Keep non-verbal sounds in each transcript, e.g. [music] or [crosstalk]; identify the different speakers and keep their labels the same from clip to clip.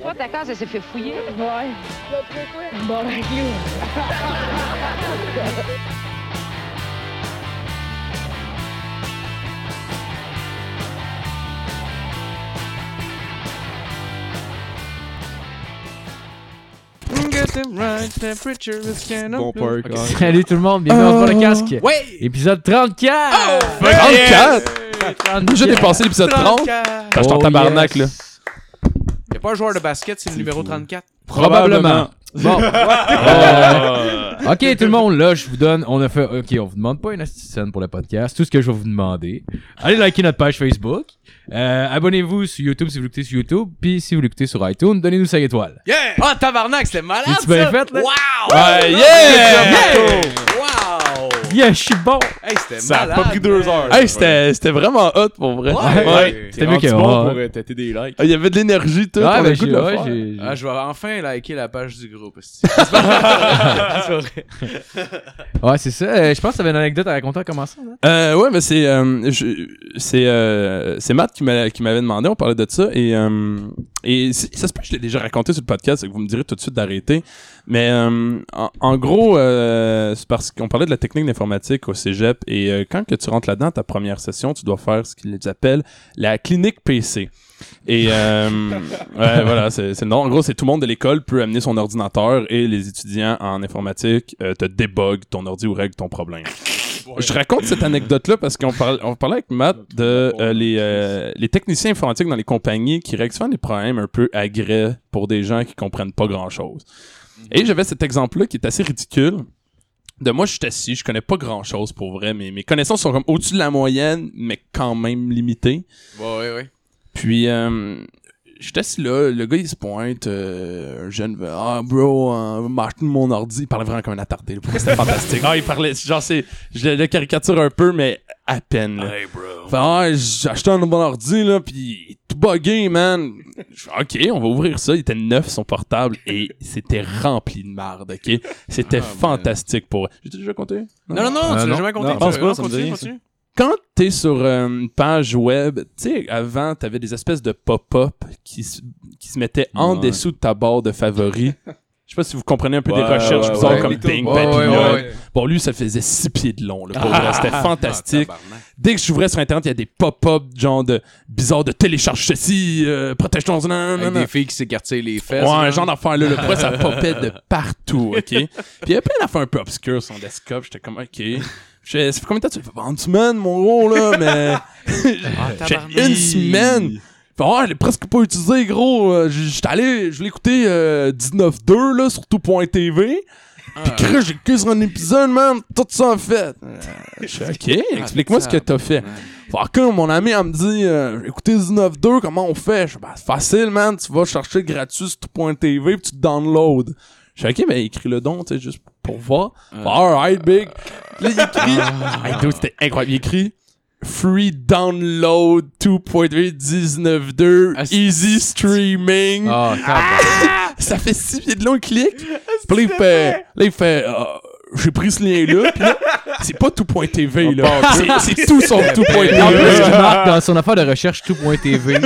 Speaker 1: Toi, ta case, elle s'est fait fouiller.
Speaker 2: Ouais. Bon, ben, clou.
Speaker 3: Mm, Get them right, temperature is kind of
Speaker 4: Bon
Speaker 3: blue. [laughs]
Speaker 4: park.
Speaker 3: Ok.
Speaker 4: ouais.
Speaker 5: [laughs] Salut tout le monde, bienvenue dans le casque.
Speaker 4: Oh. Ouais!
Speaker 5: Épisode 34!
Speaker 4: Fuck yes!
Speaker 3: 34!
Speaker 4: Déjà dépassé l'épisode 30.
Speaker 3: 34!
Speaker 4: T'as acheté en
Speaker 5: Oh,
Speaker 4: Ah, tabarnak, là.
Speaker 5: yes.
Speaker 3: Y'a pas un joueur de basket, c'est le numéro 34.
Speaker 5: Probablement.
Speaker 4: [laughs]
Speaker 5: Bon. Euh, ok, tout le monde, là, je vous donne. On a fait. Ok, on vous demande pas une astuce scène pour le podcast. Tout ce que je vais vous demander. Allez liker notre page Facebook. Euh, Abonnez-vous sur YouTube si vous l'écoutez sur YouTube. Puis si vous l'écoutez sur iTunes, donnez-nous 5 étoiles.
Speaker 4: [laughs]
Speaker 3: Yeah! Ah, tabarnak, c'était malade!
Speaker 5: C'est-tu bien
Speaker 3: ça.
Speaker 5: fait, là?
Speaker 3: Wow!
Speaker 4: Ouais,
Speaker 3: Yeah!
Speaker 4: yeah!
Speaker 3: Wow!
Speaker 5: Yeah, je suis bon!
Speaker 3: Hey, c'était
Speaker 4: Ça a
Speaker 3: malade!
Speaker 4: pas pris deux
Speaker 3: man.
Speaker 4: Hey, c'était c'était vraiment hot pour vrai.
Speaker 3: Ouais.
Speaker 5: C'était mieux que
Speaker 6: bon
Speaker 5: moi.
Speaker 6: pour euh, têter des likes.
Speaker 4: Ah, Il y avait de l'énergie, tout.
Speaker 5: Ouais,
Speaker 4: on a
Speaker 5: ben,
Speaker 4: le goût
Speaker 5: j'ai.
Speaker 4: de le
Speaker 5: ouais,
Speaker 4: faire.
Speaker 5: j'ai-
Speaker 3: Ah, je vais enfin liker la page du groupe. esti. [laughs] C'est pas c'est pas vrai.
Speaker 5: Ouais, c'est ça. Euh, je pense que t'avais une anecdote à raconter en commençant. Là.
Speaker 4: Euh, ouais, mais c'est euh, je- c'est euh, c'est Matt qui m'a- qui m'avait demandé, on parlait de ça et euh, et c- ça se peut que je l'ai déjà raconté sur le podcast, c'est que vous me direz tout de suite d'arrêter. Mais euh, en, en gros, euh, c'est parce qu'on parlait de la technique d'informatique au Cégep et euh, quand que tu rentres là-dedans ta première session, tu dois faire ce qu'ils appellent la clinique PC. Et euh, ouais, voilà, c'est c'est le nom. En gros, c'est tout le monde de l'école peut amener son ordinateur et les étudiants en informatique euh, te débuguent ton ordi ou règlent ton problème. Je raconte cette anecdote-là parce qu'on parle, on parlait avec Matt de euh, les, euh, les techniciens informatiques dans les compagnies qui règlent souvent des problèmes un peu agrès pour des gens qui comprennent pas grand-chose. Et j'avais cet exemple-là qui est assez ridicule. De moi, je suis assis, je connais pas grand-chose pour vrai, mais mes connaissances sont comme au-dessus de la moyenne, mais quand même limitées.
Speaker 3: Bon, ouais, ouais.
Speaker 4: Puis, euh, j'étais assis là, le gars il se pointe, euh, un jeune, fait, ah bro, euh, m'acheter mon ordi, il parlait vraiment comme un attardé, là, pour moi, c'était fantastique. Ah, il parlait, genre, c'est, je le, le caricature un peu, mais à peine, là. Fait, ah, j'ai acheté un bon ordi, là, pis il est tout buggé, man. Je fais, ok, on va ouvrir ça. Il était neuf, son portable, et c'était rempli de marde, ok? C'était fantastique pour. J'ai déjà compté?
Speaker 3: Non, non, non,
Speaker 5: Euh,
Speaker 3: tu l'as
Speaker 5: non.
Speaker 3: jamais compté.
Speaker 6: Non,
Speaker 3: tu
Speaker 6: pense
Speaker 3: l'as-
Speaker 6: pas,
Speaker 3: non,
Speaker 6: ça me dit
Speaker 3: continue,
Speaker 6: rien,
Speaker 3: continue.
Speaker 4: quand t'es sur euh, une page web, tu sais, avant, t'avais des espèces de pop-up qui, se- qui se mettaient en
Speaker 6: Ouais.
Speaker 4: dessous de ta barre
Speaker 3: [laughs]
Speaker 4: de favoris. Je sais pas si vous comprenez un peu des
Speaker 6: Ouais,
Speaker 4: recherches
Speaker 6: ouais,
Speaker 4: bizarres
Speaker 6: ouais.
Speaker 4: comme Ding,
Speaker 3: Ouais, ouais,
Speaker 4: Papillon.
Speaker 5: euh,
Speaker 3: ouais, ouais.
Speaker 4: Bon, lui, ça faisait six pieds de long, là, pour vrai. C'était fantastique.
Speaker 3: Ah, tabarnak.
Speaker 4: Dès que j'ouvrais sur Internet, il y a des pop-up, genre de bizarre de télécharge ceci, euh, protège ton... nan,
Speaker 3: Avec
Speaker 4: nan,
Speaker 3: des
Speaker 4: nan.
Speaker 3: filles qui s'écartaient les fesses.
Speaker 4: Ouais, un
Speaker 3: là.
Speaker 4: genre d'affaire là, le
Speaker 3: [laughs]
Speaker 4: pourquoi ça popait de partout, ok? Puis il y avait plein d'affaires un peu obscures sur son desktop, j'étais comme, ok. Je fais, Ça fait combien de temps que tu le fais? Une semaine, mon gros,
Speaker 3: [laughs]
Speaker 4: là, mais.
Speaker 3: Ah,
Speaker 4: [laughs] J'ai
Speaker 3: tabarnak.
Speaker 4: une semaine. Fait, ouais, je l'ai presque pas utilisé, gros. Euh, j- J'étais allé, je l'ai écouté euh, 19.2, là, sur tout.tv. Pis
Speaker 3: Ah,
Speaker 4: creux, j'ai que sur un épisode, man. Tout ça en fait. Ah, Euh, je fais, ok, explique-moi ce que t'as fait. Fait que là, hein, mon ami, elle me dit, euh, j'ai écouté 19.2, comment on fait? Je fais, bah, c'est facile, man. Tu vas chercher gratuit sur tout.tv pis tu te downloads. Je fais, ok, ben, écris le don, tu sais, juste pour voir. Fait, alright, big. Là, il écrit. Hey, dude, c'était incroyable. Il écrit. Free download 2.8.19.2
Speaker 3: Ah, c'est-
Speaker 4: Easy streaming
Speaker 5: Ah,
Speaker 4: ça fait six pieds de long, il clique. Puis là, il fait, là, il fait, Ah, j'ai pris ce lien-là, puis là, c'est pas tout.tv, là. C'est- C'est tout son
Speaker 5: Et en plus,
Speaker 4: tout.tv.
Speaker 5: il marque dans son affaire de recherche tout.tv.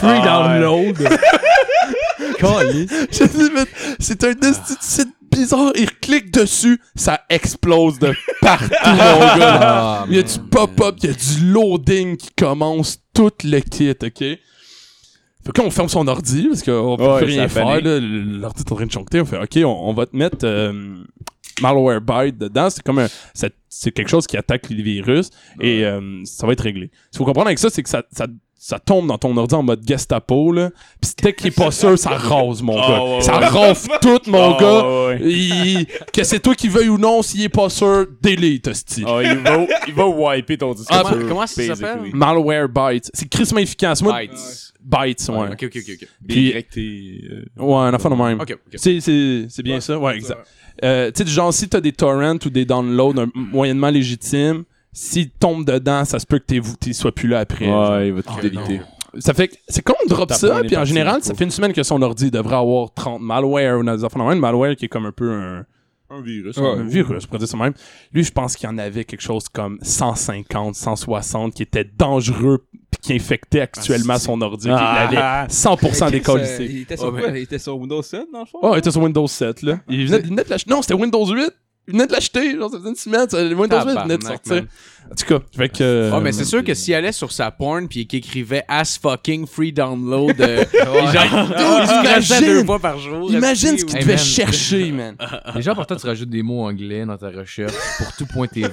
Speaker 5: Free download.
Speaker 4: [laughs]
Speaker 5: Caliste.
Speaker 4: Je dis, mais c'est un esti de site bizarre. Il clique dessus, ça explose de partout, mon gars.
Speaker 5: Ah,
Speaker 4: Il y a du pop-up, il y a du loading qui commence tout le kit, ok? Fait que là, on ferme son ordi, parce qu'on peut
Speaker 6: Ouais,
Speaker 4: plus
Speaker 6: ça
Speaker 4: rien faire,
Speaker 6: panique.
Speaker 4: là. L'ordi est en train de chanter, on fait, ok, on, on va te mettre euh, Malwarebyte dedans. C'est comme un, ça- c'est quelque chose qui attaque les virus, et euh, ça va être réglé. Ce qu'il faut comprendre avec ça, c'est que ça, ça, ça tombe dans ton ordi en mode Gestapo, là. Pis dès qu'il est pas sûr, ça rase, mon
Speaker 6: Ah,
Speaker 4: gars.
Speaker 6: ouais,
Speaker 4: ça
Speaker 6: ouais.
Speaker 4: rafle tout, mon
Speaker 6: Ah,
Speaker 4: gars.
Speaker 6: ouais, ouais.
Speaker 4: Il- que c'est toi qui veuille ou non, s'il est pas sûr, delete, hostie.
Speaker 6: Ah, bah, il, va, il va wiper ton disque.
Speaker 4: Ah,
Speaker 3: Comment-
Speaker 6: dur,
Speaker 3: comment ça s'appelle?
Speaker 6: basically.
Speaker 4: Malware Bytes. C'est crissement efficace. Moi,
Speaker 3: Bites.
Speaker 4: Bytes, ouais.
Speaker 3: Ok, ok, ok, ok.
Speaker 4: Puis-
Speaker 6: BYT, euh,
Speaker 4: Ouais, un enfant de même.
Speaker 3: Ok, ok.
Speaker 4: C'est, c'est, c'est bien ça? Ouais, exact. Euh, tu sais, du genre, si t'as des torrents ou des downloads un- moyennement légitimes, s'ils tombent dedans, ça se peut que t'es, t'es sois plus là après. genre.
Speaker 6: Ouais, il va tout
Speaker 3: Ah,
Speaker 6: déliter.
Speaker 4: Ça fait que, c'est comme on drop
Speaker 6: T'as
Speaker 4: ça,
Speaker 6: pas
Speaker 4: puis en
Speaker 6: les
Speaker 4: général,
Speaker 6: parties,
Speaker 4: ça fait une semaine que son ordi devrait avoir 30 malware ou des enfants de même. Malware qui est comme un peu un,
Speaker 6: Un virus.
Speaker 4: Ouais, un virus, je pourrais dire ça même. Lui, je pense qu'il y en avait quelque chose comme 150, 160 qui étaient dangereux puis qui infectaient actuellement
Speaker 3: Ah, c'est-
Speaker 4: son ordi.
Speaker 6: Ah.
Speaker 4: il avait 100% des
Speaker 3: Euh,
Speaker 4: colis.
Speaker 3: Il était sur
Speaker 4: Ouais,
Speaker 3: quoi? Il était sur Windows 7, dans le fond?
Speaker 4: Oh, il était sur Windows 7, là. Il venait, il venait de l'acheter. Non, c'était Windows 8. Il venait de l'acheter. Genre, ça faisait une semaine. ça- le Windows 8 venait
Speaker 3: Tabarnak,
Speaker 4: de sortir.
Speaker 3: man.
Speaker 4: En tout cas, fait que. euh,
Speaker 3: Ah, mais c'est sûr que s'il allait sur sa porn puis qu'il écrivait as fucking free download, [laughs] euh, [laughs] genre, il se crachait deux fois par jour.
Speaker 4: Imagine ce qu'il
Speaker 5: Hey,
Speaker 4: devait
Speaker 5: man.
Speaker 4: chercher, man.
Speaker 5: Déjà, pour toi, tu rajoutes des mots anglais dans ta recherche pour tout.tv.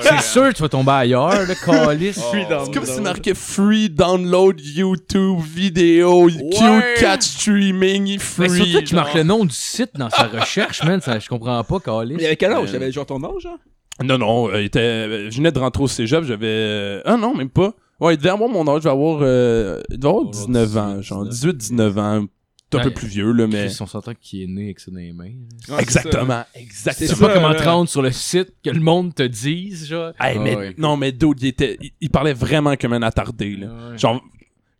Speaker 6: C'est
Speaker 5: C'est sûr que tu vas tomber ailleurs, le calice.
Speaker 6: Oh.
Speaker 4: C'est comme si c'est marqué free download YouTube vidéo
Speaker 3: Ouais.
Speaker 4: cute cat streaming free.
Speaker 5: Mais surtout qu'il
Speaker 4: genre.
Speaker 5: marque le nom du site dans sa recherche, man. Ça, je comprends pas, calice.
Speaker 3: Il avait quel âge? Il avait genre ton âge, genre?
Speaker 4: Non, non, euh, il était... euh, je venais de rentrer au cégep, j'avais... euh, Ah non, même pas. Ouais, il devait avoir mon âge, je vais avoir... euh, Il devait avoir
Speaker 6: Avoir
Speaker 4: 19 ans,
Speaker 6: 18,
Speaker 4: genre 18-19 ans. T'es un peu
Speaker 5: Ouais.
Speaker 4: plus vieux, là, mais...
Speaker 5: Chris, on s'entend qu'il est né avec ça dans les mains.
Speaker 4: Exactement,
Speaker 5: C'est
Speaker 4: exactement.
Speaker 3: ça,
Speaker 5: pas comment
Speaker 3: euh,
Speaker 5: te rendre sur le site que le monde te dise, genre.
Speaker 4: Hey,
Speaker 5: Ah
Speaker 4: mais,
Speaker 5: ouais.
Speaker 4: Non, mais dude, il, était... il, il parlait vraiment comme un attardé, là. Genre,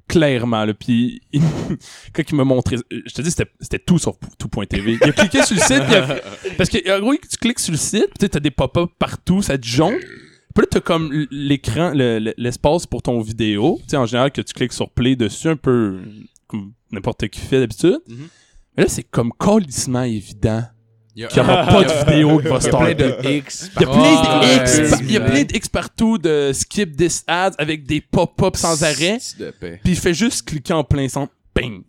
Speaker 4: clairement, là. Puis, il- [laughs] quand il m'a montré... euh, Je te dis, c'était c'était tout sauf tout.tv. Il a cliqué sur le site, puis il a fait- Parce que, en gros, tu cliques sur le site, pis t'as des pop-up partout, ça te jonque. Puis là, t'as comme l- l'écran, le- le- l'espace pour ton vidéo. Tu sais, en général, que tu cliques sur play dessus, un peu comme n'importe qui fait d'habitude.
Speaker 3: Mhm.
Speaker 4: Mais là, c'est comme colissement évident
Speaker 3: Il y a,
Speaker 4: qu'il n'y aura pas
Speaker 3: [laughs]
Speaker 4: de vidéo qui va
Speaker 3: il y a plein
Speaker 4: starter.
Speaker 3: de X.
Speaker 4: Il y a plein
Speaker 5: Ouais,
Speaker 4: de X,
Speaker 5: ouais,
Speaker 4: par- il y a
Speaker 5: ouais.
Speaker 4: plein de X partout de skip this ads avec des pop-ups sans arrêt.
Speaker 3: De paix.
Speaker 4: Puis il fait juste cliquer en plein centre. Bing!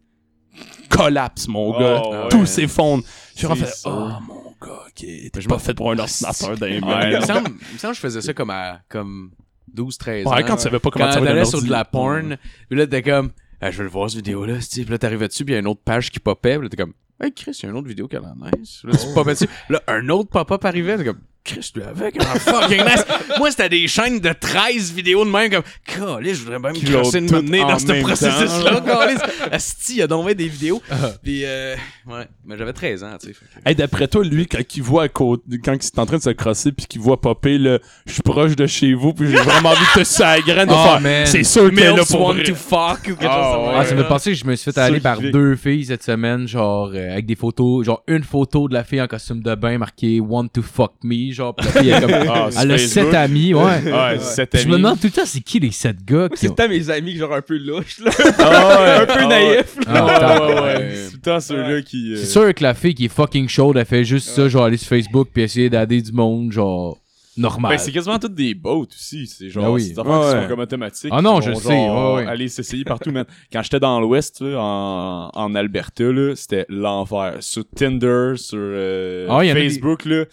Speaker 4: Collapse, mon
Speaker 6: Oh,
Speaker 4: gars.
Speaker 6: ouais.
Speaker 4: Tout s'effondre. Je suis en fait,
Speaker 6: ça.
Speaker 4: oh mon gars, ok. T'es pas fait pour un ordinateur d'un
Speaker 6: Ouais,
Speaker 3: Il me
Speaker 6: non.
Speaker 3: semble, il me semble que je faisais ça comme à comme 12, 13 ans.
Speaker 4: Ouais, quand tu savais pas comment
Speaker 3: Quand
Speaker 4: ça
Speaker 3: t'allais sur de la porn, puis là, t'es comme, ah, je veux le voir, cette vidéo-là, c'ti. Puis là, t'arrivais dessus, puis il y a une autre page qui popait, puis là, t'es comme, hey, Chris, il y a une autre vidéo qui a l'air nice. Là,
Speaker 6: Oh.
Speaker 3: tu popais dessus. Là, un autre pop-up arrivait, t'es comme, Chris, lui avec, un fucking
Speaker 6: [laughs]
Speaker 3: nice. Moi, c'était des chaînes de 13 vidéos de même, comme, Calais, je voudrais même
Speaker 6: Qui l'ont
Speaker 3: crosser une
Speaker 6: toutes
Speaker 3: monnaie
Speaker 6: en
Speaker 3: dans ce
Speaker 6: même temps. Ah.
Speaker 3: processus-là, Calais. Asti, il a donc bien des
Speaker 6: [laughs]
Speaker 3: vidéos. Puis, euh, ouais, mais j'avais 13 ans, tu sais. fait que-
Speaker 4: Hey, d'après toi, lui, quand il voit à côté, quand il est en train de se crosser puis qu'il voit popper le « je suis proche de chez vous puis j'ai vraiment envie de te sagrer
Speaker 5: Oh, man.
Speaker 4: c'est sûr qu'il est là
Speaker 3: Males
Speaker 4: pour
Speaker 3: want
Speaker 4: vrai.
Speaker 3: to fuck ou quelque
Speaker 6: Ah,
Speaker 3: chose comme
Speaker 5: Ah, ça me
Speaker 3: là.
Speaker 5: fait penser que je me suis fait aller par
Speaker 6: Surgique.
Speaker 5: deux filles cette semaine, genre euh, avec des photos, genre une photo de la fille en costume de bain marquée Want to fuck me, genre pis la fille elle, est comme,
Speaker 6: Ah, c'est
Speaker 5: elle a
Speaker 6: Facebook. Ah,
Speaker 5: sept amis, ouais.
Speaker 6: Ouais, cette
Speaker 5: Je me demande tout le temps c'est qui les sept gars
Speaker 2: Moi,
Speaker 5: qui
Speaker 2: c'est
Speaker 5: ont-
Speaker 2: tout le temps mes amis, genre un peu louches, là.
Speaker 6: Un
Speaker 2: un peu naïf. là.
Speaker 5: Ah,
Speaker 6: Ouais,
Speaker 5: attends.
Speaker 6: ouais, ouais. C'est tout le temps ceux-là qui. euh,
Speaker 5: C'est sûr que la fille qui est fucking chaude, elle fait juste ça, genre aller sur Facebook puis essayer d'aider du monde, genre normal.
Speaker 6: Ben, c'est quasiment toutes des boats aussi. C'est genre,
Speaker 5: Ben oui.
Speaker 6: c'est des affaires qui
Speaker 4: Ouais.
Speaker 6: sont comme automatiques.
Speaker 5: Ah non,
Speaker 6: qui
Speaker 5: je
Speaker 6: vont
Speaker 5: le sais,
Speaker 6: genre
Speaker 5: ouais, ouais.
Speaker 6: Aller s'essayer partout, man. Quand j'étais dans l'Ouest, tu sais, en, en Alberta, là, c'était l'enfer. Sur Tinder, sur euh,
Speaker 5: Ah, il y en a
Speaker 6: Facebook, là,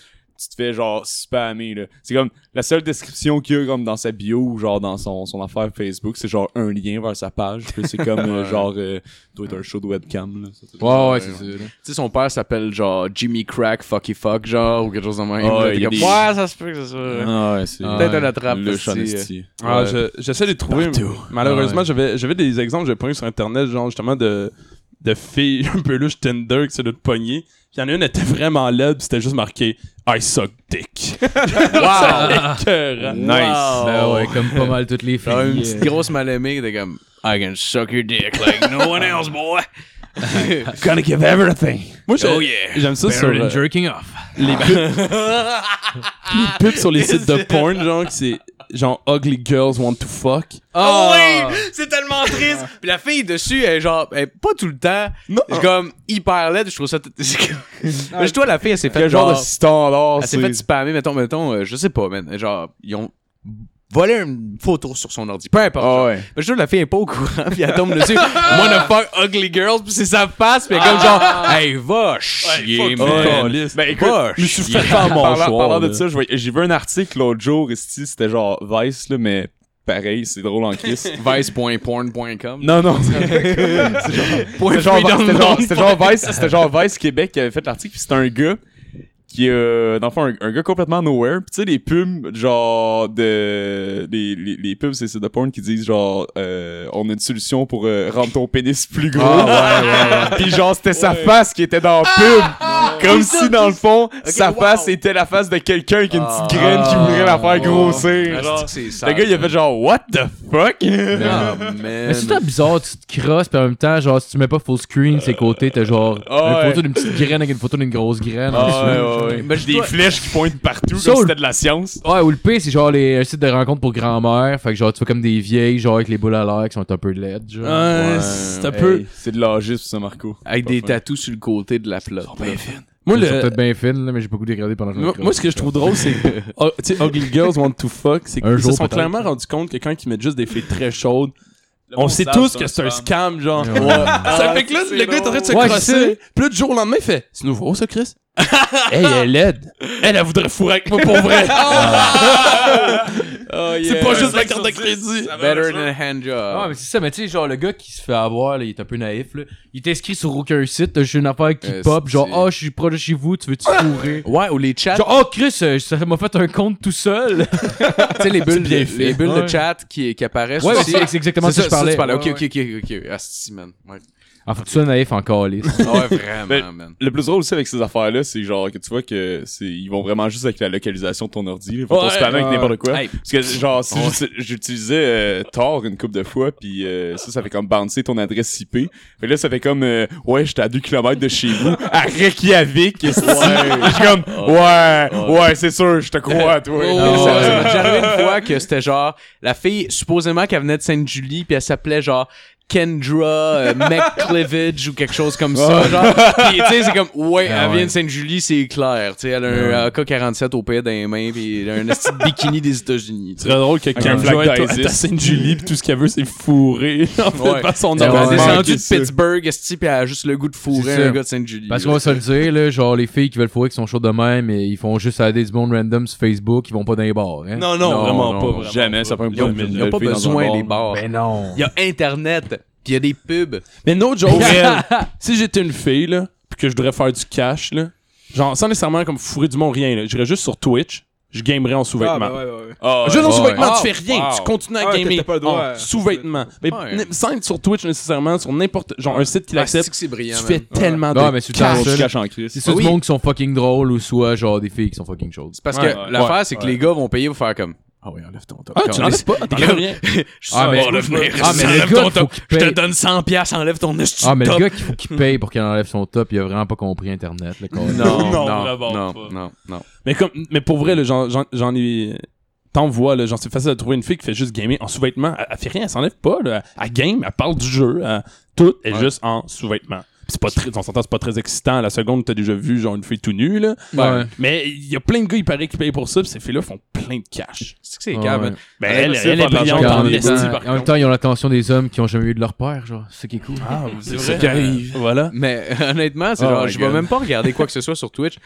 Speaker 6: tu te fais genre spammer, là. C'est comme la seule description qu'il y a comme dans sa bio ou genre dans son, son affaire Facebook, c'est genre un lien vers sa page. Puis c'est
Speaker 5: [laughs]
Speaker 6: comme euh, genre, euh, doit être un show de webcam, là. Ça, ça,
Speaker 5: Ouais, ouais, c'est ça. là.
Speaker 3: Tu sais, son père s'appelle genre Jimmy Crack Fucky Fuck, genre, ou quelque chose de même.
Speaker 6: Ah,
Speaker 3: Là, t'es
Speaker 6: il y a
Speaker 3: comme,
Speaker 6: des- [laughs]
Speaker 3: Ouais, ça se peut que c'est ça.
Speaker 6: Ah ouais, c'est.
Speaker 5: Ah,
Speaker 3: Peut-être
Speaker 5: ouais.
Speaker 3: un attrape.
Speaker 6: le
Speaker 3: aussi, euh.
Speaker 6: Shanesty.
Speaker 4: Ah,
Speaker 6: Ouais.
Speaker 4: je- j'essaie de les trouver. mais Malheureusement,
Speaker 5: Ah ouais.
Speaker 4: j'avais, j'avais des exemples, j'avais pas eu sur internet, genre justement de, de filles [laughs] un peu louches Tinder qui se de pogner. Puis il y en a une, elle était vraiment laide, puis c'était juste marqué I suck dick. Ah.
Speaker 3: Wow!
Speaker 4: [laughs] Écœurant.
Speaker 3: Oh
Speaker 6: Nice.
Speaker 5: Ben ouais, comme pas mal toutes les filles.
Speaker 3: Genre, une petite
Speaker 5: euh,
Speaker 3: grosse mal aimée, t'es comme, I can suck your dick like no one else, boy.
Speaker 4: Gonna give everything. Moi, j'ai-
Speaker 3: Oh yeah.
Speaker 4: j'aime ça sur
Speaker 5: better than
Speaker 4: euh,
Speaker 5: jerking off.
Speaker 4: les pubs, les pubs sur les sites de porn, genre que c'est genre ugly girls want to fuck.
Speaker 5: Ah.
Speaker 3: Oh oui! C'est tellement triste! Puis la fille dessus, elle est genre, elle est pas tout le temps.
Speaker 4: Non.
Speaker 3: C'est comme hyper laide, je trouve ça. t- [laughs] c'est comme- Mais je- toi, la fille, elle s'est
Speaker 6: Quel
Speaker 3: fait
Speaker 6: genre
Speaker 3: genre.
Speaker 6: de standard,
Speaker 3: Elle s'est
Speaker 6: c'est-
Speaker 3: fait spammer, mettons, mettons, euh, je sais pas, man. Genre, ils ont volé une photo sur son ordi. Peu importe. genre.
Speaker 6: Ah ouais.
Speaker 3: Mais je trouve que la fille est pas au courant, puis elle tombe dessus. Moi, the fuck ugly girls, puis c'est sa face, puis elle est comme genre, hey, va chier,
Speaker 4: fuck
Speaker 3: man.
Speaker 4: you.
Speaker 6: Ben
Speaker 3: Va
Speaker 6: écoute,
Speaker 4: Je me suis fait faire mon
Speaker 6: parlant,
Speaker 4: choix.
Speaker 6: parlant de
Speaker 4: là.
Speaker 6: ça, je voyais- j'ai vu un article l'autre jour, ici, c'était genre Vice, là, mais pareil, c'est drôle en crise.
Speaker 3: Vice.porn.com.
Speaker 6: Non, non, [laughs] c'est genre-
Speaker 3: Point
Speaker 6: c'était genre,
Speaker 3: freedom
Speaker 6: c'était genre-
Speaker 3: non
Speaker 6: c'était genre Vice, c'était genre Vice Québec qui avait fait l'article, puis c'était un gars qui, euh, dans le fond, un, un gars complètement nowhere. Puis tu sais, les pubs, genre, de, les, les, les pubs, c'est de porn qui disent genre, euh, on a une solution pour euh, rendre ton pénis plus gros. [laughs] Puis genre, c'était sa face qui était dans la pub. Comme si, dans le fond, sa
Speaker 3: wow.
Speaker 6: face était la face de quelqu'un qui a une petite
Speaker 3: Ah.
Speaker 5: Oh.
Speaker 6: graine qui voudrait la faire
Speaker 3: Ah.
Speaker 6: grossir.
Speaker 3: Ah,
Speaker 6: genre.
Speaker 3: c'est- c'est
Speaker 6: Le
Speaker 3: sale.
Speaker 6: gars, il a fait genre, what the fuck?
Speaker 3: [laughs] Ah,
Speaker 5: Mais c'est tout bizarre, tu te crosses, pis en même temps, genre, si tu mets pas full screen, ses côtés, t'as genre une
Speaker 6: ouais.
Speaker 5: photo d'une petite graine avec une photo d'une grosse graine. en dessous.
Speaker 6: Ah, ouais, ouais, ouais.
Speaker 3: Mais
Speaker 6: Des
Speaker 3: toi-
Speaker 6: flèches qui pointent
Speaker 5: Saul.
Speaker 6: partout comme si c'était de la science.
Speaker 5: Ouais, ou le pire, c'est genre les, un site de rencontre pour grand-mère. Fait que genre, tu vois comme des vieilles, genre avec les boules à l'air qui sont un peu laides, genre.
Speaker 4: Ouais, c'est un peu.
Speaker 6: Hey, C'est de l'agisme, ça, Marco.
Speaker 3: Avec
Speaker 6: Pas
Speaker 3: des
Speaker 6: fin.
Speaker 3: tatous sur le côté de la flotte. là.
Speaker 4: Moi,
Speaker 5: Elles sont
Speaker 4: le-
Speaker 5: peut-être bien fines, là, mais j'ai beaucoup dégradé pendant
Speaker 4: Moi, moi, ce que je trouve drôle, c'est que oh, tu sais, Ugly Girls Want to Fuck, c'est
Speaker 5: Un
Speaker 4: qu'ils se
Speaker 5: jour,
Speaker 4: sont
Speaker 5: peut-être.
Speaker 4: clairement rendu compte que quand ils mettent juste des filles très chaudes, on
Speaker 6: monde
Speaker 4: sait
Speaker 6: savent
Speaker 4: tous
Speaker 6: c'est
Speaker 4: que
Speaker 6: un
Speaker 4: c'est un scam, genre.
Speaker 5: Ouais.
Speaker 4: Ça fait que là,
Speaker 6: c'est
Speaker 4: le gars est en train de se
Speaker 5: drôle. Ouais, je
Speaker 4: crosser,
Speaker 5: sais.
Speaker 4: puis là, du jour au lendemain, il fait C'est nouveau, ça, Chris Hey, elle est laide. Elle, elle voudrait fourrer avec moi pour vrai. Ah, C'est pas juste ma carte de crédit.
Speaker 3: Better than a handjob.
Speaker 5: Ouais, Ah, mais c'est ça, mais tu sais, genre, le gars qui se fait avoir, là, il est un peu naïf, là. Il t'inscrit sur aucun site, t'as juste une affaire qui
Speaker 3: Euh,
Speaker 5: pop, genre,
Speaker 3: c'est-
Speaker 5: oh, je suis proche de chez vous, tu veux-tu courir?
Speaker 3: Ouais, ou les chats,
Speaker 5: Genre, oh, Chris, euh, ça m'a fait un compte tout seul!
Speaker 3: tu sais, les bulles, de, les bulles
Speaker 5: Ouais.
Speaker 3: de chat qui, qui apparaissent
Speaker 5: Ouais, mais
Speaker 3: aussi.
Speaker 5: c'est c'est exactement de ça que je parlais.
Speaker 3: tu parlais.
Speaker 5: Ouais,
Speaker 3: Ok,
Speaker 5: ouais.
Speaker 3: ok, ok, ok. Ah, si, man. Ouais,
Speaker 5: En fait, tout ça naïf
Speaker 3: [laughs]
Speaker 5: encore, les.
Speaker 3: Ah
Speaker 5: [laughs]
Speaker 3: ouais vraiment,
Speaker 6: Ben,
Speaker 3: man.
Speaker 6: Le plus drôle aussi avec ces affaires-là, c'est genre que tu vois que c'est ils vont vraiment juste avec la localisation de ton ordi, là. ils vont
Speaker 4: Ouais,
Speaker 6: te spammer
Speaker 4: ouais.
Speaker 6: avec n'importe quoi.
Speaker 3: Hey.
Speaker 6: Parce que genre si j'uti- j'utilisais euh, Tor une couple de fois puis euh, ça ça fait comme bouncer ton adresse IP. Fait là ça fait comme euh, ouais, j'étais à 2 km de chez vous à Reykjavik. esti. [laughs] Je suis comme ouais, ouais, c'est sûr, je te crois toi.
Speaker 3: Oh,
Speaker 5: Ah,
Speaker 3: ça-
Speaker 5: ouais.
Speaker 3: ça m'est déjà arrivé une fois que c'était genre la fille supposément qu'elle venait de Sainte-Julie puis elle s'appelait genre Kendra
Speaker 5: [laughs]
Speaker 3: euh, McClivage ou quelque chose comme ça genre puis tu sais c'est comme ouais
Speaker 5: Ah,
Speaker 3: elle
Speaker 5: ouais.
Speaker 3: vient de Sainte-Julie c'est clair tu sais elle a un AK-47 au pays dans les mains puis elle a un esti de bikini des États-Unis tu
Speaker 4: C'est drôle que Kim
Speaker 6: flag
Speaker 4: Jong est
Speaker 6: d'ISIS.
Speaker 4: à Sainte-Julie, puis tout ce qu'elle veut, c'est fourrer. En fait,
Speaker 3: Ouais.
Speaker 4: par son
Speaker 3: sais.
Speaker 5: Ouais,
Speaker 3: Elle
Speaker 4: nom.
Speaker 3: a
Speaker 5: ouais.
Speaker 3: descendu de
Speaker 6: ça.
Speaker 3: Pittsburgh esti puis elle a juste le goût de
Speaker 5: C'est
Speaker 3: fourrer
Speaker 5: ça.
Speaker 3: un gars de Sainte-Julie
Speaker 5: Parce qu'on va se le dire, là, genre, les filles qui veulent fourrer qui sont chaudes de même, et ils font juste aller du monde random sur Facebook, ils vont pas dans les bars, hein.
Speaker 4: Non, non, vraiment pas. vraiment
Speaker 6: jamais,
Speaker 4: pas.
Speaker 6: ça prend
Speaker 4: Ils ont-
Speaker 6: pas
Speaker 3: il y a pas
Speaker 6: Fille dans un
Speaker 3: besoin
Speaker 6: bar.
Speaker 3: des bars
Speaker 5: Ben non.
Speaker 3: il y a internet puis il y a des pubs
Speaker 4: Mais no joke, elle, [laughs] si j'étais une fille, là, pis que je voudrais faire du cash, là, genre, sans nécessairement comme fourrer du monde, rien, là, j'irais juste sur Twitch, je gamerais en sous-vêtements.
Speaker 6: Ah,
Speaker 4: Je
Speaker 6: ouais.
Speaker 4: non
Speaker 3: Ouais.
Speaker 4: sous-vêtements,
Speaker 3: Ah,
Speaker 4: tu fais rien,
Speaker 6: wow.
Speaker 4: tu continues à
Speaker 2: Ah, t'as-
Speaker 4: gamer
Speaker 2: t'as pas le droit.
Speaker 4: en sous-vêtements. Mais
Speaker 3: Ouais.
Speaker 4: n- sans être sur Twitch nécessairement, sur n'importe, genre un site qui
Speaker 3: Ah, c'est
Speaker 4: l'accepte,
Speaker 3: que c'est brillant
Speaker 4: tu
Speaker 3: man.
Speaker 4: fais tellement
Speaker 5: Non,
Speaker 4: de
Speaker 5: mais c'est tout le
Speaker 4: cash.
Speaker 5: temps
Speaker 6: Je
Speaker 5: ça, là.
Speaker 6: cache en crise.
Speaker 5: C'est soit
Speaker 3: Ah Oui.
Speaker 5: du monde qui sont fucking drôles ou soit genre des filles qui sont fucking chaudes.
Speaker 3: C'est parce
Speaker 6: Ouais,
Speaker 3: que
Speaker 6: ouais.
Speaker 3: l'affaire,
Speaker 6: Ouais,
Speaker 3: c'est que
Speaker 6: ouais.
Speaker 3: les gars vont payer pour faire comme. Ah oui, enlève ton top.
Speaker 4: Ah, tu l'enlèves pas, t'enlèves rien.
Speaker 5: Ah, mais, ah, mais le gars, faut qu'il paye.
Speaker 3: donne 100 pièces, enlève ton esti
Speaker 5: Ah, mais le gars, qu'il faut qu'il paye pour qu'elle enlève son top, il a vraiment pas compris Internet, le corps.
Speaker 3: Non,
Speaker 4: Non,
Speaker 3: non,
Speaker 4: vraiment
Speaker 3: non,
Speaker 4: pas.
Speaker 3: non, non.
Speaker 4: Mais comme, mais pour vrai, là, j'en, j'en, j'en ai, t'en vois, là, genre, c'est facile de trouver une fille qui fait juste gamer en sous-vêtements. Elle, elle fait rien, elle s'enlève pas, là. Elle elle game, elle parle du jeu, elle- tout est
Speaker 3: Ouais.
Speaker 4: juste en sous-vêtements. Puis C'est pas très, on s'entend, c'est pas très excitant. À la seconde, t'as déjà vu, genre, une fille tout nue, là.
Speaker 5: Ouais.
Speaker 4: Mais il y a plein de gars, il paraît, qui payent pour ça, puis ces filles-là font plein de cash.
Speaker 3: C'est que c'est
Speaker 5: Ah,
Speaker 3: grave,
Speaker 5: ouais.
Speaker 3: man.
Speaker 4: Ben,
Speaker 6: Ouais,
Speaker 4: elle,
Speaker 6: c'est
Speaker 4: elle est
Speaker 6: pas de l'argent
Speaker 4: brillante
Speaker 5: en,
Speaker 4: en
Speaker 5: même
Speaker 4: esti,
Speaker 5: temps,
Speaker 4: par
Speaker 5: en même
Speaker 4: contre.
Speaker 5: temps, ils ont l'attention des hommes qui ont jamais eu de leur père, genre. C'est ça qui est cool.
Speaker 4: Ah, c'est vrai.
Speaker 3: qui
Speaker 4: Voilà.
Speaker 3: Mais euh, honnêtement, c'est
Speaker 4: Oh
Speaker 3: genre,
Speaker 4: my
Speaker 3: je vais
Speaker 4: God.
Speaker 3: même pas regarder quoi que ce soit sur Twitch.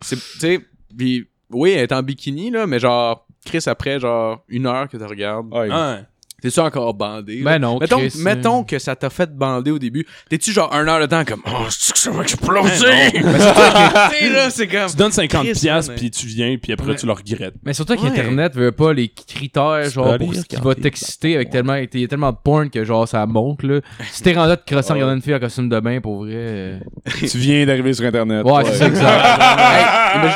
Speaker 3: C'est, tu sais, puis oui, elle est en bikini, là, mais genre, Chris, après, genre, une heure que tu regardes,
Speaker 6: Ouais.
Speaker 4: Ouais.
Speaker 3: t'es sûr encore bandé. là?
Speaker 5: Ben non,
Speaker 3: Mettons,
Speaker 5: Chris,
Speaker 3: mettons
Speaker 5: euh.
Speaker 3: que ça t'a fait bander au début. T'es-tu genre un heure de temps comme Oh, c'est que ça va exploser! [laughs]
Speaker 4: Ben
Speaker 3: Ben, c'est ça que- tu sais, là, c'est comme.
Speaker 4: Tu donnes 50
Speaker 3: Christ,
Speaker 4: piastres,
Speaker 3: man.
Speaker 4: puis tu viens, puis après,
Speaker 5: Ouais.
Speaker 4: tu le regrettes.
Speaker 5: Mais surtout
Speaker 3: Ouais.
Speaker 5: qu'Internet veut pas les critères, genre,
Speaker 4: peux
Speaker 5: pour
Speaker 4: aller
Speaker 5: ce qui va
Speaker 4: regarder,
Speaker 5: t'exciter avec tellement. Il y a tellement de porn que, genre, ça
Speaker 4: [laughs]
Speaker 5: monte, là. Si t'es rendu à te crosser en regardant une fille en costume de bain, pour vrai. euh,
Speaker 6: Tu viens d'arriver sur internet.
Speaker 5: Ouais, c'est ça, exact.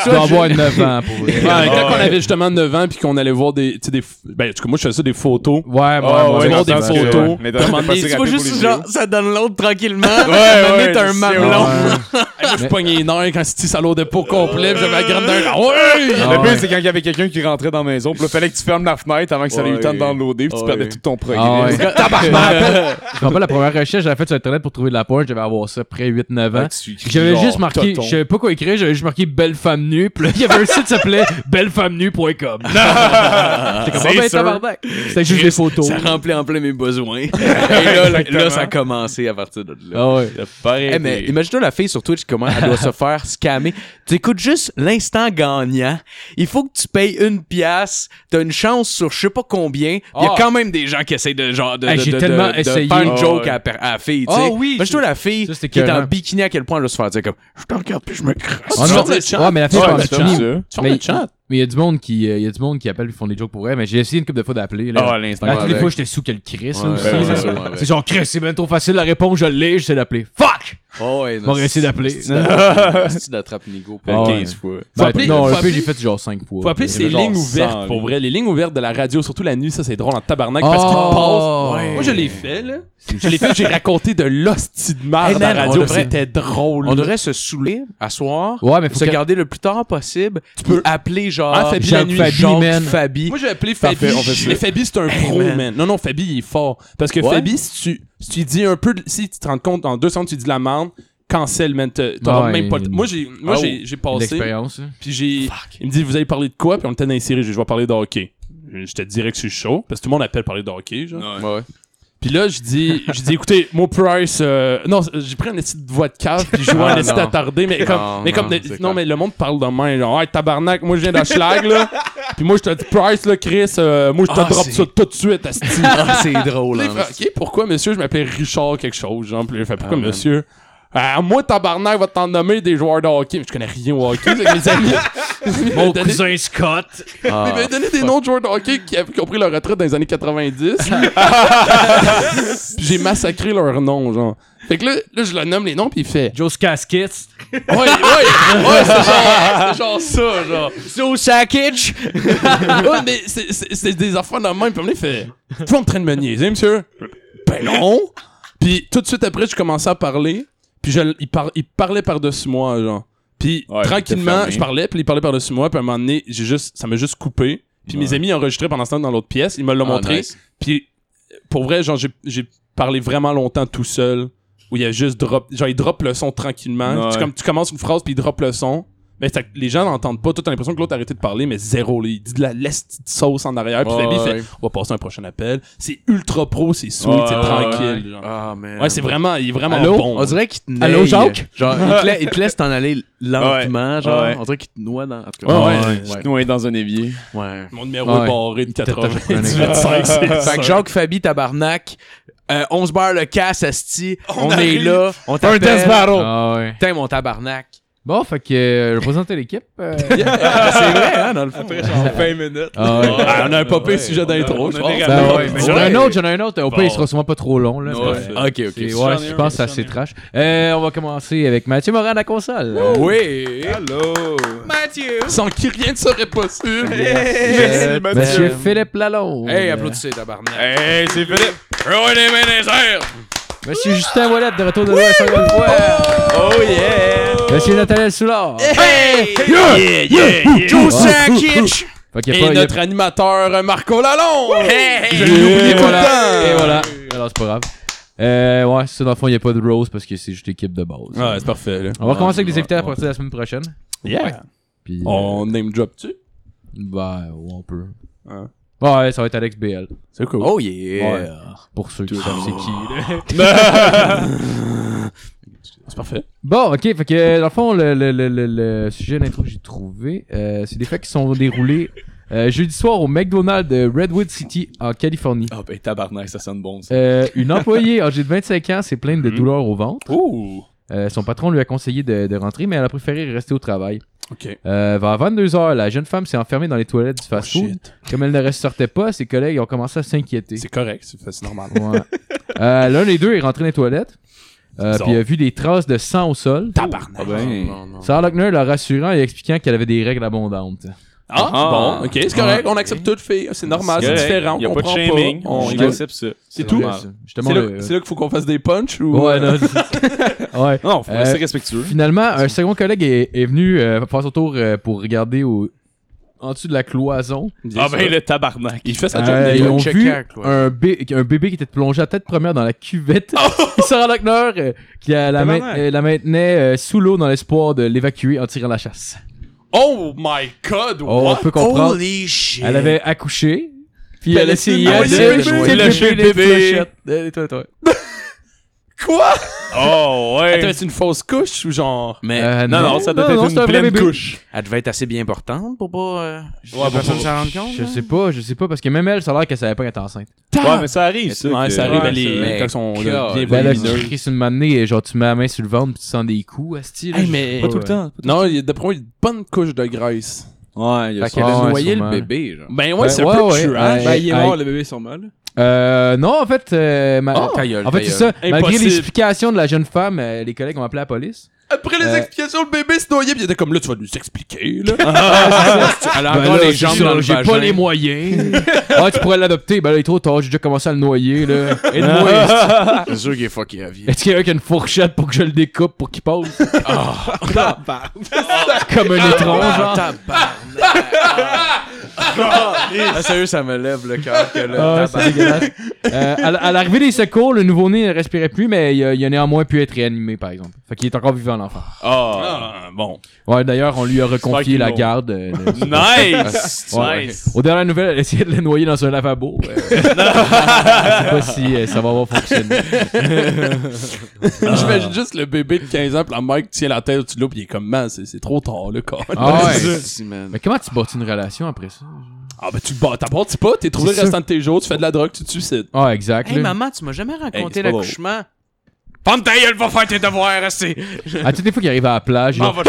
Speaker 5: Tu dois avoir 9 ans, pour vrai.
Speaker 4: Ah, Ouais,
Speaker 5: Ouais,
Speaker 4: quand
Speaker 6: ouais.
Speaker 4: on avait justement 9 ans, puis qu'on allait voir des, tu sais, des, f- ben, en tout cas, moi, je faisais ça des photos.
Speaker 5: ouais,
Speaker 6: Ah
Speaker 5: moi,
Speaker 6: ouais,
Speaker 4: voir
Speaker 5: moi,
Speaker 4: des
Speaker 6: dans le
Speaker 5: moi,
Speaker 6: sens
Speaker 5: moi,
Speaker 6: que- [laughs]
Speaker 4: photos.
Speaker 6: mais
Speaker 4: À un moment
Speaker 6: t'as- t'as pas
Speaker 4: donné,
Speaker 6: assez
Speaker 3: Tu vois
Speaker 6: raté pour
Speaker 3: juste,
Speaker 6: les
Speaker 3: genre,
Speaker 6: vidéos.
Speaker 3: ça donne l'autre tranquillement.
Speaker 6: Ouais,
Speaker 3: Mané,
Speaker 6: ouais,
Speaker 3: t'as un
Speaker 6: c'est
Speaker 3: mamelon.
Speaker 5: ouais.
Speaker 4: Moi, je pognais une heure quand c'était salaud de peau complet, pis j'avais la graine d'un
Speaker 5: Ah
Speaker 6: le
Speaker 5: ouais.
Speaker 6: but, c'est quand il y avait quelqu'un qui rentrait dans la maison. Puis là, fallait que tu fermes la fenêtre avant que ça ait eu le temps de downloader. Puis tu
Speaker 3: Ouais.
Speaker 6: perdais tout ton progrès.
Speaker 4: [laughs]
Speaker 5: Ah ouais.
Speaker 6: Tabarnak!
Speaker 5: Je me rappelle la première recherche que j'avais faite sur Internet pour trouver de la porn, j'avais avoir ça près 8-9
Speaker 4: Ah,
Speaker 5: ans.
Speaker 6: Tu cries
Speaker 5: J'avais
Speaker 6: genre,
Speaker 5: juste marqué,
Speaker 6: tonton.
Speaker 5: je savais pas quoi écrire, j'avais juste marqué belle femme nue, pis là, il y avait un site qui s'appelait bellefemmenue.com.
Speaker 4: [laughs]
Speaker 5: J'étais comme, ah ben, tabarnak. C'était juste des photos.
Speaker 3: Ça remplit en plein mes [laughs] besoins. Et là, là, là, ça a commencé à partir de là.
Speaker 5: Ah ouais.
Speaker 3: Eh, mais imagine-toi la fille sur Twitch, comment elle doit se faire scammer. Tu écoutes juste l'instant gagnant. Il faut que tu payes une pièce. T'as une chance sur je sais pas combien. Il y a
Speaker 5: Ah.
Speaker 3: quand même des gens qui essayent de, genre, de,
Speaker 5: Hey,
Speaker 3: de-
Speaker 5: j'ai
Speaker 3: de-
Speaker 5: tellement
Speaker 3: de- de
Speaker 5: essayé.
Speaker 3: faire une
Speaker 5: Ah,
Speaker 3: joke
Speaker 6: ouais.
Speaker 3: à, la per- à la fille. tu
Speaker 5: Ah
Speaker 3: sais.
Speaker 5: oui,
Speaker 3: Imagine-toi la fille
Speaker 5: Ça, c'était
Speaker 3: qui est en
Speaker 5: écœurant.
Speaker 3: bikini à quel point elle doit se faire dire comme Je te regarde puis je me crasse.
Speaker 5: Oh,
Speaker 4: Tu
Speaker 5: non.
Speaker 4: fermes le chat.
Speaker 5: Ouais, mais la fille,
Speaker 4: Ouais,
Speaker 5: je
Speaker 4: mais
Speaker 5: pense
Speaker 4: tu
Speaker 5: que
Speaker 4: fermes
Speaker 5: ni-
Speaker 6: ça.
Speaker 4: Tu fermes
Speaker 5: Mais
Speaker 4: le chat.
Speaker 5: mais il y a du monde qui, euh, il y a du monde qui appelle, ils font des jokes pour elle, mais j'ai essayé une couple de fois d'appeler, là.
Speaker 6: Ah, à l'instant.
Speaker 5: À toutes les
Speaker 3: avec.
Speaker 5: fois, j'étais sous quel Chris, là,
Speaker 3: Ouais,
Speaker 5: aussi,
Speaker 6: ben,
Speaker 5: là.
Speaker 6: c'est
Speaker 5: C'est
Speaker 3: sûr, ouais,
Speaker 5: genre, Chris, c'est bien trop facile, la réponse, je l'ai, j'essaie d'appeler. Fuck!
Speaker 3: Oh, ouais,
Speaker 5: Bon, on va essayer d'appeler. [laughs]
Speaker 3: C'est d'attrape Nigo
Speaker 5: Ah
Speaker 3: pour
Speaker 5: ouais.
Speaker 3: 15 fois.
Speaker 4: Faut appeler-
Speaker 5: non,
Speaker 4: faut
Speaker 5: le pire,
Speaker 4: appeler-
Speaker 5: j'ai fait genre 5 poids.
Speaker 4: Faut appeler
Speaker 5: Mais-
Speaker 4: ces
Speaker 6: genre
Speaker 4: lignes
Speaker 6: 100,
Speaker 4: ouvertes, pour
Speaker 6: là.
Speaker 4: vrai. Les lignes ouvertes de la radio, surtout la nuit, ça, c'est drôle en tabarnak parce qu'ils
Speaker 5: Oh,
Speaker 4: passent.
Speaker 5: ouais.
Speaker 4: Moi, je l'ai fait, là. Je l'ai fait, j'ai raconté de l'hostie de
Speaker 3: Hey,
Speaker 4: merde à
Speaker 3: man,
Speaker 4: la
Speaker 3: on
Speaker 4: radio,
Speaker 3: devrait-
Speaker 4: c'était drôle.
Speaker 3: On devrait se saouler, asseoir,
Speaker 5: Ouais, mais faut
Speaker 3: se
Speaker 5: que...
Speaker 3: garder le plus tard possible, tu
Speaker 4: peux.
Speaker 3: appeler genre
Speaker 4: Ah, Fabi la
Speaker 3: Jacques
Speaker 4: nuit,
Speaker 3: Fabi,
Speaker 5: Jacques
Speaker 3: man.
Speaker 5: Fabi.
Speaker 4: Moi, j'ai appelé
Speaker 3: Parfait,
Speaker 4: Fabi.
Speaker 3: on fait ça.
Speaker 4: Mais Fabi, c'est un
Speaker 3: Hey,
Speaker 4: pro,
Speaker 3: man.
Speaker 4: man. Non, non, Fabi, il est fort. Parce que
Speaker 3: Ouais?
Speaker 4: Fabi, si tu, si tu dis un peu, de- si tu te rends compte, en deux secondes, tu dis de la merde, cancel, man. Te- T'auras
Speaker 5: Ouais,
Speaker 4: même pas le
Speaker 5: il-
Speaker 4: temps. Moi, j'ai, moi,
Speaker 3: Ah,
Speaker 4: j'ai, j'ai passé.
Speaker 5: L'expérience. là.
Speaker 4: Puis j'ai. Il me dit, vous allez parler de quoi? Puis on était dans les séries. Je dis, je vais parler de hockey. Je te dirais que je suis chaud. Parce que tout le monde appelle parler de hockey, genre.
Speaker 3: Ouais, ouais.
Speaker 4: Puis là, je dis, je dis, écoutez, moi, Price, euh, non, j'ai pris une petite voix de cave, puis je vois
Speaker 3: Ah,
Speaker 4: un petit
Speaker 3: non.
Speaker 4: attardé, mais comme,
Speaker 3: Non,
Speaker 4: mais comme,
Speaker 3: non,
Speaker 4: de-
Speaker 3: c'est
Speaker 4: non,
Speaker 3: clair.
Speaker 4: mais le monde parle de main, genre, hey, tabarnak, moi, je viens d'Hochelag, là. Puis moi, je te dis, Price, là, Chris, euh, moi, je te
Speaker 3: Ah,
Speaker 4: drop
Speaker 3: c'est-
Speaker 4: ça tout de
Speaker 3: [laughs]
Speaker 4: suite, asti.
Speaker 3: [laughs] Ah, c'est drôle,
Speaker 4: Puis là, il
Speaker 3: hein.
Speaker 4: fait, ok, pourquoi, monsieur, je m'appelais Richard quelque chose, genre, puis là, il fait, pourquoi,
Speaker 3: Ah, man.
Speaker 4: monsieur? Ah, moi, tabarnak, va t'en nommer des joueurs de hockey, mais je connais rien au hockey, c'est que
Speaker 3: [laughs]
Speaker 4: mes amis.
Speaker 5: Mon
Speaker 4: Donnez-
Speaker 5: cousin Scott.
Speaker 3: Ah.
Speaker 4: il m'avait donné des noms de joueurs de hockey qui, avaient- qui ont pris leur retraite dans les années [laughs] 90. Puis j'ai massacré leurs noms, genre. Fait que là, là, je le nomme les noms, puis il fait.
Speaker 5: Joe Caskets.
Speaker 4: Ouais, ouais, ouais, c'est genre, c'est genre ça, genre.
Speaker 5: Joe Sakic.
Speaker 4: Ouais, mais c'est- c'est c'est des enfants dans le même. Puis là, il fait. Tu es en train de me niaiser, monsieur? Ben non! Puis tout de suite après, je commençais à parler, puis je, il, par- il parlait par-dessus moi, genre. Puis
Speaker 6: Ouais, t'es
Speaker 4: tranquillement,
Speaker 6: fermé.
Speaker 4: je parlais, puis il parlait par-dessus moi, puis à un moment donné, j'ai juste, ça m'a juste coupé. Puis mes amis enregistraient pendant ce temps dans l'autre pièce, ils me l'ont
Speaker 3: Ah,
Speaker 4: montré.
Speaker 3: nice.
Speaker 4: Puis pour vrai, genre j'ai- j'ai parlé vraiment longtemps tout seul où il y a juste drop genre il drop le son tranquillement.
Speaker 6: Ouais.
Speaker 4: Tu, comme tu commences une phrase puis il drop le son. Mais ça- les gens n'entendent pas, toi t'as l'impression que l'autre a arrêté de parler mais zéro là, il dit de la leste de sauce en arrière puis
Speaker 3: Ouais,
Speaker 4: Fabi
Speaker 3: ouais.
Speaker 4: fait on va passer un prochain appel. C'est ultra pro, c'est sweet,
Speaker 6: Ouais,
Speaker 4: c'est
Speaker 6: ouais,
Speaker 4: tranquille. genre.
Speaker 3: Ah, man.
Speaker 4: Ouais, c'est vraiment il est vraiment
Speaker 3: Allô?
Speaker 4: bon.
Speaker 3: On dirait qu'il te naille.
Speaker 5: Allô, Jacques?
Speaker 3: Genre, il te, la- il te laisse t'en aller lentement,
Speaker 6: Ouais.
Speaker 3: genre.
Speaker 6: Ouais.
Speaker 3: On dirait qu'il te noie dans. en tout cas.
Speaker 4: Ouais, ouais.
Speaker 6: Je suis noyé dans un évier.
Speaker 3: Ouais.
Speaker 4: mon numéro
Speaker 5: Ouais.
Speaker 4: est barré de
Speaker 5: T'as-
Speaker 4: 98 5
Speaker 6: [laughs]
Speaker 4: c'est
Speaker 3: Fait que
Speaker 4: ça.
Speaker 3: Jacques Fabi Tabarnak, euh, on se barre le casse, Asti. On, est
Speaker 6: arrive.
Speaker 3: là. On
Speaker 6: Un
Speaker 3: t'appelle.
Speaker 6: test battle!
Speaker 5: Ah ouais.
Speaker 3: Putain, mon tabarnak.
Speaker 5: Bon, fait que euh, je représentais l'équipe. euh.
Speaker 6: [laughs]
Speaker 3: c'est vrai, hein, dans le fond.
Speaker 2: Après, genre 20 minutes.
Speaker 5: Ah ouais.
Speaker 4: Ah, on a un popé
Speaker 6: Ouais,
Speaker 4: sujet
Speaker 6: on a- on
Speaker 4: d'intro,
Speaker 6: a
Speaker 4: je pense.
Speaker 6: dérapé.
Speaker 5: Ben
Speaker 6: Ah,
Speaker 5: ouais, mais
Speaker 6: ouais.
Speaker 5: j'en ai un autre, j'en ai un autre. Au pire, il sera sûrement pas trop long. Là.
Speaker 6: Ouais.
Speaker 5: Bref.
Speaker 6: Ah,
Speaker 3: Ok,
Speaker 5: C'est-
Speaker 3: ok.
Speaker 5: ouais,
Speaker 6: j'en ai
Speaker 5: je
Speaker 6: un,
Speaker 5: pense que c'est
Speaker 6: j'en ai
Speaker 5: assez
Speaker 6: un.
Speaker 5: trash. Euh, on va commencer avec Mathieu Morin à la console.
Speaker 3: Oui.
Speaker 2: Allô?
Speaker 3: Mathieu.
Speaker 4: Sans qui rien ne serait possible.
Speaker 5: Euh,
Speaker 6: Merci, Mathieu.
Speaker 5: Monsieur Philippe Lalonde.
Speaker 3: Hey, applaudissez, tabarnak.
Speaker 6: Hey, c'est Philippe!
Speaker 4: Ruin les mains des airs!
Speaker 5: Monsieur Justin Wallet de retour de la seconde fois.
Speaker 6: Oh yeah!
Speaker 5: Monsieur Nathaniel Soulard.
Speaker 6: Eh!
Speaker 3: Hey!
Speaker 4: Yeah, yeah, yeah.
Speaker 3: Joe Sakic!
Speaker 5: Fait qu'il y a pas-
Speaker 4: Et
Speaker 5: il y a-
Speaker 4: notre animateur euh, Marco Lalonde!
Speaker 3: Hey!
Speaker 4: Je
Speaker 5: Et
Speaker 4: l'oubliais tout
Speaker 5: voilà.
Speaker 4: le temps!
Speaker 5: Et voilà. Alors, c'est pas grave. Euh, ouais, c'est ça, dans le fond, il n'y a pas de Rose parce que c'est juste l'équipe de base.
Speaker 4: Ouais, c'est parfait, là.
Speaker 5: On va commencer avec les
Speaker 3: ouais,
Speaker 5: invités à
Speaker 3: ouais.
Speaker 5: partir de la semaine prochaine.
Speaker 4: Yeah! Oh.
Speaker 5: Puis, euh,
Speaker 4: On name drop-tu?
Speaker 5: ben, ouais, on peut.
Speaker 4: Ouais.
Speaker 5: Ouais, ça va être Alex BL.
Speaker 4: C'est cool.
Speaker 3: Oh yeah!
Speaker 5: Pour ceux qui savent c'est qui. là.
Speaker 4: C'est parfait.
Speaker 5: [laughs] Bon, ok, fait que dans le fond, le, le- le- le- le sujet d'intro que j'ai trouvé, euh, c'est des faits qui sont déroulés euh, jeudi soir au McDonald's de Redwood City, en Californie.
Speaker 6: Oh ben tabarnak, ça sonne bon ça.
Speaker 5: Euh, une employée âgée de 25 ans s'est plainte de douleurs au ventre.
Speaker 4: Ouh!
Speaker 5: Euh, son patron lui a conseillé de, de rentrer, mais elle a préféré rester au travail.
Speaker 4: Ok. Oh,
Speaker 5: Euh, vers 22h, la jeune femme s'est enfermée dans les toilettes
Speaker 6: Ah,
Speaker 5: du fast-food.
Speaker 4: shit.
Speaker 5: Comme elle ne ressortait pas, ses collègues ont commencé à s'inquiéter.
Speaker 4: C'est correct, c'est c'est normal.
Speaker 5: Ouais. Euh, L'un des deux est rentré dans les toilettes, euh,
Speaker 4: bizarre.
Speaker 5: puis a vu des traces de sang au sol.
Speaker 4: Tabarnak!
Speaker 6: Ah ben.
Speaker 3: Non, non.
Speaker 5: Sarah Lochner l'a rassurant et expliquant qu'elle avait des règles abondantes.
Speaker 4: Ah,
Speaker 6: Ah.
Speaker 4: bon, ok, c'est correct, on accepte tout, fait. C'est normal, c'est
Speaker 6: correct.
Speaker 4: différent,
Speaker 6: Y a
Speaker 4: on
Speaker 6: pas de
Speaker 4: comprend
Speaker 6: shaming.
Speaker 4: pas. On-
Speaker 6: On
Speaker 5: gueule.
Speaker 6: accepte ça.
Speaker 4: C'est tout?
Speaker 5: vrai, ça. Justement,
Speaker 4: C'est là,
Speaker 5: le-
Speaker 4: c'est là qu'il faut qu'on fasse des punchs ou. [laughs]
Speaker 5: Ouais, non, c'est- ouais.
Speaker 6: Non, faut
Speaker 5: Euh,
Speaker 6: rester respectueux.
Speaker 5: Finalement, un second collègue est, est venu euh, faire son tour euh, pour regarder au... en dessous de la cloison.
Speaker 6: Ah ben le tabarnak.
Speaker 4: Il fait sa job.
Speaker 5: Euh,
Speaker 4: mais-
Speaker 5: ils ont
Speaker 3: checker
Speaker 5: vu
Speaker 3: la cloison.
Speaker 5: un, bé- un bébé qui était plongé à tête première dans la cuvette. Et Sarah Lochner euh, qui euh, la, main-
Speaker 2: Tabarnak.
Speaker 5: euh, la maintenait euh, sous l'eau dans l'espoir de l'évacuer en tirant la chasse.
Speaker 4: Oh my god!
Speaker 5: Oh, on
Speaker 4: what?
Speaker 5: peut comprendre.
Speaker 3: Holy shit! Ben,
Speaker 5: Elle avait accouché. Puis
Speaker 4: Puis
Speaker 5: elle
Speaker 4: elle
Speaker 5: essayait
Speaker 4: a
Speaker 5: de
Speaker 4: essayé
Speaker 3: de
Speaker 5: de
Speaker 3: jouer.
Speaker 5: lâcher
Speaker 4: Le
Speaker 5: les
Speaker 4: bébé.
Speaker 5: clochettes. Euh, les toilettes, ouais.
Speaker 4: Quoi?
Speaker 6: Oh
Speaker 4: Attends,
Speaker 6: ouais.
Speaker 4: c'est une fausse couche ou genre.
Speaker 3: Mais
Speaker 5: Euh,
Speaker 6: Non non, ça doit être
Speaker 5: c'est un
Speaker 6: une
Speaker 5: vrai
Speaker 6: pleine
Speaker 5: bébé.
Speaker 6: couche.
Speaker 3: elle devait être assez bien portante pour pas. Euh, que
Speaker 6: pour
Speaker 3: personne
Speaker 6: pas-
Speaker 3: s'en rende compte. hein.
Speaker 5: Je
Speaker 3: là.
Speaker 5: sais pas, je sais pas, parce que même elle, ça a l'air qu'elle savait pas qu'elle était enceinte.
Speaker 6: Ouais, mais ça arrive ça.
Speaker 4: Ouais,
Speaker 6: que-
Speaker 4: ça arrive,
Speaker 2: Ouais,
Speaker 4: elle
Speaker 6: c'est
Speaker 4: les
Speaker 3: vrai.
Speaker 4: quand ils sont là, bien
Speaker 3: Mais
Speaker 5: Ben là, tu
Speaker 4: volumineux.
Speaker 5: cries sur une manée et genre tu mets la main sur le ventre pis tu sens des coups, Asti. là,
Speaker 4: Hey,
Speaker 5: je-
Speaker 4: mais-
Speaker 5: Ouais,
Speaker 4: Pas tout
Speaker 5: ouais.
Speaker 4: Non, il y a d'après moi une bonne couche de graisse.
Speaker 6: Ouais, il y a
Speaker 3: Fait
Speaker 6: ça.
Speaker 3: qu'elle a
Speaker 5: Ah ouais,
Speaker 3: noyé
Speaker 5: sûrement.
Speaker 3: le bébé, genre.
Speaker 4: Ben ouais,
Speaker 5: Ben,
Speaker 4: c'est
Speaker 5: ouais,
Speaker 4: un peu
Speaker 5: ouais,
Speaker 4: trash.
Speaker 5: ouais.
Speaker 2: Ben, il est
Speaker 5: Hey.
Speaker 2: mort, le bébé, ils sont mal.
Speaker 5: Euh, non, en fait, euh, ma-
Speaker 3: Oh, ta gueule,
Speaker 5: en fait,
Speaker 3: ta
Speaker 5: c'est
Speaker 3: gueule.
Speaker 5: ça. Malgré
Speaker 4: Impossible.
Speaker 5: l'explication de la jeune femme, euh, les collègues ont appelé la police.
Speaker 4: Après les
Speaker 5: Euh,
Speaker 4: explications, le bébé se noyait, puis il était comme là, tu vas nous expliquer, là.
Speaker 3: Elle a encore
Speaker 4: [laughs]
Speaker 5: Ben là,
Speaker 3: Ah, les
Speaker 5: c'est
Speaker 3: jambes
Speaker 5: ça,
Speaker 3: dans le
Speaker 5: J'ai
Speaker 3: vagin.
Speaker 5: pas les
Speaker 3: [laughs]
Speaker 5: moyens. ah, tu pourrais l'adopter. Ben là, il est trop tard. J'ai déjà commencé à le noyer,
Speaker 3: [laughs]
Speaker 5: là. Aide-moi. est-ce-
Speaker 3: C'est sûr qu'il est fucké à [laughs] vie.
Speaker 5: Est-ce qu'il y a un qui a une fourchette pour que je le découpe pour qu'il passe?
Speaker 3: [laughs]
Speaker 2: Tabarnak.
Speaker 5: Comme un étron, genre.
Speaker 3: Ah, sérieux, ça me lève le cœur que
Speaker 5: Ah,
Speaker 3: là.
Speaker 5: ouais, c'est dégueulasse. Euh, à, l- à l'arrivée des secours, le nouveau-né ne respirait plus, mais il a, il a néanmoins pu être réanimé, par exemple. Fait qu'il est encore vivant, l'enfant.
Speaker 4: Ah, bon.
Speaker 5: Ouais, d'ailleurs, on lui a reconfié
Speaker 6: qu'ils
Speaker 5: la
Speaker 6: l'ont.
Speaker 5: garde. euh,
Speaker 3: [laughs]
Speaker 5: de-
Speaker 6: Nice!
Speaker 5: Ouais,
Speaker 6: nice!
Speaker 5: Aux dernières nouvelles, elle essayait de le noyer dans un lavabo. euh, [laughs] Je sais pas si euh, ça va avoir fonctionné.
Speaker 4: [laughs] J'imagine juste le bébé de 15 ans, puis la mère qui tient la tête au-dessus de l'eau, puis il est comme, man, c'est c'est trop tard, là, quoi.
Speaker 5: Ah ouais.
Speaker 3: Si, man.
Speaker 5: Mais comment tu bâtis une relation après ça?
Speaker 4: Ah, ben, tu bats, t'apportes pas, t'es trouvé
Speaker 5: C'est
Speaker 4: le restant de tes jours, tu fais de la drogue, tu te suicides.
Speaker 5: Ah, exact.
Speaker 3: Hey
Speaker 5: là.
Speaker 3: maman, tu m'as jamais raconté
Speaker 6: c'est pas
Speaker 3: l'accouchement. Pente ta gueule, va faire tes devoirs, assez.
Speaker 5: À toutes les fois qu'il arrive à la plage,
Speaker 3: M'en
Speaker 5: genre,
Speaker 3: va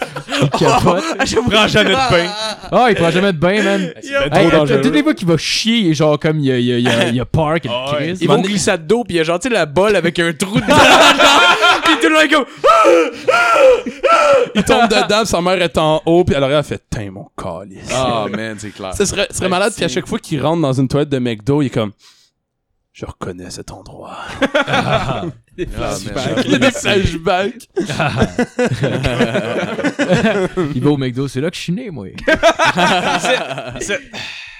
Speaker 5: [laughs] il capote.
Speaker 6: Prends jamais de pain.
Speaker 5: Ah, il prend jamais de bain, man.
Speaker 6: C'est
Speaker 5: Hey,
Speaker 6: trop
Speaker 5: à toutes
Speaker 6: dangereux.
Speaker 5: les fois qu'il va chier, genre, comme il y a, il y a- il y a- il y a Park et
Speaker 6: Ah ouais.
Speaker 5: Chris.
Speaker 3: Ils vont glissade d'eau, pis il y a genre, tu sais, la bolle avec un trou dedans. genre, pis tout le monde est comme.
Speaker 4: Il tombe dedans, sa mère est en haut, puis alors elle fait, Tain, mon calice.
Speaker 3: Ah, man, c'est clair.
Speaker 4: Ce serait, ce serait malade, puis à chaque fois qu'il rentre dans une toilette de McDo, il est comme, je reconnais cet endroit.
Speaker 3: [laughs] Ah, man,
Speaker 4: [laughs] Il y a des flashbacks.
Speaker 5: Il va au McDo, c'est là que je suis né, moi.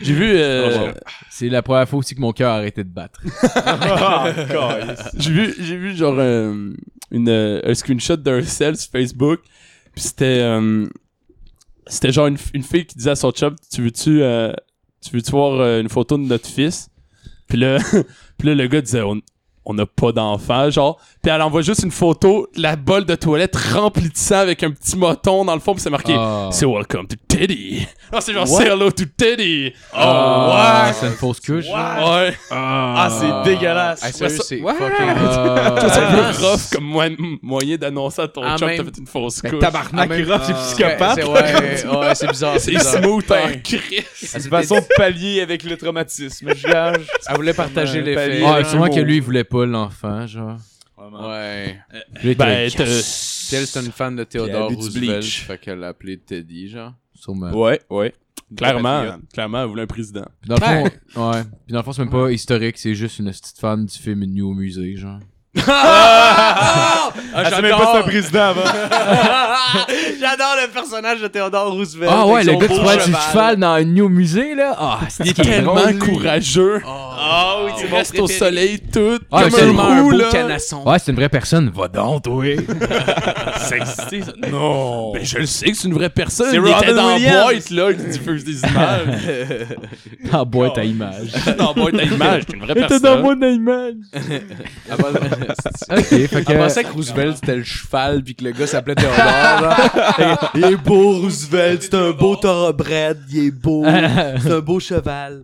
Speaker 4: J'ai vu, euh,
Speaker 5: C'est la première fois aussi que mon cœur a arrêté de battre.
Speaker 4: j'ai vu, j'ai vu genre euh, une, euh, un screenshot d'un sel sur Facebook. Puis c'était, euh, c'était genre une, une fille qui disait à son chum, tu veux-tu, euh, tu veux-tu voir euh, une photo de notre fils? Puis là, [laughs] puis là, le gars disait, on on n'a pas d'enfant, genre. Puis elle envoie juste une photo, la bolle de toilette remplie de sang avec un petit moton dans le fond, puis c'est marqué.
Speaker 5: Ah.
Speaker 4: C'est welcome to Teddy. Ah, c'est genre, say hello to Teddy. Oh,
Speaker 5: Ah,
Speaker 4: ouais.
Speaker 5: C'est une fausse couche.
Speaker 4: Ouais.
Speaker 6: Ah, c'est dégueulasse.
Speaker 3: Hey, sérieux, c'est fucking.
Speaker 5: Ah.
Speaker 4: Ça, c'est un peu
Speaker 3: Ah.
Speaker 4: rough comme moi- moyen d'annoncer à ton
Speaker 3: Ah,
Speaker 4: chum
Speaker 3: même-
Speaker 4: que t'as fait une fausse
Speaker 2: Ben,
Speaker 4: couche.
Speaker 2: Tabarnak, il rough, c'est
Speaker 3: Ouais,
Speaker 2: psychopathe.
Speaker 3: Ah, c'est- ouais, ouais, c'est bizarre.
Speaker 4: C'est
Speaker 3: bizarre.
Speaker 4: smooth en
Speaker 3: Ouais.
Speaker 4: crise.
Speaker 3: Elle
Speaker 6: C'est une
Speaker 3: voulait-
Speaker 6: façon de pallier avec le traumatisme. Je gage.
Speaker 3: Elle voulait partager
Speaker 6: Comme,
Speaker 3: les
Speaker 6: euh,
Speaker 3: faits. Ah,
Speaker 5: Ah,
Speaker 6: un
Speaker 5: sûrement
Speaker 6: mot.
Speaker 5: que lui, il voulait pas l'enfant, genre.
Speaker 3: Ouais.
Speaker 5: Lui, il était-
Speaker 4: Ben, t'as-
Speaker 3: Tel, c'est une fan de Théodore
Speaker 4: Puis elle a bu du
Speaker 3: Roosevelt.
Speaker 4: bleach.
Speaker 3: Fait qu'elle l'a appelé Teddy, genre.
Speaker 5: sûrement.
Speaker 4: Ouais, ouais. Clairement,
Speaker 3: patriote.
Speaker 4: clairement, elle voulait un président.
Speaker 5: Puis dans le fond, ouais. Puis dans le fond, c'est même pas historique, c'est juste une petite fan du film Une nuit au musée, genre.
Speaker 6: Ah, je savais même pas si un président avant.
Speaker 3: J'adore le personnage de Théodore Roosevelt.
Speaker 5: Ah ouais, le gars qui prend du cheval dans Une nuit au musée, là. Ah, c'est
Speaker 4: Il est tellement courageux.
Speaker 6: Ah oui,
Speaker 4: Il reste au soleil tout.
Speaker 5: Ah,
Speaker 4: comme
Speaker 5: c'est
Speaker 4: un
Speaker 5: tellement
Speaker 3: un
Speaker 4: roux,
Speaker 3: beau
Speaker 4: là.
Speaker 3: [laughs] canasson.
Speaker 5: Ouais, c'est une vraie personne. Va donc, toi.
Speaker 4: Ça existait, ça. Non. Ben, je le sais que c'est une vraît personne.
Speaker 6: C'est
Speaker 4: Il était
Speaker 6: Robin
Speaker 4: dans la
Speaker 6: Williams.
Speaker 4: boîte, là, qui diffuse des images.
Speaker 5: En boîte à images. [laughs]
Speaker 4: dans la boîte à images, c'est une vraie personne.
Speaker 5: à images.
Speaker 3: Elle [laughs] pensait-
Speaker 5: Ok, fait
Speaker 3: elle
Speaker 5: que.
Speaker 3: pensait que Roosevelt c'était le cheval pis que le gars s'appelait Théodore. [laughs] genre. Il est beau Roosevelt, c'est un beau thoroughbred, il est [laughs] beau,
Speaker 5: [laughs]
Speaker 3: c'est un beau cheval.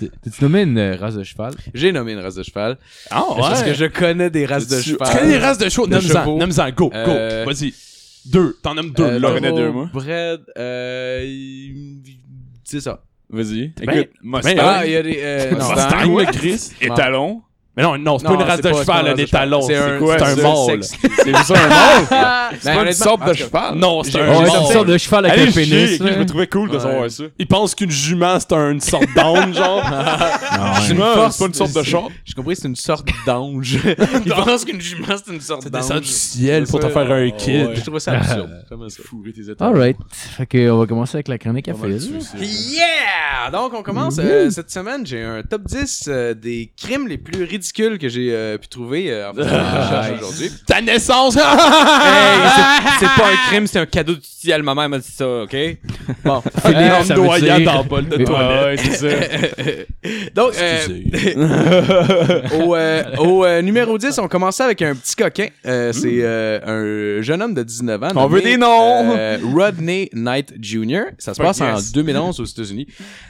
Speaker 5: T'as-tu nommé une euh, race de cheval?
Speaker 3: J'ai nommé une race de cheval
Speaker 4: Ah, ouais.
Speaker 3: parce que je Oh, connais des races de
Speaker 4: Tu-
Speaker 3: cheval.
Speaker 4: Tu connais les races de chevaux?
Speaker 3: de
Speaker 4: Nomme-en,
Speaker 3: chevaux.
Speaker 4: nomme-en, go, go.
Speaker 3: Euh,
Speaker 4: Vas-y. Deux. T'en nommes deux,
Speaker 3: Euh,
Speaker 4: là.
Speaker 6: connais deux, moi.
Speaker 3: Thoroughbred, euh, c'est ça.
Speaker 6: Vas-y.
Speaker 4: Ben,
Speaker 6: Écoute, Mustang.
Speaker 3: Ah, il y a des [laughs] euh,
Speaker 4: Non, Mustang,
Speaker 3: Mustang.
Speaker 4: le Chris.
Speaker 6: Étalon.
Speaker 4: Mais non, non, c'est pas
Speaker 3: Non,
Speaker 4: une race
Speaker 3: pas-
Speaker 4: de
Speaker 3: c'est pas
Speaker 4: cheval,
Speaker 3: une
Speaker 4: un
Speaker 3: race de
Speaker 4: étalon.
Speaker 3: cheval.
Speaker 4: C'est
Speaker 3: quoi?
Speaker 4: quoi? C'est un mâle.
Speaker 6: C'est juste un mâle.
Speaker 3: C'est pas une sorte de cheval.
Speaker 4: Non, c'est
Speaker 5: Oh,
Speaker 4: un
Speaker 5: ouais, c'est une sorte
Speaker 4: mâle.
Speaker 5: de cheval avec
Speaker 6: Allez,
Speaker 5: un pénis.
Speaker 6: chier. Je me
Speaker 5: là.
Speaker 6: trouvais cool de
Speaker 3: Ouais.
Speaker 6: savoir ça.
Speaker 4: Il pense qu'une jument, c'est un- une sorte d'âne, genre.
Speaker 5: Ah,
Speaker 6: C'est pas une sorte de chat.
Speaker 3: J'ai compris, c'est une sorte [laughs] d'ange. Ils pensent qu'une jument, c'est une sorte
Speaker 4: Des sortes du
Speaker 3: d'ange.
Speaker 4: ciel pour te faire un
Speaker 3: Je
Speaker 4: kid.
Speaker 3: trouve ça absurde. Comment ça?
Speaker 5: Alright. Fait que on va commencer avec la chronique à Phil.
Speaker 3: Yeah! Donc, on commence. euh, cette semaine, j'ai un top 10 euh, des crimes les plus ridicules que j'ai euh, pu trouver euh, en faisant mes recherches aujourd'hui. Euh,
Speaker 4: Ta naissance! hein?
Speaker 3: c'est pas un crime, c'est un cadeau d'utile. Ma mère m'a dit ça, OK? Bon.
Speaker 5: Philippe, Ah, ça veut
Speaker 4: noyade
Speaker 5: dire-
Speaker 4: en bol de [laughs]
Speaker 5: Ouais.
Speaker 4: toilette.
Speaker 6: Ouais, c'est ça.
Speaker 3: Donc, euh, au, euh, au, euh, numéro 10, on commençait avec un petit coquin. Euh, c'est euh, un jeune homme de 19 ans.
Speaker 6: Hmm. On veut des noms!
Speaker 3: euh, Rodney Knight Jr. Ça se
Speaker 6: Fuck
Speaker 3: passe en
Speaker 6: yes.
Speaker 3: 2011 aux États-Unis.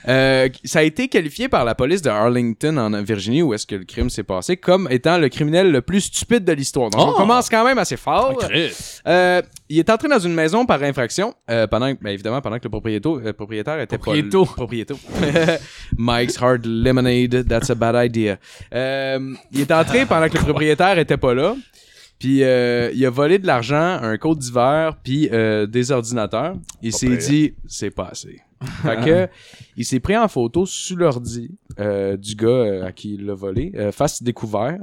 Speaker 3: Euh, ça a été qualifié par la police de Arlington en Virginie où est-ce que le crime s'est passé comme étant le criminel le plus stupide de l'histoire.
Speaker 6: Ah.
Speaker 3: Donc, on
Speaker 4: Oh!
Speaker 3: commence quand même assez fort.
Speaker 4: Chris.
Speaker 3: Euh, il est entré dans une maison par infraction, euh, pendant, que- ben, évidemment pendant que le propriéto- euh, propriétaire était pas-
Speaker 5: Propriéto.
Speaker 3: propriéto. [laughs] Mike's Hard Lemonade, that's a bad idea. Euh, il est entré pendant que le propriétaire était pas là. Puis euh, il a volé de l'argent, un code d'hiver, puis euh, des ordinateurs. Il s'est dit, c'est pas assez. Fait que, il s'est pris en photo sous l'ordi euh, du gars euh, à qui il l'a volé, euh, face découvert.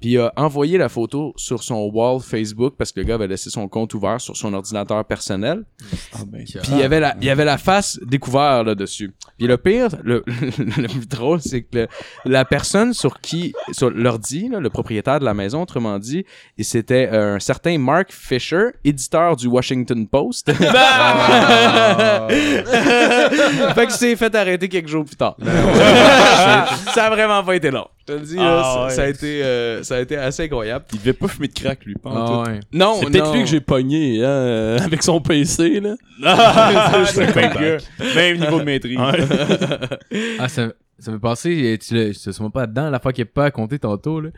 Speaker 3: Puis il a envoyé la photo sur son wall Facebook parce que le gars avait laissé son compte ouvert sur son ordinateur personnel. Puis il y avait la, il y avait la face découverte là-dessus. Puis le pire, le, [laughs] le plus drôle, c'est que le- la personne sur qui, sur l'ordi, là, le propriétaire de la maison, autrement dit, et c'était euh, un certain Mark Fisher, éditeur du Washington Post.
Speaker 5: Ah.
Speaker 3: [laughs] fait que s'est fait arrêter quelques jours plus tard. [laughs] ça a vraiment pas été long. Je te le dis, là,
Speaker 2: Ah,
Speaker 3: ça-
Speaker 2: ouais.
Speaker 3: ça, a été, euh, ça a été assez incroyable.
Speaker 6: Il devait pas fumer de crack, lui, pas en tout.
Speaker 5: Ah, ouais.
Speaker 3: Non,
Speaker 4: C'est peut-être
Speaker 3: non.
Speaker 4: lui que j'ai pogné hein, euh, avec son PC, là.
Speaker 6: C'est le même gars. Même niveau de maîtrise.
Speaker 5: Ah, ça, ça m'est passé, euh, tu l'as, c'est sûrement pas dedans, la fois qu'il a pas compté tantôt, là.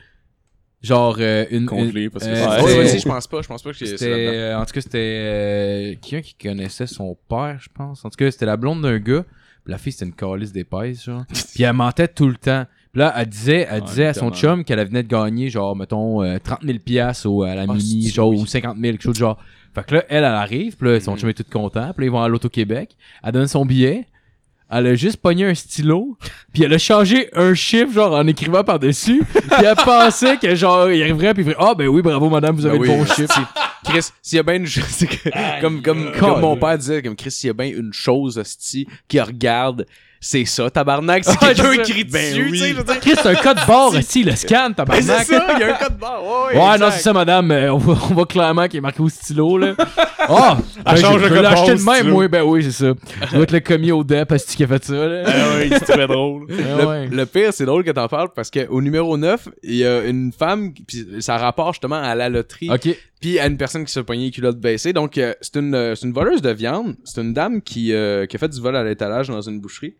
Speaker 5: Genre, euh, une. une-
Speaker 6: Compte-les, parce que
Speaker 5: euh,
Speaker 6: c'est-
Speaker 3: Ouais,
Speaker 5: c'était-
Speaker 3: ouais, si, je pense pas. Je pense pas que j'ai- c'est
Speaker 5: c'était,
Speaker 3: là-dedans.
Speaker 5: euh, en tout cas, c'était euh, quelqu'un qui connaissait son père, je pense. En tout cas, c'était la blonde d'un gars. Puis la fille, c'était une calice d'épaisse, genre.
Speaker 3: [laughs]
Speaker 5: Puis elle mentait tout le temps. Puis là, elle disait, elle disait à son chum qu'elle venait de gagner, genre, mettons, euh, 30 000 piastres au- à
Speaker 3: Ah,
Speaker 5: la mini, genre, ou 50 000, quelque chose de genre. Fait que là, elle, elle arrive, puis là,
Speaker 3: Mhm.
Speaker 5: son chum est tout content. Puis là, ils vont à l'Auto-Québec. Elle donne son billet. Elle a juste pogné un stylo, puis elle a changé un chiffre, genre, en écrivant par-dessus.
Speaker 3: [laughs]
Speaker 5: puis elle pensait que, genre, il arriverait, puis il ferait « Ah, ben oui, bravo, madame, vous avez
Speaker 3: Ben
Speaker 5: le
Speaker 3: oui,
Speaker 5: bon chiffre. »
Speaker 3: Chris, s'il y a bien une chose, c'est que- comme, comme, comme
Speaker 5: God.
Speaker 3: mon père disait, comme Chris, s'il y a bien une chose, hostie, qui regarde, c'est ça, tabarnak. C'est
Speaker 5: Ouais,
Speaker 3: quelqu'un
Speaker 5: c'est ça.
Speaker 3: qui rit
Speaker 6: Ben
Speaker 3: dessus,
Speaker 6: oui.
Speaker 3: tu sais, je veux dire.
Speaker 5: Chris, c'est un code
Speaker 3: [laughs]
Speaker 5: barre ici, le scan,
Speaker 3: Ben,
Speaker 5: tabarnak.
Speaker 3: c'est ça, il y a un code barre. Ouais,
Speaker 5: Ouais,
Speaker 3: exact.
Speaker 5: non, c'est ça, madame. euh, on, voit, on voit clairement qu'il est marqué au
Speaker 3: [laughs]
Speaker 5: stylo, là. Ah! ben,
Speaker 6: Elle change
Speaker 5: je-
Speaker 6: le
Speaker 5: je
Speaker 6: code
Speaker 5: l'ai acheté
Speaker 6: barre
Speaker 5: de
Speaker 6: au
Speaker 5: même,
Speaker 6: stylo.
Speaker 5: oui, ben oui, c'est ça. Ça doit être le commis au DEP, parce qui a fait ça, là.
Speaker 6: Ah ouais, c'est très
Speaker 4: [laughs]
Speaker 6: drôle.
Speaker 5: Ah
Speaker 3: Le,
Speaker 5: ouais.
Speaker 3: le pire, c'est drôle que t'en parles parce qu'au numéro 9, il y a une femme, qui- puis ça rapporte justement à la loterie,
Speaker 5: Ok.
Speaker 3: puis à une personne qui se pognait les culottes baissées. Donc, euh, c'est une, euh, c'est une voleuse de viande. C'est une dame qui, euh, qui a fait du vol à l'étalage dans une boucherie.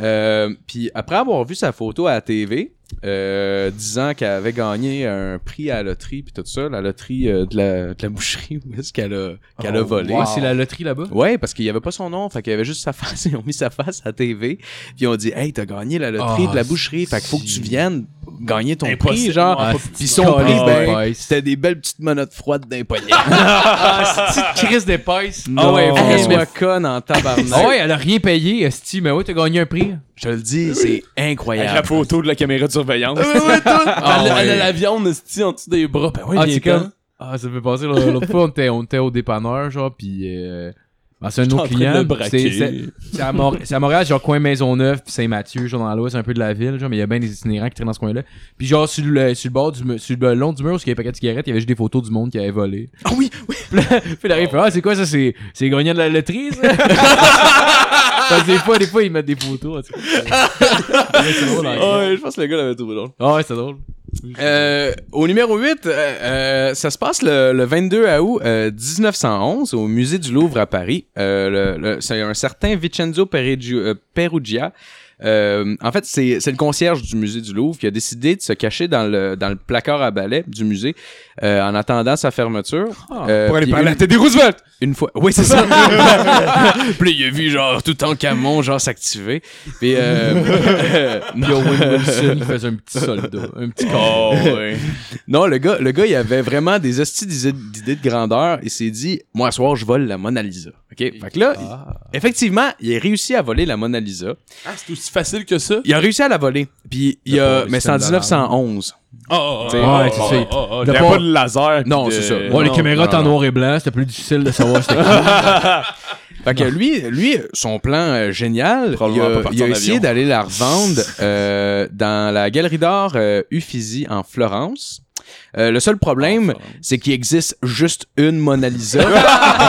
Speaker 3: Euh, puis après avoir vu sa photo à la TV, euh, disant qu'elle avait gagné un prix à la loterie, puis tout ça, la loterie euh, de, la, de la boucherie, où est-ce qu'elle a, qu'elle a volé.
Speaker 5: Ouais, Oh, c'est la loterie là-bas.
Speaker 3: Ouais, parce qu'il n'y avait pas son nom, fait qu'il y avait juste sa face, [laughs] ils ont mis sa face à la TV, puis ils ont dit Hey, t'as gagné la loterie
Speaker 5: Ah,
Speaker 3: de la boucherie, fait qu'il faut que tu viennes gagner ton prix, genre.
Speaker 5: Ah,
Speaker 3: Puis son prix,
Speaker 5: Colin
Speaker 3: ben,
Speaker 5: Depaisse.
Speaker 3: c'était des belles petites menottes froides d'un poignet.
Speaker 5: Ah, c'est Chris d'épaisse.
Speaker 3: [laughs] Ah ouais,
Speaker 4: Non.
Speaker 3: faut qu'elle
Speaker 5: Eh,
Speaker 3: soit
Speaker 5: mais-
Speaker 3: conne en
Speaker 5: Ah
Speaker 3: tabarnak.
Speaker 5: ouais, elle a rien payé, Esti, mais ouais, t'as gagné un prix.
Speaker 3: Je le dis, c'est
Speaker 6: Avec la
Speaker 3: incroyable.
Speaker 6: photo de la caméra de surveillance.
Speaker 4: elle,
Speaker 5: Ah, ouais.
Speaker 4: elle a la viande esti, en dessous des bras. Ben oui,
Speaker 5: ah,
Speaker 4: viens
Speaker 5: c'est
Speaker 4: quand?
Speaker 5: comme. Ah, ça me fait penser, l'autre l'autre fois, on était, on était au dépanneur, genre, pis. Euh... ben, c'est un autre client. puis c'est- c'est- C'est à, Mor- c'est à Montréal, genre coin Maisonneuve puis Saint-Mathieu, genre dans l'ouest, un peu de la ville, genre, mais il y a bien des itinérants qui traînent dans ce coin-là. Puis genre sur le, sur le bord du mu- sur le long du mur où il y avait des paquets de cigarettes, il y avait juste des photos du monde qui avait volé. Ah oui, oui. [laughs] Puis là, il arrive, ah c'est quoi ça, c'est c'est gagnant de la loterie ça. [laughs] Parce que des fois, des fois ils mettent des photos. tu sais. Ouais, c'est drôle. hein.
Speaker 3: ouais, je pense que le gars l'avait trouvé drôle.
Speaker 5: Ah ouais, c'est drôle.
Speaker 3: Euh, au numéro 8, euh, euh, ça se passe le, le 22 août euh, 1911 au musée du Louvre à Paris. Euh, le- le- c'est un certain Vincenzo Perugio- euh, Perugia. Euh, en fait, c'est c'est le concierge du musée du Louvre qui a décidé de se cacher dans le, dans le placard à balai du musée euh, en attendant sa fermeture. Euh,
Speaker 6: Ah, Pour aller
Speaker 3: puis
Speaker 6: parler à
Speaker 3: une-
Speaker 6: Teddy Roosevelt.
Speaker 3: une fois. Oui, c'est
Speaker 6: [laughs]
Speaker 3: ça. puis il a vu genre tout en camon genre s'activer. Puis euh, [laughs]
Speaker 5: Puis Owen Wilson, il faisait un petit soldat, un petit corps.
Speaker 6: Oh, ouais.
Speaker 3: Non, le gars, le gars, il avait vraiment des hosties d'idées- d'idées de grandeur. Il s'est dit, moi, ce soir, je vole la Mona Lisa. OK? Fait que là,
Speaker 6: ah.
Speaker 3: il- effectivement, il a réussi à voler la Mona Lisa.
Speaker 4: Ah, c'est aussi facile que ça?
Speaker 3: Il a réussi à la voler. Puis, il a,
Speaker 5: pauvre
Speaker 3: mais c'est en
Speaker 5: système d'alarme.
Speaker 3: 1911.
Speaker 5: Ah,
Speaker 4: Oh,
Speaker 3: T'sais,
Speaker 5: ouais, c'est ça.
Speaker 6: Il n'y a pas de laser. puis
Speaker 3: Euh, Non,
Speaker 6: de-
Speaker 3: c'est ça.
Speaker 5: Ouais, les
Speaker 6: Non,
Speaker 5: caméras
Speaker 6: non,
Speaker 5: étaient en
Speaker 6: non.
Speaker 5: noir et blanc, c'était plus difficile de
Speaker 3: [laughs]
Speaker 5: savoir c'était qui.
Speaker 3: Fait que lui, lui, son plan euh, génial, il
Speaker 6: Probablement pas
Speaker 3: a,
Speaker 6: parti
Speaker 3: il a
Speaker 6: en
Speaker 3: essayé
Speaker 6: avion.
Speaker 3: d'aller la revendre euh, dans la galerie d'art euh, Uffizi en Florence. Euh, le seul problème, c'est qu'il existe juste une Mona Lisa,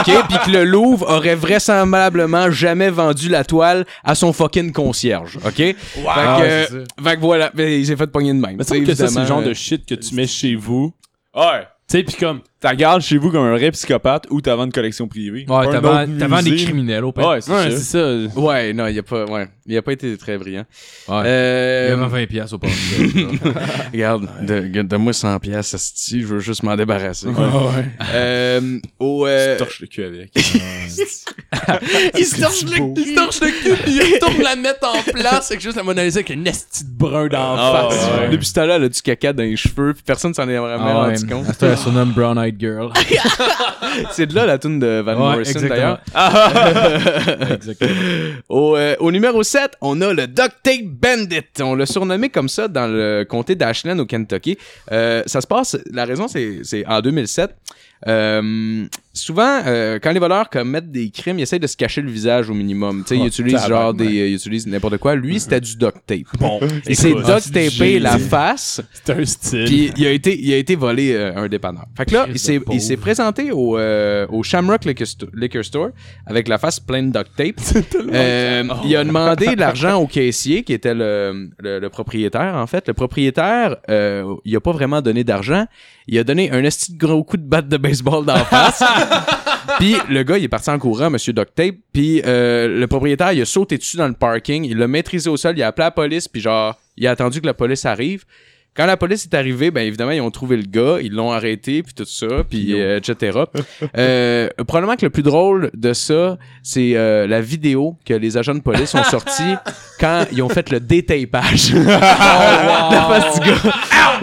Speaker 3: [laughs] ok, puis que le Louvre aurait vraisemblablement jamais vendu la toile à son fucking concierge, ok. Fait,
Speaker 5: Ah,
Speaker 3: que,
Speaker 5: ouais, c'est ça.
Speaker 3: fait que voilà, Mais il s'est fait pogner de même.
Speaker 4: Mais c'est que ça, c'est le
Speaker 3: Évidemment,
Speaker 4: genre de shit que tu mets chez vous.
Speaker 6: Ouais.
Speaker 4: Tu sais, pis comme,
Speaker 6: t'as regardes chez vous comme un vrai psychopathe ou t'as vends une collection privée. Pas
Speaker 5: Ouais,
Speaker 6: un
Speaker 5: t'as
Speaker 6: autre
Speaker 5: vend- t'as vend des
Speaker 6: musée.
Speaker 5: criminels au pire.
Speaker 6: Ouais, c'est
Speaker 4: Ouais,
Speaker 6: ça.
Speaker 4: c'est ça.
Speaker 3: euh, Ouais, non, il a pas, ouais, il a pas été très brillant.
Speaker 5: Ouais. Il y
Speaker 3: Euh,
Speaker 5: avait 20 pièces au pire.
Speaker 3: [laughs] regarde, de- donne-moi 100 pièces, asti, je veux juste m'en débarrasser. [laughs] Euh, au, euh,
Speaker 6: Tu torches le
Speaker 3: [laughs]
Speaker 6: cul avec.
Speaker 3: il se torche le, il se torche le cul, puis il retourne la mettre en place, c'est que juste la Mona Lisa avec une esti de brun d'en
Speaker 6: Ah,
Speaker 3: face.
Speaker 6: ouais.
Speaker 3: Depuis ce temps-là, elle a du caca dans les cheveux, puis personne s'en est vraiment
Speaker 5: Ah ouais.
Speaker 3: rendu compte.
Speaker 5: C'était un surnom Brown Eyed
Speaker 3: [laughs]
Speaker 5: Girl.
Speaker 3: C'est de là la tune de Van
Speaker 5: Ouais,
Speaker 3: Morrison,
Speaker 5: exactement.
Speaker 3: d'ailleurs. [laughs] Ah.
Speaker 5: Exactement.
Speaker 3: Au, euh, au numéro 7, on a le Duct Tape Bandit. On l'a surnommé comme ça dans le comté d'Ashland au Kentucky. Euh, ça se passe, la raison, c'est c'est en 2007. Euh, souvent, euh, quand les voleurs commettent des crimes, ils essayent de se cacher le visage au minimum. Tu sais, ils utilisent genre des, euh, ils utilisent n'importe quoi. Lui, c'était du duct tape.
Speaker 4: Bon,
Speaker 3: Il s'est
Speaker 4: écoute,
Speaker 3: duct tapé la face.
Speaker 4: c'est un style.
Speaker 3: Puis il a été, il a été volé euh, un dépanneur. Fait que là, il
Speaker 5: Christ
Speaker 3: s'est,
Speaker 5: de
Speaker 3: il s'est
Speaker 5: pauvre.
Speaker 3: présenté au, euh, au Shamrock Liquor Sto- Liquor Store avec la face pleine de duct
Speaker 5: [laughs]
Speaker 3: tape. Euh, Il a demandé de l'argent au caissier qui était le, le- le propriétaire, en fait. Le propriétaire, euh, il a pas vraiment donné d'argent. Il a donné un esti de gros coup de batte de baseball
Speaker 5: [laughs]
Speaker 3: dans la face. Puis le gars, il est parti en courant, monsieur Duct Tape. Puis euh, le propriétaire, il a sauté dessus dans le parking. Il l'a maîtrisé au sol. Il a appelé la police. Puis genre, il a attendu que la police arrive. Quand la police est arrivée, ben évidemment, ils ont trouvé le gars. Ils l'ont arrêté. Puis tout ça. Puis euh, etc. Euh, probablement que le plus drôle de ça, c'est euh, la vidéo que les agents de police ont
Speaker 5: [laughs]
Speaker 3: sortie quand ils ont fait le détapage. [laughs]
Speaker 5: Oh,
Speaker 3: de la face du gars.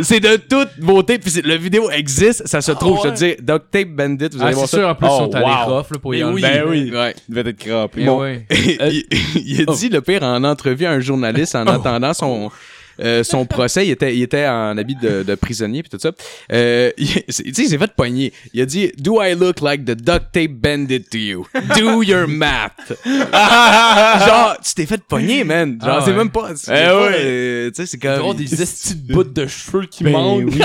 Speaker 3: C'est de toute beauté. Puis c'est- la vidéo existe. Ça se trouve. Je te dis, Duct Tape Bandit, vous
Speaker 5: Ah,
Speaker 3: allez
Speaker 5: c'est
Speaker 3: voir ça.
Speaker 5: sûr, en plus, ils
Speaker 6: Oh,
Speaker 5: sont allés
Speaker 6: wow.
Speaker 5: rough là, pour y
Speaker 6: Ben oui.
Speaker 5: enlever.
Speaker 6: Ben oui.
Speaker 3: Ouais.
Speaker 6: Il devait être crampé.
Speaker 5: Eh
Speaker 6: Bon,
Speaker 5: ouais.
Speaker 3: il, il a dit le pire en entrevue à un journaliste en attendant son euh, son procès, il était, il était en habit de, de prisonnier puis tout ça. Euh, il, c'est- tu sais, il s'est fait pogner. Il a dit Do I look like the duct tape bandit to you? Do your math. Genre, tu t'es fait pogner, man. Genre,
Speaker 5: Ah
Speaker 3: c'est
Speaker 5: ouais.
Speaker 3: même pas. c'est
Speaker 6: Eh
Speaker 3: pas,
Speaker 6: ouais.
Speaker 3: euh, tu sais, c'est comme. Ben
Speaker 4: Ils ont des estis de bouts de cheveux qui manquent.
Speaker 6: oui.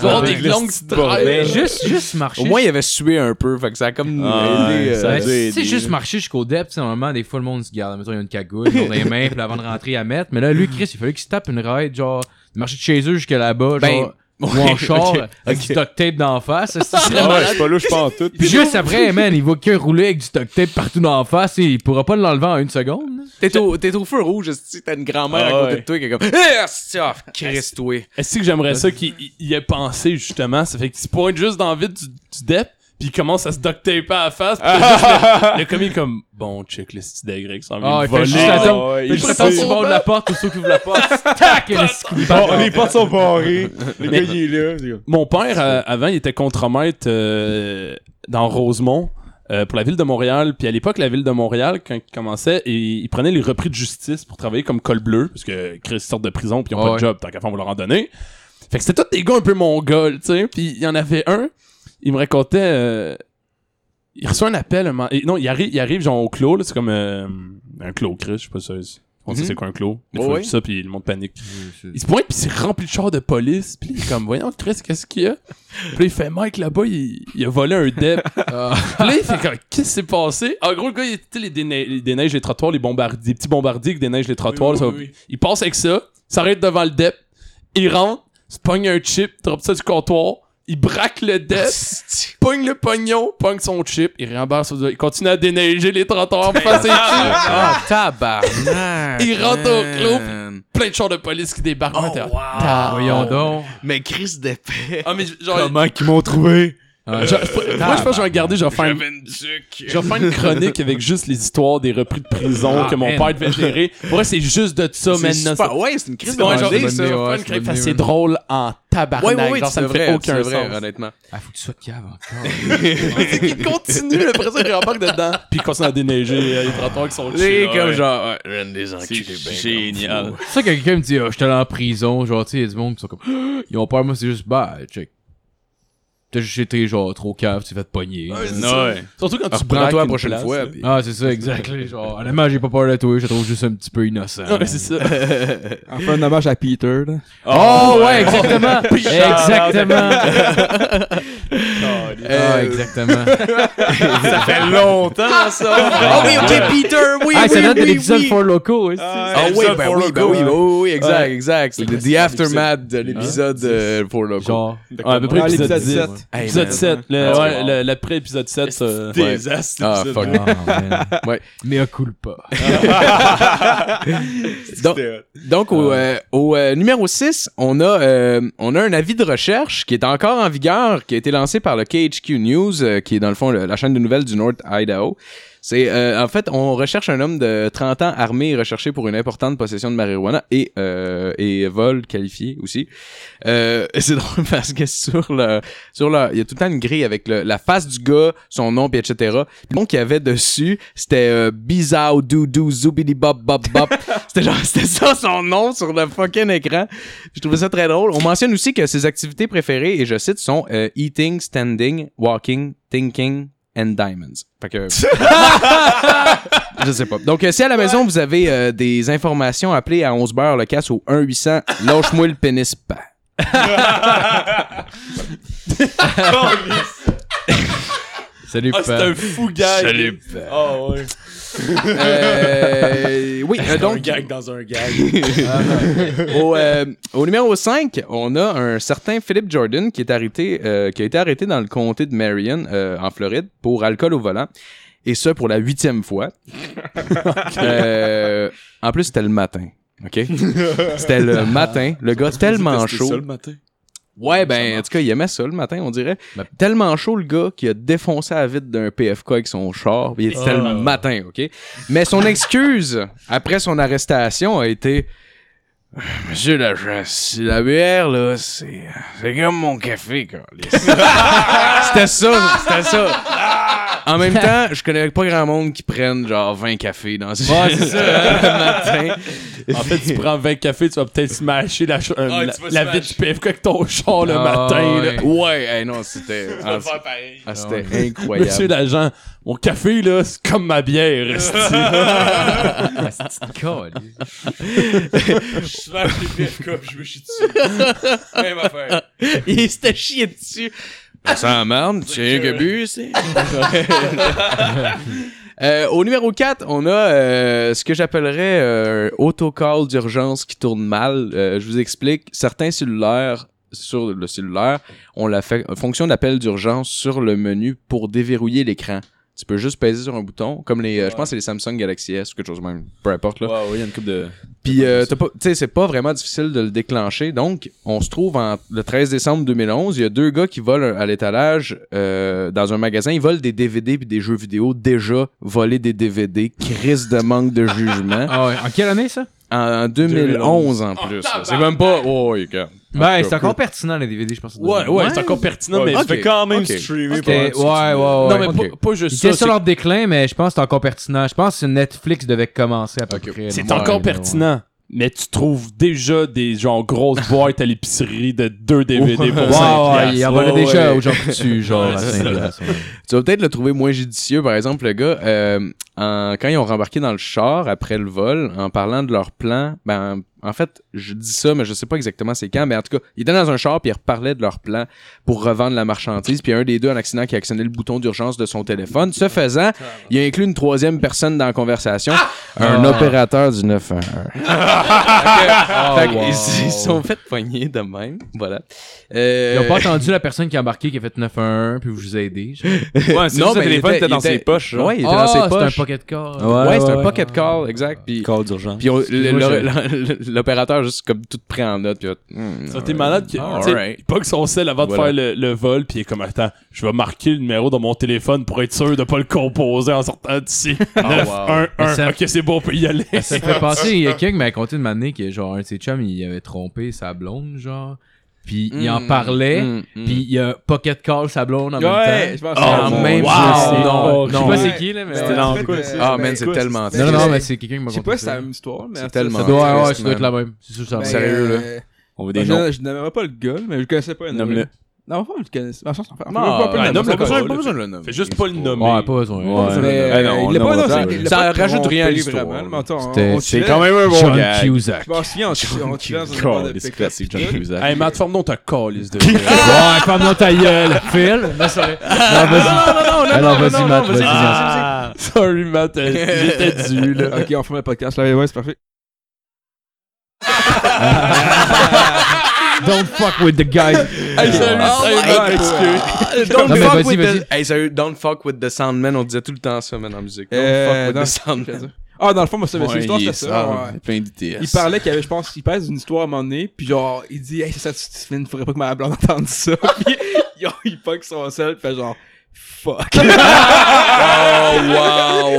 Speaker 4: Ils ont des
Speaker 5: Ouais.
Speaker 4: longues
Speaker 5: Ben,
Speaker 4: traînes.
Speaker 5: juste, juste marcher.
Speaker 3: Au moins, il avait sué un peu, fait que ça a comme
Speaker 6: Ah,
Speaker 3: aidé,
Speaker 6: ouais,
Speaker 3: euh,
Speaker 6: ça a
Speaker 5: Ben,
Speaker 6: dû
Speaker 5: si
Speaker 6: aider.
Speaker 5: c'est juste marcher jusqu'au dep, tu sais, normalement, des fois, le monde se garde. Mettons, il y a une cagoule, ils ont des mains, puis avant de rentrer, à mettre. Mais là, lui, Chris, il fallait qu'il se tape une ride, genre, de marcher de chez eux jusqu'à là-bas,
Speaker 3: Ben,
Speaker 5: genre, ou
Speaker 3: ouais,
Speaker 5: en char,
Speaker 3: ok,
Speaker 5: avec du duct tape d'en face. c'est- c'est-
Speaker 6: Ah ouais, je suis pas là, je pense tout.
Speaker 5: Puis juste après, man, il va que rouler avec du duct tape partout d'en face, et il pourra pas l'enlever en une seconde. là.
Speaker 3: T'es au, t'es au feu rouge, si t'as une grand-mère
Speaker 6: Ah
Speaker 3: à côté
Speaker 6: ouais.
Speaker 3: de toi qui est comme Eh, asti, ah, Christ, toi.
Speaker 4: Est-ce que j'aimerais ça qu'il il- il ait pensé, justement? Ça fait qu'il se pointe juste dans le vide du, du dep, puis il commence à se duct taper à la face. Puis juste le, le commis est comme, bon, check le style d'Agré qui s'en vient
Speaker 5: Ah,
Speaker 4: me
Speaker 5: il fait
Speaker 4: voler.
Speaker 5: juste
Speaker 6: Ah,
Speaker 5: attendre.
Speaker 6: ouais,
Speaker 5: Il
Speaker 6: il
Speaker 5: fait juste
Speaker 6: sait.
Speaker 5: attendre sur le bord de la porte, ou ceux qui ouvrent la porte. Tac! et le scoop dans
Speaker 6: Bon,
Speaker 5: la
Speaker 6: [laughs] les portes sont barrées. Le gars,
Speaker 4: Mais-
Speaker 6: il est là. c'est comme-
Speaker 4: Mon père, euh, avant, il était contremaître euh, dans Rosemont. euh, pour la ville de Montréal, puis à l'époque la ville de Montréal quand il commençait, il, il prenait les repris de justice pour travailler comme col bleu parce que Chris sort de prison puis ils ont
Speaker 5: Ah
Speaker 4: pas
Speaker 5: ouais.
Speaker 4: de job, tant qu'à faire on va leur en donner. Fait que c'était tous des gars un peu mongols, tu sais, puis il y en avait un, il me racontait euh, il reçoit un appel un moment- et non, il arrive il arrive genre au clos, là, c'est comme euh, un clos Chris, je sais pas si on sait
Speaker 3: Mhm.
Speaker 4: c'est quoi un clos. Il
Speaker 3: Ouais,
Speaker 4: faut
Speaker 3: ouais.
Speaker 4: ça puis le monde panique. Il se pointe, puis c'est rempli de chars de police. Puis il est comme, voyons, Chris, qu'est-ce qu'il y a? Puis là, il fait, Mike, là-bas, il, il a volé un dep.
Speaker 6: Euh,
Speaker 5: Ah.
Speaker 4: Puis là, il fait comme, qu'est-ce qui s'est passé? En gros, le gars, il, tu sais, les déne- il déneige les trottoirs, les bombardiers, les petits bombardiers qui déneigent les trottoirs.
Speaker 6: oui,
Speaker 4: ça-
Speaker 6: oui, oui.
Speaker 4: Il passe avec ça, s'arrête devant le dep, il rentre, se pogne un chip, drop ça du comptoir, il braque le dep,
Speaker 6: Ah,
Speaker 4: [laughs] pogne le pognon, pogne son chip, il rembarre sur E il continue à déneiger les trottoirs
Speaker 6: Ben,
Speaker 4: pour passer
Speaker 3: Ah, tabarnak!
Speaker 4: Il rentre au club.
Speaker 3: man.
Speaker 4: plein de chars de police qui débarquent. Moi, t'es-
Speaker 6: Oh,
Speaker 5: Voyons donc.
Speaker 3: Mais Chris d'épais.
Speaker 6: [laughs]
Speaker 4: Ah, mais genre,
Speaker 6: qu'ils m'ont trouvé.
Speaker 5: Ah,
Speaker 4: Genre, je- moi, je pense que je vais garder, je vais faire une,
Speaker 3: J'avais une duc.
Speaker 4: je vais faire une chronique avec juste les histoires des repris de prison
Speaker 5: Ah,
Speaker 4: que mon
Speaker 5: man.
Speaker 4: père devait gérer. Pour vrai, c'est juste de ça,
Speaker 3: C'est
Speaker 4: man. non,
Speaker 3: super. Ouais, c'est une
Speaker 4: C'est
Speaker 3: crise
Speaker 4: ouais,
Speaker 3: de
Speaker 4: genre,
Speaker 5: bonne
Speaker 4: je vais
Speaker 3: maladie,
Speaker 4: faire
Speaker 5: idée,
Speaker 3: ça.
Speaker 5: ça. Ouais,
Speaker 4: une
Speaker 5: Ah, c'est
Speaker 4: chronique, parce que
Speaker 5: une bonne
Speaker 4: c'est
Speaker 5: idée,
Speaker 4: drôle en tabarnak.
Speaker 3: Ouais, ouais, ouais,
Speaker 4: genre, ça
Speaker 3: c'est
Speaker 4: me
Speaker 3: vrai,
Speaker 4: fait aucun
Speaker 3: c'est vrai,
Speaker 4: sens.
Speaker 3: honnêtement. [laughs]
Speaker 5: Ah, faut que tu sois cave encore. [laughs]
Speaker 4: Il continue, le présent, il [laughs] rembarque dedans. Puis il continue à déneiger euh, les trottoirs qui sont
Speaker 3: C'est
Speaker 4: chiés.
Speaker 3: comme genre, ouais, je viens de les
Speaker 6: C'est
Speaker 3: enculer bien
Speaker 6: génial.
Speaker 3: comme
Speaker 5: C'est ça que quelqu'un me dit, Ah, j'étais allé en prison, genre, tu sais, il y a du monde qui sont comme, Ah, ils ont peur, moi, c'est juste, bah, check. T'as juste été, genre, trop cave, tu vas te pogner.
Speaker 6: Ah, Ouais.
Speaker 4: Surtout quand tu prends
Speaker 3: Prends-toi la
Speaker 4: une
Speaker 3: prochaine
Speaker 4: place,
Speaker 3: fois.
Speaker 4: là.
Speaker 3: puis-
Speaker 5: Ah, c'est ça, exact. là, genre, honnêtement, j'ai pas peur de toi, je te trouve juste un petit peu innocent.
Speaker 4: Ouais, c'est ça.
Speaker 2: On fait un hommage à Peter, là.
Speaker 3: Ah,
Speaker 5: [laughs] oh, ouais, exactement! exactement! Ah, exactement.
Speaker 6: Ça fait longtemps, ça.
Speaker 3: Ah oui, ok, Peter, oui,
Speaker 5: ah,
Speaker 3: oui,
Speaker 5: ça date de
Speaker 3: oui,
Speaker 5: l'épisode
Speaker 3: oui.
Speaker 5: For Loco. hein, c'est-
Speaker 3: Ah oui, ben oui, ben oui, ben oui, oui, exact,
Speaker 6: Ouais.
Speaker 3: exact. C'était The Aftermath de l'épisode euh, pour le coup.
Speaker 5: Genre.
Speaker 4: Ouais, à peu près
Speaker 2: Ah,
Speaker 4: épisode
Speaker 2: l'épisode
Speaker 4: 10.
Speaker 2: 7.
Speaker 3: Hey,
Speaker 4: Épisode
Speaker 3: man.
Speaker 4: 7. le-
Speaker 3: Ah,
Speaker 4: ouais,
Speaker 3: c'est
Speaker 4: le- L'après-épisode 7. euh, ouais.
Speaker 6: Désastre.
Speaker 3: Ah,
Speaker 6: épisode.
Speaker 3: fuck. Ouais.
Speaker 5: oh, ouais. Mais un culpa.
Speaker 3: [laughs] Donc,
Speaker 6: C'était hot. Ah
Speaker 3: donc au, euh, au, euh, numéro 6, on a, euh, on a un avis de recherche qui est encore en vigueur, qui a été lancé par le KHQ News, euh, qui est dans le fond le- la chaîne de nouvelles du North Idaho. C'est euh, en fait, on recherche un homme de 30 ans armé et recherché pour une importante possession de marijuana et euh, et vol qualifié aussi. Euh, [laughs] c'est drôle parce que sur le sur le il y a tout le temps une grille avec le- la face du gars, son nom puis etc. Le nom qu'il y avait dessus, c'était euh, Bizarre Doudou Zubidi Bop Bop Bop. c'était genre [laughs] c'était ça son nom sur le fucking écran. Je trouvais ça très drôle. On mentionne aussi que ses activités préférées et je cite sont euh, eating, standing, walking, thinking and diamonds. Fait que je sais pas. Donc, euh, si à la maison, vous avez euh, des informations, appelez à 11 beurre le casse au 1-800. Lâche-moi le pénis pas.
Speaker 5: Salut,
Speaker 6: Ah, c'est
Speaker 5: Pat.
Speaker 6: un fou gag.
Speaker 3: Salut.
Speaker 6: Ah, ouais.
Speaker 3: Euh, oui, euh,
Speaker 6: Donc, un
Speaker 3: donc,
Speaker 6: gag dans un gag.
Speaker 3: au, euh, au numéro 5, on a un certain Philip Jordan qui, est arrêté, euh, qui a été arrêté dans le comté de Marion, euh, en Floride, pour alcool au volant. Et ça pour la huitième
Speaker 6: [laughs]
Speaker 3: fois. Euh, en plus, c'était le matin. OK? C'était
Speaker 6: Ah.
Speaker 3: le matin. Le gars tellement
Speaker 6: C'était ça
Speaker 3: chaud.
Speaker 6: le matin.
Speaker 3: Ouais, ben, en tout cas, il aimait ça le matin, on dirait.
Speaker 5: Ben-
Speaker 3: Tellement chaud, le gars, qu'il a défoncé à la vitre d'un PFK avec son char. Il était
Speaker 5: Oh.
Speaker 3: le matin, OK? Mais son excuse, après son arrestation, a été... Monsieur l'agent, si la bière, là, c'est... C'est comme mon café, quoi.
Speaker 5: [laughs]
Speaker 3: c'était ça, c'était ça. En même temps, je connais pas grand monde qui prennent, genre, 20 cafés dans ce
Speaker 5: Ouais, c'est ça,
Speaker 3: [laughs] le matin.
Speaker 4: En fait, tu prends 20 cafés, tu vas peut-être smasher la, ch- euh,
Speaker 6: Ah,
Speaker 4: la,
Speaker 6: tu vas
Speaker 4: la
Speaker 6: smash.
Speaker 4: vitre du PFK avec ton char le
Speaker 5: Ah,
Speaker 4: matin. là.
Speaker 5: ouais.
Speaker 3: Ouais, hey, non, c'était... ah, c'est-
Speaker 6: pareil.
Speaker 3: ah, c'était incroyable.
Speaker 4: Monsieur l'agent, mon café, là, c'est comme ma bière. esti.
Speaker 5: Ah, c'est une petite colle.
Speaker 6: Je slash les PFK puis je me chie dessus. Même affaire.
Speaker 3: [laughs] Il s'était chié dessus. Ben, Ça sent la merde, tu sais rien que bu, [laughs] c'est. Euh, au numéro 4, on a euh, ce que j'appellerais euh, un autocall d'urgence qui tourne mal. Euh, je vous explique, certains cellulaires sur le cellulaire, on la fait fonction d'appel d'urgence sur le menu pour déverrouiller l'écran. Tu peux juste peser sur un bouton, comme les, euh, je pense que c'est les Samsung Galaxy S ou quelque chose de même, peu importe là.
Speaker 6: Wow, il y a une coupe de.
Speaker 3: Puis, euh, t'as pas- tu sais, c'est pas vraiment difficile de le déclencher. Donc, on se trouve en, le 13 décembre 2011. Il y a deux gars qui volent à l'étalage euh, dans un magasin. Ils volent des DVD puis des jeux vidéo. Déjà, voler des DVD, crise de manque de
Speaker 6: [laughs]
Speaker 3: jugement.
Speaker 5: Ah ouais, en quelle année ça?
Speaker 3: En, en 2011, en
Speaker 6: Ah,
Speaker 3: plus. là. c'est même pas. Oh, oui, gars.
Speaker 5: Ben, c'est encore pertinent les DVD, je pense.
Speaker 4: ouais, ouais, c'est encore pertinent, mais
Speaker 3: Ouais,
Speaker 6: Tu peux quand même
Speaker 3: ok.
Speaker 6: streamer
Speaker 5: Ok, ouais, ouais, ouais.
Speaker 4: Non, mais
Speaker 3: ok.
Speaker 4: pas, pas juste
Speaker 5: C'était
Speaker 4: ça.
Speaker 5: sur leur déclin, mais je pense que c'est encore pertinent. Je pense que Netflix devait commencer à peu
Speaker 3: Ok.
Speaker 5: près.
Speaker 4: c'est- C'est
Speaker 5: Ouais,
Speaker 4: encore
Speaker 5: ouais.
Speaker 4: pertinent. Mais tu trouves déjà des genre grosses boîtes à l'épicerie de deux DVD
Speaker 5: Ouais,
Speaker 4: pour 5
Speaker 5: ouais, il en
Speaker 4: piastres.
Speaker 5: volait
Speaker 4: Ouais,
Speaker 5: déjà
Speaker 4: ouais.
Speaker 5: aux gens
Speaker 4: [laughs]
Speaker 5: coutus, genre, à 5 piastres, ouais.
Speaker 3: Tu vas peut-être le trouver moins judicieux, par exemple, le gars, euh, en- quand ils ont rembarqué dans le char après le vol, en parlant de leur plan, ben, en fait, je dis ça, mais je sais pas exactement c'est quand, mais en tout cas, ils étaient dans un char, puis ils reparlaient de leur plan pour revendre la marchandise, puis il y a un des deux, en accident, qui a actionné le bouton d'urgence de son téléphone. Ce faisant, il a inclus une troisième personne dans la conversation, un
Speaker 5: Ah!
Speaker 3: opérateur du [laughs] 911. Fait que
Speaker 5: wow.
Speaker 3: ils se sont fait poigner de même, voilà. Euh, [laughs]
Speaker 5: Ils ont pas entendu la personne qui a embarqué, qui a fait 9-1, puis vous vous aidez.
Speaker 6: Ouais, c'est
Speaker 3: Non,
Speaker 6: juste le
Speaker 3: mais il
Speaker 6: téléphone
Speaker 3: était-
Speaker 6: était
Speaker 3: il
Speaker 6: dans
Speaker 3: était-
Speaker 6: ses poches. genre.
Speaker 3: Ouais, il était
Speaker 5: Ah,
Speaker 3: dans ses
Speaker 5: c'est un
Speaker 3: poches.
Speaker 5: pocket card.
Speaker 3: Ouais, c'est un
Speaker 4: ouais.
Speaker 3: pocket call, exact. Puis
Speaker 6: Call d'urgence.
Speaker 3: Puis on- le-
Speaker 5: Excuse-moi,
Speaker 3: le- le- l'opérateur juste comme tout pris en note. Puis, hmm,
Speaker 4: Ça, t'es malade. Qui,
Speaker 3: All
Speaker 4: t'sais,
Speaker 3: right.
Speaker 4: Il bug son sel avant
Speaker 3: Voilà.
Speaker 4: de faire le, le vol, puis il est comme Attends, je vais marquer le numéro dans mon téléphone pour être sûr de pas le composer en sortant d'ici. 9 1 1
Speaker 5: Ah. Mais ça-
Speaker 4: Ok, c'est bon, on peut y
Speaker 5: [laughs]
Speaker 4: aller.
Speaker 5: Ça me fait
Speaker 4: [laughs]
Speaker 5: penser, il y a quelqu'un qui m'a raconté de m'amener que genre un de ses chums, il avait trompé sa blonde, genre. Puis il en
Speaker 3: Mm,
Speaker 5: parlait,
Speaker 3: mm, mm.
Speaker 5: puis il y a Pocket Call sa blonde en même temps. Ah,
Speaker 2: pense
Speaker 3: Ah,
Speaker 4: Oh,
Speaker 3: même
Speaker 4: wow.
Speaker 3: si-
Speaker 5: Non,
Speaker 4: Je
Speaker 5: non.
Speaker 4: sais
Speaker 5: Je
Speaker 4: pas
Speaker 5: sais
Speaker 2: c'est
Speaker 5: pas c'est qui, là, mais.
Speaker 2: C'était
Speaker 6: C'était
Speaker 2: ouais.
Speaker 6: dans
Speaker 2: C'est
Speaker 6: quoi,
Speaker 2: quoi,
Speaker 6: c'est-
Speaker 2: c'est-
Speaker 3: Ah, man, c'est
Speaker 2: quoi,
Speaker 3: tellement
Speaker 2: c'était-
Speaker 5: Non, non,
Speaker 2: c'est-
Speaker 5: mais c'est quelqu'un qui m'a
Speaker 2: ben, Je
Speaker 5: raconté.
Speaker 2: sais pas si c'est
Speaker 5: ça.
Speaker 2: la même histoire, mais.
Speaker 3: C'est
Speaker 2: en tout cas,
Speaker 3: tellement-
Speaker 5: Ça
Speaker 2: ça
Speaker 5: doit,
Speaker 3: Ah,
Speaker 5: ouais,
Speaker 3: c'est
Speaker 5: ça doit être
Speaker 3: même.
Speaker 5: la même. C'est sûr que ça
Speaker 2: Ben,
Speaker 5: va.
Speaker 3: Sérieux, là.
Speaker 2: euh,
Speaker 6: On veut
Speaker 2: Je, je n'aimerais pas le gars, là, mais je connaissais pas un
Speaker 6: Nomme-le.
Speaker 2: Dans le fond, je le connais. Dans le sens, en fait, on fait
Speaker 4: Non,
Speaker 2: même pas appeler
Speaker 4: ouais,
Speaker 2: le
Speaker 4: non,
Speaker 2: nom.
Speaker 4: mais
Speaker 3: Pas besoin,
Speaker 4: pas
Speaker 3: pas besoin de le nommer.
Speaker 4: Fais juste pas le nommer.
Speaker 5: Ouais, pas besoin.
Speaker 4: Ouais.
Speaker 2: Mais
Speaker 4: Ben non,
Speaker 2: euh,
Speaker 4: on
Speaker 2: il l'a
Speaker 4: l'a
Speaker 2: pas
Speaker 4: pas
Speaker 2: annoncé,
Speaker 4: dit.
Speaker 2: il l'a
Speaker 3: Ça
Speaker 2: pas
Speaker 3: rajoute
Speaker 2: trompé
Speaker 3: rien à l'histoire.
Speaker 2: vraiment, mais attends, on-
Speaker 5: C'était-
Speaker 2: on
Speaker 5: c'est
Speaker 2: chillait.
Speaker 6: quand même un bon
Speaker 5: John
Speaker 6: gars.
Speaker 5: Cusack.
Speaker 2: Je m'en souviens, on chillait- on chillait dans une bande de
Speaker 6: C'est
Speaker 2: pick-up.
Speaker 6: classique, John Cusack.
Speaker 4: Hey, Matt, forme donc ta calice de.
Speaker 5: Ouais, ferme donc ta gueule, [laughs] Phil. Non, sorry. Non, vas-y.
Speaker 3: non,
Speaker 5: Alors, vas-y, Matt, vas-y. vas-y.
Speaker 3: Ah.
Speaker 4: Sorry, Matt, euh, j'étais dû, là.
Speaker 2: [laughs] Ok, on ferme le podcast. Là, ouais, c'est parfait.
Speaker 5: Don't fuck with the guys.
Speaker 4: Hey, salut,
Speaker 3: Oh
Speaker 4: hey,
Speaker 3: my
Speaker 4: Matt, excuse.
Speaker 2: [laughs]
Speaker 3: Don't
Speaker 5: Non, mais
Speaker 3: fuck
Speaker 5: vas-y,
Speaker 3: with
Speaker 5: vas-y.
Speaker 3: the... Hey, sérieux, don't fuck with the soundman. On disait tout le temps ça, man, en musique. Don't
Speaker 2: Euh,
Speaker 3: fuck with
Speaker 2: non,
Speaker 3: the soundman.
Speaker 2: Ah, dans le fond, moi, c'est
Speaker 6: Ouais,
Speaker 2: c'est l'histoire,
Speaker 6: il
Speaker 2: c'est
Speaker 6: est
Speaker 2: ça.
Speaker 6: sale,
Speaker 2: ouais.
Speaker 6: Plein d'ITS.
Speaker 2: Il parlait qu'il y avait, je pense, il passe d'une histoire à un moment donné, puis genre, il dit, hey, c'est ça, tu te filmes, faudrait pas que ma blonde entende ça. [laughs] Puis il- il punk son sel, puis genre, fuck.
Speaker 3: Oh, wow!
Speaker 5: Hey,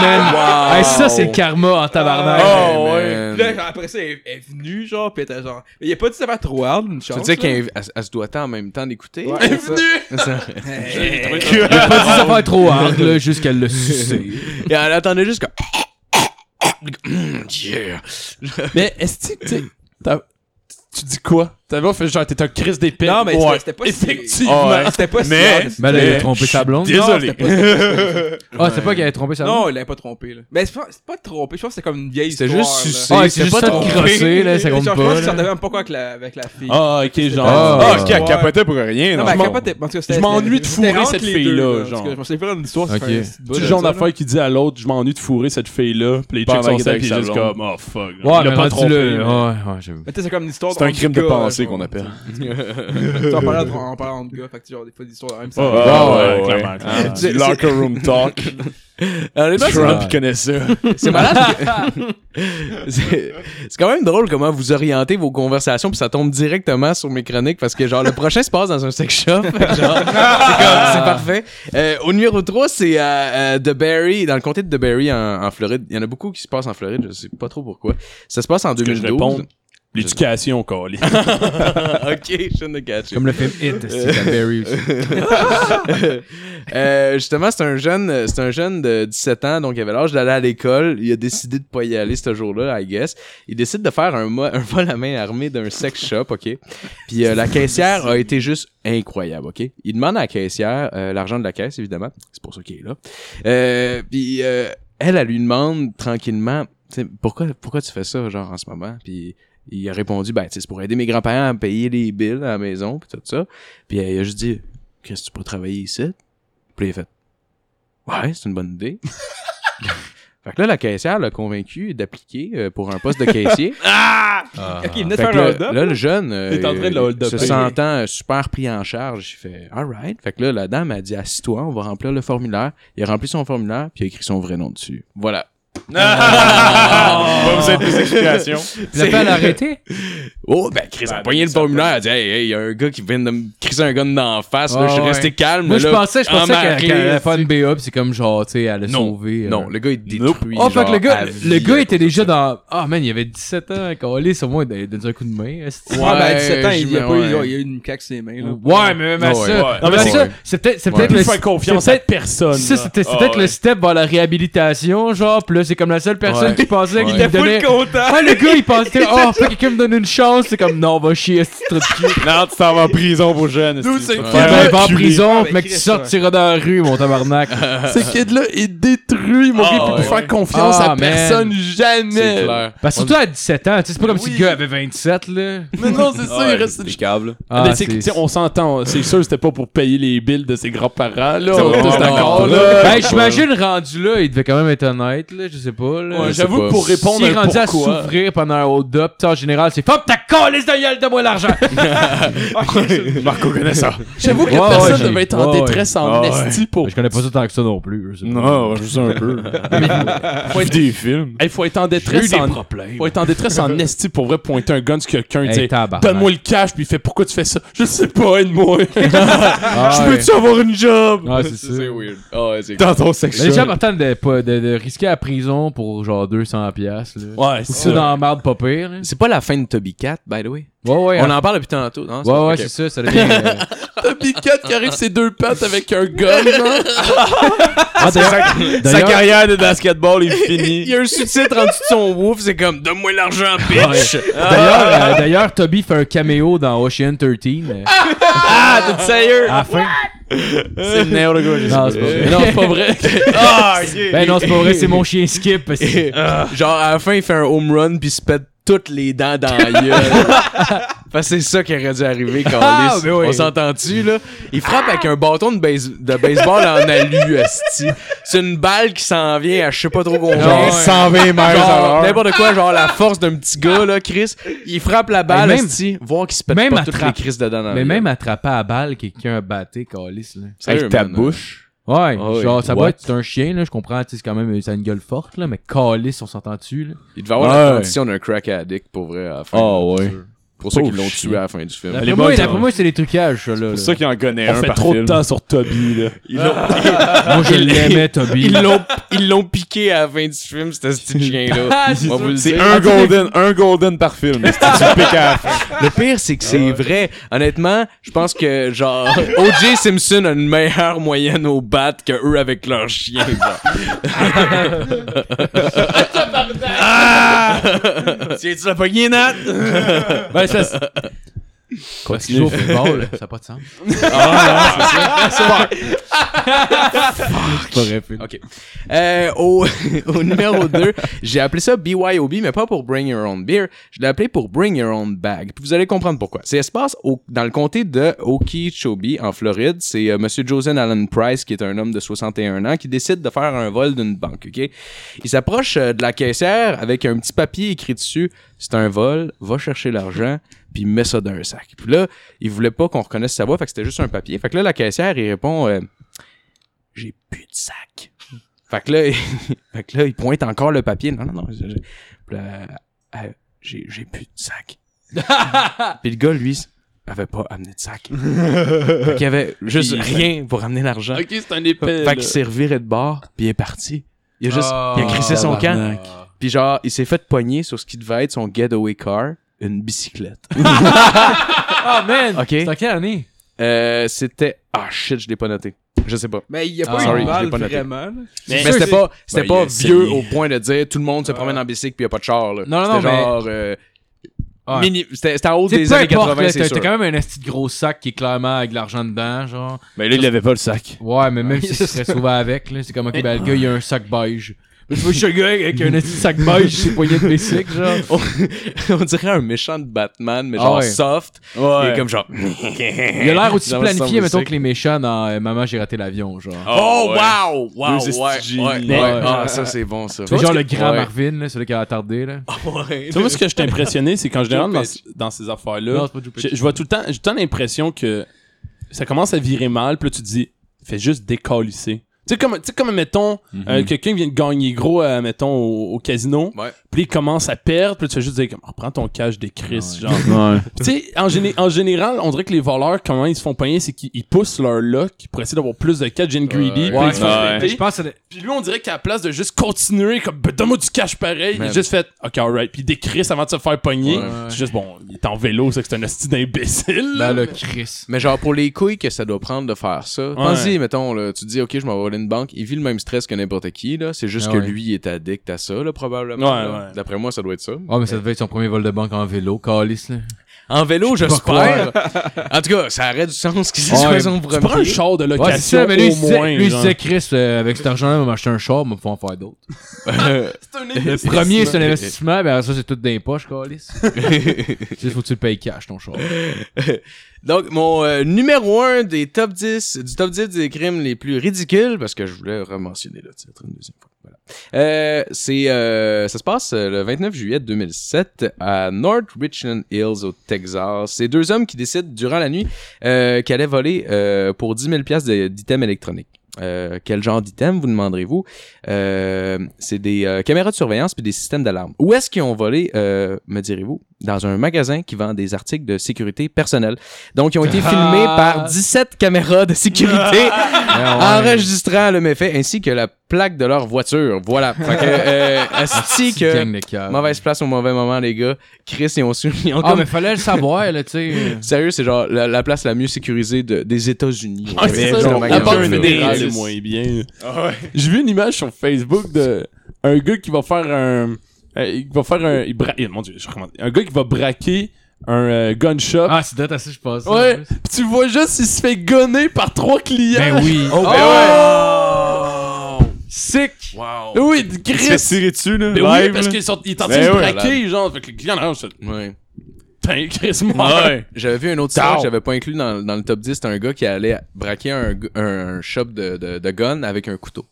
Speaker 5: man.
Speaker 3: Wow!
Speaker 5: Hey, ça, c'est le karma en tabarnak.
Speaker 3: Oh,
Speaker 2: Puis
Speaker 3: ouais.
Speaker 2: là, genre, après ça, elle elle est venue, genre, pis elle était genre. Il a pas dit ça va trop hard, une
Speaker 3: Tu
Speaker 2: chance.
Speaker 3: veux dire
Speaker 2: là.
Speaker 3: qu'elle elle- elle se doit tant en même temps d'écouter?
Speaker 2: Ouais,
Speaker 3: Elle est
Speaker 2: c'est ça.
Speaker 3: [laughs] venue!
Speaker 5: J'ai pas dit ça va être trop hard, [laughs] là, juste qu'elle l'a sucé.
Speaker 3: Et elle attendait juste comme... Mm, Yeah!
Speaker 4: Mais est-ce que tu sais, t'as- tu dis quoi? T'as vu, on fait genre, t'es un Chris d'épée.
Speaker 2: Non, mais c'était-
Speaker 4: Ouais.
Speaker 2: c'était pas si-
Speaker 4: Effectivement.
Speaker 6: Ouais.
Speaker 2: C'était pas si
Speaker 6: Mais-
Speaker 2: hard,
Speaker 5: Ben, là, il a trompé sa blonde.
Speaker 6: Désolé.
Speaker 5: Ah, c'est pas qu'elle a trompé sa blonde.
Speaker 2: Non, il l'avait pas trompé, là. Mais c'est pas, c'est pas trompé, je pense que c'est comme une vieille
Speaker 3: C'était
Speaker 2: histoire.
Speaker 3: juste
Speaker 2: là.
Speaker 3: sucé.
Speaker 5: Ah,
Speaker 3: c'est-
Speaker 5: c'est
Speaker 3: c'est
Speaker 5: juste
Speaker 3: pas
Speaker 5: ça de
Speaker 3: trompé.
Speaker 5: crosser, là, ça
Speaker 2: Genre,
Speaker 5: compte
Speaker 2: je pense
Speaker 5: pas.
Speaker 2: qu'il s'en
Speaker 5: là.
Speaker 2: avait même pas quoi avec la, avec la fille.
Speaker 4: Ah, ok, genre.
Speaker 5: Ah,
Speaker 6: Ah, ok, elle capotait pour rien.
Speaker 2: non,
Speaker 6: dans le
Speaker 2: mais elle
Speaker 6: fond.
Speaker 2: capotait- en tout cas, c'était-
Speaker 4: Je m'ennuie de
Speaker 2: c'était- c'était
Speaker 4: fourrer
Speaker 2: entre
Speaker 4: cette
Speaker 2: les deux,
Speaker 4: fille-là,
Speaker 2: en tout cas,
Speaker 4: genre.
Speaker 2: Je me suis fait une histoire,
Speaker 5: Ok.
Speaker 2: c'est un petit bout
Speaker 4: C'est le
Speaker 2: de
Speaker 4: genre
Speaker 2: ça, là.
Speaker 4: d'affaire qui dit à l'autre, je m'ennuie de fourrer cette fille-là. Puis les
Speaker 6: Pendant
Speaker 4: chicks sont
Speaker 6: qu'il est
Speaker 4: sales,
Speaker 6: avec
Speaker 4: puis
Speaker 6: sa
Speaker 4: juste
Speaker 6: blonde.
Speaker 4: comme, oh fuck.
Speaker 5: Ouais,
Speaker 4: il
Speaker 5: mais
Speaker 4: l'a pas trompé.
Speaker 5: le...
Speaker 4: mais-
Speaker 5: Ouais, ouais, j'avoue.
Speaker 2: Mais tu sais, c'est comme une histoire.
Speaker 6: C'est un
Speaker 2: entre
Speaker 6: crime de
Speaker 2: gars,
Speaker 6: pensée
Speaker 2: genre.
Speaker 6: qu'on appelle.
Speaker 2: Tu sais, en parlant de- en parlant de gars, fait que tu sais, genre, des fois, des histoires de même. ça-
Speaker 4: Ouais,
Speaker 5: Ah
Speaker 4: ouais,
Speaker 6: ouais.
Speaker 4: clairement, clairement.
Speaker 6: Du Locker room talk.
Speaker 3: Honnêtement, c'est-
Speaker 6: Trump il connaît ça.
Speaker 3: C'est
Speaker 4: [laughs]
Speaker 3: malade. [laughs] que- c'est c'est quand même drôle comment vous orientez vos conversations puis ça tombe directement sur mes chroniques parce que genre le prochain se passe dans un sex shop. [laughs] Genre, c'est comme- c'est parfait. Euh, au numéro 3, c'est à DeBerry, dans le comté de DeBerry en, en Floride. Il y en a beaucoup qui se passent en Floride, je sais pas trop pourquoi. Ça se passe en
Speaker 4: que je
Speaker 3: 2012. [laughs]
Speaker 4: réponde? L'éducation, Colin.
Speaker 3: Ah, ok, je ne catch.
Speaker 5: Comme le film Hit, c'est la Barry aussi.
Speaker 3: [laughs] Euh, justement, c'est un jeune, c'est un jeune de 17 ans, donc il avait l'âge d'aller à l'école. Il a décidé de pas y aller ce jour-là, I guess. Il décide de faire un, mo- un vol à main armée d'un sex shop, ok. Puis euh, la caissière a été juste incroyable, ok. Il demande à la caissière euh, l'argent de la caisse, évidemment. C'est pour ça qu'il est là. Euh, puis euh, elle, elle lui demande tranquillement, tu sais, pourquoi, pourquoi tu fais ça, genre en ce moment. Puis il a répondu, ben, tu sais, c'est pour aider mes grands-parents à payer les billes à la maison, puis tout ça. Puis elle, il a juste dit, Chris, tu peux travailler ici? Puis il a fait Ouais, c'est une bonne [laughs] idée. fait que là, la caissière l'a convaincu d'appliquer euh, pour un poste de caissier. [laughs]
Speaker 5: Ah.
Speaker 2: Ok, il venait de
Speaker 3: Fait
Speaker 2: faire
Speaker 3: que
Speaker 2: un
Speaker 3: là,
Speaker 2: hold-up.
Speaker 3: là, le jeune euh,
Speaker 4: T'es en train de le hold-upper.
Speaker 3: se sentant euh, super pris en charge, il fait Alright. Fait que là, la dame a dit Assis-toi, on va remplir le formulaire. Il a rempli son formulaire, puis il a écrit son vrai nom dessus. Voilà. Ah. [laughs]
Speaker 6: Pas besoin de plus d'explications.
Speaker 5: L'a fait arrêter?
Speaker 3: Oh, ben, Chris a
Speaker 6: Ben,
Speaker 3: pogné le
Speaker 6: ça
Speaker 3: formulaire. Elle a dit Hey, hey, il y a un gars qui vient de me crisser un gun d'en face. là,
Speaker 5: Ah,
Speaker 3: je suis
Speaker 5: ouais.
Speaker 3: resté calme.
Speaker 5: Moi, je
Speaker 3: là,
Speaker 5: pensais, je pensais qu'elle-
Speaker 3: embarqué,
Speaker 5: qu'elle allait
Speaker 3: tu sais.
Speaker 5: faire une BA, pis c'est comme genre, tu sais, elle a
Speaker 3: Non,
Speaker 5: sauvé. euh,
Speaker 3: Non, le gars, il détruit.
Speaker 6: Nope.
Speaker 5: Oh, fait que le
Speaker 3: genre, à
Speaker 5: gars, le
Speaker 3: vie,
Speaker 5: gars
Speaker 3: euh,
Speaker 5: était déjà dans. Ah, man, il avait 17 ans quand il est au moins, il a donné un coup de main. esti.
Speaker 2: Ouais, ben, à 17 ans,
Speaker 3: Ouais,
Speaker 2: il y a
Speaker 3: j'imagine,
Speaker 2: pas eu,
Speaker 3: ouais.
Speaker 2: genre, il y a eu une claque sur les mains, là.
Speaker 5: Ouais, mais même à
Speaker 3: Ouais,
Speaker 5: ça.
Speaker 3: ouais.
Speaker 5: Non, mais
Speaker 4: Ouais.
Speaker 5: ça, c'est peut-être, c'est peut-être
Speaker 4: Plus
Speaker 5: le.
Speaker 4: faire confiance
Speaker 5: c'est
Speaker 4: à
Speaker 5: peut-être-
Speaker 4: personne.
Speaker 5: Ça,
Speaker 4: là.
Speaker 5: c'était, c'est
Speaker 6: Ah,
Speaker 5: peut-être le
Speaker 6: ouais.
Speaker 5: step vers la réhabilitation, genre, pis là, c'est comme la seule personne
Speaker 3: Ouais.
Speaker 5: qui pensait
Speaker 3: Ouais.
Speaker 5: qu'il
Speaker 3: Il
Speaker 5: me
Speaker 2: T'es full
Speaker 5: donnait.
Speaker 2: content!
Speaker 5: Ah, le gars, [laughs] il pensait, oh, faut que quelqu'un me donne une chance, c'est comme, non, va chier, ce titre de cul.
Speaker 6: Non, tu t'en vas en prison pour jeune.
Speaker 4: Dude, c'est-
Speaker 6: Ouais.
Speaker 5: Puis
Speaker 4: Ouais,
Speaker 5: il va en
Speaker 6: culé.
Speaker 5: prison,
Speaker 4: Ah,
Speaker 2: Ouais,
Speaker 5: mais que tu
Speaker 2: Chris,
Speaker 5: sortiras dans la rue,
Speaker 4: [laughs]
Speaker 5: mon tabarnak.
Speaker 4: Ce kid-là est détruit, mon
Speaker 6: Ah,
Speaker 4: gars, pour
Speaker 6: ouais.
Speaker 4: faire confiance
Speaker 5: Ah,
Speaker 4: à
Speaker 5: man.
Speaker 4: personne jamais.
Speaker 3: C'est clair.
Speaker 5: Parce que surtout à 17 ans, tu sais, c'est pas comme si le
Speaker 4: Oui.
Speaker 5: gars avait 27, là.
Speaker 4: Mais non, c'est ça, il reste.
Speaker 6: câble.
Speaker 5: Ah,
Speaker 4: Mais Ben, c'est
Speaker 5: c'est-
Speaker 4: que, tu sais, on s'entend, c'est sûr, c'était pas pour payer les billes de ses grands-parents, là.
Speaker 6: Ça
Speaker 4: On
Speaker 6: va
Speaker 4: est tous
Speaker 6: pas.
Speaker 4: d'accord,
Speaker 6: Non.
Speaker 4: là.
Speaker 5: Ben, j'imagine rendu là, il devait quand même être honnête, là, je sais pas, là.
Speaker 4: Ouais,
Speaker 3: je
Speaker 4: J'avoue
Speaker 3: sais
Speaker 4: que
Speaker 3: pas.
Speaker 4: pour répondre
Speaker 5: S'il est
Speaker 4: à un
Speaker 5: rendu à
Speaker 4: pourquoi.
Speaker 5: souffrir pendant un hold-up, tu sais, en général, c'est Fop ta calisse de gueule,
Speaker 4: [laughs]
Speaker 5: donne-moi l'argent!
Speaker 6: Marco connaît ça.
Speaker 4: J'avoue que
Speaker 5: Ouais,
Speaker 4: la
Speaker 5: ouais,
Speaker 4: personne
Speaker 5: j'ai-
Speaker 4: devait être en
Speaker 5: ouais,
Speaker 4: détresse, en
Speaker 6: Ah,
Speaker 4: esti pour.
Speaker 5: Je connais pas ça tant que ça non plus. je sais pas.
Speaker 6: Non, je sais un peu. Faut être des films.
Speaker 4: Il faut être en
Speaker 5: J'ai eu
Speaker 4: détresse
Speaker 5: des
Speaker 4: en.
Speaker 5: problèmes.
Speaker 4: [laughs] Faut être en détresse en esti pour vrai pointer un gun sur quelqu'un,
Speaker 5: Hey,
Speaker 4: dire
Speaker 5: tabarnak.
Speaker 4: Donne-moi le cash, puis il fait pourquoi tu fais ça? Je sais pas, aide-moi. [laughs]
Speaker 5: Ah,
Speaker 4: Je peux-tu avoir une job?
Speaker 5: ouais. Ah, c'est ça.
Speaker 3: C'est weird. Ah, ouais, c'est
Speaker 6: Dans ton
Speaker 5: Mais déjà,
Speaker 6: section.
Speaker 5: partant de, pas- de, de risquer la prison pour genre 200$, piastres, là.
Speaker 4: Ouais,
Speaker 5: Ou ça
Speaker 4: c'est ça.
Speaker 5: dans la merde, pas pire, là.
Speaker 3: C'est pas la fin de Toby Cat, by the way.
Speaker 5: Ouais, ouais.
Speaker 3: On
Speaker 5: hein.
Speaker 3: en parle depuis tantôt, non?
Speaker 5: Ouais, ouais,
Speaker 3: Ok.
Speaker 5: c'est ça, ça devient. euh,
Speaker 4: Bobcat qui arrive ses deux pattes avec un [laughs] gun, genre.
Speaker 5: Ah, d'ailleurs,
Speaker 6: Sa
Speaker 5: d'ailleurs-
Speaker 6: carrière de basketball est
Speaker 3: Il
Speaker 6: finie.
Speaker 3: y a un sous-titre en dessous de son woof, c'est comme Donne-moi l'argent, bitch!
Speaker 5: d'ailleurs, euh, d'ailleurs, Toby fait un caméo dans Ocean 13. euh,
Speaker 3: Ah, t'es sérieux?
Speaker 5: à la fin.
Speaker 3: C'est le néo, le gars. je sais
Speaker 5: Non, c'est pas vrai.
Speaker 4: non, c'est pas vrai.
Speaker 6: Ah, ok.
Speaker 5: [laughs] Ben non, c'est pas vrai, c'est mon chien Skip. parce que-
Speaker 3: pas. Genre, à la fin, il fait un home run puis il se pète toutes les dents dans la gueule. [laughs] Parce que c'est ça qui aurait dû arriver quand
Speaker 5: Ah, ben oui.
Speaker 3: On s'entend-tu, là? Il frappe avec un bâton de, base- de baseball en alu, esti. C'est une balle qui s'en vient à je sais pas trop combien.
Speaker 5: Genre,
Speaker 3: Genre,
Speaker 6: 120 miles à l'heure.
Speaker 3: n'importe quoi, genre la force d'un petit gars, là, Chris. Il frappe la balle,
Speaker 5: Mais même-
Speaker 3: esti. Voir qu'il se pète
Speaker 5: même
Speaker 3: pas
Speaker 5: à
Speaker 3: toutes les
Speaker 5: trappe.
Speaker 3: crises dedans.
Speaker 5: Mais même attrapé à balle, quelqu'un a batté, Calis, là.
Speaker 6: Avec ta bouche.
Speaker 5: Ouais,
Speaker 3: Ah oui.
Speaker 5: genre, ça
Speaker 3: What?
Speaker 5: va être un chien, là, je comprends, tu sais, c'est quand même, euh, ça a une gueule forte, là, mais Calis, on s'entend dessus, là.
Speaker 3: Il devait avoir la
Speaker 6: Ouais.
Speaker 3: condition d'un crack addict pour vrai à la fin.
Speaker 6: Oh, ouais.
Speaker 3: Pour ça qu'ils
Speaker 4: Oh,
Speaker 3: l'ont
Speaker 4: shit.
Speaker 3: tué à la fin du film.
Speaker 5: D'après
Speaker 4: les
Speaker 5: moi,
Speaker 4: boys,
Speaker 5: d'après
Speaker 4: on-
Speaker 5: moi, c'est des trucages, ça, là.
Speaker 6: C'est
Speaker 5: là.
Speaker 6: pour ça qu'il en connaît
Speaker 4: On
Speaker 6: un
Speaker 4: fait
Speaker 6: par
Speaker 4: trop
Speaker 6: film.
Speaker 4: de temps sur Toby, là.
Speaker 6: Ils l'ont-
Speaker 5: Moi, je l'aimais, Toby.
Speaker 3: Ils l'ont, ils l'ont piqué à la fin du film, c'était ce petit chien-là. On va vous le
Speaker 6: C'est
Speaker 3: dire.
Speaker 6: un golden, un golden par film. C'est du pic à la fin.
Speaker 3: Le pire, c'est que c'est vrai. Honnêtement, je pense que, genre, O.J. Simpson a une meilleure moyenne au bat que eux avec leur chien. Tiens-tu la poignée, Nat?
Speaker 4: Ben, ça, c'est-
Speaker 5: Continue au football, là, ça n'a pas de sens. [laughs] C'est pas vrai, Phil.
Speaker 3: Ok. Euh, au, [laughs] au numéro 2, j'ai appelé ça BYOB, mais pas pour Bring Your Own Beer. Je l'ai appelé pour Bring Your Own Bag. Puis vous allez comprendre pourquoi. C'est espace au- dans le comté de Okeechobee, en Floride. C'est euh, Monsieur Joseph Allen Price, qui est un homme de 61 ans, qui décide de faire un vol d'une banque. Ok. Il s'approche euh, de la caissière avec un petit papier écrit dessus. C'est un vol. Va chercher l'argent. Puis met ça dans un sac. Puis là, il voulait pas qu'on reconnaisse sa voix. Fait que c'était juste un papier. Fait que là, la caissière, il répond. euh, j'ai plus de sac. Fait que là, [laughs] il- fait que là, il pointe encore le papier. Non, non, non. je- je- Puis là, euh, j'ai, j'ai plus de [laughs] sac. Puis le gars, lui, avait pas amené de [laughs] sac. fait qu'il avait Ah, juste
Speaker 4: Il-
Speaker 3: rien pour ramener l'argent.
Speaker 4: Ok, c'est un
Speaker 5: Euh,
Speaker 4: épais.
Speaker 3: fait
Speaker 4: là.
Speaker 3: qu'il s'est reviré de bord, puis il est parti. Il a juste,
Speaker 5: Ah.
Speaker 3: il a crissé son camp.
Speaker 4: tabarnak.
Speaker 3: Puis genre, il s'est fait pogner sur ce qui devait être son getaway car, une bicyclette.
Speaker 5: [laughs] Ah, man!
Speaker 3: Ok.
Speaker 5: C'est en quelle année?
Speaker 3: Euh, c'était... Ah, shit, je l'ai pas noté. Je sais pas.
Speaker 2: Mais il y a
Speaker 5: Ah,
Speaker 2: pas
Speaker 5: sorry,
Speaker 2: eu de
Speaker 3: je
Speaker 2: mal
Speaker 3: l'ai pas noté.
Speaker 2: vraiment. là.
Speaker 3: Mais,
Speaker 5: sûr,
Speaker 3: c'était
Speaker 5: c'est- Ah.
Speaker 3: pas, c'était
Speaker 6: Ben, il
Speaker 3: pas
Speaker 6: a
Speaker 3: vieux
Speaker 6: essayé.
Speaker 3: au point de dire tout le monde se promène en bicycle puis y a pas de char. Là.
Speaker 5: Non, non,
Speaker 3: c'était
Speaker 5: non, mais-
Speaker 3: genre, euh,
Speaker 5: Ouais.
Speaker 3: mini- c'était, c'était en haut
Speaker 5: Tu sais,
Speaker 3: des
Speaker 5: peu
Speaker 3: années
Speaker 5: importe,
Speaker 3: 80,
Speaker 5: là,
Speaker 3: c'est
Speaker 5: t'as
Speaker 3: sûr.
Speaker 5: t'as quand même un esti de gros sac qui est clairement avec de l'argent dedans, genre.
Speaker 6: Mais là, il avait pas le sac.
Speaker 5: Ouais, mais même si ce serait souvent avec, là, c'est comme, ok, ben, le gars, il a un sac beige. Mais tu vois, je suis un gars avec un esti de sac beige, ses poignées de bicycle, genre.
Speaker 3: Oh. [laughs] On dirait un méchant de Batman, mais
Speaker 5: Ah
Speaker 3: genre
Speaker 5: ouais.
Speaker 3: soft.
Speaker 6: Ouais.
Speaker 3: Et comme genre...
Speaker 5: Il a l'air aussi
Speaker 3: Dans le
Speaker 5: planifié,
Speaker 3: sens
Speaker 5: mettons,
Speaker 3: bicycle.
Speaker 5: que les méchants dans euh, Maman, j'ai raté l'avion, genre.
Speaker 3: Oh,
Speaker 6: ouais.
Speaker 3: wow! Wow,
Speaker 6: Deux
Speaker 3: ouais,
Speaker 6: estis de
Speaker 3: ouais,
Speaker 6: génie.
Speaker 3: ouais.
Speaker 5: Ouais.
Speaker 3: Ah, ça, c'est bon, ça.
Speaker 5: C'est genre le grand
Speaker 3: Ouais. Ah,
Speaker 5: Marvin, là, celui qui a attardé, là.
Speaker 3: Ouais.
Speaker 4: Tu vois, moi, ce que je t'ai impressionné, c'est qu'en général, dans,
Speaker 3: Pitch.
Speaker 4: dans ces
Speaker 5: Non,
Speaker 4: affaires-là,
Speaker 5: c'est pas Joe
Speaker 4: je,
Speaker 5: Pesci.
Speaker 4: je vois tout le temps, j'ai tout le temps l'impression que ça commence à virer mal, puis là, tu te dis, fais juste décalisser. Tu sais, comme, tu sais, comme, mettons, euh, quelqu'un vient de gagner gros, à, mettons, au, au casino,
Speaker 3: Ouais.
Speaker 4: puis il commence à perdre, puis là, tu fais juste dire, comme, reprends ton cash des crises, genre.
Speaker 6: Ouais.
Speaker 4: Puis tu sais, en, géné- en général, on dirait que les voleurs, comment ils se font pogner, c'est qu'ils ils poussent leur luck pour essayer d'avoir plus de cash, Gene Greedy, puis
Speaker 5: Ouais.
Speaker 4: ils se font
Speaker 6: Ouais.
Speaker 4: péter.
Speaker 5: Je pense que c'est-
Speaker 4: Puis lui, on dirait qu'à la place de juste continuer, comme, Ben, donne-moi du cash pareil, il
Speaker 3: Man.
Speaker 4: a juste fait, ok, alright. Puis il décrisse avant de se faire pogner.
Speaker 3: Ouais.
Speaker 4: C'est juste, bon, il est en vélo, c'est que c'est un hostie d'imbécile. là.
Speaker 5: Là, Ben, le Chris.
Speaker 3: Mais genre, pour les couilles que ça doit prendre de faire ça, pense-y, mettons, là, tu te dis, OK, je m'en vais voler une banque. Il vit le même stress que n'importe qui, là. C'est juste
Speaker 5: Ah
Speaker 3: que
Speaker 5: ouais.
Speaker 3: lui, il est addict à ça, là, probablement.
Speaker 4: Ouais,
Speaker 3: là.
Speaker 4: ouais.
Speaker 3: D'après moi, ça doit être ça.
Speaker 5: Oh, mais ça devait être son premier vol de banque en vélo, Calis, là.
Speaker 3: En vélo,
Speaker 5: peux
Speaker 3: j'espère. en tout cas, ça aurait du sens que ce
Speaker 5: Ouais,
Speaker 3: soit son
Speaker 4: Tu prends un
Speaker 3: premier.
Speaker 4: char de
Speaker 5: Ouais, c'est
Speaker 4: location,
Speaker 5: ça, mais lui, il
Speaker 4: au
Speaker 5: se disait,
Speaker 4: moins.
Speaker 5: lui, il se
Speaker 4: genre. [laughs]
Speaker 5: disait, Chris, euh, avec cet argent-là, on va m'acheter un char, mais faut en faire d'autres. Le premier, c'est un investissement, ben ça, c'est tout dans les poches, Calis. Juste faut que tu le payes cash, ton char.
Speaker 3: Donc, mon euh, numéro 1 des top 10, du top 10 des crimes les plus ridicules, parce que je voulais rementionner le titre une deuxième fois. Voilà. Euh, c'est, euh, ça se passe euh, le 29 juillet 2007 à North Richland Hills, au Texas. C'est deux hommes qui décident, durant la nuit, euh, qu'ils allaient voler euh, pour 10 000 piastres de- d'items électroniques. Euh, quel genre d'items, vous demanderez-vous? Euh, c'est des euh, caméras de surveillance puis des systèmes d'alarme. Où est-ce qu'ils ont volé, euh, me direz-vous? dans un magasin qui vend des articles de sécurité personnelle. Donc, ils ont été filmés par 17 caméras de sécurité enregistrant le méfait ainsi que la plaque de leur voiture. Voilà. Fait que, euh, asti que-
Speaker 5: gang de cœur.
Speaker 3: mauvaise place au mauvais moment, les gars. Chris, ils ont su. ils ont
Speaker 5: Ah,
Speaker 3: comme-
Speaker 5: mais fallait le savoir, là, tu sais.
Speaker 3: Sérieux, c'est genre la, la place la mieux sécurisée de- des États-Unis.
Speaker 4: Ah, c'est ça,
Speaker 3: Genre,
Speaker 4: genre,
Speaker 3: magasin.
Speaker 4: la banque
Speaker 3: Genre,
Speaker 4: fédérale
Speaker 3: là.
Speaker 4: est moins bien. J'ai vu une image sur Facebook de un gars qui va faire un euh, il va faire un il bra- eh, mon dieu, je recommande. Un gars qui va braquer un euh, gun shop.
Speaker 5: Ah, c'est date à ça, je pense.
Speaker 4: ouais, pis tu vois juste il se fait gonner par trois clients.
Speaker 5: Ben oui.
Speaker 4: Oh,
Speaker 5: Sick.
Speaker 4: ben ouais. Oui,
Speaker 6: Il se fait
Speaker 4: Chris.
Speaker 6: tirer dessus, là.
Speaker 4: Ben oui,
Speaker 6: live,
Speaker 4: parce
Speaker 6: là.
Speaker 4: qu'il sont- il est en train de
Speaker 6: Ben ouais.
Speaker 4: braquer, genre, fait que le client là, se dit
Speaker 3: Ouais.
Speaker 4: [laughs] Putain, Chris mort.
Speaker 6: Ouais.
Speaker 3: J'avais vu un autre histoire
Speaker 4: Down.
Speaker 3: que j'avais pas inclus dans, dans le top 10. C'était un gars qui allait braquer un, gu- un shop de, de, de gun avec un couteau.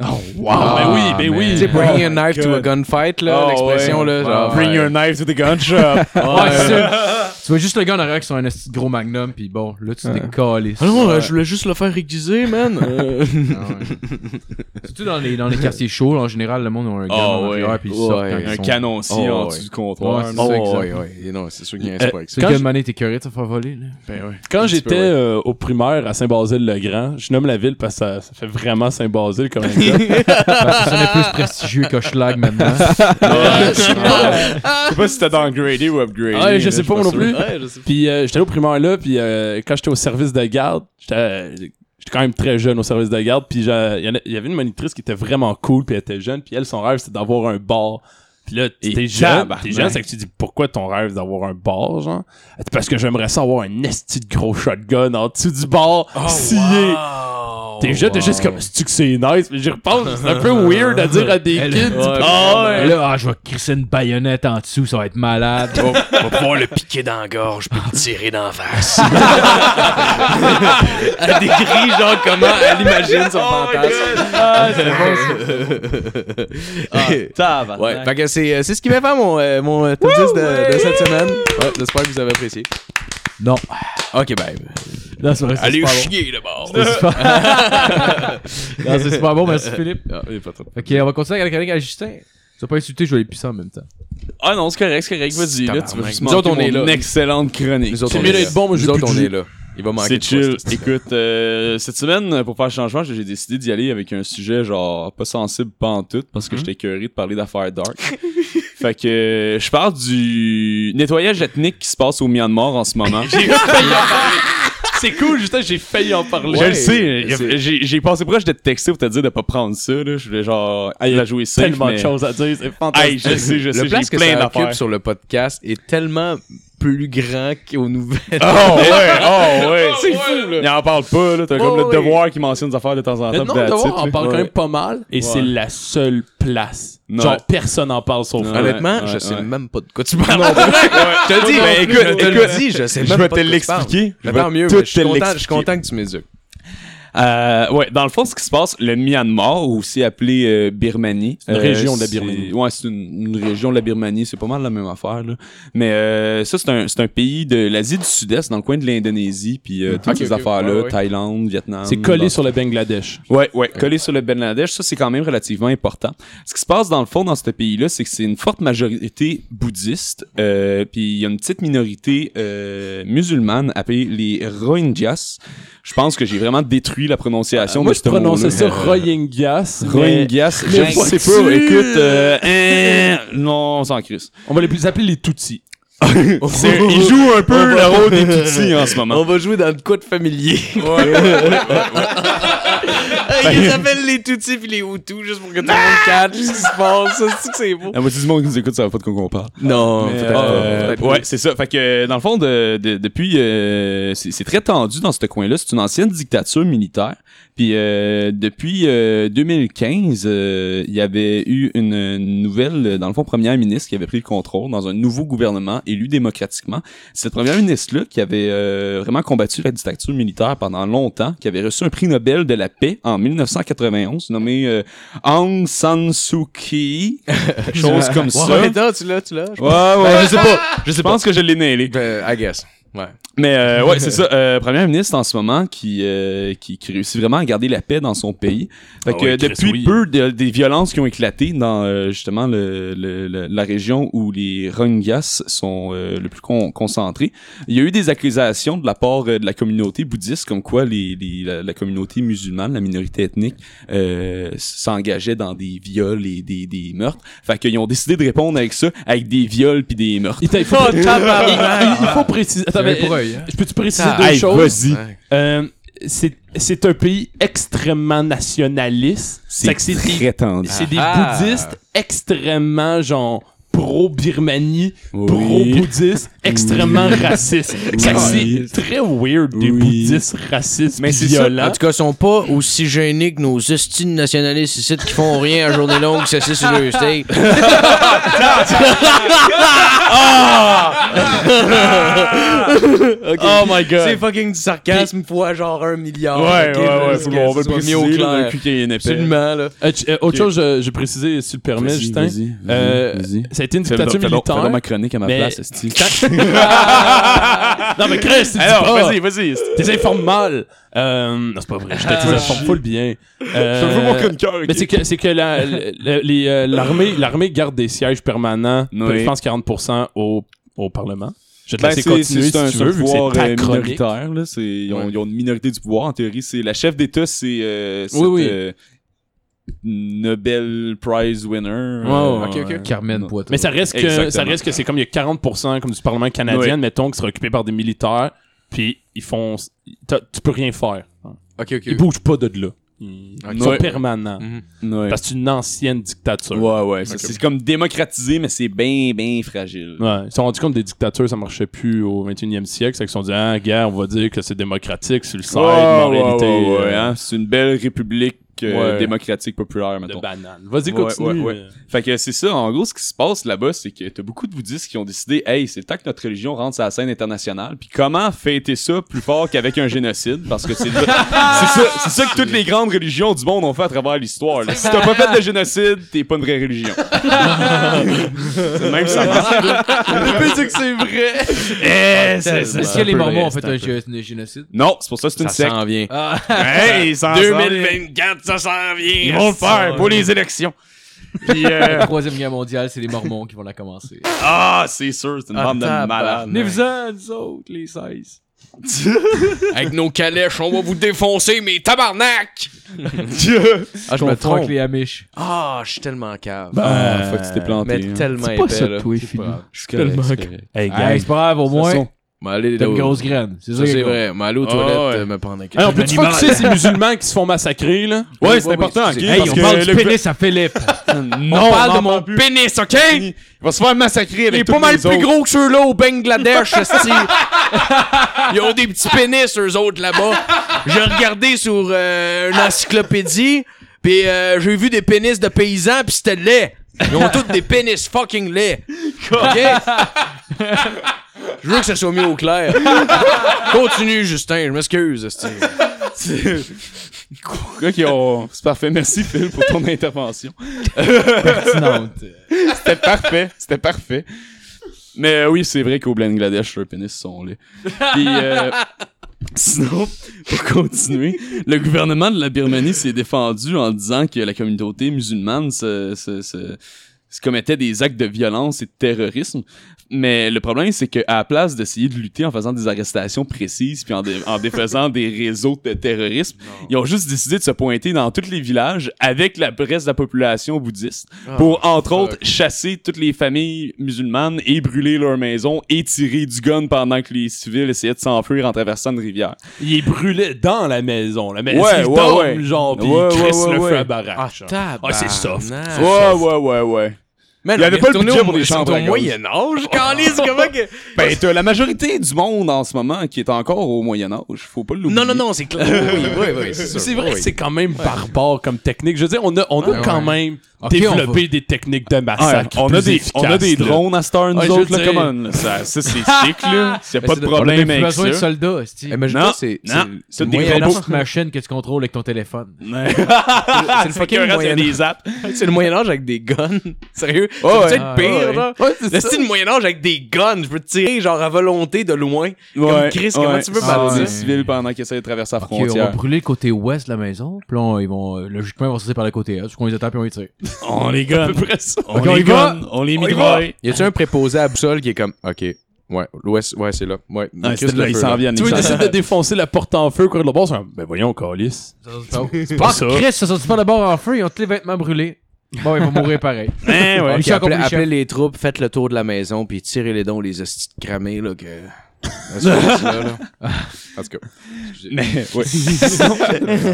Speaker 4: Ah, ben oui, ben
Speaker 5: man.
Speaker 4: oui.
Speaker 3: Tu sais, bringing
Speaker 6: my
Speaker 3: a knife to a
Speaker 6: God.
Speaker 3: gunfight, là,
Speaker 6: Oh,
Speaker 3: l'expression,
Speaker 6: ouais. Ah
Speaker 3: là, genre...
Speaker 6: Bring
Speaker 3: ouais.
Speaker 6: your knife to the gun [laughs] shop.
Speaker 5: Ouais, c'est ça. Tu vois juste le gars en arrière qui sont un esti de gros magnum, puis bon, là, tu t'es calé.
Speaker 3: Ah non, euh, je voulais juste le faire aiguiser, [laughs] man. Euh,
Speaker 5: Ah ouais. Surtout dans les, dans les quartiers chauds, en général, le monde a un gun
Speaker 6: Ah
Speaker 5: en
Speaker 6: ouais.
Speaker 5: arrière, puis ils
Speaker 3: Ouais,
Speaker 5: sortent quand
Speaker 6: Un
Speaker 5: ils sont... Ah
Speaker 6: canon aussi
Speaker 3: Oh,
Speaker 6: en
Speaker 3: ouais.
Speaker 6: dessous du comptoir.
Speaker 5: Ouais, c'est
Speaker 3: oh,
Speaker 5: ça,
Speaker 3: ouais,
Speaker 5: exact.
Speaker 3: ouais. Et non, c'est sûr qu'il y a
Speaker 4: Euh,
Speaker 3: un pas avec ça.
Speaker 5: Tu sais,
Speaker 4: Quand
Speaker 5: quelle
Speaker 4: je-
Speaker 5: manée t'es curé de te faire voler, là?
Speaker 4: Quand
Speaker 3: petit peu,
Speaker 4: j'étais
Speaker 3: ouais.
Speaker 4: euh, au primaire à Saint-Basile-le-Grand, je nomme la ville parce que ça, ça fait vraiment Saint-Basile [laughs] comme exemple.
Speaker 5: Parce que ça n'est plus prestigieux que Schlag maintenant.
Speaker 6: Je sais pas si t'as downgradé ou upgradé.
Speaker 4: Ouais, Ah, je
Speaker 6: là,
Speaker 4: sais pas
Speaker 6: suis
Speaker 4: non plus.
Speaker 6: sûr.
Speaker 4: Puis euh, j'étais allé au primaire là, puis euh, quand j'étais au service de garde, j'étais euh, j'étais quand même très jeune au service de garde, puis j'a- il y en a- il y avait une monitrice qui était vraiment cool, puis elle était jeune, puis elle, son rêve, c'était d'avoir un bar. Puis là,
Speaker 6: Et
Speaker 4: t'es jeune,
Speaker 6: tabarnak.
Speaker 4: t'es jeune, c'est que tu dis pourquoi ton rêve c'est d'avoir un bar, genre? Elle dit, Parce que j'aimerais ça avoir un esti de gros shotgun en dessous du bar, scié.
Speaker 6: Oh,
Speaker 4: T'es jeune, t'es
Speaker 5: wow.
Speaker 4: juste comme, c'est que c'est nice, mais j'y repense, c'est
Speaker 6: [laughs]
Speaker 4: un peu weird à dire à des
Speaker 5: Elle-
Speaker 4: kids.
Speaker 5: Ouais.
Speaker 4: Ah ouais.
Speaker 5: Et là, ah, je vais crisser une baïonnette en dessous, ça va être malade.
Speaker 1: va pouvoir le piquer dans la gorge puis le tirer dans la face.
Speaker 3: Elle décrit, genre, comment elle imagine son
Speaker 6: Oh
Speaker 3: fantasme.
Speaker 6: Ah,
Speaker 3: Ah, [laughs] Ouais, fait que c'est euh, c'est ce qui m'a fait mon, euh, mon euh, top 10 de, de cette semaine. Ouais, j'espère que vous avez apprécié.
Speaker 5: non.
Speaker 3: Ok, ben, bye.
Speaker 5: [laughs] Non, c'est vrai, c'est super bon.
Speaker 3: chier, d'abord.
Speaker 5: C'est super... [laughs] non, c'est super bon, merci Philippe. Ok, on va continuer avec la chronique à Justin. Tu vas pas insulter, je vais les pisser en même temps.
Speaker 6: Ah non, c'est correct, c'est correct. Vas-y, là, tu vas juste
Speaker 3: Nous autres, on
Speaker 6: manquer
Speaker 3: est
Speaker 6: mon
Speaker 3: là.
Speaker 6: excellente chronique.
Speaker 3: Nous autres,
Speaker 4: C'est
Speaker 3: on
Speaker 4: mieux
Speaker 3: est
Speaker 4: d'être
Speaker 3: là.
Speaker 4: bon, moi, j'ai
Speaker 3: Nous autres,
Speaker 4: plus
Speaker 3: on
Speaker 4: de
Speaker 3: est
Speaker 4: jus.
Speaker 3: là. Il va manquer
Speaker 6: C'est
Speaker 3: de fois,
Speaker 6: chill.
Speaker 3: cette- cette-
Speaker 6: Écoute, euh, cette semaine, pour faire changement, j'ai décidé d'y aller avec un sujet genre pas sensible pas en tout parce que j'étais curé de parler d'affaires dark. [laughs] fait que euh, je parle du nettoyage ethnique qui se passe au Myanmar en ce [laughs] moment.
Speaker 4: C'est cool, Justin, j'ai failli en parler.
Speaker 6: je
Speaker 3: Ouais,
Speaker 6: le sais,
Speaker 3: c'est-
Speaker 6: j'ai j'ai passé proche de te texter pour te dire de pas prendre ça. Là. Je voulais genre
Speaker 4: Ah, il y a
Speaker 6: la jouer safe,
Speaker 4: Tellement de
Speaker 6: mais-
Speaker 4: choses à dire, c'est
Speaker 6: Hey,
Speaker 4: fantastique.
Speaker 6: [laughs] je sais, je sais,
Speaker 3: Le
Speaker 6: j'ai
Speaker 3: place que
Speaker 6: plein
Speaker 3: ça occupe
Speaker 6: d'affaires.
Speaker 3: sur le podcast est tellement plus grand qu'aux nouvelles.
Speaker 6: Oh ouais, oh ouais. [laughs] C'est fou, là. Il en parle pas, là. T'as comme le devoir qui mentionne des affaires de temps en
Speaker 4: Le
Speaker 6: temps.
Speaker 4: nombre
Speaker 6: puis
Speaker 4: de
Speaker 6: that's
Speaker 4: devoirs
Speaker 6: it,
Speaker 4: en
Speaker 6: là.
Speaker 4: parle quand
Speaker 6: Ouais.
Speaker 4: même pas mal. Et c'est la seule place.
Speaker 6: Ouais.
Speaker 4: Genre, personne en parle sauf
Speaker 6: Ouais.
Speaker 3: [laughs]
Speaker 4: elle.
Speaker 3: Honnêtement,
Speaker 6: ouais,
Speaker 3: je sais
Speaker 6: ouais.
Speaker 3: même pas de quoi tu
Speaker 6: [laughs]
Speaker 3: parles. Je te le dis,
Speaker 6: Moi non
Speaker 3: mais
Speaker 6: plus,
Speaker 3: écoute,
Speaker 6: je
Speaker 3: je te
Speaker 6: te
Speaker 3: le
Speaker 6: le
Speaker 3: dis, je sais
Speaker 6: Je
Speaker 3: même
Speaker 6: vais
Speaker 3: pas
Speaker 6: te
Speaker 3: de quoi tu parles.
Speaker 6: l'expliquer.
Speaker 3: Mais
Speaker 6: Je vais
Speaker 3: tant mieux,
Speaker 6: tout
Speaker 3: mais je suis
Speaker 6: te
Speaker 3: content- je suis
Speaker 6: l'expliquer.
Speaker 3: content que tu m'éduques.
Speaker 6: Euh, ouais, dans le fond, ce qui se passe, le Myanmar, ou aussi appelé euh, Birmanie.
Speaker 4: Une
Speaker 6: euh,
Speaker 4: région de la
Speaker 6: c'est-
Speaker 4: Birmanie.
Speaker 6: Ouais, c'est une, une région de la Birmanie, c'est pas mal la même affaire, là. Mais euh, ça, c'est un, c'est un pays de l'Asie du Sud-Est, dans le coin de l'Indonésie, puis euh, toutes
Speaker 3: Mm. Ok,
Speaker 6: ces
Speaker 3: ok,
Speaker 6: affaires-là,
Speaker 3: ouais, ouais.
Speaker 6: Thaïlande, Vietnam.
Speaker 4: C'est collé sur le Bangladesh.
Speaker 6: Ouais, ouais, collé sur le Bangladesh, ça c'est quand même relativement important. Ce qui se passe dans le fond dans ce pays-là, c'est que c'est une forte majorité bouddhiste, euh, puis il y a une petite minorité euh, musulmane appelée les Rohingyas. Je pense que j'ai vraiment détruit la prononciation
Speaker 4: Moi,
Speaker 6: de
Speaker 4: je
Speaker 6: ce mot-là. euh,
Speaker 4: prononçais ça Rohingyas. mais
Speaker 6: Rohingyas, je
Speaker 4: Mais
Speaker 6: sais
Speaker 4: vois-tu?
Speaker 6: pas, écoute, euh, hein, non, on s'en crisse.
Speaker 4: On va les plus appeler les Tutsis.
Speaker 6: C'est- Ils jouent un peu le rôle des Tutsis en ce moment.
Speaker 3: On va jouer dans le coup de familier.
Speaker 7: Euh,
Speaker 3: Ils s'appellent les Tutsis puis les Hutus juste pour que tout le monde catch ce qui se passe. Ça, c'est que c'est beau.
Speaker 6: La moitié Ah, du monde qui nous écoute, ça va pas de quoi qu'on parle.
Speaker 3: Non,
Speaker 6: Mais,
Speaker 3: peut-être
Speaker 6: euh,
Speaker 3: pas, peut-être pas.
Speaker 6: ouais, c'est ça. Fait que euh, dans le fond, de- de- depuis, euh, c'est c'est très tendu dans ce coin-là. C'est une ancienne dictature militaire. Puis euh, depuis euh, 2015, euh, il y avait eu une, nouvelle, euh, dans le fond, première ministre qui avait pris le contrôle dans un nouveau gouvernement élu démocratiquement. Cette première ministre-là qui avait euh, vraiment combattu la dictature militaire pendant longtemps, qui avait reçu un prix Nobel de la paix en 1991, nommé euh, Aung San Suu
Speaker 3: [laughs]
Speaker 6: Kyi, quelque chose comme ça.
Speaker 3: Ouais, attends, tu l'as, tu l'as.
Speaker 1: Ben,
Speaker 6: Ouais, ouais. je sais pas. Je sais pas. Je pense que je l'ai nailé.
Speaker 3: Ben, I guess. Ouais.
Speaker 6: Mais euh, ouais, c'est ça. Euh, premier ministre en ce moment qui, euh, qui, qui réussit vraiment à garder la paix dans son pays. Fait
Speaker 1: Ah
Speaker 6: que
Speaker 1: ouais, Chris,
Speaker 6: depuis
Speaker 1: oui.
Speaker 6: peu de- des violences qui ont éclaté dans euh, justement le, le- le- la région où les Rohingyas sont euh, le plus con- concentrés, il y a eu des accusations de la part euh, de la communauté bouddhiste comme quoi les, les- la, la communauté musulmane, la minorité ethnique, euh, s'engageait dans des viols et des, des meurtres. Fait qu'ils ont décidé de répondre avec ça, avec des viols puis des meurtres.
Speaker 4: Il t'a- il faut, il- il- il faut préciser. Attends, mais,
Speaker 5: pour œil, hein.
Speaker 4: je peux-tu préciser
Speaker 3: Ah,
Speaker 4: deux
Speaker 6: Hey,
Speaker 4: choses?
Speaker 6: vas-y.
Speaker 3: Ouais.
Speaker 4: Euh, c'est- c'est un pays extrêmement nationaliste. Fait que
Speaker 6: C'est
Speaker 4: C'est des,
Speaker 6: très tendu.
Speaker 4: c'est des
Speaker 3: Ah.
Speaker 4: bouddhistes extrêmement, genre, pro-Birmanie,
Speaker 6: Oui.
Speaker 4: pro-bouddhistes, extrêmement racistes. Fait que
Speaker 6: Oui.
Speaker 4: C'est très weird, des
Speaker 6: Oui.
Speaker 4: bouddhistes racistes
Speaker 6: Mais
Speaker 4: mais
Speaker 6: c'est
Speaker 4: violents.
Speaker 6: ça.
Speaker 7: En tout cas, ils sont pas aussi gênés que nos estines nationalistes ici qui font rien à journée longue, c'est sur le steak.
Speaker 4: Ah!
Speaker 3: Oh my
Speaker 7: C'est
Speaker 3: god.
Speaker 7: fucking du sarcasme fois genre un milliard.
Speaker 3: Ah, Ouais,
Speaker 7: ok,
Speaker 3: ouais,
Speaker 7: là,
Speaker 3: ouais,
Speaker 7: c'est
Speaker 3: faut
Speaker 7: que
Speaker 3: qu'on
Speaker 7: ce
Speaker 3: va
Speaker 7: soit
Speaker 3: préciser,
Speaker 7: mis au
Speaker 3: là,
Speaker 7: clair.
Speaker 3: depuis
Speaker 7: Absolument, là.
Speaker 4: Euh, tu- euh, autre chose, je, je précisais, si tu le permets, Justin. Euh, ça a été une
Speaker 6: Fais-le-
Speaker 4: dictature
Speaker 6: fais-le- fais-le
Speaker 4: militaire.
Speaker 6: ma chronique à ma
Speaker 4: mais-
Speaker 6: place, esti.
Speaker 4: non, mais Chris, tu dis
Speaker 3: Alors,
Speaker 4: pas.
Speaker 3: vas-y, vas-y.
Speaker 4: T'es informes mal. Euh, non, c'est pas vrai. Je t'ai informe full bien. Euh, Mais c'est que, c'est que la- le- le- les, euh, l'armée, l'armée garde des sièges permanents,
Speaker 6: Oui.
Speaker 4: je pense 40% au, au Parlement. Je vais te
Speaker 6: Ben,
Speaker 4: laisser
Speaker 6: c'est-
Speaker 4: continuer
Speaker 6: c'est
Speaker 4: si
Speaker 6: un
Speaker 4: tu veux, vu que c'est
Speaker 6: pouvoir,
Speaker 4: ta
Speaker 6: euh,
Speaker 4: chronique.
Speaker 6: minoritaire. Là, c'est, ils, ont,
Speaker 3: Ouais.
Speaker 6: ils ont une minorité du pouvoir, en théorie. C'est, la chef d'État, c'est euh, cette,
Speaker 4: oui.
Speaker 6: euh, Nobel Prize winner. euh,
Speaker 4: Ouais,
Speaker 3: ouais, ouais.
Speaker 5: euh, Carmen Poitou.
Speaker 4: Mais ça reste que,
Speaker 6: Exactement.
Speaker 4: ça reste que c'est comme il y a 40% comme du Parlement canadien, mettons, qui sera occupé par des militaires, puis ils font, t'as- tu peux rien faire.
Speaker 3: Ok, ok.
Speaker 4: Ils bougent pas de là. Ils
Speaker 3: Ok.
Speaker 4: sont
Speaker 6: Ouais.
Speaker 4: permanents.
Speaker 6: Ouais,
Speaker 4: Parce que c'est une ancienne dictature.
Speaker 6: ouais. ouais, ça,
Speaker 3: Ok.
Speaker 6: c'est comme démocratisé, mais c'est bien, bien fragile.
Speaker 4: Ouais, ils se sont rendus compte que des dictatures, ça marchait plus au 21e siècle. C'est qu'ils se sont dit, ah, gars, on va dire que c'est démocratique, c'est le side, mais en réalité,
Speaker 6: ouais, ouais,
Speaker 4: euh,
Speaker 6: hein. C'est une belle république euh,
Speaker 4: Ouais.
Speaker 6: démocratique populaire,
Speaker 4: de
Speaker 6: maintenant.
Speaker 4: banane. Vas-y,
Speaker 6: Ouais,
Speaker 4: continue.
Speaker 6: ouais, ouais. Fait que c'est ça, en gros, ce qui se passe là-bas, c'est que t'as beaucoup de bouddhistes qui ont décidé, hey, c'est le temps que notre religion rentre sur la scène internationale. Puis comment fêter ça plus fort qu'avec un génocide? Parce que c'est
Speaker 7: [laughs]
Speaker 6: c'est ça, c'est ça que toutes les grandes religions du monde ont fait à travers l'histoire. là. Si t'as pas fait de génocide, t'es pas une
Speaker 7: [laughs]
Speaker 6: vraie religion. c'est même Ah, ça. Eh,
Speaker 5: Est-ce que les Mormons ont fait un gé- un génocide?
Speaker 6: Non, c'est pour ça que c'est une
Speaker 3: Ça
Speaker 6: secte.
Speaker 3: s'en vient.
Speaker 6: Hey, ça
Speaker 4: Ah,
Speaker 1: 2024, ça s'en vient.
Speaker 6: Ils vont le faire pour
Speaker 7: Ah.
Speaker 6: les élections. Puis, euh,
Speaker 5: La troisième guerre mondiale, c'est les Mormons qui vont la commencer.
Speaker 6: ah, c'est sûr, c'est une bande de malades.
Speaker 5: Venez-vous-en, nous autres, les 16.
Speaker 7: Avec nos calèches, on va vous défoncer, mais tabarnak!
Speaker 3: Ah, je
Speaker 5: Qu'on
Speaker 3: me
Speaker 5: fera avec
Speaker 3: trompe.
Speaker 5: les Amish.
Speaker 7: Ah, je suis tellement cave.
Speaker 6: Ah, fuck, tu t'es planté.
Speaker 7: mais
Speaker 6: hein.
Speaker 7: tellement épais, là.
Speaker 5: toi, Philippe.
Speaker 7: Je suis correct, je suis correct.
Speaker 4: Hey,
Speaker 5: Hey, c'est pas grave, au moins,
Speaker 7: Mais allez,
Speaker 5: t'as
Speaker 7: là,
Speaker 5: une grosse graine. C'est
Speaker 7: Ça,
Speaker 5: ça,
Speaker 7: c'est vrai. Mais aller aux
Speaker 3: Ah,
Speaker 7: toilettes,
Speaker 3: ouais.
Speaker 7: euh, me prendre un café.
Speaker 4: Hey, on peut-tu focusser ces musulmans qui se font massacrer, [laughs] là?
Speaker 6: Ouais, c'est
Speaker 7: Ouais,
Speaker 6: important.
Speaker 7: ouais,
Speaker 6: ok,
Speaker 7: excusez.
Speaker 5: Hey,
Speaker 6: parce
Speaker 5: on
Speaker 6: que
Speaker 5: parle du
Speaker 6: le
Speaker 5: pénis à [laughs] Philippe.
Speaker 6: Non, on parle de mon
Speaker 7: pénis, OK?
Speaker 6: Il va se faire massacrer avec
Speaker 7: Il est
Speaker 6: tous
Speaker 7: pas mal
Speaker 6: les
Speaker 7: plus
Speaker 6: autres.
Speaker 7: gros que ceux-là au [laughs] Bangladesh, esti. Ils ont des petits pénis, eux autres, là-bas. J'ai regardé sur euh, une encyclopédie, puis euh, j'ai vu des pénis de paysans, puis c'était laid. Ils ont tous des pénis fucking laid. OK? Je veux que ça soit mis au clair. Continue, Justin, je m'excuse, esti.
Speaker 6: [laughs] Ok, on- c'est parfait. Merci Phil pour ton intervention.
Speaker 5: Pertinente.
Speaker 6: [laughs] C'était parfait, c'était parfait. Mais euh, oui, c'est vrai qu'au Bangladesh, leurs pénis sont là. Puis euh, sinon, pour continuer, le gouvernement de la Birmanie s'est défendu en disant que la communauté musulmane se, se- se- se commettait des actes de violence et de terrorisme. Mais le problème, c'est qu'à la place d'essayer de lutter en faisant des arrestations précises puis en, dé- en défaisant des réseaux de terrorisme, ils ont juste décidé de se pointer dans tous les villages avec la reste de la population bouddhiste
Speaker 7: Ah,
Speaker 6: pour, entre autres, chasser toutes les familles musulmanes et brûler leurs maisons et tirer du gun pendant que les civils essayaient de s'enfuir en traversant une rivière.
Speaker 4: Ils brûlaient dans la maison. La maison,
Speaker 6: Ouais,
Speaker 4: ils
Speaker 6: ouais,
Speaker 4: dorment,
Speaker 6: ouais.
Speaker 4: genre, pis
Speaker 6: Ouais,
Speaker 4: ils crissent
Speaker 6: ouais, ouais,
Speaker 4: le feu
Speaker 6: ouais.
Speaker 4: à barrage. Ah, c'est soft.
Speaker 6: Ouais, ouais, ouais, ouais.
Speaker 7: Mais
Speaker 6: Il y avait pas le budget pour les chambres à
Speaker 7: au
Speaker 6: gaz.
Speaker 7: Moyen-Âge, Carlis, comment que...
Speaker 6: Ben, t'as la majorité du monde en ce moment qui est encore au Moyen-Âge. Faut pas l'oublier.
Speaker 7: Non, non, non, c'est clair. Oui, oui, oui, c'est sûr.
Speaker 4: C'est vrai
Speaker 7: Oui.
Speaker 4: que c'est quand même barbare comme technique. Je veux dire, on a, on a
Speaker 5: Ouais,
Speaker 4: quand
Speaker 5: ouais.
Speaker 4: même
Speaker 5: Ok, on
Speaker 4: développé des techniques de
Speaker 6: Ouais,
Speaker 4: massacre.
Speaker 6: Ah, on, a
Speaker 4: plus
Speaker 6: des,
Speaker 4: efficaces,
Speaker 6: on a des
Speaker 4: là.
Speaker 6: drones à Star, nous
Speaker 3: Ouais, je
Speaker 6: autres,
Speaker 3: veux
Speaker 6: là,
Speaker 3: dire.
Speaker 6: come on. Ça, ça, c'est sick, là. S'il y a pas de
Speaker 7: c'est-
Speaker 6: problème
Speaker 5: Plus
Speaker 6: avec
Speaker 5: besoin de
Speaker 6: ça.
Speaker 5: soldats, cest
Speaker 7: Eh, mais je
Speaker 6: Non,
Speaker 7: pense que c'est-
Speaker 6: non,
Speaker 7: c'est-
Speaker 6: c'est
Speaker 7: c'est
Speaker 6: des
Speaker 7: moyen
Speaker 6: robots.
Speaker 7: âge.
Speaker 5: machine que tu contrôles avec ton téléphone.
Speaker 7: C'est le fucking
Speaker 6: Il y a
Speaker 7: moyen
Speaker 6: des apps.
Speaker 7: C'est le Moyen Âge avec des guns. [laughs] Sérieux, c'est peut-être
Speaker 5: Ah,
Speaker 7: pire,
Speaker 5: ouais.
Speaker 7: là.
Speaker 6: Ouais, c'est
Speaker 7: Le
Speaker 3: [laughs]
Speaker 6: ça.
Speaker 7: style Moyen-Âge avec des guns, je peux te tirer genre à volonté de loin. Comme Chris, comment tu veux
Speaker 6: Ah,
Speaker 7: battre
Speaker 5: ça?
Speaker 6: ouais. civil pendant qu'il essaie de traverser la
Speaker 5: Ok, on va
Speaker 6: frontière.
Speaker 5: brûler le côté ouest de la maison, puis là, on- ils vont, euh, logiquement, ils vont sortir par le côté est, qu'on les attaque puis on les tire.
Speaker 8: On les gonne. On
Speaker 5: Ok, on y
Speaker 8: les
Speaker 5: va.
Speaker 8: gonne. On les mitraille.
Speaker 3: Y a-tu un préposé à boussole qui est comme, ok, ouais, l'ouest, ouais, c'est là. Ouais,
Speaker 8: Ouais,
Speaker 3: Christ
Speaker 8: Ah, c'est là,
Speaker 3: le
Speaker 8: ils
Speaker 3: feu,
Speaker 8: s'en
Speaker 3: là.
Speaker 8: viennent.
Speaker 4: Tu
Speaker 8: ils
Speaker 4: vois, il
Speaker 8: s'en
Speaker 4: décide
Speaker 8: viennent.
Speaker 4: de défoncer la porte en feu, courir le bord, c'est un. Ben voyons, Calis.
Speaker 5: C'est
Speaker 8: pas
Speaker 7: hein,
Speaker 4: Ah.
Speaker 8: ça.
Speaker 5: Chris, ça sortit pas de bord en feu, ils ont tous les vêtements brûlés. Bon, ils vont mourir pareil.
Speaker 3: Ben
Speaker 8: Hein, ouais.
Speaker 5: Ok.
Speaker 7: Puis
Speaker 5: Mission
Speaker 7: appelez,
Speaker 5: accomplie,
Speaker 7: appelez
Speaker 5: chef.
Speaker 7: les troupes, faites le tour de la maison, puis tirez les dons les hosties de cramés, là, que... là, là.
Speaker 3: En tout cas.
Speaker 6: Mais, ouais. sinon,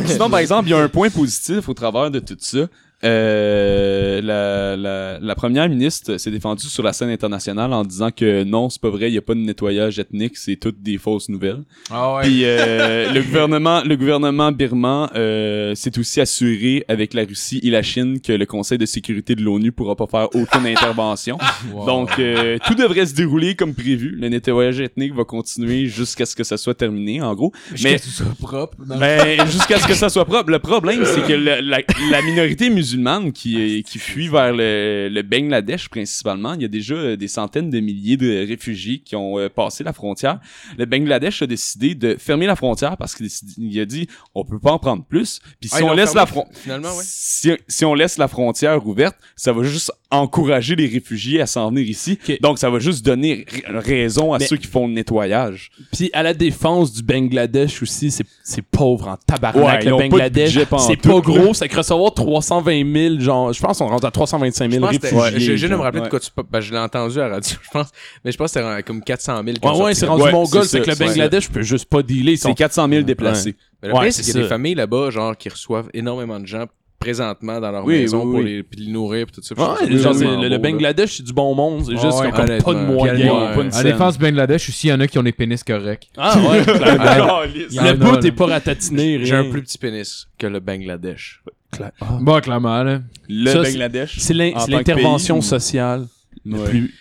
Speaker 6: sinon, par exemple, il y a un point positif au travers de tout ça. Euh, la, la- la première ministre s'est défendue sur la scène internationale en disant que non, c'est pas vrai, il n'y a pas de nettoyage ethnique, c'est toutes des fausses nouvelles.
Speaker 5: Ah ouais.
Speaker 6: Puis euh, le gouvernement, le gouvernement birman euh, s'est aussi assuré avec la Russie et la Chine que le Conseil de sécurité de l'ONU pourra pas faire aucune intervention.
Speaker 5: Wow.
Speaker 6: Donc euh, tout devrait se dérouler comme prévu. Le nettoyage ethnique va continuer jusqu'à ce que ça soit terminé, en gros.
Speaker 5: Jusqu'à
Speaker 6: Mais
Speaker 5: ce que ce soit propre. Non.
Speaker 6: ben, jusqu'à ce que ça soit propre. Le problème, c'est que la, la- la minorité musulmane qui, est- qui fuit vers le, le Bangladesh principalement, il y a déjà euh, des centaines de milliers de réfugiés qui ont euh, passé la frontière. Le Bangladesh a décidé de fermer la frontière parce qu'il décide- il a dit on peut pas en prendre plus.
Speaker 3: Ah,
Speaker 6: Puis si on laisse la frontière
Speaker 7: Finalement, ouais.
Speaker 6: si, si on laisse la frontière ouverte, ça va juste encourager les réfugiés à s'en venir ici. Donc, ça va juste donner ra- raison à
Speaker 4: Mais-
Speaker 6: ceux qui font le nettoyage.
Speaker 4: Puis à la défense du Bangladesh aussi, c'est- c'est pauvre en
Speaker 6: Ouais,
Speaker 4: tabarnak.
Speaker 6: ils
Speaker 4: le
Speaker 6: ont pas de
Speaker 4: Bangladesh,
Speaker 6: budget pas en
Speaker 4: c'est
Speaker 6: tout,
Speaker 4: pas
Speaker 6: là.
Speaker 4: gros, ça crée recevoir 320 000, genre, je pense qu'on rentre à 325
Speaker 7: Je
Speaker 4: 000
Speaker 7: pense que c'était-
Speaker 4: réfugiés.
Speaker 7: j'ai- j'ai juste de me
Speaker 6: genre.
Speaker 7: rappeler de
Speaker 6: Ouais.
Speaker 7: quoi tu pa- ben, je l'ai entendu à la radio, [laughs] je pense. Mais je pense que c'était comme 400 000. qui ont
Speaker 4: Ouais, ouais,
Speaker 7: sorti
Speaker 4: c'est
Speaker 7: là.
Speaker 4: rendu
Speaker 6: Ouais,
Speaker 4: mongol,
Speaker 6: c'est
Speaker 4: c'est que le
Speaker 6: ça, ouais.
Speaker 4: Bangladesh peut juste pas dealer. Ils
Speaker 6: C'est
Speaker 4: sont
Speaker 6: 400 000 déplacés.
Speaker 7: Mais le
Speaker 4: Ouais,
Speaker 7: problème, c'est qu'il y a
Speaker 4: c'est
Speaker 7: des
Speaker 4: ça.
Speaker 7: familles là-bas, genre, qui reçoivent énormément de gens présentement dans leur
Speaker 6: Oui,
Speaker 7: maison
Speaker 6: oui,
Speaker 7: pour
Speaker 6: oui.
Speaker 7: les, puis les nourrir puis tout ça.
Speaker 4: Ouais,
Speaker 7: Je trouve ça
Speaker 4: genre, c'est-
Speaker 7: tellement
Speaker 4: le, le
Speaker 7: beau, là.
Speaker 4: Bangladesh, c'est du bon monde. C'est juste
Speaker 5: Ouais,
Speaker 4: qu'ils ont comme pas de
Speaker 7: honnêtement.
Speaker 4: moyens.
Speaker 5: Puis
Speaker 4: pas une
Speaker 5: En
Speaker 4: scène.
Speaker 5: défense du Bangladesh, aussi, il y en a qui ont des pénis corrects.
Speaker 4: Ah
Speaker 6: [laughs]
Speaker 4: ouais, clairement.
Speaker 5: Il y en a,
Speaker 4: Le bout
Speaker 5: là.
Speaker 4: est pas ratatiné.
Speaker 7: J'ai un
Speaker 4: rien.
Speaker 7: plus petit pénis que le Bangladesh.
Speaker 4: Ah.
Speaker 5: Bon, clairement, là.
Speaker 6: Le
Speaker 4: Ça, c'est-
Speaker 6: Bangladesh.
Speaker 4: C'est l'in-
Speaker 6: en
Speaker 4: c'est
Speaker 6: tant que
Speaker 4: l'intervention
Speaker 6: pays, mm.
Speaker 4: sociale. la
Speaker 6: Ouais.
Speaker 4: plus-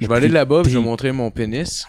Speaker 7: Je vais aller là-bas, puis je vais montrer mon pénis.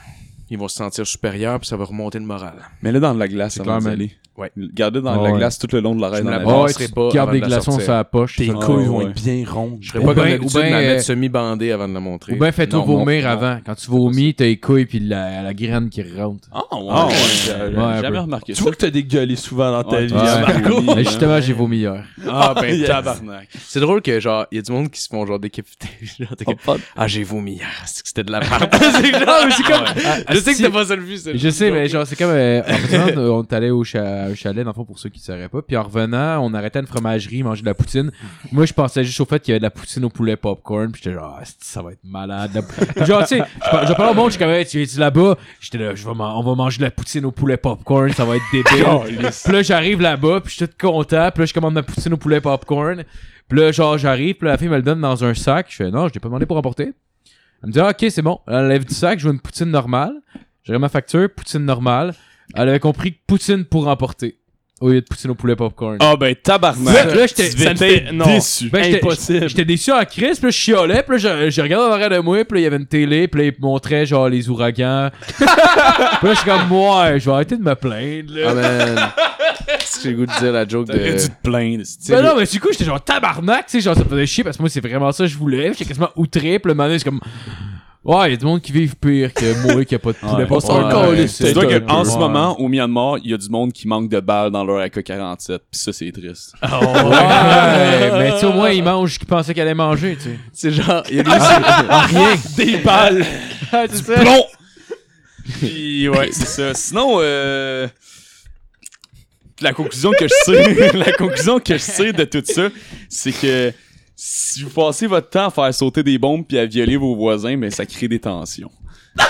Speaker 7: Ils vont se sentir supérieurs, puis ça va remonter le moral.
Speaker 6: Mais là, dans la glace,
Speaker 5: C'est
Speaker 6: avant d'y
Speaker 5: clair,
Speaker 6: aller.
Speaker 7: Ouais.
Speaker 6: Gardez dans
Speaker 5: Ah
Speaker 6: la
Speaker 5: ouais.
Speaker 6: glace tout le long de la
Speaker 7: Je
Speaker 6: raide
Speaker 7: me
Speaker 6: dans
Speaker 7: la
Speaker 6: la
Speaker 7: brasse.
Speaker 6: glace.
Speaker 5: Oh, ouais,
Speaker 7: serais
Speaker 5: tu
Speaker 7: pas
Speaker 5: gardes
Speaker 7: avant de
Speaker 5: des
Speaker 7: la
Speaker 5: glaçons
Speaker 7: sortir.
Speaker 5: sur la poche.
Speaker 4: Tes
Speaker 5: c'est ça.
Speaker 4: couilles
Speaker 6: Ah, ouais,
Speaker 4: vont
Speaker 6: ouais.
Speaker 4: être bien rondes.
Speaker 7: Je serais pas comme
Speaker 5: Ou ben-
Speaker 7: d'habitude
Speaker 5: ou
Speaker 7: de
Speaker 5: ben,
Speaker 7: la mettre
Speaker 5: euh,
Speaker 7: semi-bandée avant de la montrer.
Speaker 5: Ou bien fais-toi
Speaker 7: Non, non,
Speaker 5: vomir
Speaker 7: non.
Speaker 5: avant. Quand tu vomis, t'as les couilles puis la, la graine qui rentre.
Speaker 6: Ah ouais,
Speaker 4: Ah ouais.
Speaker 6: j'ai- j'ai
Speaker 5: Ouais,
Speaker 6: jamais
Speaker 5: ouais.
Speaker 6: remarqué
Speaker 4: Tu
Speaker 6: ça.
Speaker 4: vois que t'as dégueulé souvent dans ta
Speaker 6: Ouais,
Speaker 4: vie.
Speaker 6: ouais.
Speaker 4: hein, Marco.
Speaker 5: Mais justement, j'ai vomi
Speaker 7: [laughs]
Speaker 5: hier.
Speaker 7: Ah, ben,
Speaker 6: Yes.
Speaker 7: tabarnak. C'est drôle que, genre, il y a du monde qui se font, genre, décapiter. [laughs] Genre, t'es comme, ah, j'ai vomi hier. C'est que c'était de la merde. [laughs] c'est genre, c'est comme, je sais que t'as pas ça le vu, ça.
Speaker 5: Ah, Je sais, mais genre, c'est comme. euh, en fait, on est allé au, cha- au chalet, dans le fond, pour ceux qui ne sauraient pas. Puis en revenant, on arrêtait à une fromagerie, manger de la poutine. Moi, je pensais juste au fait qu'il y avait de la poutine au poulet popcorn. Puis j'étais genre, Ah, c'ti, ça va être malade. la pou- genre, tu sais, je par- je parlais au monde, je suis comme, Hey, tu es là-bas? J'étais là, je vais man- on va manger de la poutine au poulet popcorn, ça va être
Speaker 7: [laughs]
Speaker 5: débile. puis là, j'arrive là-bas, puis je suis tout content. Puis là, je commande ma poutine au poulet popcorn. Puis là, genre, j'arrive, puis là, la fille me le donne dans un sac. Je fais, non, je l'ai pas demandé pour emporter. Elle me dit, Ah, ok, c'est bon. Elle enlève du sac, je veux une poutine normale. J'aurais ma facture, poutine normale. Elle avait compris que poutine pour emporter. Au lieu de poutine au poulet popcorn.
Speaker 4: Ah ben tabarnak.
Speaker 5: Là, j'étais-
Speaker 4: Tu devais
Speaker 5: ça me
Speaker 4: être
Speaker 5: fait-
Speaker 4: non.
Speaker 5: déçu. Ben, j'étais-
Speaker 4: Impossible.
Speaker 5: J'étais déçu en crise, puis là, je chiolais, puis là, je, je regardais en arrière de moi, puis là, il y avait une télé, puis là, il montrait, genre, les ouragans. [laughs] puis là, je suis comme, ouais, je vais arrêter de me plaindre, là.
Speaker 7: Ah, man. Est-ce que j'ai le goût de dire la joke de.
Speaker 3: Euh,
Speaker 8: T'aurais dû te plaindre. c'est-tu.
Speaker 5: Ben non, mais du coup, j'étais genre tabarnak, tu sais, genre ça me faisait chier parce que moi, c'est vraiment ça que je voulais. J'étais quasiment outré, pis le moment donné, c'est comme. Ouais, il y a du monde qui vivent pire que moi qui a pas de poulet.
Speaker 4: On s'en
Speaker 5: popcorn.
Speaker 4: calisse,
Speaker 5: c'est
Speaker 4: C'est
Speaker 6: C'est vrai
Speaker 4: un
Speaker 6: que en
Speaker 5: peu.
Speaker 6: ce
Speaker 5: Ouais.
Speaker 6: moment, au Myanmar, il y a du monde qui manque de balles dans leur AK-47. Pis ça, c'est triste.
Speaker 5: Ouais, mais tu sais, au moins, ils mangent ce qu'ils pensaient qu'ils allaient manger, tu sais.
Speaker 6: [laughs]
Speaker 7: C'est genre, il y a des-
Speaker 5: Rien.
Speaker 4: des balles.
Speaker 6: Plomb! Puis ouais,
Speaker 4: [laughs]
Speaker 6: c'est ça. Sinon, euh, la conclusion que je sais, [laughs] la conclusion que je sais de tout ça, c'est que si vous passez votre temps à faire sauter des bombes puis à violer vos voisins, mais ça crée des tensions.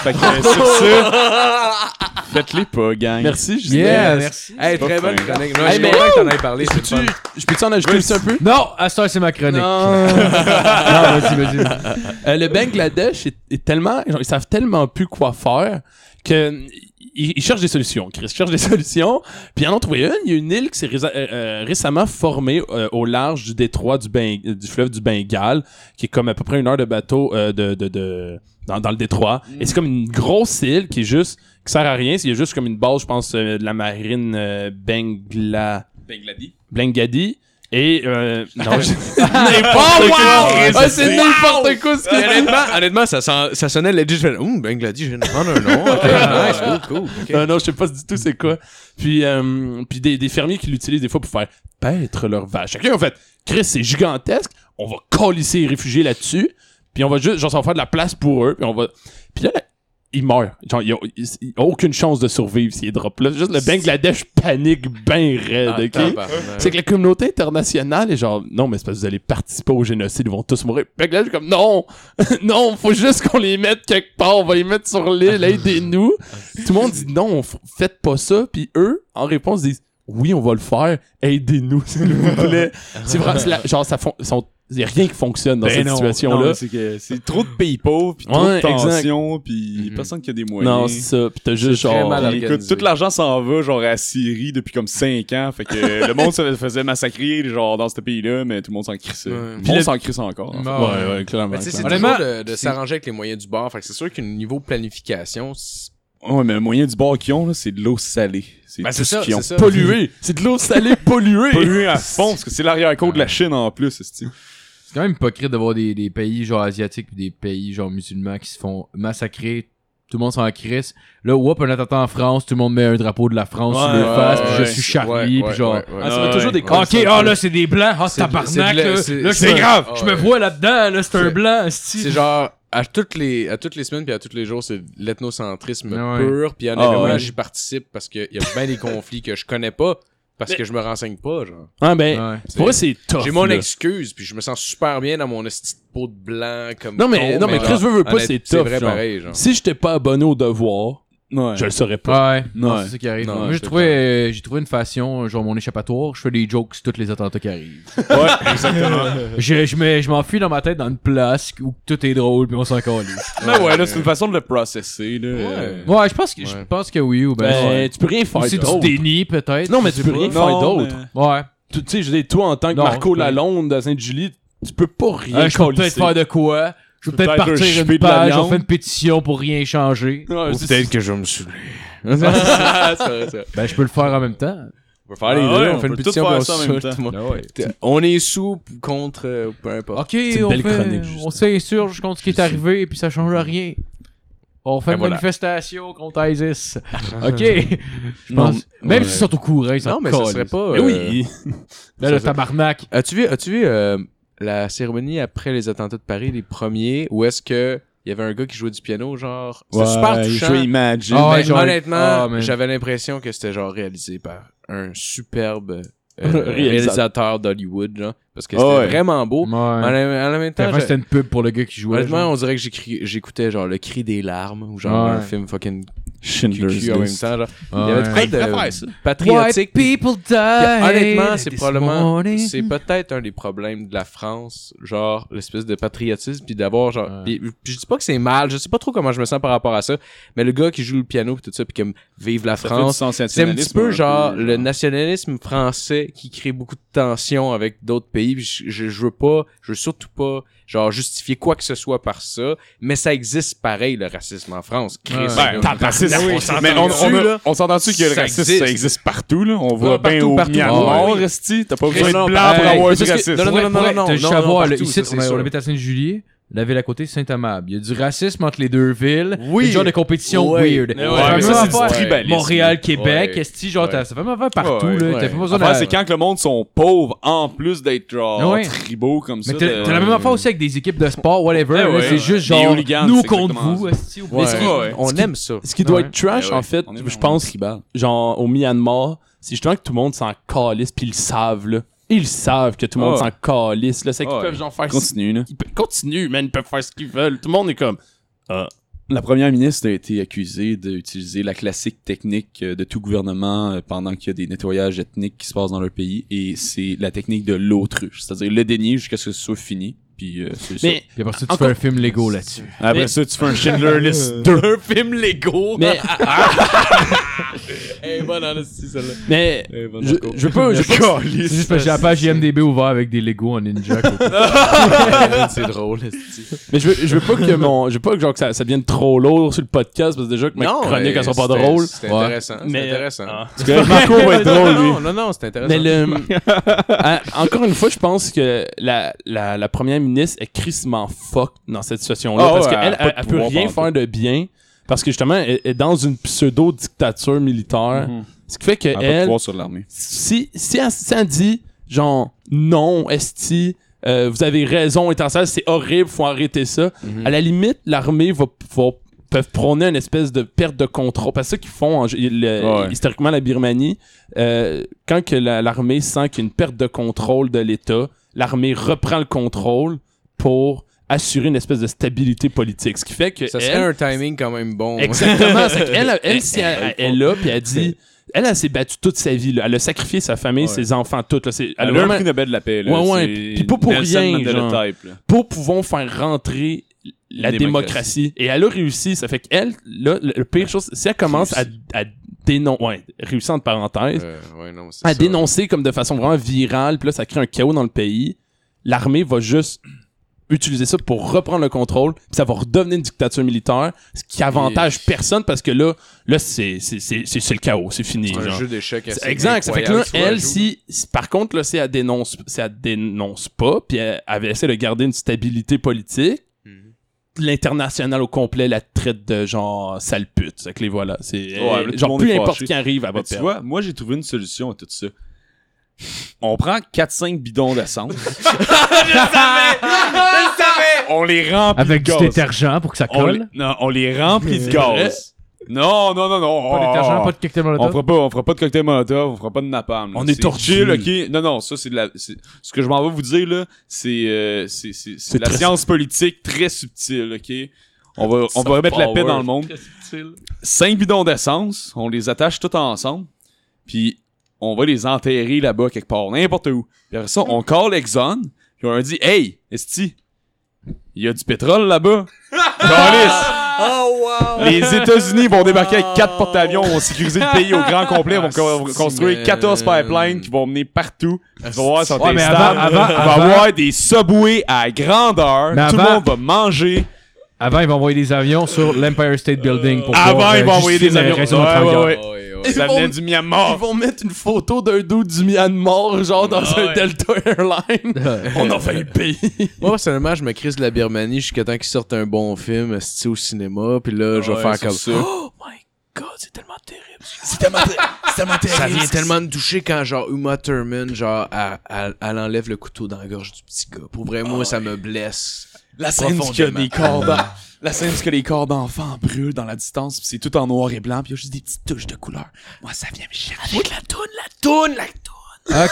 Speaker 6: Fait que euh, sur ça,
Speaker 4: [laughs]
Speaker 6: faites-les pas, gang.
Speaker 4: Merci Justin.
Speaker 5: Yeah, merci.
Speaker 7: Hey,
Speaker 6: pas
Speaker 7: très bonne
Speaker 6: fin.
Speaker 7: chronique. Non, je suis
Speaker 4: mais-
Speaker 7: content que t'en aies parlé. c'est
Speaker 4: Tu-
Speaker 7: le fun.
Speaker 4: Je peux t'en ajouter aussi un peu?
Speaker 5: Non, à ce c'est ma chronique.
Speaker 4: Non.
Speaker 5: Ah, vas-y, vas-y. vas-y.
Speaker 4: Euh, le Bangladesh est, est tellement, genre, ils savent tellement plus quoi faire que mm, ils, ils cherchent des solutions. Chris ils cherchent des [laughs] solutions. Puis ils en ont trouvé une. Il y a une île qui s'est ré- euh, euh, récemment formée euh, au large du détroit du, Beng- euh, du fleuve du Bengale, qui est comme à peu près une heure de bateau euh, de, de- de- dans, dans le détroit. Et c'est comme une grosse île qui est juste qui sert à rien. Il y a juste comme une base, je pense, euh, de la marine euh, Bangla. Bengladi. Et euh, non, [laughs] je-
Speaker 3: Oh, wow!
Speaker 4: quoi.
Speaker 3: Ah, c'est n'importe quoi ce
Speaker 4: [laughs]
Speaker 9: Puis
Speaker 3: qu'il
Speaker 9: honnêtement, honnêtement, ça, sent- ça sonnait legit. Je fais, ouh, Bangladesh, je viens de prendre un
Speaker 3: [laughs]
Speaker 9: nom. Ok, nice,
Speaker 3: Ah,
Speaker 9: cool, cool. ok.
Speaker 4: non, non, je sais pas du tout c'est quoi. Puis, euh, puis des, des fermiers qui l'utilisent des fois pour faire paître leurs vaches. Chacun en fait, Chris, c'est gigantesque. On va colisser les réfugiés là-dessus. Puis on va juste, genre, ça va faire de la place pour eux. Puis on va. Puis là, là, ils meurent. Genre, ils ont, ils- ils ont aucune chance de survivre ces drops-là. Juste le Bangladesh panique ben raide,
Speaker 9: Ah,
Speaker 4: ok?
Speaker 9: tabarnak.
Speaker 4: C'est que la communauté internationale est genre, non, mais c'est parce que vous allez participer au génocide, ils vont tous mourir. Fait que là, je suis comme, non, [laughs] non, faut juste qu'on les mette quelque part, on va les mettre sur l'île, aidez-nous. Tout le monde dit, non, f- faites pas ça. Puis eux, en réponse, disent, oui, on va le faire, aidez-nous, s'il vous plaît. c'est vrai, c'est la- genre, ça fon- sont- y a rien qui fonctionne dans cette
Speaker 6: Ben Non,
Speaker 4: situation-là.
Speaker 6: mais c'est que c'est trop de pays pauvres, puis trop
Speaker 4: Ouais,
Speaker 6: de
Speaker 4: exact.
Speaker 6: tensions, puis
Speaker 3: Mhm.
Speaker 6: personne qui a des moyens.
Speaker 4: Non, c'est ça. Puis t'as juste
Speaker 3: très
Speaker 4: genre.
Speaker 3: mal
Speaker 6: Puis, écoute,
Speaker 3: organisé.
Speaker 6: tout l'argent s'en va, genre, à Syrie depuis comme 5 ans. Fait que euh, le monde se faisait massacrer, genre, dans ce pays-là, mais tout le monde s'en crissait.
Speaker 3: Ouais.
Speaker 6: Le
Speaker 3: Puis
Speaker 6: monde
Speaker 4: le-
Speaker 6: s'en crisse encore. en fait.
Speaker 5: Bon.
Speaker 4: Ouais, ouais, clairement.
Speaker 3: Mais tu sais, c'est
Speaker 4: clairement.
Speaker 3: toujours
Speaker 5: Honnêtement,
Speaker 3: de, de s'arranger avec les moyens du bord. Fait que c'est sûr qu'au niveau planification, c'est-
Speaker 6: Ouais, mais le moyen du bord qu'ils ont, là, c'est de l'eau salée. C'est
Speaker 3: Ben,
Speaker 6: tout
Speaker 3: c'est
Speaker 6: ce
Speaker 3: ça,
Speaker 6: qu'ils ont.
Speaker 3: c'est ça.
Speaker 4: Pollué. C'est de l'eau salée polluée.
Speaker 6: Pollué à fond, parce que c'est l'arrière-cour de la Chine en plus, c'est
Speaker 5: C'est quand même hypocrite de voir des, des pays genre asiatiques puis des pays genre musulmans qui se font massacrer. Tout le monde s'en crisse. Là, whoop, un attentat en France, tout le monde met un drapeau de la France sur
Speaker 4: Ouais,
Speaker 5: les faces,
Speaker 3: ouais,
Speaker 5: puis
Speaker 3: ouais.
Speaker 5: je suis Charlie,
Speaker 3: Ouais,
Speaker 5: puis
Speaker 3: ouais,
Speaker 5: genre...
Speaker 3: ouais, ouais.
Speaker 4: Ah, ça va toujours des
Speaker 5: Ok,
Speaker 4: constants.
Speaker 5: ah là c'est des blancs, ah
Speaker 3: C'est de- c'est
Speaker 5: tabarnak
Speaker 3: de la-
Speaker 5: là,
Speaker 3: c'est-
Speaker 5: Là, je
Speaker 3: c'est
Speaker 5: me-
Speaker 3: grave.
Speaker 5: Je
Speaker 3: Ah
Speaker 5: me
Speaker 3: ouais.
Speaker 5: vois là-dedans, là c'est un
Speaker 3: C'est-
Speaker 5: blanc,
Speaker 3: c'est
Speaker 5: esti.
Speaker 3: genre à toutes les à toutes les semaines puis à tous les jours, c'est l'ethnocentrisme
Speaker 5: Ah ouais.
Speaker 3: pur. Puis
Speaker 6: Ah
Speaker 3: honnêtement,
Speaker 6: ouais.
Speaker 3: j'y participe parce qu'il y a bien des conflits que je connais pas parce que je me renseigne pas, genre.
Speaker 4: Ah, ben,
Speaker 5: Ouais.
Speaker 4: pour eux, c'est tough.
Speaker 3: J'ai mon
Speaker 4: là.
Speaker 3: excuse, puis je me sens super bien dans mon esti de peau de blanc comme
Speaker 4: Non, mais-
Speaker 3: con,
Speaker 4: non, mais Chris
Speaker 3: genre,
Speaker 4: veut, veut pas,
Speaker 3: honnête-
Speaker 4: c'est
Speaker 3: C'est
Speaker 4: tough,
Speaker 3: vrai
Speaker 4: genre.
Speaker 3: pareil, genre.
Speaker 4: Si j'étais pas abonné au devoir,
Speaker 6: Ouais.
Speaker 4: je le saurais pas.
Speaker 5: Ouais, non,
Speaker 6: Ouais.
Speaker 5: c'est ça qui arrive.
Speaker 3: Non,
Speaker 5: Moi, j'ai
Speaker 3: c'est
Speaker 5: trouvé, euh, j'ai trouvé une façon, genre mon échappatoire, je fais des jokes sur tous les attentats qui arrivent.
Speaker 3: [laughs]
Speaker 6: Ouais, exactement.
Speaker 5: je je me- je m'enfuis dans ma tête dans une place où tout est drôle, puis on s'en calisse.
Speaker 6: Mais ouais, là, c'est une façon de le processer, là.
Speaker 3: Ouais.
Speaker 5: Ouais, je pense que, je
Speaker 3: Ouais.
Speaker 5: pense que oui, ou ben...
Speaker 4: Ben,
Speaker 5: ouais.
Speaker 4: tu peux rien faire
Speaker 5: Ou c'est
Speaker 4: d'autre.
Speaker 5: du déni, peut-être.
Speaker 4: Non, mais
Speaker 5: je
Speaker 4: tu
Speaker 5: sais
Speaker 4: peux rien
Speaker 5: pas.
Speaker 4: faire d'autre.
Speaker 5: Ouais.
Speaker 4: Tu tu sais, je dis, toi, en tant que
Speaker 5: Non,
Speaker 4: Marco
Speaker 5: je peux-
Speaker 4: Lalonde à Sainte-Julie, tu peux pas rien
Speaker 5: Euh, je peux
Speaker 4: colisser.
Speaker 5: peut-être faire de quoi. Je peux
Speaker 6: Peut-être
Speaker 5: peut-être
Speaker 6: un
Speaker 5: partir
Speaker 6: chupé
Speaker 5: une
Speaker 6: de la
Speaker 5: page, on
Speaker 6: viande.
Speaker 5: fait une pétition pour rien changer.
Speaker 6: Ah,
Speaker 4: Ouais, c'est-
Speaker 3: Peut-être que je vais me
Speaker 6: [laughs]
Speaker 3: saouler.
Speaker 5: Ben, je peux le faire en même temps.
Speaker 3: On peut faire les
Speaker 6: Ah
Speaker 3: deux,
Speaker 6: ouais,
Speaker 3: on fait
Speaker 6: on
Speaker 3: une
Speaker 6: peut
Speaker 3: pétition
Speaker 6: tout faire
Speaker 3: puis on
Speaker 6: ça en
Speaker 3: se
Speaker 6: même
Speaker 3: saoule,
Speaker 6: temps. Ah
Speaker 3: tout le monde. On est sous p- contre euh, peu importe.
Speaker 5: Ok, on
Speaker 4: belle
Speaker 5: fait-
Speaker 4: chronique, juste.
Speaker 5: on s'insurge contre ce qui est arrivé, puis ça change rien. On fait
Speaker 4: Ben
Speaker 3: Et
Speaker 5: une
Speaker 3: voilà.
Speaker 5: manifestation contre
Speaker 4: [laughs]
Speaker 5: ISIS. ok. Je pense. Même s'ils sont au courant, ils sont
Speaker 3: Non mais ça serait pas.
Speaker 4: Mais Ben oui.
Speaker 5: Là, ben, le tabarnak.
Speaker 3: As-tu vu as-tu vu euh, la cérémonie après les attentats de Paris les premiers où est-ce que il y avait un gars qui jouait du piano genre c'est super
Speaker 6: Je
Speaker 3: touchant.
Speaker 6: vais imaginer.
Speaker 5: Ah ouais,
Speaker 3: Mais
Speaker 5: genre-
Speaker 3: honnêtement,
Speaker 5: Ah, mais-
Speaker 3: j'avais l'impression que c'était genre réalisé par un
Speaker 5: [laughs]
Speaker 3: superbe euh,
Speaker 4: Réalisateur.
Speaker 3: réalisateur d'Hollywood genre parce que
Speaker 6: Ah
Speaker 3: c'était
Speaker 6: ouais.
Speaker 3: vraiment beau. En,
Speaker 5: Ouais.
Speaker 3: en même temps,
Speaker 5: Après,
Speaker 3: je-
Speaker 5: c'était une pub pour le gars qui jouait.
Speaker 3: honnêtement,
Speaker 5: genre.
Speaker 3: on dirait que j'écris- j'écoutais genre le cri des larmes ou genre
Speaker 5: Ouais.
Speaker 3: un film fucking
Speaker 6: Schindler's
Speaker 3: cul en même
Speaker 6: List.
Speaker 3: temps genre.
Speaker 5: Ouais.
Speaker 3: Il y avait de quoi de patriotique.
Speaker 5: White people die.
Speaker 3: Puis honnêtement, c'est
Speaker 5: this
Speaker 3: probablement,
Speaker 5: morning.
Speaker 3: c'est peut-être un des problèmes de la France, genre l'espèce de patriotisme, puis d'avoir genre,
Speaker 5: Ouais.
Speaker 3: puis- puis je dis pas que c'est mal, je sais pas trop comment je me sens par rapport à ça, mais le gars qui joue le piano puis tout ça, puis comme vive la France, c'est un petit peu euh, genre hein, le nationalisme français qui crée beaucoup de tensions avec d'autres pays. puis je, je, je veux pas, je veux surtout pas genre justifier quoi que ce soit par ça, mais ça existe pareil le racisme en France. Chris,
Speaker 5: Ouais.
Speaker 3: là.
Speaker 6: Ben, t'as le racisme.
Speaker 10: oui,
Speaker 6: on
Speaker 10: s'entend
Speaker 6: mais on,
Speaker 10: là.
Speaker 6: on,
Speaker 4: Euh,
Speaker 6: a- on s'entend-tu que le
Speaker 3: Ça
Speaker 6: racisme,
Speaker 3: existe.
Speaker 6: ça existe partout, là? On voit bien
Speaker 3: partout,
Speaker 6: au
Speaker 3: partout.
Speaker 6: Myanmar,
Speaker 4: Oh,
Speaker 3: Ah oui.
Speaker 6: esti, T'as pas besoin
Speaker 3: non,
Speaker 6: de blanc
Speaker 3: ben,
Speaker 6: pour
Speaker 3: hey,
Speaker 6: avoir du
Speaker 3: parce que-
Speaker 6: racisme.
Speaker 3: non, non,
Speaker 5: Pour
Speaker 3: non,
Speaker 5: vrai,
Speaker 3: non,
Speaker 5: t'as
Speaker 3: non, non,
Speaker 5: juste à voir,
Speaker 3: partout,
Speaker 5: là, ici,
Speaker 3: ça, c'est
Speaker 5: on, a- on
Speaker 3: sûr.
Speaker 5: habite à Sainte-Julie, la ville à côté, Saint-Amable. Il y a du racisme entre les deux villes.
Speaker 3: Oui.
Speaker 5: Il y a des genres de compétition
Speaker 3: Ouais.
Speaker 5: weird.
Speaker 6: Ouais,
Speaker 5: La
Speaker 6: mais
Speaker 5: même
Speaker 6: ça, c'est
Speaker 5: affaire,
Speaker 6: du tribalisme.
Speaker 5: Montréal, Québec,
Speaker 3: Ouais.
Speaker 5: esti, genre, t'as- ça fait même affaire partout,
Speaker 6: Ouais,
Speaker 5: là.
Speaker 3: ouais.
Speaker 5: T'as pas besoin
Speaker 6: Enfin,
Speaker 5: de-
Speaker 6: c'est quand que le monde sont pauvres, en plus d'être genre
Speaker 5: Ouais.
Speaker 6: tribaux comme ça. ben,
Speaker 5: Mais t'as
Speaker 6: de-
Speaker 5: t'as la même affaire aussi avec des équipes de sport, whatever.
Speaker 3: Eh
Speaker 6: Ouais,
Speaker 5: là,
Speaker 6: ouais.
Speaker 5: c'est juste
Speaker 6: Les
Speaker 5: genre,
Speaker 6: hooligans,
Speaker 5: nous
Speaker 6: c'est
Speaker 5: contre
Speaker 6: exactement
Speaker 5: vous, esti,
Speaker 3: Ouais.
Speaker 5: oubliez-
Speaker 6: Ouais.
Speaker 3: on aime ça.
Speaker 4: Ce qui doit
Speaker 5: Ouais.
Speaker 4: être trash,
Speaker 6: Ouais, ouais.
Speaker 4: en fait,
Speaker 6: On est
Speaker 4: je
Speaker 6: vraiment
Speaker 4: pense, genre, au Myanmar, c'est justement que tout le monde s'en calisse, puis ils le savent, là. Ils savent que tout le monde
Speaker 6: Ouais.
Speaker 4: s'en calisse, là. C'est qu'ils
Speaker 6: Ouais.
Speaker 4: peuvent, genre, faire...
Speaker 6: Continue, là.
Speaker 4: Ils peuvent- Continue, man, ils peuvent faire ce qu'ils veulent. Tout le monde est comme...
Speaker 6: La première ministre a été accusée d'utiliser la classique technique euh, de tout gouvernement euh, pendant qu'il y a des nettoyages ethniques qui se passent dans leur pays, et c'est la technique de l'autruche, c'est-à-dire le dénier jusqu'à ce que ce soit fini, puis euh, c'est ça.
Speaker 4: Mais,
Speaker 5: Puis après ça, tu fais un film
Speaker 3: [laughs]
Speaker 5: Lego là-dessus.
Speaker 6: Après ça, tu fais un [laughs] Schindler List 2.
Speaker 7: Un film Lego.
Speaker 4: mais, ah, [laughs]
Speaker 7: Eh, bonne honestie, celle-là.
Speaker 4: mais, je, je peux, je peux,
Speaker 5: C'est juste parce que j'ai la page IMDB ouverte avec des Lego en ninja.
Speaker 3: [laughs]
Speaker 7: C'est drôle, esti.
Speaker 4: mais je veux, je veux pas que mon, je veux pas que genre que ça, ça devienne trop lourd sur le podcast parce que déjà que ma chronique elle sera pas
Speaker 7: c'était-
Speaker 4: drôle.
Speaker 7: C'était
Speaker 4: Ouais.
Speaker 7: intéressant. C'était
Speaker 4: Mais, euh,
Speaker 7: intéressant.
Speaker 6: ah.
Speaker 4: Parce que Marco va être drôle lui.
Speaker 7: Non, non, non, c'était intéressant.
Speaker 4: [laughs] Mais le, Ah, encore une fois, je pense que la, la, la première ministre est crissement fuck dans cette situation-là
Speaker 6: Ah
Speaker 4: parce
Speaker 6: ouais, elle
Speaker 4: qu'elle
Speaker 6: a pas
Speaker 4: elle,
Speaker 6: de
Speaker 4: elle peut
Speaker 6: pouvoir
Speaker 4: rien
Speaker 6: pantoute.
Speaker 4: faire de bien parce que justement, elle est dans une pseudo-dictature militaire. Ce qui fait que
Speaker 6: Ah, pas de
Speaker 4: elle,
Speaker 6: pouvoir sur l'armée.
Speaker 4: si, si, elle, si elle dit genre non, Esti, euh, vous avez raison, étincelle, c'est horrible, faut arrêter ça. À la limite, l'armée va, va- peuvent prôner une espèce de perte de contrôle. Parce que c'est ça qu'ils font en gé- le-
Speaker 6: Ouais.
Speaker 4: historiquement la Birmanie, euh, quand que la- l'armée sent qu'il y a une perte de contrôle de l'État, l'armée reprend le contrôle pour assurer une espèce de stabilité politique. Ce qui fait que
Speaker 7: Ça serait
Speaker 4: elle-
Speaker 7: un timing quand même bon.
Speaker 4: Exactement. c'est [laughs] qu'elle, elle, elle, si elle, elle est là, puis elle dit. Elle, elle s'est battue toute sa vie. là. Elle a sacrifié sa famille, ses enfants, tout. Là. C'est- Elle a
Speaker 6: Elle a un
Speaker 4: vraiment-
Speaker 6: prix Nobel de la paix. Là.
Speaker 4: Ouais, ouais,
Speaker 6: C'est
Speaker 4: puis- puis pas pour
Speaker 6: Nelson
Speaker 4: rien,
Speaker 6: Mandela
Speaker 4: genre.
Speaker 6: type, là.
Speaker 4: Pour pouvoir faire rentrer la démocratie.
Speaker 6: Démocratie.
Speaker 4: Et elle a réussi. Ça fait qu'elle, là, le, le pire chose, si elle commence à, à dénoncer. Ouais, réussi entre parenthèses.
Speaker 7: Euh, ouais, non, c'est
Speaker 4: à
Speaker 7: ça.
Speaker 4: dénoncer comme de façon vraiment virale, puis là, ça crée un chaos dans le pays. L'armée va juste utiliser ça pour reprendre le contrôle, puis ça va redevenir une dictature militaire, ce qui avantage personne parce que là, là c'est c'est- c'est- c'est- c'est le chaos, c'est fini.
Speaker 7: C'est un
Speaker 4: genre.
Speaker 7: jeu d'échecs assez
Speaker 4: Exact, ça fait que là,
Speaker 7: incroyable. Tu vois,
Speaker 4: elle,
Speaker 7: joue-
Speaker 4: si, si- par contre, là, si elle dénonce, si elle dénonce pas, puis elle, elle essaie de garder une stabilité politique,
Speaker 7: Mhm.
Speaker 4: l'international au complet la traite de genre sale pute. C'est que les voilà, c'est
Speaker 6: Ouais, là, tout le
Speaker 4: genre
Speaker 6: monde
Speaker 4: peu
Speaker 6: est
Speaker 4: importe
Speaker 6: fâché.
Speaker 4: qui arrive, elle va
Speaker 6: Mais tu
Speaker 4: perdre. [laughs]
Speaker 6: vois, moi j'ai trouvé une solution à tout ça. On prend 4-5 bidons
Speaker 4: [laughs]
Speaker 6: d'essence. On les remplit
Speaker 5: Avec
Speaker 6: de
Speaker 5: du
Speaker 6: gaz.
Speaker 5: détergent pour que ça
Speaker 6: on les...
Speaker 5: colle.
Speaker 6: Non, on les remplit de gaz. Non, non, non, non.
Speaker 5: Pas de
Speaker 6: oh,
Speaker 5: détergent,
Speaker 6: oh.
Speaker 5: pas de cocktail
Speaker 6: on
Speaker 5: molotov.
Speaker 6: fera pas, on fera pas de cocktail molotov, on fera pas de napalm. là.
Speaker 4: On est
Speaker 6: C'est
Speaker 4: tortue.
Speaker 6: chill, ok. Non, non, ça c'est de la. c'est- Ce que je m'en vais vous dire là, c'est euh, c'est c'est- c'est de la
Speaker 4: très-
Speaker 6: science politique très subtile, ok. On va on va remettre la paix dans le monde. Cinq bidons d'essence, on les attache tous ensemble, puis on va les enterrer là-bas quelque part, n'importe où. Puis après ça, on call Exxon, puis on leur dit, hey, esti, il y a du pétrole là-bas. Calisse.
Speaker 7: Oh, wow!
Speaker 6: Les États-Unis vont débarquer avec 4 porte-avions, vont sécuriser le pays au grand complet, vont co-
Speaker 7: c'est
Speaker 6: construire
Speaker 7: mais-
Speaker 6: 14 pipelines qui vont mener partout. Tu vas voir, ça va
Speaker 5: Ouais,
Speaker 6: être
Speaker 5: mais
Speaker 6: stable.
Speaker 5: avant- avant-
Speaker 6: Il va y
Speaker 5: avant-
Speaker 6: avoir des subways à grandeur.
Speaker 5: Mais
Speaker 6: Tout le
Speaker 5: avant-
Speaker 6: monde va manger.
Speaker 5: Avant, ils vont envoyer des avions sur l'Empire State Building pour
Speaker 6: Avant,
Speaker 5: pouvoir,
Speaker 6: ils vont
Speaker 5: euh,
Speaker 6: envoyer des
Speaker 5: justifier la
Speaker 6: avions.
Speaker 5: raison de
Speaker 6: Ouais,
Speaker 5: notre
Speaker 6: ouais,
Speaker 5: guerre.
Speaker 6: ouais.
Speaker 7: Ouais, ouais.
Speaker 4: Ils
Speaker 6: Ça
Speaker 4: vont-
Speaker 6: venait du Myanmar.
Speaker 4: Ils vont mettre une photo d'un dos du Myanmar, genre dans
Speaker 7: Ah
Speaker 4: un Delta Airline. On en fait le pays.
Speaker 7: Moi, personnellement, je me crise de la Birmanie jusqu'à temps qu'ils sortent un bon film esti, au cinéma, puis là, je vais
Speaker 6: Ouais,
Speaker 7: faire
Speaker 6: c'est
Speaker 7: comme
Speaker 6: ça. [gasps]
Speaker 7: Oh my god, c'est tellement terrible. C'est tellement, terrible. Ça vient tellement me toucher quand, genre, Uma Thurman, genre, elle, elle- elle enlève le couteau dans la gorge du petit gars. Pour vrai, moi, ça me blesse.
Speaker 6: La scène où il y a des
Speaker 7: Profondément.
Speaker 6: corps d'en- La scène où il y a les corps d'enfants brûlent dans la distance, puis c'est tout en noir et blanc, puis il y a juste des petites touches de couleur. Moi, ça vient me chercher. Avec la toune, la toune, la toune.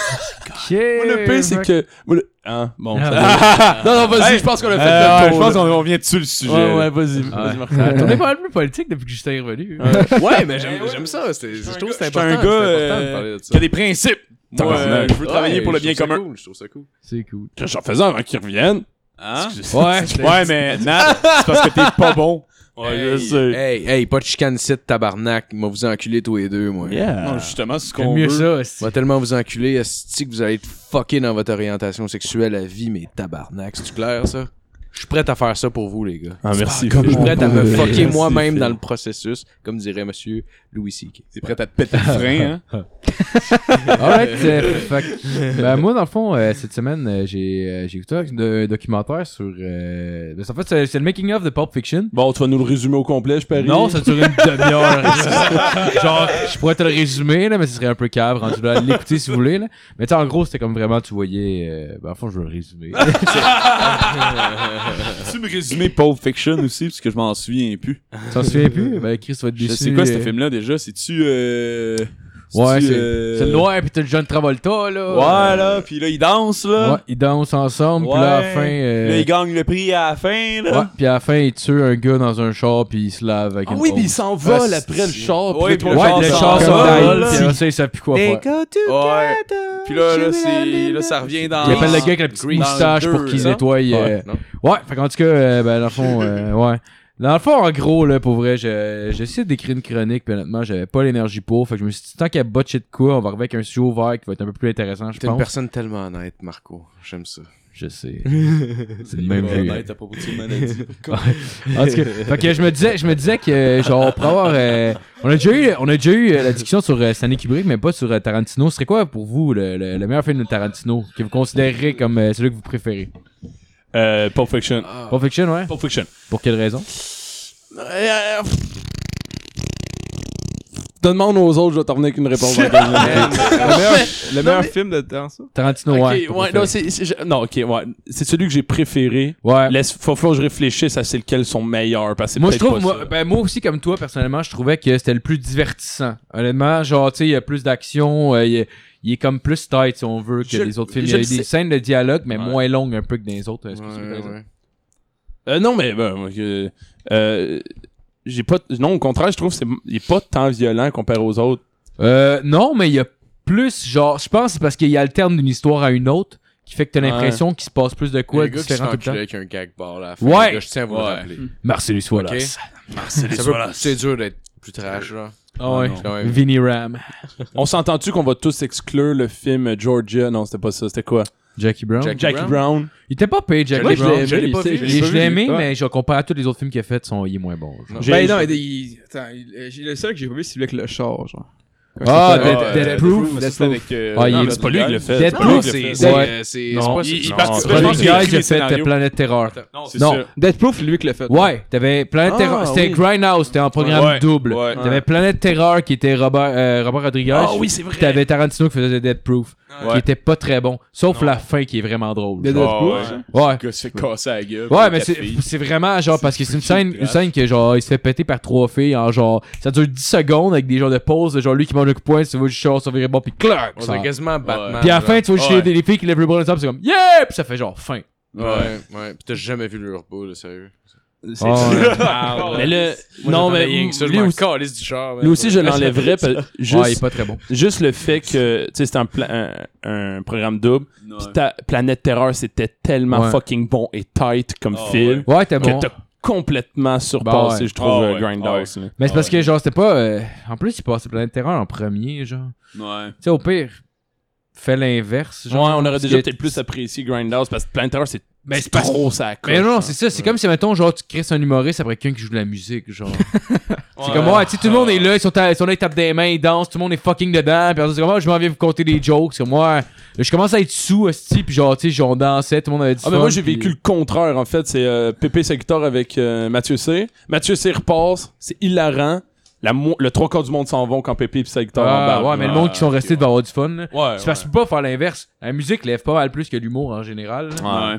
Speaker 5: Ok.
Speaker 4: le pire, c'est que. moi, le- Hein,
Speaker 6: [laughs]
Speaker 4: bon.
Speaker 5: Ah,
Speaker 4: ça- non, non, vas-y, je pense qu'on a fait
Speaker 6: Euh,
Speaker 4: le
Speaker 6: je
Speaker 4: tour.
Speaker 6: pense
Speaker 4: là.
Speaker 6: qu'on on vient dessus le sujet.
Speaker 4: Ouais, ouais, vas-y.
Speaker 5: Ouais.
Speaker 4: vas-y, Marc.
Speaker 5: On est pas mal plus politique depuis que Justin est revenu.
Speaker 7: Ouais, Eh, mais j'aime j'aime ça. c'est- Je trouve que c'est
Speaker 6: Je suis
Speaker 7: important.
Speaker 6: un gars
Speaker 7: c'est important de parler
Speaker 6: euh,
Speaker 7: de ça.
Speaker 6: qui a des principes. Moi, euh,
Speaker 4: Tabarnak.
Speaker 6: je veux travailler
Speaker 7: Ouais,
Speaker 6: pour le
Speaker 7: je
Speaker 6: bien
Speaker 7: trouve ça
Speaker 6: commun.
Speaker 7: cool, je trouve ça cool.
Speaker 5: C'est cool.
Speaker 4: J'en faisais avant qu'ils reviennent.
Speaker 6: Hein?
Speaker 5: Ouais.
Speaker 6: Ouais, mais Nat, c'est parce [laughs] que t'es pas bon.
Speaker 4: je
Speaker 7: Hey, Hey, hey, pas de chicane site, tabarnak. Il m'a vous enculé tous les deux, moi.
Speaker 6: Non, justement, c'est ce
Speaker 5: J'aime
Speaker 6: qu'on
Speaker 5: mieux
Speaker 6: veut.
Speaker 5: ça aussi.
Speaker 7: Il va tellement vous enculer, esti, que vous allez être fucké dans votre orientation sexuelle à vie, mais tabarnak. C'est-tu clair, ça? Je suis prêt à faire ça pour vous, les gars.
Speaker 4: Ah, merci.
Speaker 7: Je suis prêt à me
Speaker 4: Phil.
Speaker 7: fucker
Speaker 4: Merci,
Speaker 7: moi-même
Speaker 4: Phil.
Speaker 7: dans le processus, comme dirait monsieur Louis C.K.
Speaker 6: T'es prêt à te péter le frein, [laughs] hein?
Speaker 5: Alright, euh, [laughs] fait que- ben, moi, dans le fond, euh, cette semaine, euh, j'ai euh, j'ai écouté un de- documentaire sur. euh, ben, en fait, c'est- c'est le making-of de Pulp Fiction.
Speaker 4: Bon, tu vas nous le résumer au complet, je parie.
Speaker 5: Non, ça dure une demi-heure. [laughs] Genre, je pourrais te le résumer, là, mais ce serait un peu cave. Rendu là, l'écouter si vous voulez. Là. Mais tu sais, en gros, c'était comme vraiment, tu voyais. Euh, ben, en fond, je vais le résumer.
Speaker 6: Peux-tu me résumer Pulp Fiction aussi, parce que je m'en souviens plus.
Speaker 5: T'en souviens plus? Ben, Chris va être
Speaker 6: Je
Speaker 5: déçu.
Speaker 6: sais quoi, ce
Speaker 5: euh.
Speaker 6: film-là, déjà? C'est-tu, euh...
Speaker 5: Ouais,
Speaker 6: C'est-tu,
Speaker 5: c'est
Speaker 6: euh,
Speaker 5: c'est le noir, puis t'as le jeune Travolta, là.
Speaker 6: Ouais, là, puis là, il danse, là.
Speaker 5: Ouais, ils dansent ensemble, puis là, à la
Speaker 6: Ouais.
Speaker 5: fin. euh,
Speaker 6: Là, il gagne le prix à la fin, là. Ah
Speaker 5: ouais, puis à la fin, ils tuent un gars dans un char, puis ils se lavent
Speaker 4: Ah
Speaker 5: avec une hose.
Speaker 4: s'envole après le char.
Speaker 6: Ouais, puis
Speaker 5: Ouais,
Speaker 6: le char
Speaker 5: le
Speaker 6: s'en
Speaker 5: char
Speaker 6: va,
Speaker 5: s'en va,
Speaker 6: là.
Speaker 5: puis là, ça, ils savent plus quoi faire.
Speaker 6: Ouais. Puis là, là, c'est... là, ça revient dans...
Speaker 5: Ils appellent le gars avec la petite
Speaker 6: Grease.
Speaker 5: moustache
Speaker 6: Dans le
Speaker 5: pour
Speaker 6: deux,
Speaker 5: qu'ils
Speaker 6: là.
Speaker 5: nettoient. euh, Ouais, fait qu'en tout cas, euh, ben, dans le fond, euh, ouais. Dans le fond, en gros, là, pour vrai, je- j'ai essayé d'écrire une chronique, puis honnêtement, j'avais pas l'énergie pour. Fait que je me suis dit, tant qu'à botcher de quoi, on va arriver avec un sujet ouvert qui va être un peu plus intéressant, je
Speaker 7: T'es une
Speaker 5: pense.
Speaker 7: personne tellement honnête, Marco. J'aime ça.
Speaker 4: [laughs]
Speaker 5: Je sais. C'est le même jeu.
Speaker 6: Ouais, t'as pas beaucoup de maladie.
Speaker 5: En tout cas, fait que je me disais, je me disais que genre pour avoir, euh, on a déjà eu, on a déjà eu euh, la discussion sur euh, Stanley Kubrick, mais pas sur euh, Tarantino. Ce serait quoi pour vous le, le- le meilleur film de Tarantino que vous considérez comme euh, celui que vous préférez?
Speaker 4: Euh, Pulp Fiction.
Speaker 7: Ah.
Speaker 5: Pulp Fiction, ouais.
Speaker 4: Pulp Fiction.
Speaker 5: Pour quelle raison?
Speaker 4: Demande aux autres, je vais t'en revenir avec une réponse. dans quinze minutes. [laughs]
Speaker 2: Le meilleur, le meilleur film de temps, ça.
Speaker 5: Tarantino,
Speaker 4: Ok,
Speaker 5: ouais.
Speaker 4: ouais, non, c'est, c'est- je- non, ok, ouais. C'est celui que j'ai préféré.
Speaker 5: Ouais.
Speaker 4: Laisse, faut, faut que je réfléchisse à c'est lequel sont meilleurs. Parce que c'est
Speaker 5: Moi, je
Speaker 4: peut-être
Speaker 5: trouve,
Speaker 4: pas
Speaker 5: moi,
Speaker 4: ça.
Speaker 5: ben, moi aussi, comme toi, personnellement, je trouvais que c'était le plus divertissant. Honnêtement, genre, tu sais, il y a plus d'action, euh, il y a- il est comme plus tight, si on veut, que
Speaker 7: Je-
Speaker 5: les autres films.
Speaker 7: je
Speaker 5: Il y a
Speaker 7: le
Speaker 5: des
Speaker 7: sais.
Speaker 5: scènes de dialogue, mais
Speaker 4: Ouais.
Speaker 5: moins longues un peu que dans les autres. euh,
Speaker 7: Ouais,
Speaker 5: excusez-moi.
Speaker 7: ouais.
Speaker 4: Euh, non, mais ben, moi, je- euh, j'ai pas. Non, au contraire, je trouve que c'est, il est pas tant violent comparé aux autres.
Speaker 5: Euh, non, mais il y a plus, genre, je pense que c'est parce qu'il alterne d'une histoire à une autre qui fait que t'as l'impression qu'il se passe plus de quoi
Speaker 7: le gars qui se
Speaker 5: différent
Speaker 7: fait
Speaker 5: tout le temps.
Speaker 7: enculer avec un gag bar là.
Speaker 5: Ouais. Hmm.
Speaker 7: Je tiens à vous le
Speaker 6: Ouais.
Speaker 7: rappeler.
Speaker 5: Marcellus
Speaker 7: Ok?
Speaker 5: Wallace.
Speaker 7: Ça peut- C'est dur d'être plus trash, là.
Speaker 5: Ah ouais.
Speaker 7: Quand même.
Speaker 5: Vinnie Ram.
Speaker 4: On s'entend-tu qu'on va tous exclure le film Georgia Non, c'était pas ça. C'était quoi
Speaker 5: Jackie Brown.
Speaker 7: Jackie
Speaker 4: Jackie
Speaker 7: Brown?
Speaker 4: Brown.
Speaker 5: Il était pas payé, Jackie
Speaker 4: Moi, je l'ai
Speaker 5: Brown.
Speaker 4: aimé,
Speaker 5: Je l'ai
Speaker 4: il-
Speaker 5: je
Speaker 4: je l'ai
Speaker 5: l'ai
Speaker 4: vu,
Speaker 5: aimé,
Speaker 4: ouais.
Speaker 5: mais je comparé à tous les autres films qu'il a fait, son, il est moins bon. genre.
Speaker 7: Non.
Speaker 4: J'ai-
Speaker 2: Ben non, il, il- attends, il- euh, j'ai- le seul que j'ai pas vu, c'est lui avec le char, genre.
Speaker 5: Ah,
Speaker 6: Ouais,
Speaker 5: Dead-
Speaker 6: euh,
Speaker 5: Dead
Speaker 6: Death
Speaker 5: Proof,
Speaker 6: mais
Speaker 5: Death
Speaker 6: c'était
Speaker 5: Proof.
Speaker 6: avec, euh,
Speaker 5: Ah, il
Speaker 6: non,
Speaker 5: est-
Speaker 6: mais
Speaker 5: c'est
Speaker 4: pas lui qui l'a fait.
Speaker 5: Dead
Speaker 4: Non,
Speaker 5: Proof,
Speaker 4: il l'a
Speaker 5: c'est.
Speaker 4: fait.
Speaker 7: C'est,
Speaker 5: ouais.
Speaker 7: euh, c'est,
Speaker 4: Non.
Speaker 7: c'est pas-
Speaker 4: Il-
Speaker 7: c'est- non, c'est
Speaker 4: il participe-
Speaker 7: pas-
Speaker 4: Premier
Speaker 5: Pas les gars,
Speaker 4: écrit
Speaker 5: il a
Speaker 4: le
Speaker 5: fait
Speaker 4: scénario.
Speaker 5: euh, Planète Terror.
Speaker 6: c'est
Speaker 5: Non.
Speaker 6: sûr.
Speaker 2: Death Proof, c'est lui qui l'a fait.
Speaker 5: Ouais, t'avais Planète Terror, c'était Grindhouse, c'était en programme
Speaker 6: Ouais,
Speaker 5: double.
Speaker 6: ouais.
Speaker 5: t'avais Planète Terror qui était Robert, euh, Robert Rodriguez.
Speaker 4: Ah oui, c'est vrai.
Speaker 5: Puis t'avais Tarantino qui faisait Dead Proof, qui
Speaker 6: Ouais.
Speaker 5: était pas très bon, sauf la fin qui est vraiment drôle.
Speaker 2: De Death
Speaker 5: genre.
Speaker 6: Ah,
Speaker 2: Proof.
Speaker 6: ouais.
Speaker 2: ça.
Speaker 5: Ouais.
Speaker 6: Le gars se fait casser la gueule.
Speaker 5: Ouais,
Speaker 6: par
Speaker 5: mais
Speaker 6: quatre
Speaker 5: c'est [laughs]
Speaker 6: filles.
Speaker 5: c'est vraiment genre parce que c'est une
Speaker 6: C'est
Speaker 5: scène,
Speaker 6: plate.
Speaker 5: une scène que genre il se fait péter par trois filles en genre ça dure 10 secondes avec des genres de pauses, de genre lui qui mange le coup de poing, tu vois juste genre surveiller bon puis clac.
Speaker 7: On
Speaker 5: ça-
Speaker 7: dirait quasiment Batman.
Speaker 5: Puis à la fin, tu vois
Speaker 6: Ouais.
Speaker 5: juste les les filles qui lèvent le bras ensemble, c'est comme yeah, puis ça fait genre fin.
Speaker 7: genre. Ouais, ouais. Puis t'as jamais vu le Urbo, là, sérieux.
Speaker 5: Ouais.
Speaker 4: mais le,
Speaker 7: Moi,
Speaker 4: non, mais
Speaker 7: j'entendais rien que ça, je
Speaker 4: lui
Speaker 7: m'en
Speaker 4: aussi,
Speaker 7: calisse du char, man.
Speaker 4: lui aussi, je l'enlèverais. parce- juste,
Speaker 5: Ouais, il est pas très bon.
Speaker 4: juste le fait que tu sais, c'était un, pla- un- un programme double. Pis ta Planète Terreur, c'était tellement
Speaker 5: Ouais.
Speaker 4: fucking bon et tight comme
Speaker 6: Ah,
Speaker 4: film
Speaker 5: [laughs] Ouais, t'es
Speaker 4: que
Speaker 5: bon.
Speaker 4: t'as complètement surpassé,
Speaker 5: Bah ouais.
Speaker 4: je trouve,
Speaker 6: Ah
Speaker 4: euh,
Speaker 6: ouais,
Speaker 4: Grindhouse. là.
Speaker 5: Mais c'est parce
Speaker 6: Ah
Speaker 5: que genre c'était pas euh, en plus il passait Planète Terreur en premier genre.
Speaker 6: Ouais.
Speaker 5: Tu sais au pire fais l'inverse genre.
Speaker 4: ouais, on aurait
Speaker 5: parce
Speaker 4: déjà
Speaker 5: que-
Speaker 4: peut-être plus apprécié Grindhouse parce que Planète Terror, c'est
Speaker 5: Mais Ben, c'est pas
Speaker 4: trop ça
Speaker 5: Mais non, c'est ça, c'est comme si, mettons, genre, tu crées un humoriste après quelqu'un qui joue de la musique,
Speaker 4: [laughs]
Speaker 5: genre. c'est comme, ouais, tu sais, tout le monde est là, ils sont à, ils sont là, ils tapent des mains, ils dansent, tout le monde est fucking dedans, puis après, c'est comme, Ah, je m'en viens vous conter des jokes, c'est comme, ouais, je commence à être sous, hostie, puis genre, tu sais, on dansait, tout le monde avait du
Speaker 4: Ah, mais
Speaker 5: fun,
Speaker 4: moi, j'ai
Speaker 5: puis-
Speaker 4: vécu le contraire, en fait. C'est euh, Pépé Sector avec euh, Mathieu C. Mathieu C repasse, c'est hilarant. La mo- le trois quarts du monde s'en vont quand Pépé et Sector
Speaker 5: Ah,
Speaker 4: embarquent.
Speaker 5: ouais, mais le monde qui sont restés devait avoir du fun, là.
Speaker 4: Ouais,
Speaker 5: Tu fasses pas faire l'inverse. La musique lève pas mal plus que l'humour en général. là.
Speaker 4: Ouais.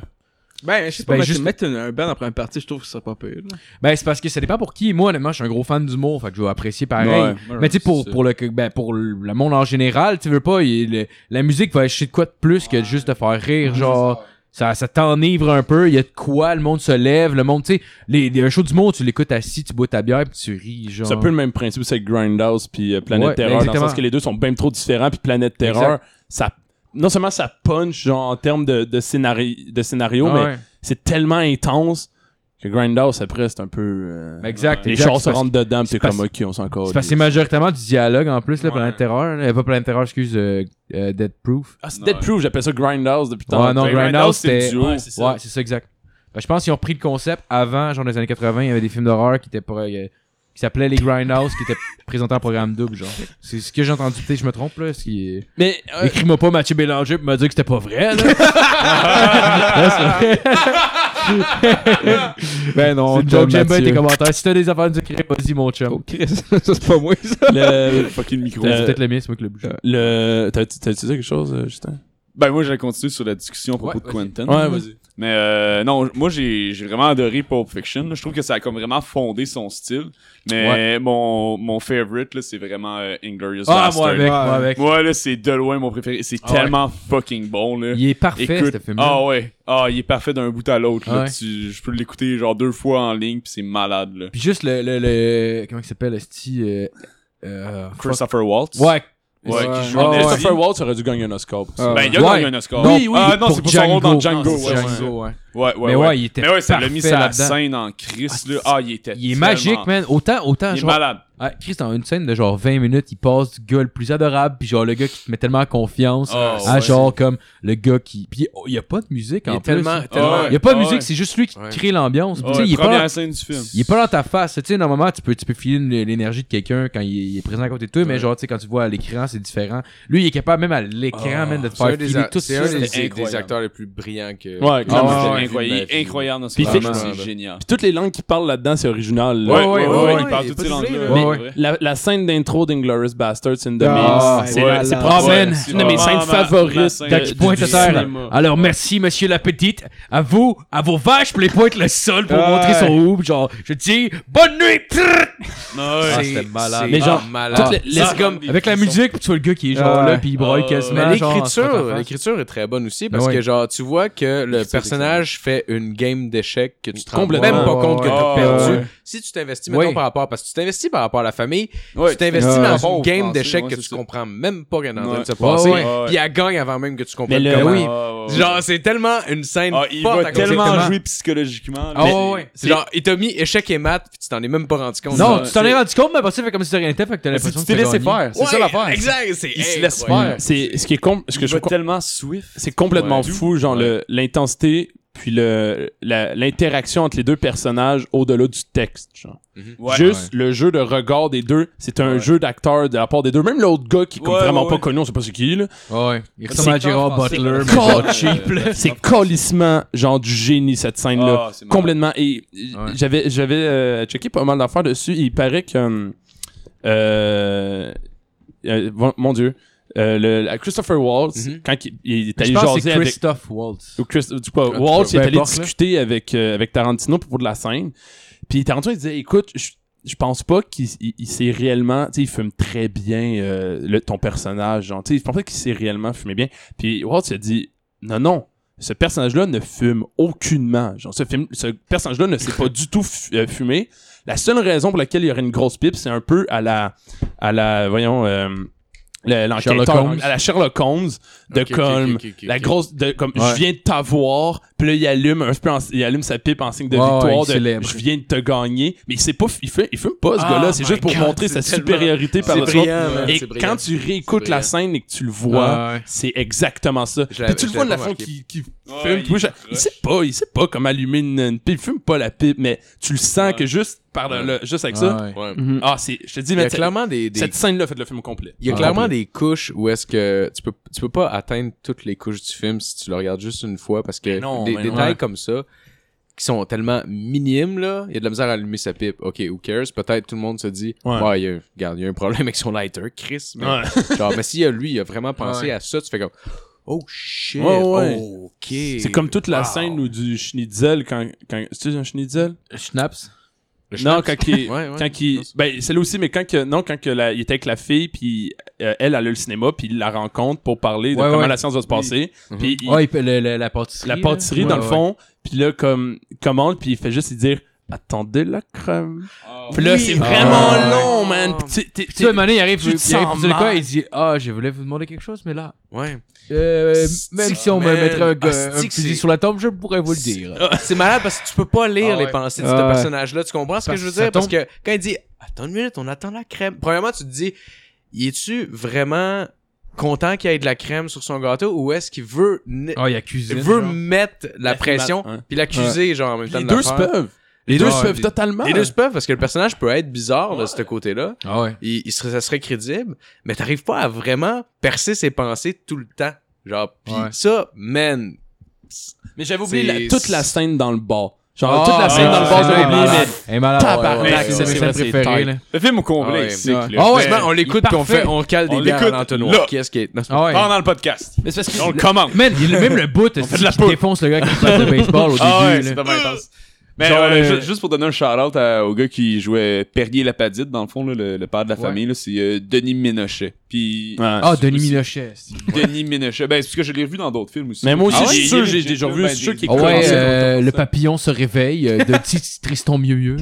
Speaker 2: Ben, je sais pas,
Speaker 5: Ben,
Speaker 2: mettre-
Speaker 5: juste-
Speaker 2: mettre une- un band après une partie, je trouve que ça serait pas pire. [laughs] là.
Speaker 5: Ben, c'est parce que ça dépend pour qui. Moi, honnêtement, je suis un gros fan d'humour, fait que je vais apprécier pareil. Mais tu sais, pour, pour, le, ben, pour le monde en général, tu veux pas, il- le- la musique va acheter de quoi de plus que juste de faire rire, genre. Ça, ça t'enivre un peu, il y a de quoi, le monde se lève, le monde, tu sais, les, les- un show du monde, tu l'écoutes assis, tu bois ta bière, puis tu ris, genre.
Speaker 4: C'est un peu le même principe, c'est Grindhouse puis euh, Planète
Speaker 5: Ouais,
Speaker 4: Terreur, dans le
Speaker 5: exactement.
Speaker 4: sens que les deux sont bien trop différents. Puis Planète Terreur, ça, non seulement ça punch genre, en termes de, de, scénari- de scénario,
Speaker 5: Ah
Speaker 4: mais
Speaker 5: ouais.
Speaker 4: c'est tellement intense que Grindhouse, après, c'est un peu... euh,
Speaker 5: Ben, Exact,
Speaker 4: les
Speaker 5: exact,
Speaker 4: chars
Speaker 5: c'est
Speaker 4: se
Speaker 5: parce-
Speaker 4: rentrent dedans, puis
Speaker 5: c'est
Speaker 4: c'est comme,
Speaker 5: parce-
Speaker 4: OK, on s'en
Speaker 5: C'est
Speaker 4: calisse.
Speaker 5: parce que c'est majoritairement du dialogue en plus, là, Planète Terreur, là. pas Planète Terreur, excuse, euh, euh, Dead Proof.
Speaker 4: Ah, c'est Dead Proof, j'appelle ça Grindhouse depuis tant
Speaker 5: Ouais, non,
Speaker 4: Ben,
Speaker 5: Grindhouse, c'était-
Speaker 4: le duo.
Speaker 5: Ouais, c'est ça. exact. Ben, je pense qu'ils ont pris le concept avant, genre, dans les années 80, il y avait des films d'horreur qui étaient pour, euh, qui s'appelaient les Grindhouse, qui étaient [laughs] présentés en programme double, genre. C'est ce que j'ai entendu, peut-être que je me trompe, là, ce qui est...
Speaker 4: Mais, euh,
Speaker 5: Écris-moi pas Mathieu Bélanger pour me dire que c'était pas vrai,
Speaker 6: [laughs]
Speaker 5: là. ben non,
Speaker 4: John
Speaker 5: joke, j'aime bien
Speaker 4: Mathieu.
Speaker 5: tes commentaires. Si t'as des affaires à nous écrire, vas-y, mon chum.
Speaker 2: Oh, Chris, [laughs] ça c'est pas moi, ça.
Speaker 4: le...
Speaker 6: Fucking micro.
Speaker 5: T'as- C'est
Speaker 4: Euh,
Speaker 5: peut-être le mien, c'est moi qui l'ai bougé.
Speaker 4: le... T'as-tu t'as-tu dit quelque chose, euh, Justin?
Speaker 6: Ben, moi, je vais continuer sur la discussion à propos
Speaker 5: Ouais,
Speaker 6: de Quentin.
Speaker 4: Ouais, vas-y.
Speaker 6: Mais euh, non, j- moi j'ai j'ai vraiment adoré Pulp Fiction. là. Je trouve que ça a comme vraiment fondé son style. Mais mon, mon favorite, là, c'est vraiment euh, Inglourious
Speaker 5: Ah, moi
Speaker 6: Basterds.
Speaker 5: avec, moi avec.
Speaker 6: Moi, là, c'est de loin mon préféré. C'est
Speaker 5: Ah
Speaker 6: tellement fucking bon, là.
Speaker 5: Il est parfait,
Speaker 6: Écoute,
Speaker 5: ce film-là.
Speaker 6: ah ouais, ah il est parfait d'un bout à l'autre. là.
Speaker 5: Ouais.
Speaker 6: Tu- Je peux l'écouter genre deux fois en ligne puis c'est malade là.
Speaker 5: Puis juste le, le, le- comment il s'appelle, Esti, euh, euh, fuck.
Speaker 6: Christopher Waltz.
Speaker 5: Ouais.
Speaker 6: Oh, Ouais, qui joue
Speaker 5: Ouais, Ah
Speaker 6: en
Speaker 5: ouais.
Speaker 6: Nazi.
Speaker 4: Christopher Waltz aurait dû gagner un Oscar pour ça.
Speaker 2: Ah.
Speaker 6: Ben il a gagné
Speaker 5: Ouais.
Speaker 6: un Oscar.
Speaker 5: Oui, oui,
Speaker 6: Ah non,
Speaker 5: pour
Speaker 6: c'est pour son rôle dans
Speaker 5: Django.
Speaker 6: Django.
Speaker 5: Non,
Speaker 6: ouais,
Speaker 5: c'est
Speaker 6: ouais.
Speaker 5: Django, ouais.
Speaker 6: Ouais, ouais,
Speaker 5: Mais ouais,
Speaker 6: ouais.
Speaker 5: il était
Speaker 6: Mais ouais, ça l'a mis
Speaker 5: parfait
Speaker 6: sur la
Speaker 5: là-dedans.
Speaker 6: scène en Chris là. Ah, il était
Speaker 5: Il est
Speaker 6: tellement-
Speaker 5: magique, man. Autant, autant,
Speaker 6: Il est
Speaker 5: genre,
Speaker 6: malade.
Speaker 5: ah, Chris, dans une scène de genre 20 minutes, il passe du gars le plus adorable, puis genre le gars qui te met tellement en confiance,
Speaker 6: Ah,
Speaker 5: à
Speaker 6: ouais.
Speaker 5: genre comme le gars qui. Puis oh, il y a pas de musique
Speaker 3: Il
Speaker 5: en
Speaker 3: est
Speaker 5: plus.
Speaker 3: tellement.
Speaker 5: hein.
Speaker 3: tellement-
Speaker 5: Il y a pas de
Speaker 6: Ah,
Speaker 5: musique,
Speaker 6: ouais.
Speaker 5: c'est juste lui qui
Speaker 3: Ouais.
Speaker 5: crée l'ambiance. Puis
Speaker 6: Ouais,
Speaker 5: tu sais, il est
Speaker 6: première
Speaker 5: pas.
Speaker 6: scène du film.
Speaker 5: Il est pas dans ta face, tu sais, normalement tu peux, tu peux filer une- l'énergie de quelqu'un quand il est présent à côté de toi, mais genre tu sais quand tu vois à l'écran c'est différent. Lui il est capable même à l'écran même de te
Speaker 3: Ah, C'est un
Speaker 5: faire
Speaker 3: des,
Speaker 5: filer
Speaker 3: a-
Speaker 5: tout
Speaker 3: c'est
Speaker 5: ça.
Speaker 3: un des-
Speaker 6: c'était
Speaker 3: des
Speaker 6: incroyable.
Speaker 3: acteurs les plus brillants que.
Speaker 4: Ouais,
Speaker 6: Non, mais
Speaker 4: clairement.
Speaker 6: c'était
Speaker 3: ouais.
Speaker 6: incroyable,
Speaker 3: Puis-
Speaker 6: incroyable dans ce
Speaker 4: Puis
Speaker 6: film.
Speaker 3: fait-
Speaker 6: C'est génial.
Speaker 4: Puis toutes les langues qui parlent là-dedans, c'est original. là.
Speaker 6: Ouais, ouais, ouais,
Speaker 3: ouais, ouais,
Speaker 6: il parle
Speaker 3: il est
Speaker 6: toutes
Speaker 3: pas doublé,
Speaker 6: ces langues-là.
Speaker 5: là. Ouais,
Speaker 6: ouais,
Speaker 5: ouais.
Speaker 6: ouais.
Speaker 4: La, la scène d'intro d'Inglorious Bastards, c'est une de
Speaker 2: Ah,
Speaker 4: mes, c'est,
Speaker 2: ouais,
Speaker 4: c'est
Speaker 2: là.
Speaker 4: probablement
Speaker 6: Ouais,
Speaker 4: une de mes
Speaker 6: c'est
Speaker 4: scènes
Speaker 6: vraiment ma
Speaker 4: favorites.
Speaker 6: scène.
Speaker 4: de-
Speaker 2: Euh,
Speaker 6: Quand
Speaker 5: qui
Speaker 4: du-
Speaker 5: pointe
Speaker 4: du
Speaker 5: à terre.
Speaker 4: cinéma.
Speaker 5: Alors merci monsieur la petite, à vous, à vos vaches, puis les pointe le sol pour
Speaker 2: Ouais.
Speaker 5: montrer son hoop, genre je dis bonne nuit.
Speaker 3: Ah,
Speaker 5: C'est-
Speaker 3: c'était malade.
Speaker 5: Mais genre,
Speaker 3: Ah, malade.
Speaker 5: toutes les-
Speaker 3: Ça,
Speaker 5: les-
Speaker 3: c'est comme-
Speaker 5: Avec la musique, puis tu vois le gars qui est genre
Speaker 2: Ouais.
Speaker 5: là puis il broille
Speaker 6: Ah,
Speaker 5: quasiment.
Speaker 3: Mais
Speaker 5: genre, en se mettant en
Speaker 3: l'écriture,
Speaker 5: face.
Speaker 3: l'écriture est très bonne aussi parce
Speaker 5: Ouais.
Speaker 3: que genre tu vois que le personnage fait une game d'échecs que tu te rends même
Speaker 4: Complètement.
Speaker 3: pas
Speaker 2: Ouais,
Speaker 3: compte que
Speaker 2: ouais,
Speaker 3: t'as
Speaker 2: ouais.
Speaker 3: perdu.
Speaker 2: Ouais.
Speaker 3: Si tu t'investis
Speaker 5: Ouais.
Speaker 3: mettons par rapport parce que tu t'investis par rapport à la famille,
Speaker 6: Ouais,
Speaker 3: tu t'investis
Speaker 2: Ouais.
Speaker 3: dans
Speaker 6: Ouais.
Speaker 3: une game
Speaker 6: Ouais,
Speaker 3: d'échecs
Speaker 6: c'est
Speaker 3: que tu
Speaker 6: ça.
Speaker 3: comprends même pas qu'elle est en train
Speaker 6: Ouais.
Speaker 3: de se passer,
Speaker 5: ouais.
Speaker 3: puis elle gagne avant même que tu comprennes
Speaker 11: Mais le-
Speaker 3: comment.
Speaker 5: oui.
Speaker 3: Genre c'est tellement une scène
Speaker 6: Oh. Ah, il
Speaker 3: forte
Speaker 6: va
Speaker 3: à côté.
Speaker 6: tellement
Speaker 5: Exactement.
Speaker 6: jouer psychologiquement.
Speaker 5: Ah
Speaker 6: là.
Speaker 5: ouais, ouais.
Speaker 3: C'est genre il t'a mis échec et maths puis tu t'en es même pas rendu compte.
Speaker 5: Non,
Speaker 3: Genre,
Speaker 5: tu t'en es rendu compte, mais après ça fait comme si de rien n'était, fait que t'as l'impression que t'as gagné.
Speaker 3: c'est ça l'affaire. Exact, c'est
Speaker 6: Il se laisse
Speaker 3: incroyable.
Speaker 6: faire.
Speaker 4: C'est ce qui est com- ce que
Speaker 6: Il
Speaker 4: je
Speaker 6: va
Speaker 4: trouve
Speaker 6: tellement swift.
Speaker 4: c'est complètement
Speaker 6: Ouais.
Speaker 4: fou, genre le- l'intensité puis le la- l'interaction entre les deux personnages au-delà du texte. Genre.
Speaker 6: Ouais.
Speaker 4: Juste le jeu de regard des deux, c'est un
Speaker 6: Ouais.
Speaker 4: jeu d'acteur de la part des deux. Même l'autre gars qui est comme
Speaker 6: Ouais,
Speaker 4: vraiment
Speaker 6: ouais,
Speaker 4: pas
Speaker 6: ouais.
Speaker 4: connu, on sait pas c'est qui là.
Speaker 5: Ouais, il ressemble à Gerard Butler, mais
Speaker 4: Call
Speaker 5: genre cheap.
Speaker 4: là. C'est colissement genre du génie cette scène là.
Speaker 6: Ah, c'est marrant.
Speaker 4: complètement et
Speaker 5: Ouais.
Speaker 4: j'avais j'avais euh, checké pas mal d'affaires dessus il paraît que hum, euh, euh, bon- mon dieu euh, le, la Christopher Waltz
Speaker 3: Mhm.
Speaker 4: quand il, il est
Speaker 5: Je
Speaker 4: allé
Speaker 5: pense que
Speaker 4: jaser
Speaker 5: c'est
Speaker 4: avec
Speaker 5: Christophe Waltz.
Speaker 4: ou Chris- du coup, Waltz il est allé discuter avec euh, avec Tarantino pour de la scène puis Tarantino il disait écoute je je pense pas qu'il il, il s'est réellement tu sais il fume très bien euh, le, ton personnage genre tu sais je pense pas qu'il s'est réellement fumé bien puis Waltz il a dit non non ce personnage-là ne fume aucunement. Genre, ce, film- ce personnage-là ne s'est pas du tout fu- euh, fumé. La seule raison pour laquelle il y aurait une grosse pipe, c'est un peu à la, à la, voyons, euh, le-
Speaker 5: Sherlock
Speaker 4: l'enquêteur,
Speaker 5: Holmes.
Speaker 4: à la Sherlock Holmes de
Speaker 3: Ok, ok,
Speaker 4: Colm.
Speaker 3: ok, ok, ok.
Speaker 4: La grosse, de, comme, je viens de t'avoir, puis là, il allume, un peu en- il allume sa pipe en signe de
Speaker 5: Ouais, ouais,
Speaker 4: victoire,
Speaker 5: il
Speaker 4: de,
Speaker 5: célèbre.
Speaker 4: je viens de te gagner, mais il sait pas, il fume, il fume pas, ce
Speaker 3: Ah,
Speaker 4: gars-là, c'est
Speaker 3: my
Speaker 4: juste pour
Speaker 3: God,
Speaker 4: montrer
Speaker 3: c'est
Speaker 4: sa
Speaker 3: tellement-
Speaker 4: supériorité par
Speaker 3: C'est
Speaker 4: le autres.
Speaker 3: brillant, man,
Speaker 4: Et
Speaker 3: Ah, c'est brillant.
Speaker 4: quand tu réécoutes
Speaker 3: C'est
Speaker 4: la
Speaker 3: brillant.
Speaker 4: scène et que tu le vois,
Speaker 5: Ah ouais.
Speaker 4: c'est exactement ça.
Speaker 3: Je l'avais-
Speaker 4: Puis tu le
Speaker 3: je
Speaker 4: vois de la
Speaker 3: l'avais
Speaker 4: fond
Speaker 3: pas
Speaker 4: qui, qui fume.
Speaker 6: Ouais,
Speaker 4: Puis moi,
Speaker 6: Ah, il
Speaker 4: je- il, sait pas, il sait pas comment allumer une, une pipe. Il fume pas la pipe, mais tu le sens
Speaker 6: Ouais.
Speaker 4: que juste par le, le- juste avec ça.
Speaker 5: Ah ouais.
Speaker 3: Ouais.
Speaker 4: Mhm. Ah, c'est, je te
Speaker 3: Il
Speaker 4: dis,
Speaker 3: y
Speaker 4: mais
Speaker 3: a
Speaker 4: cette-
Speaker 3: clairement des, des-
Speaker 4: cette scène-là fait le film au complet.
Speaker 3: il y a
Speaker 5: Ah,
Speaker 3: clairement des couches où est-ce que tu peux tu peux pas atteindre toutes les couches du film si tu le regardes juste une fois parce que
Speaker 4: non,
Speaker 3: des
Speaker 4: mais non.
Speaker 3: détails comme ça qui sont tellement minimes là, il y a de la misère à allumer sa pipe. OK, who cares? Peut-être tout le monde se dit ouais,
Speaker 4: Ouais.
Speaker 3: il y a, regarde, il y a un problème avec son lighter, Chris. Mais,
Speaker 4: Ouais.
Speaker 3: [laughs] genre, mais s'il y a lui, il a vraiment pensé
Speaker 5: Ouais.
Speaker 3: à ça, tu fais comme Oh shit.
Speaker 4: Ouais, ouais.
Speaker 3: oh, OK.
Speaker 4: C'est comme toute la
Speaker 3: Wow.
Speaker 4: scène où du schnitzel quand, quand c'est un schnitzel
Speaker 5: Schnaps.
Speaker 3: Le
Speaker 4: non
Speaker 3: schnaps.
Speaker 4: quand il
Speaker 3: Ouais, ouais.
Speaker 4: quand il ben celle aussi mais quand que non quand que la- il était avec la fille puis euh, elle elle a le cinéma puis il la rencontre pour parler de
Speaker 5: Ouais,
Speaker 4: comment
Speaker 5: ouais.
Speaker 4: la science va se passer
Speaker 3: Mhm.
Speaker 4: puis il-
Speaker 5: Ouais, il fait le- le- la pâtisserie.
Speaker 4: la
Speaker 5: là.
Speaker 4: pâtisserie dans
Speaker 5: Ouais,
Speaker 4: le
Speaker 5: ouais.
Speaker 4: fond puis là comme commande puis il fait juste lui dire attendez la crème puis là c'est vraiment
Speaker 5: Ah, ouais.
Speaker 4: long man Puis tu- t'es-
Speaker 5: Puis tu vois,
Speaker 4: t'es-
Speaker 5: un moment donné, il arrive,
Speaker 4: Tu
Speaker 5: il
Speaker 4: te
Speaker 5: arrive, il
Speaker 4: sens
Speaker 5: dit le quoi,
Speaker 4: mal.
Speaker 5: il dit Ah, je voulais vous demander quelque chose, mais là.
Speaker 3: Ouais.
Speaker 5: Euh, même si on me
Speaker 3: Man,
Speaker 5: mettrait un, gars- un
Speaker 3: hostie que
Speaker 5: fusil
Speaker 3: c'est-
Speaker 5: sur la tombe, je pourrais vous le dire.
Speaker 3: C'est malade parce que tu peux pas lire
Speaker 5: Ah ouais.
Speaker 3: les pensées de
Speaker 2: Ah
Speaker 3: ce
Speaker 2: ouais.
Speaker 3: personnage-là. Tu comprends ce que
Speaker 5: Parce
Speaker 3: je veux
Speaker 5: que ça
Speaker 3: dire? Parce
Speaker 5: tombe-
Speaker 3: que quand il dit Attends une minute, on attend la crème. Premièrement, tu te dis Y es-tu vraiment content qu'il y ait de la crème sur son gâteau ou est-ce qu'il veut, ne-
Speaker 5: Ah, il accuse.
Speaker 3: veut mettre la pression
Speaker 4: hein.
Speaker 3: puis l'accuser, genre en même temps
Speaker 4: les
Speaker 3: de
Speaker 4: deux se
Speaker 3: l'affaire?
Speaker 4: peuvent
Speaker 5: Ah,
Speaker 4: les deux se peuvent totalement
Speaker 3: Les deux se peuvent parce que le personnage peut être bizarre de ce côté-là.
Speaker 5: Ah ouais.
Speaker 3: Il, il serait, ça serait crédible, mais t'arrives pas à vraiment percer ses pensées tout le temps. Genre, pis
Speaker 5: Ouais.
Speaker 3: ça, man.
Speaker 4: mais j'avais oublié
Speaker 3: C'est-
Speaker 4: la- toute la scène dans le bar Genre,
Speaker 5: Ah,
Speaker 4: toute la scène dans le
Speaker 5: bord
Speaker 4: bord
Speaker 5: de
Speaker 4: de l'oubli, mais
Speaker 5: Elle est Eh, malade.
Speaker 4: Tabarnak,
Speaker 5: Ouais, ouais,
Speaker 4: c'est
Speaker 5: ouais,
Speaker 4: vrai,
Speaker 5: c'est ma
Speaker 4: c'est
Speaker 5: scène préférée,
Speaker 4: tight.
Speaker 5: là.
Speaker 6: Le film au complet,
Speaker 12: Ah ouais.
Speaker 6: c'est
Speaker 13: Ouais.
Speaker 6: là.
Speaker 12: Ah ouais,
Speaker 6: Ben,
Speaker 12: man, on l'écoute puis on fait, on cale
Speaker 6: On
Speaker 12: des gars à
Speaker 6: l'écoute, là.
Speaker 12: l'entonnoir. Qui est-ce qui est. Non, c'est pas-
Speaker 5: Ah ouais.
Speaker 6: Pendant le podcast.
Speaker 4: mais c'est parce que
Speaker 6: On le commande.
Speaker 5: Man, il- même le bout,
Speaker 6: fait de la
Speaker 5: qui
Speaker 6: peau.
Speaker 5: défonce le gars avec une batte de baseball au début.
Speaker 6: Ah ouais,
Speaker 5: là.
Speaker 6: c'est pas intense. Mais
Speaker 4: Genre,
Speaker 6: euh,
Speaker 4: euh,
Speaker 6: ju- juste pour donner un shout-out à- au gars qui jouait Perrier Lapadite, dans le fond, là, le, le père de la
Speaker 5: Ouais.
Speaker 6: famille, là, c'est euh, Denis Ménochet. Puis,
Speaker 5: Ah, Denis
Speaker 6: aussi-
Speaker 5: Minochet.
Speaker 6: Denis Ménochet. Ben, c'est parce que je l'ai vu dans d'autres films aussi.
Speaker 4: Mais moi aussi,
Speaker 6: Ah
Speaker 4: je
Speaker 6: ouais?
Speaker 4: suis sûr, j'ai déjà vu,
Speaker 6: Ben,
Speaker 4: je suis sûr
Speaker 6: des-
Speaker 4: qu'il
Speaker 5: Ah ouais,
Speaker 4: commençait
Speaker 5: euh, le papillon se réveille euh, de petit Tristan mieux mieux.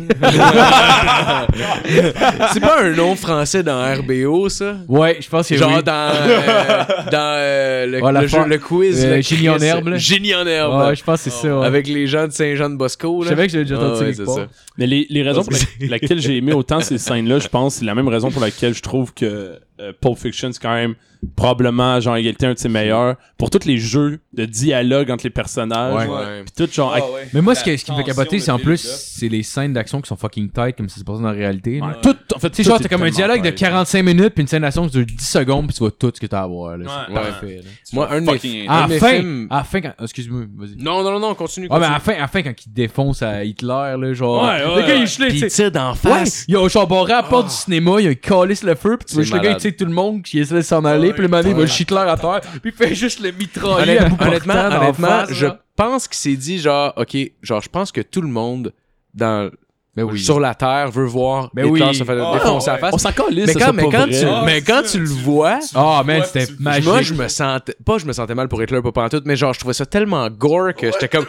Speaker 3: C'est pas un nom français dans RBO, ça?
Speaker 5: Ouais, je pense que
Speaker 3: Genre
Speaker 5: oui.
Speaker 3: dans, euh, dans euh, le,
Speaker 5: Oh, la
Speaker 3: le jeu-
Speaker 5: fin-
Speaker 3: le quiz.
Speaker 5: euh,
Speaker 3: le
Speaker 5: Génie
Speaker 3: quiz.
Speaker 5: en herbe, là.
Speaker 3: Génie en herbe.
Speaker 5: Ouais, je pense que c'est ça. ouais.
Speaker 3: Avec les gens de Saint-Jean-de-Bosco.
Speaker 5: Je savais que j'avais déjà entendu ça quelque part.
Speaker 4: Mais les, les raisons
Speaker 5: [laughs]
Speaker 4: pour la- laquelle j'ai aimé autant ces scènes-là, je pense, c'est la même raison pour laquelle je trouve que euh, Pulp Fiction, c'est quand même probablement, genre, égalité, un de ses meilleurs. Pour tous les jeux de dialogue entre les personnages.
Speaker 5: Ouais.
Speaker 4: Pis tout, genre, à-
Speaker 5: Mais moi, ce, que- ce qui me fait
Speaker 14: tension
Speaker 5: capoter,
Speaker 14: de
Speaker 5: c'est en plus,
Speaker 14: build-up.
Speaker 5: c'est les scènes d'action qui sont fucking tight, comme si c'est passé dans la réalité. là.
Speaker 4: Ouais. tout, en fait,
Speaker 5: Tu sais,
Speaker 4: tout
Speaker 5: genre,
Speaker 4: est
Speaker 5: t'as comme un
Speaker 4: tellement
Speaker 5: dialogue de
Speaker 4: pareil.
Speaker 5: 45 minutes, puis une scène d'action qui dure 10 secondes, puis tu vois tout ce que t'as à voir. Là. C'est
Speaker 4: Ouais.
Speaker 5: parfait. là.
Speaker 3: Moi, un de mes,
Speaker 6: Fucking-
Speaker 5: À
Speaker 3: un
Speaker 5: la
Speaker 3: de mes
Speaker 5: fin,
Speaker 3: films.
Speaker 5: à la fin, quand... excuse-moi, vas-y.
Speaker 3: Non, non, non, non, continue.
Speaker 5: Ouais, mais
Speaker 3: continue.
Speaker 5: à la fin, à la fin, quand il défonce à Hitler, là, genre.
Speaker 4: Ouais, ouais,
Speaker 5: le gars, il
Speaker 4: ouais.
Speaker 5: est gelé, tu
Speaker 2: Pis
Speaker 5: sais.
Speaker 2: il tire d'en
Speaker 5: Ouais,
Speaker 2: face.
Speaker 5: il a genre barré à la porte du cinéma, il a calisse le feu, puis tu vois juste le gars, il tire tout le monde qui essaie de s'en aller, puis le mané, il va Hitler à terre, puis il fait juste le mitrailler à bout
Speaker 3: Honnêtement,
Speaker 5: portant
Speaker 3: honnêtement,
Speaker 5: dans la
Speaker 3: honnêtement,
Speaker 5: face,
Speaker 3: je
Speaker 5: là.
Speaker 3: pense qu'il s'est dit genre, ok, genre, je pense que tout le monde dans
Speaker 5: Ben oui.
Speaker 3: sur la terre veut voir
Speaker 5: Ben
Speaker 3: Hitler
Speaker 5: oui.
Speaker 3: se faire
Speaker 6: Ah,
Speaker 3: défoncer la face.
Speaker 4: On s'en calisse,
Speaker 3: mais
Speaker 4: ça,
Speaker 3: quand,
Speaker 4: c'est
Speaker 3: mais
Speaker 4: pas
Speaker 3: quand
Speaker 4: vrai.
Speaker 3: tu,
Speaker 6: Ah,
Speaker 3: mais
Speaker 6: c'est
Speaker 3: quand
Speaker 6: ça,
Speaker 3: tu le
Speaker 6: tu-
Speaker 3: vois,
Speaker 5: Ah, man,
Speaker 6: Ouais,
Speaker 5: c'était
Speaker 6: tu-
Speaker 5: magique.
Speaker 3: moi je me sentais, pas je me sentais mal pour Hitler pas pantoute, mais genre je trouvais ça tellement gore que j'étais comme,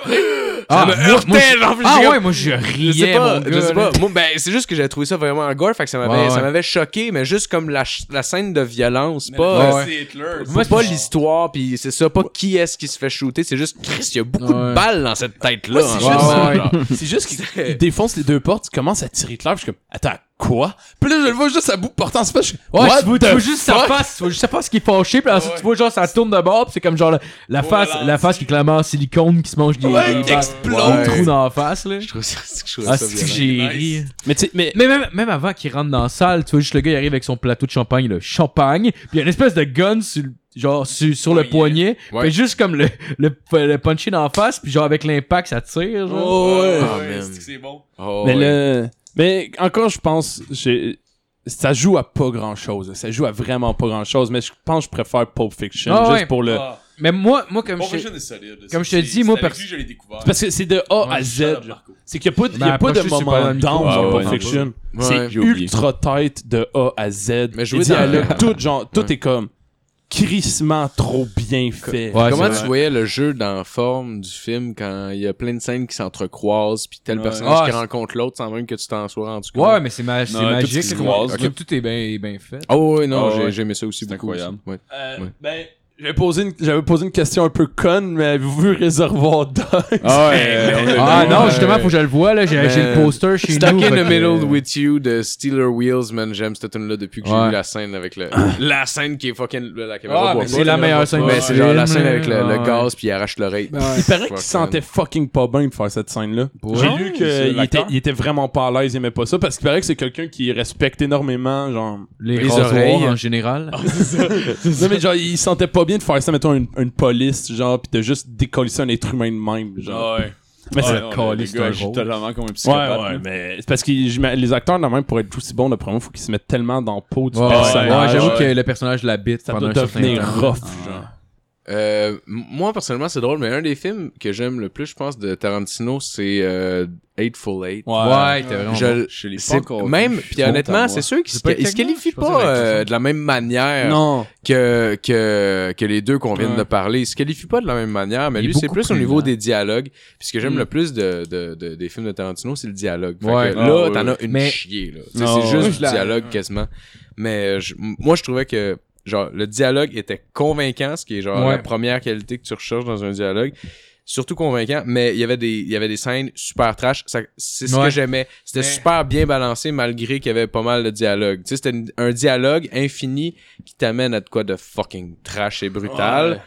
Speaker 5: Ah,
Speaker 3: me
Speaker 5: moi, moi,
Speaker 3: heurtait,
Speaker 5: je-
Speaker 3: genre, puis
Speaker 5: Ah
Speaker 3: j'étais comme-
Speaker 5: ouais, moi, je
Speaker 3: je
Speaker 5: riais,
Speaker 3: sais pas,
Speaker 5: mon
Speaker 3: je
Speaker 5: gars,
Speaker 3: sais
Speaker 5: là.
Speaker 3: pas. Moi, ben c'est juste que j'ai trouvé ça vraiment gore, fait que ça m'avait,
Speaker 5: Ouais, ouais.
Speaker 3: ça m'avait choqué, mais juste comme la, ch- la scène de violence,
Speaker 5: Ouais,
Speaker 3: pas.
Speaker 5: ouais.
Speaker 6: C'est Hitler.
Speaker 3: Moi, c'est pas l'histoire, puis c'est ça, pas qui est-ce qui se fait shooter, c'est juste Chris, il y a beaucoup
Speaker 5: Ouais.
Speaker 3: de balles dans cette tête-là. en
Speaker 4: c'est
Speaker 3: fait.
Speaker 4: juste-
Speaker 5: Ouais, ouais.
Speaker 4: C'est juste qu'il défonce les deux portes, tu commences à tirer Hitler, puis je suis comme, attends, quoi? Puis là, je le vois juste à bout portant, c'est pas, je suis,
Speaker 5: Ouais,
Speaker 4: what
Speaker 5: tu vois, tu
Speaker 4: the
Speaker 5: vois juste sa
Speaker 4: fuck?
Speaker 5: face, tu vois juste sa face qui est fâchée, puis ensuite tu vois genre ça tourne de bord, puis c'est comme genre la, la face, la face qui est clairement en silicone qui se mange des,
Speaker 4: Ouais,
Speaker 5: des
Speaker 4: qui explose.
Speaker 5: un trou dans la face là.
Speaker 3: Je trouve ça, je trouve
Speaker 5: Ah,
Speaker 3: ça
Speaker 5: c'est que
Speaker 3: violent.
Speaker 5: j'ai ri.
Speaker 4: Mais tu sais, mais,
Speaker 5: Mais même, même avant qu'il rentre dans la salle, tu vois juste le gars il arrive avec son plateau de champagne, le champagne, puis il y a une espèce de gun sur le- genre sur, sur le poignet,
Speaker 3: Ouais.
Speaker 5: puis juste comme le le, le puncher dans la face, puis genre avec l'impact ça tire
Speaker 4: Oh.
Speaker 5: genre.
Speaker 6: Ouais,
Speaker 3: Ah,
Speaker 6: ouais,
Speaker 3: man.
Speaker 6: c'est que c'est bon.
Speaker 3: Oh,
Speaker 4: mais
Speaker 3: ouais.
Speaker 4: le- mais encore, je pense, j'ai, ça joue à pas grand chose. Ça joue à vraiment pas grand chose. Mais je pense que je préfère Pulp Fiction
Speaker 5: Ah
Speaker 4: juste
Speaker 5: ouais.
Speaker 4: pour le.
Speaker 6: Ah,
Speaker 5: Mais moi moi comme
Speaker 6: Pulp
Speaker 5: je
Speaker 6: Fiction est solide.
Speaker 5: comme je te
Speaker 6: C'est-
Speaker 5: dis,
Speaker 6: c'est
Speaker 5: moi,
Speaker 6: avec
Speaker 5: perso-
Speaker 6: lui, je l'ai découvert.
Speaker 4: Parce que c'est de A à
Speaker 5: Ouais,
Speaker 4: Z. genre. C'est qu'il n'y a pas, de- il y
Speaker 5: Mais
Speaker 4: a pas Ah, de
Speaker 5: approche-toi, c'est pas dans
Speaker 4: moment
Speaker 5: le
Speaker 4: down
Speaker 5: micro.
Speaker 4: dans
Speaker 6: Ouais, ouais,
Speaker 4: Pulp
Speaker 6: non,
Speaker 4: Fiction.
Speaker 3: Ouais.
Speaker 4: C'est
Speaker 3: J'ai oublié.
Speaker 4: ultra tight de A à Z.
Speaker 3: Mais
Speaker 4: Mais
Speaker 3: je
Speaker 4: je
Speaker 3: veux
Speaker 4: veux
Speaker 3: dire-
Speaker 4: [laughs] tout, genre, tout est comme crissement trop bien fait.
Speaker 5: Ouais,
Speaker 3: Comment
Speaker 5: c'est
Speaker 3: tu voyais le jeu dans la forme du film quand il y a plein de scènes qui s'entrecroisent, puis tel
Speaker 6: Ouais.
Speaker 3: personnage
Speaker 5: Ah,
Speaker 3: qui
Speaker 5: c'est-
Speaker 3: rencontre l'autre sans même que tu t'en sois rendu compte?
Speaker 5: Ouais, mais c'est ma- c'est
Speaker 6: Non, tout
Speaker 5: magique,
Speaker 6: ce qui
Speaker 5: là,
Speaker 6: croise,
Speaker 5: comme-
Speaker 6: là.
Speaker 5: tout est bien bien fait.
Speaker 3: Oh, ouais, non,
Speaker 6: Ah,
Speaker 3: j'ai
Speaker 6: ouais.
Speaker 3: j'aimais ça aussi
Speaker 6: C'est
Speaker 3: beaucoup.
Speaker 6: incroyable.
Speaker 3: aussi. Ouais.
Speaker 4: Euh,
Speaker 3: Ouais.
Speaker 4: Ben, j'avais posé, une, j'avais posé une question un peu conne, mais avez-vous vu Réservoir Dogs?
Speaker 6: Ah ouais.
Speaker 5: Ah non,
Speaker 6: euh,
Speaker 3: Ouais.
Speaker 5: justement, faut que je le vois, là. J'ai
Speaker 3: Mais-
Speaker 5: j'ai le poster chez
Speaker 3: Stuck
Speaker 5: nous.
Speaker 3: in
Speaker 5: fait
Speaker 3: the
Speaker 5: que-
Speaker 3: middle with you de Steeler Wheels, man. J'aime cette tune là depuis que j'ai
Speaker 5: Ouais.
Speaker 3: vu la scène avec le. la scène qui est fucking. là, La caméra.
Speaker 5: Ah,
Speaker 3: voit
Speaker 5: mais
Speaker 3: pas,
Speaker 5: c'est la meilleure scène
Speaker 3: Mais
Speaker 5: du
Speaker 3: c'est genre la
Speaker 5: film,
Speaker 3: scène
Speaker 5: là.
Speaker 3: avec le,
Speaker 5: Ah,
Speaker 3: le
Speaker 5: ouais.
Speaker 3: gaz puis il arrache l'oreille.
Speaker 4: [laughs] Il paraît qu'il
Speaker 3: Fuck,
Speaker 4: se sentait fucking pas bien de faire cette scène-là.
Speaker 5: Ouais.
Speaker 4: J'ai
Speaker 5: Ouais,
Speaker 4: lu
Speaker 6: c'est
Speaker 4: qu'il était,
Speaker 6: l'acteur.
Speaker 4: il était vraiment pas à l'aise, il aimait pas ça, parce qu'il paraît que c'est quelqu'un qui respecte énormément, genre...
Speaker 5: Les,
Speaker 3: Les
Speaker 5: rasoirs
Speaker 3: oreilles.
Speaker 5: en général.
Speaker 4: non, mais genre, il sentait pas bien de faire ça, mettons, une, une police, genre, pis de juste décoller un être humain de même, genre.
Speaker 6: Ouais.
Speaker 4: Mais c'est-
Speaker 6: Ah, Ouais, non,
Speaker 5: calé,
Speaker 6: le
Speaker 5: c'est
Speaker 6: gars
Speaker 5: un
Speaker 6: agit
Speaker 5: rôle.
Speaker 6: totalement comme un
Speaker 4: Ouais,
Speaker 6: psychopathe.
Speaker 4: ouais,
Speaker 6: là.
Speaker 4: mais c'est parce que j'ima- les acteurs, là, même, pour être aussi bons, d'après moi, faut qu'ils se mettent tellement dans le pot du
Speaker 5: Ouais, ouais, ouais,
Speaker 4: personnage.
Speaker 5: j'avoue
Speaker 6: ouais.
Speaker 5: que le personnage l'habite
Speaker 4: ça
Speaker 5: pendant
Speaker 4: doit
Speaker 5: un certain
Speaker 4: devenir
Speaker 5: temps.
Speaker 4: rough, genre.
Speaker 3: Euh, m- moi personnellement c'est drôle mais un des films que j'aime le plus je pense de Tarantino c'est euh, Eightful Eight.
Speaker 5: Ouais, t'es vraiment.
Speaker 3: Je
Speaker 5: bon.
Speaker 3: l-
Speaker 6: Je l'ai pas
Speaker 3: c'est
Speaker 6: encore vu,
Speaker 3: même
Speaker 6: je suis
Speaker 3: puis
Speaker 6: honte à
Speaker 3: honnêtement
Speaker 6: moi.
Speaker 3: c'est sûr qu'ils se,
Speaker 5: pas
Speaker 3: ils se
Speaker 5: quelqu'un,
Speaker 3: qualifient
Speaker 5: je pensais
Speaker 3: pas
Speaker 5: avec
Speaker 3: euh,
Speaker 5: ça.
Speaker 3: de la même manière
Speaker 4: Non.
Speaker 3: que que que les deux qu'on vient
Speaker 4: Ouais.
Speaker 3: de parler ils se qualifient pas de la même manière mais
Speaker 5: Il est
Speaker 3: lui c'est
Speaker 5: beaucoup
Speaker 3: plus au
Speaker 5: plus
Speaker 3: niveau
Speaker 5: lent.
Speaker 3: des dialogues puis ce que j'aime
Speaker 4: Mm.
Speaker 3: le plus de, de, de- des films de Tarantino c'est le dialogue Fait
Speaker 5: Ouais.
Speaker 3: que
Speaker 6: Ah,
Speaker 3: là
Speaker 6: ouais,
Speaker 3: t'en
Speaker 6: ouais.
Speaker 3: as une
Speaker 5: Mais-
Speaker 3: chier là Tu sais,
Speaker 4: Ah,
Speaker 3: c'est juste
Speaker 4: ouais. Moi,
Speaker 3: du
Speaker 4: je la-
Speaker 3: dialogue quasiment mais euh, je- m- moi je trouvais que genre le dialogue était convaincant ce qui est genre
Speaker 5: Ouais.
Speaker 3: la première qualité que tu recherches dans un dialogue surtout convaincant mais il y avait des il y avait des scènes super trash Ça- c'est ce
Speaker 5: Ouais.
Speaker 3: que j'aimais c'était
Speaker 5: Mais-
Speaker 3: super bien balancé malgré qu'il y avait pas mal de dialogue tu sais c'était une- un dialogue infini qui t'amène à de quoi de fucking trash et brutal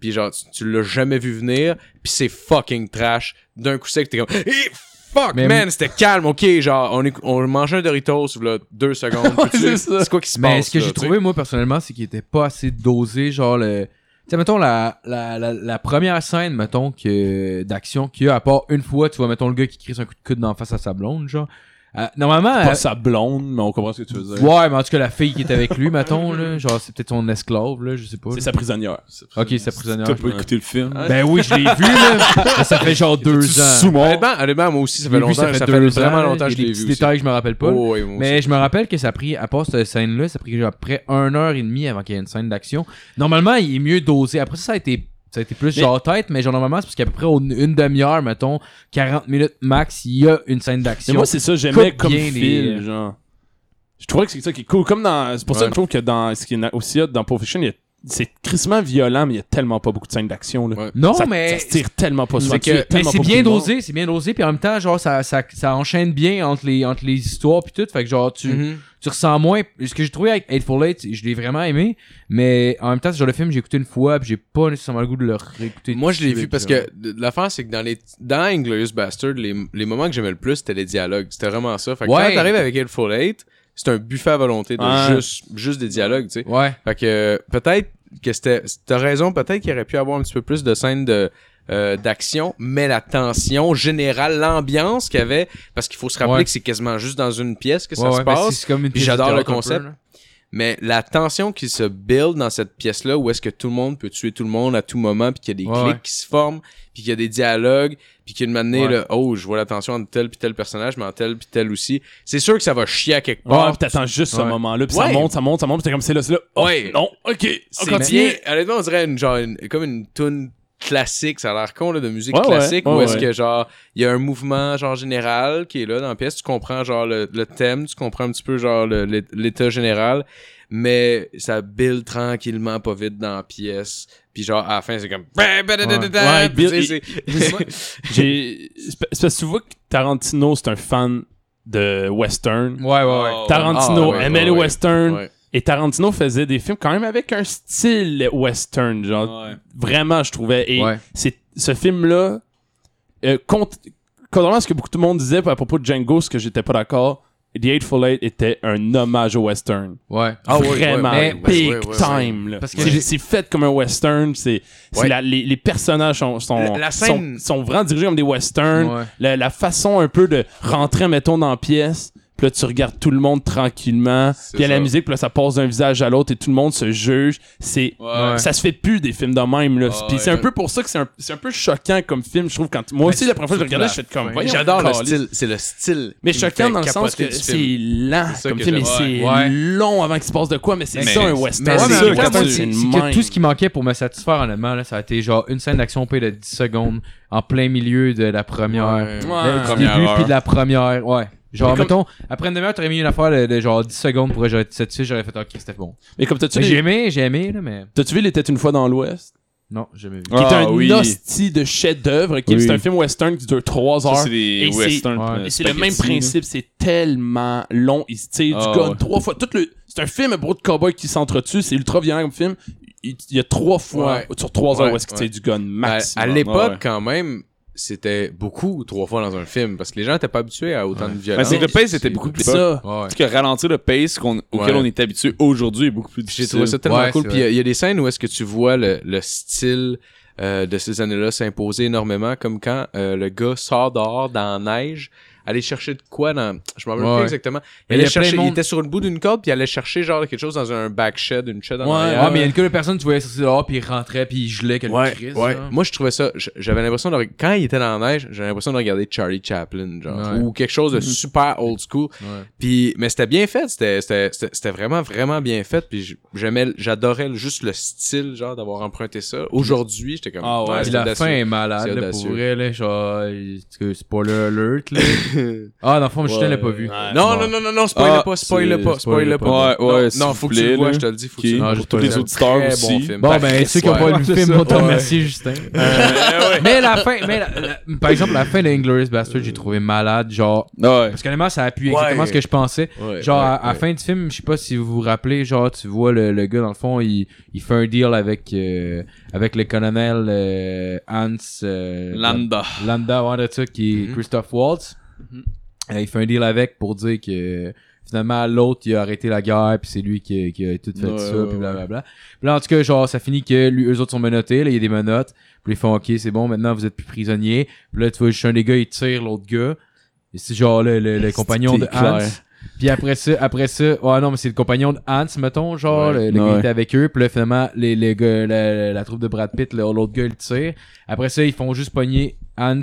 Speaker 3: puis genre tu, tu l'as jamais vu venir puis c'est fucking trash d'un coup sec t'es comme Eh, Fuck,
Speaker 5: Mais-
Speaker 3: man, c'était calme, ok, genre, on, écou- on mangeait un Doritos, là, deux [laughs] secondes. puis tu-
Speaker 4: c'est ça.
Speaker 3: c'est quoi qui se passe?
Speaker 5: Mais Ben, ce que
Speaker 3: là,
Speaker 5: j'ai
Speaker 3: tu sais?
Speaker 5: trouvé, moi, personnellement, c'est qu'il était pas assez dosé, genre le. sais, mettons, la, la, la, la première scène, mettons, que, d'action qu'il y a, à part une fois, tu vois, mettons, le gars qui crie un coup de coude dans la face à sa blonde, genre. Euh, normalement,
Speaker 4: Pas
Speaker 5: elle-
Speaker 4: sa blonde, mais on comprend ce que tu veux dire.
Speaker 5: ouais, mais en tout cas, la fille qui est avec lui, mettons, là, genre, c'est peut-être son esclave, là, je sais pas.
Speaker 4: C'est
Speaker 5: là.
Speaker 4: sa prisonnière.
Speaker 5: Ok, sa prisonnière.
Speaker 6: T'as
Speaker 5: je
Speaker 6: pas
Speaker 5: me-
Speaker 6: écouté le film.
Speaker 5: Ben oui, je l'ai vu, là.
Speaker 3: [laughs]
Speaker 5: Mais ça fait genre deux ans.
Speaker 3: Honnêtement, honnêtement, moi aussi, ça fait
Speaker 5: Je l'ai vu,
Speaker 3: longtemps. Ça
Speaker 5: deux
Speaker 3: fait
Speaker 5: ans,
Speaker 3: vraiment
Speaker 5: là.
Speaker 3: longtemps que
Speaker 5: Il y a
Speaker 3: je
Speaker 5: des
Speaker 3: l'ai
Speaker 5: petits
Speaker 3: vu. aussi.
Speaker 5: détails que je me rappelle pas. là.
Speaker 3: Oh, oui, moi aussi.
Speaker 5: Mais je me rappelle que ça a pris, à part cette scène-là, ça a pris genre près un heure et demie avant qu'il y ait une scène d'action. Normalement, il est mieux dosé. Après ça, ça a été, ça a été plus genre tête, mais genre normalement, c'est parce qu'à peu près au- une demi-heure, mettons, 40 minutes max, il y a une scène
Speaker 4: Mais
Speaker 5: d'action.
Speaker 4: moi, c'est ça, j'aimais
Speaker 5: Coupe
Speaker 4: comme
Speaker 5: bien les-
Speaker 4: film, genre. Je trouvais que c'est ça qui est cool. Comme dans. C'est pour ça que je trouve que dans ce qui est aussi hot dans Pulp Fiction, il y a- c'est crissement violent, mais il y a tellement pas beaucoup de scènes d'action, là.
Speaker 3: Ouais.
Speaker 5: Non,
Speaker 4: ça, Ça
Speaker 5: mais.
Speaker 4: se tire tellement pas souvent.
Speaker 5: C'est que- mais c'est bien dosé, c'est bien dosé, puis en même temps, genre, ça, ça, ça enchaîne bien entre les, entre les histoires, puis tout. Fait que, genre, tu,
Speaker 3: Mhm.
Speaker 5: tu ressens moins. Ce que j'ai trouvé avec Hateful Eight, je l'ai vraiment aimé, mais en même temps, c'est genre le film, j'ai écouté une fois, puis j'ai pas nécessairement le goût de le réécouter.
Speaker 3: Moi, je l'ai
Speaker 5: tout de
Speaker 3: vu
Speaker 5: suite,
Speaker 3: parce
Speaker 5: genre.
Speaker 3: que de- l'affaire, c'est que dans les dans Inglorious Bastard, les, les moments que j'aimais le plus, c'était les dialogues. C'était vraiment ça. Fait que
Speaker 5: Ouais.
Speaker 3: quand t'arrives avec Hateful Eight, c'est un buffet à volonté de
Speaker 4: Ouais.
Speaker 3: juste, juste des dialogues, tu sais.
Speaker 5: Ouais.
Speaker 3: Fait que euh, peut-être que c'était. T'as raison, peut-être qu'il aurait pu avoir un petit peu plus de scènes de. euh, d'action, mais la tension générale, l'ambiance qu'il y avait, parce qu'il faut se rappeler
Speaker 5: Ouais.
Speaker 3: que c'est quasiment juste dans une pièce que ça
Speaker 5: Ouais,
Speaker 3: se
Speaker 5: ouais, ben,
Speaker 3: passe.
Speaker 5: c'est- c'est comme une
Speaker 3: puis
Speaker 5: pièce
Speaker 3: j'adore
Speaker 5: de
Speaker 3: le
Speaker 5: théâtre un
Speaker 3: concept.
Speaker 5: peu, là.
Speaker 3: Mais la tension qui se build dans cette pièce-là, où est-ce que tout le monde peut tuer tout le monde à tout moment, puis qu'il y a des
Speaker 5: Ouais,
Speaker 3: clics
Speaker 5: ouais.
Speaker 3: qui se forment, puis qu'il y a des dialogues, puis qu'il y a une manée,
Speaker 5: Ouais.
Speaker 3: là, oh, je vois la tension entre tel puis tel personnage, mais entre tel puis tel aussi. C'est sûr que ça va chier à quelque
Speaker 4: Ouais,
Speaker 3: part.
Speaker 4: pis t'attends juste ce
Speaker 5: Ouais.
Speaker 4: moment-là, puis ça
Speaker 3: Ouais.
Speaker 4: monte, ça monte, ça monte, pis t'es comme c'est là, c'est là. Oh,
Speaker 3: Ouais.
Speaker 4: Non, ok, on
Speaker 3: c'est bien.
Speaker 5: [laughs]
Speaker 4: continue.
Speaker 3: Honnêtement, on dirait une, genre, une- comme une tune classique, ça a l'air con là, de musique
Speaker 4: Ouais, ouais,
Speaker 3: classique,
Speaker 4: ouais,
Speaker 3: où est-ce
Speaker 4: ouais.
Speaker 3: que genre il y a un mouvement genre général qui est là dans la pièce, tu comprends genre le, le thème, tu comprends un petit peu genre le- l'é- l'état général, mais ça build tranquillement pas vite dans la pièce, puis genre à la fin c'est comme Bah,
Speaker 4: Ouais,
Speaker 3: Puis,
Speaker 4: build-
Speaker 3: tu sais, c'est-
Speaker 4: J'ai. C'est parce c'est parce que tu vois que Tarantino, c'est un fan de western.
Speaker 5: Ouais, ouais, ouais.
Speaker 4: Tarantino
Speaker 3: Ah, [laughs] ouais,
Speaker 4: aimait
Speaker 3: ouais,
Speaker 4: les
Speaker 3: ouais.
Speaker 4: westerns.
Speaker 3: Ouais.
Speaker 4: Et Tarantino faisait des films quand même avec un style western, genre vraiment, je trouvais. Et
Speaker 5: Ouais.
Speaker 4: c'est ce film-là, euh, cont- contrairement à ce que beaucoup de monde disait à propos de Django, ce que j'étais pas d'accord, The Eightful Eight était un hommage au western.
Speaker 5: Ouais.
Speaker 3: Ah, ouais, ouais,
Speaker 4: vraiment,
Speaker 5: ouais, ouais,
Speaker 4: big
Speaker 3: ouais, ouais, ouais.
Speaker 4: time. là.
Speaker 5: Parce que
Speaker 4: C'est-
Speaker 5: j'ai-
Speaker 4: c'est fait comme un western. C'est c'est
Speaker 3: Ouais.
Speaker 4: la- les, les personnages sont sont,
Speaker 3: La- la scène-
Speaker 4: sont sont vraiment dirigés comme des westerns.
Speaker 5: Ouais.
Speaker 4: La, la façon un peu de rentrer, mettons, dans la pièce, puis là, tu regardes tout le monde tranquillement, puis il y a la
Speaker 3: ça.
Speaker 4: musique, puis là, ça passe d'un visage à l'autre et tout le monde se juge. C'est...
Speaker 5: Ouais.
Speaker 4: Ça se fait plus des films de même, là.
Speaker 3: Ah,
Speaker 4: puis c'est
Speaker 3: ouais.
Speaker 4: un peu pour ça que c'est un, c'est un peu choquant comme film, je trouve. Quand, moi aussi, la première fois que je regardais, je fais comme... voyons,
Speaker 3: J'adore le
Speaker 4: caliste.
Speaker 3: style, c'est le style.
Speaker 4: Mais
Speaker 3: qui me
Speaker 4: choquant
Speaker 3: fait
Speaker 4: dans le sens
Speaker 3: capoter
Speaker 4: que
Speaker 3: du film.
Speaker 4: c'est lent
Speaker 3: C'est ça
Speaker 4: comme
Speaker 3: que
Speaker 4: film, mais
Speaker 3: j'aime.
Speaker 4: c'est
Speaker 5: Ouais.
Speaker 4: long avant qu'il se passe de quoi, mais c'est
Speaker 6: Mais-
Speaker 4: ça un
Speaker 6: mais-
Speaker 4: western.
Speaker 3: mais
Speaker 4: Ouais,
Speaker 3: c'est
Speaker 4: mais
Speaker 3: ça,
Speaker 4: un
Speaker 3: quand
Speaker 4: western,
Speaker 3: on dit-
Speaker 4: c'est
Speaker 5: C'est
Speaker 4: le
Speaker 5: que
Speaker 4: même.
Speaker 5: tout ce qui manquait pour me satisfaire, honnêtement, là, ça a été genre une scène d'action payée de 10 secondes en plein milieu de la première. euh,
Speaker 3: Ouais. Ah,
Speaker 4: Ouais.
Speaker 5: Du début puis de la première. Ouais. Genre,
Speaker 4: Mais comme-
Speaker 5: mettons, après une demi-heure, t'aurais mis une affaire de, de genre 10 secondes pour j'aurais été satisfait, j'aurais fait OK, c'était bon.
Speaker 4: Mais comme t'as-tu
Speaker 5: Mais J'ai
Speaker 4: les-
Speaker 5: aimé, j'ai aimé, là, mais
Speaker 4: t'as-tu vu, il était une fois dans l'Ouest?
Speaker 5: non, j'ai jamais vu.
Speaker 4: qui est
Speaker 6: Ah,
Speaker 4: un
Speaker 6: oui.
Speaker 4: hostie de chef-d'œuvre. ok?
Speaker 6: Oui.
Speaker 4: C'est un film western qui dure 3
Speaker 6: Ça,
Speaker 4: heures.
Speaker 6: c'est des
Speaker 4: Et c'est-
Speaker 6: westerns.
Speaker 5: ouais.
Speaker 6: euh,
Speaker 4: Et c'est le même
Speaker 6: spaghetti, là.
Speaker 4: principe, c'est tellement long. Il se tire
Speaker 6: Ah,
Speaker 4: du gun
Speaker 6: ouais.
Speaker 4: trois fois. Tout le... C'est un film à propos de cowboy qui s'entretue, c'est ultra violent comme film. Il il y a trois fois
Speaker 3: Ouais.
Speaker 4: sur trois heures
Speaker 3: Ouais,
Speaker 4: où est-ce qu'il
Speaker 3: ouais.
Speaker 4: tire du gun
Speaker 3: À-
Speaker 4: max.
Speaker 3: À, l'époque,
Speaker 6: ouais.
Speaker 3: quand même, c'était beaucoup trois fois dans un film parce que les gens n'étaient pas habitués à autant de
Speaker 6: Ben,
Speaker 3: violence.
Speaker 6: c'est que le pace était beaucoup
Speaker 4: C'est
Speaker 6: plus bas.
Speaker 4: ça.
Speaker 5: Ouais.
Speaker 6: Parce que ralentir le pace qu'on- auquel
Speaker 3: Ouais.
Speaker 6: on est habitué aujourd'hui est beaucoup plus
Speaker 3: Puis J'ai
Speaker 6: difficile.
Speaker 3: trouvé ça tellement
Speaker 5: Ouais,
Speaker 3: cool.
Speaker 5: c'est
Speaker 3: Puis il y a- il y, a des scènes où est-ce que tu vois le, le style euh, de ces années-là s'imposer énormément, comme quand euh, le gars sort dehors dans la neige, aller chercher de quoi dans... Je m'en rappelle
Speaker 5: Ouais.
Speaker 3: plus exactement.
Speaker 5: Mais
Speaker 3: Il,
Speaker 5: il y a
Speaker 3: allait
Speaker 5: plein de
Speaker 3: chercher, il
Speaker 5: monde-
Speaker 3: était sur le bout d'une corde, puis il allait chercher genre quelque chose dans un back shed, une shed en
Speaker 4: Ouais,
Speaker 3: arrière.
Speaker 5: Ouais, Ah, mais il y a une couple de personnes, tu voyais sortir dehors, puis ils rentraient, puis ils gelaient quelque
Speaker 3: Ouais,
Speaker 5: Christ,
Speaker 3: ouais.
Speaker 5: là.
Speaker 3: Moi, je trouvais ça. j- J'avais l'impression de. reg- Quand il était dans la neige, j'avais l'impression de regarder Charlie Chaplin, genre.
Speaker 5: Ouais.
Speaker 3: Ou quelque chose de super old school.
Speaker 5: Ouais.
Speaker 3: Puis, mais c'était bien fait. C'était- C'était c'était- c'était vraiment, vraiment bien fait. Puis j- j'aimais, l- j'adorais le- juste le style, genre, d'avoir emprunté ça. Aujourd'hui, j'étais comme.
Speaker 4: Ah ouais,
Speaker 5: Puis
Speaker 3: c'est
Speaker 5: la
Speaker 3: audacieux.
Speaker 5: fin est malade,
Speaker 3: C'est
Speaker 5: là, pour
Speaker 3: audacieux.
Speaker 5: vrai, là, genre, euh, en tout cas, spoiler alert, là.
Speaker 3: [laughs]
Speaker 5: ah, dans le fond, je ne l'ai pas vu.
Speaker 3: Non, non, non, non, non, spoil
Speaker 6: Ah,
Speaker 3: pas, spoil
Speaker 5: c'est-
Speaker 3: pas, spoil
Speaker 5: spoil-le
Speaker 3: pas.
Speaker 6: pas. Ouais, ouais, s'il
Speaker 3: Non, non,
Speaker 6: vous
Speaker 3: faut que
Speaker 6: plaît,
Speaker 3: tu le
Speaker 6: là.
Speaker 3: vois, je te le dis, faut que
Speaker 6: Ok.
Speaker 3: tu le
Speaker 5: Non,
Speaker 3: vois.
Speaker 5: j'ai
Speaker 6: Pour tous
Speaker 5: pas
Speaker 6: les
Speaker 5: vu.
Speaker 6: auditeurs
Speaker 3: Très
Speaker 6: aussi.
Speaker 3: bon film.
Speaker 5: Bon,
Speaker 3: Bah,
Speaker 5: ben,
Speaker 3: Chris,
Speaker 5: ceux qui n'ont
Speaker 3: ouais. Euh,
Speaker 5: pas vu le film, on te remercie, Justin. [laughs] mais la fin, mais la- la- par exemple, la fin de Inglourious Bastard, j'ai trouvé malade, genre,
Speaker 6: Ah Ouais.
Speaker 5: parce qu'honnêtement, ça appuie
Speaker 3: Ouais.
Speaker 5: exactement ce que je pensais.
Speaker 3: Ouais,
Speaker 5: Genre,
Speaker 3: ouais,
Speaker 5: à, à la
Speaker 3: ouais.
Speaker 5: fin du film, je sais pas si vous vous rappelez, genre, tu vois le, le gars, dans le fond, il, il fait un deal avec, euh, avec le colonel euh, Hans euh,
Speaker 6: Landa.
Speaker 5: Landa, ouais, de ça, qui est
Speaker 3: Mhm.
Speaker 5: Christophe Waltz. Euh, il fait un deal avec pour dire que Finalement, l'autre, il a arrêté la guerre, puis c'est lui qui, qui a tout fait
Speaker 6: Ouais,
Speaker 5: ça,
Speaker 6: ouais,
Speaker 5: puis blablabla. Puis là, en tout cas, genre, ça finit que lui, eux autres sont menottés, là, il y a des menottes, puis ils font, OK, c'est bon, maintenant, vous êtes plus prisonnier. Puis là, tu vois, juste un des gars, il tire l'autre gars. Et c'est genre le, le, le compagnon
Speaker 6: que
Speaker 5: de
Speaker 6: t'es
Speaker 5: Hans.
Speaker 6: clair.
Speaker 5: Puis après ça, après ça, ouais, non, mais c'est le compagnon de Hans, mettons, genre, le, le gars
Speaker 6: ouais.
Speaker 5: était avec eux, puis là, finalement, les, les gars, la, la troupe de Brad Pitt, le- l'autre gars, il tire. Après ça, ils font juste pogner Hans,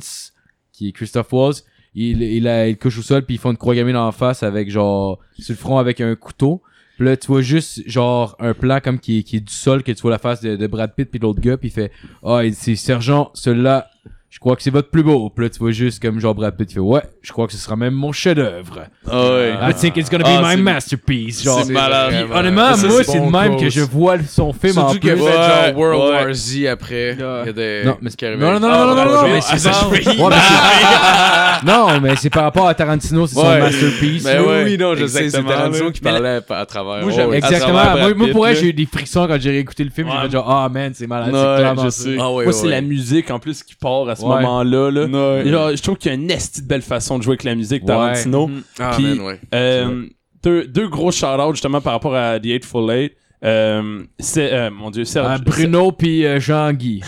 Speaker 5: qui est Christophe Waltz, il, il, a- il couche au sol, puis ils font une croix gammée dans la face avec, genre, sur le front avec un couteau. Puis là, tu vois juste, genre, un plan comme qui, est- qui est du sol, que tu vois la face de, de Brad Pitt, puis l'autre gars, puis il fait, ah, il c'est sergent, celui-là, je crois que c'est votre plus beau. Puis là, tu vois juste comme genre Brad Pitt, il fait, ouais, je crois que ce sera même mon chef-d'œuvre. I think it's gonna be
Speaker 6: Ah,
Speaker 5: my
Speaker 6: c'est-
Speaker 5: masterpiece. Genre,
Speaker 6: c'est malade.
Speaker 5: Puis honnêtement,
Speaker 6: Mais ça,
Speaker 5: moi,
Speaker 6: c'est
Speaker 5: c'est
Speaker 6: bon
Speaker 5: le même
Speaker 6: cause.
Speaker 5: que je vois son film en
Speaker 7: Surtout
Speaker 5: plus.
Speaker 7: qu'il a fait
Speaker 6: Ouais,
Speaker 7: genre World
Speaker 6: ouais.
Speaker 7: War Z après. Il y a des-
Speaker 5: Non, mais c'est-
Speaker 7: qui arrivait.
Speaker 5: non, non, non, non, non, non, non, mais c'est
Speaker 7: ça.
Speaker 5: genre- Ouais, mais
Speaker 6: [laughs]
Speaker 5: c'est- Non, mais c'est par rapport à Tarantino, c'est son
Speaker 6: Ouais.
Speaker 5: masterpiece.
Speaker 7: Mais
Speaker 6: Oui,
Speaker 7: ouais,
Speaker 6: oui, non, je sais, c'est
Speaker 7: exactement,
Speaker 6: Tarantino
Speaker 7: là.
Speaker 6: qui
Speaker 7: Mais
Speaker 6: parlait
Speaker 7: la- à travers.
Speaker 6: Moi,
Speaker 7: ouais,
Speaker 6: j'avais-
Speaker 7: ouais.
Speaker 5: Exactement.
Speaker 6: à travers
Speaker 5: Moi, moi,
Speaker 6: Brad
Speaker 5: pour
Speaker 6: Pitt,
Speaker 5: vrai,
Speaker 6: là.
Speaker 5: j'ai eu des frissons quand j'ai réécouté le film. J'ai fait genre, ah man, c'est malade.
Speaker 6: Ouais,
Speaker 5: c'est clairement
Speaker 6: je
Speaker 5: ça.
Speaker 6: sais.
Speaker 7: Ah ouais,
Speaker 4: Moi,
Speaker 7: ouais,
Speaker 4: c'est la
Speaker 7: ouais.
Speaker 4: musique en plus qui part à ce
Speaker 5: Ouais.
Speaker 4: moment-là. Là.
Speaker 6: Ouais.
Speaker 4: Genre, je trouve qu'il y a une esti de belle façon de jouer avec la musique,
Speaker 5: Ouais.
Speaker 4: Tarantino.
Speaker 7: Ah,
Speaker 4: Puis,
Speaker 7: man, ouais.
Speaker 4: Euh, deux, deux gros shout-outs justement par rapport à The Eightful Eight. Euh, c'est, euh, mon Dieu, Serge-
Speaker 5: Ah, Bruno puis euh, Jean-Guy.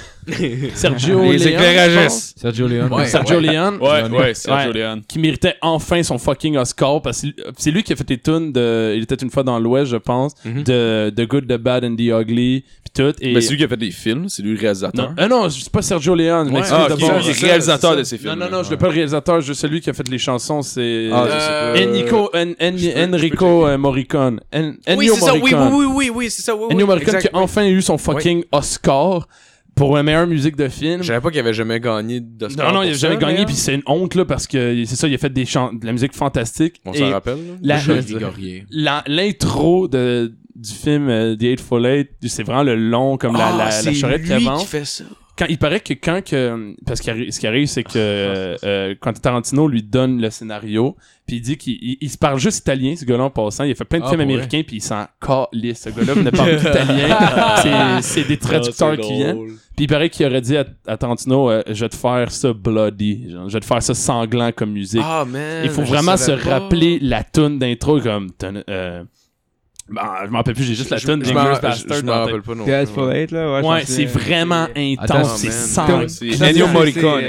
Speaker 4: Sergio
Speaker 7: Les
Speaker 4: Leone,
Speaker 7: éclairagistes.
Speaker 5: Sergio Leone.
Speaker 4: je pense. Sergio Leone,
Speaker 6: Ouais, ouais,
Speaker 4: Ouais.
Speaker 6: Sergio Leone.
Speaker 4: qui méritait enfin son fucking Oscar parce que c'est lui qui a fait les tunes de Il était une fois dans l'Ouest, je pense,
Speaker 7: Mhm.
Speaker 4: de The Good, The Bad and The Ugly, puis tout. Et
Speaker 6: Mais c'est lui qui a fait des films, c'est lui le réalisateur.
Speaker 4: non, ah non, c'est pas Sergio Leone. je m'excuse
Speaker 6: Ah, ok,
Speaker 4: d'abord.
Speaker 6: lui, il est réalisateur de ces
Speaker 4: Non,
Speaker 6: films.
Speaker 4: non, non, je l'ai pas le réalisateur, je celui qui a fait les chansons, c'est
Speaker 6: Ah,
Speaker 7: Euh,
Speaker 6: je sais pas.
Speaker 4: Enrico, En- En-
Speaker 6: je peux-
Speaker 4: Enrico euh, Morricone. En-
Speaker 7: Oui,
Speaker 4: Ennio
Speaker 7: c'est ça. Oui, oui,
Speaker 4: Morricone.
Speaker 7: oui, oui, oui, c'est ça. oui,
Speaker 4: Ennio
Speaker 7: oui,
Speaker 4: Morricone
Speaker 7: exact.
Speaker 4: qui a enfin eu son fucking Oscar pour la meilleure musique de film.
Speaker 7: Je savais pas qu'il avait jamais gagné d'Oscar.
Speaker 4: Non, non, il a
Speaker 7: pour
Speaker 4: jamais
Speaker 7: ça,
Speaker 4: gagné,
Speaker 7: mais,
Speaker 4: puis c'est une honte, là, parce que c'est ça, il a fait des chan- de la musique fantastique.
Speaker 7: On
Speaker 4: Et
Speaker 7: s'en rappelle. là.
Speaker 4: la-
Speaker 7: Je-
Speaker 4: la- L'intro de du film euh, The Eightful Eight, c'est vraiment le long, comme la,
Speaker 7: Ah,
Speaker 4: la, la
Speaker 7: c'est
Speaker 4: charrette
Speaker 7: lui
Speaker 4: qui avance.
Speaker 7: fait ça.
Speaker 4: Quand, il paraît que quand que parce que ce qui arrive
Speaker 7: [laughs]
Speaker 4: c'est que euh, quand Tarantino lui donne le scénario puis il dit qu'il il, il se parle juste italien ce gars-là en passant il a fait plein de
Speaker 5: Ah,
Speaker 4: films
Speaker 5: pour
Speaker 4: américains puis il s'en calisse ce gars-là ne
Speaker 7: [laughs]
Speaker 4: parle plus italien c'est c'est des traducteurs
Speaker 7: Ah,
Speaker 4: qui viennent puis il paraît qu'il aurait dit à, à Tarantino euh, je vais te faire ça bloody genre, je vais te faire ça sanglant comme musique
Speaker 7: Ah, man.
Speaker 4: il faut
Speaker 7: je
Speaker 4: vraiment se
Speaker 7: savais pas.
Speaker 4: rappeler la tune d'intro comme tun- euh, ben, je m'en rappelle plus j'ai juste la
Speaker 7: Je
Speaker 4: tune
Speaker 7: je m'en
Speaker 4: d'Inglorious
Speaker 7: je-
Speaker 4: Bastard
Speaker 7: je
Speaker 4: dans
Speaker 7: me
Speaker 4: la tête.
Speaker 7: rappelle pas non
Speaker 2: Dead for
Speaker 7: plus.
Speaker 2: Eight, là. Ouais, je
Speaker 4: Ouais,
Speaker 2: pense que
Speaker 4: c'est vraiment intense,
Speaker 5: Attends,
Speaker 4: c'est
Speaker 7: man.
Speaker 4: sang.
Speaker 6: C'est
Speaker 2: Ça,
Speaker 6: Ennio
Speaker 2: c'est-
Speaker 6: Morricone.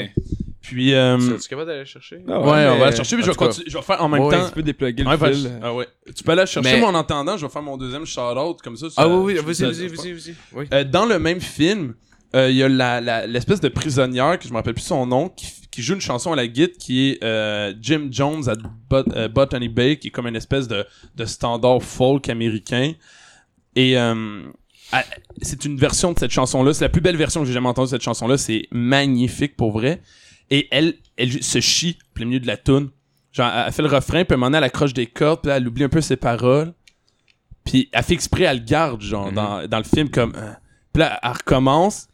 Speaker 4: Puis, euh, ouais,
Speaker 7: Tu capable d'aller chercher?
Speaker 2: Ah
Speaker 4: on va
Speaker 2: mais-
Speaker 4: la chercher, mais
Speaker 7: en
Speaker 4: je vais,
Speaker 7: tout cas.
Speaker 4: continuer- je vais faire en même
Speaker 7: Ouais,
Speaker 4: temps.
Speaker 7: tu
Speaker 4: peux dépluguer
Speaker 2: le fil.
Speaker 4: Ah ouais. Tu peux aller la chercher,
Speaker 7: Mais-
Speaker 4: mais en entendant, je vais faire mon deuxième shout-out comme ça.
Speaker 7: Ah,
Speaker 4: ça-
Speaker 7: oui, oui,
Speaker 4: je-
Speaker 7: vas-y,
Speaker 4: ça-
Speaker 7: vas-y, vas-y, vas-y. Oui.
Speaker 4: Euh, dans le même film, euh, il y a la- la- l'espèce de prisonnière, que je me rappelle plus son nom, qui, qui joue une chanson à la guide qui est euh, Jim Jones à Bot- euh, Botany Bay, qui est comme une espèce de, de standard folk américain. Et euh, à- c'est une version de cette chanson-là. C'est la plus belle version que j'ai jamais entendue de cette chanson-là. C'est magnifique pour vrai. Et elle, elle ju- se chie au plein milieu de la toune. Genre, elle elle fait le refrain, puis à un moment donné, elle accroche des cordes, puis là, elle oublie un peu ses paroles. Puis elle fait exprès, elle le garde, genre, dans, dans le film, comme... euh, puis là, elle recommence.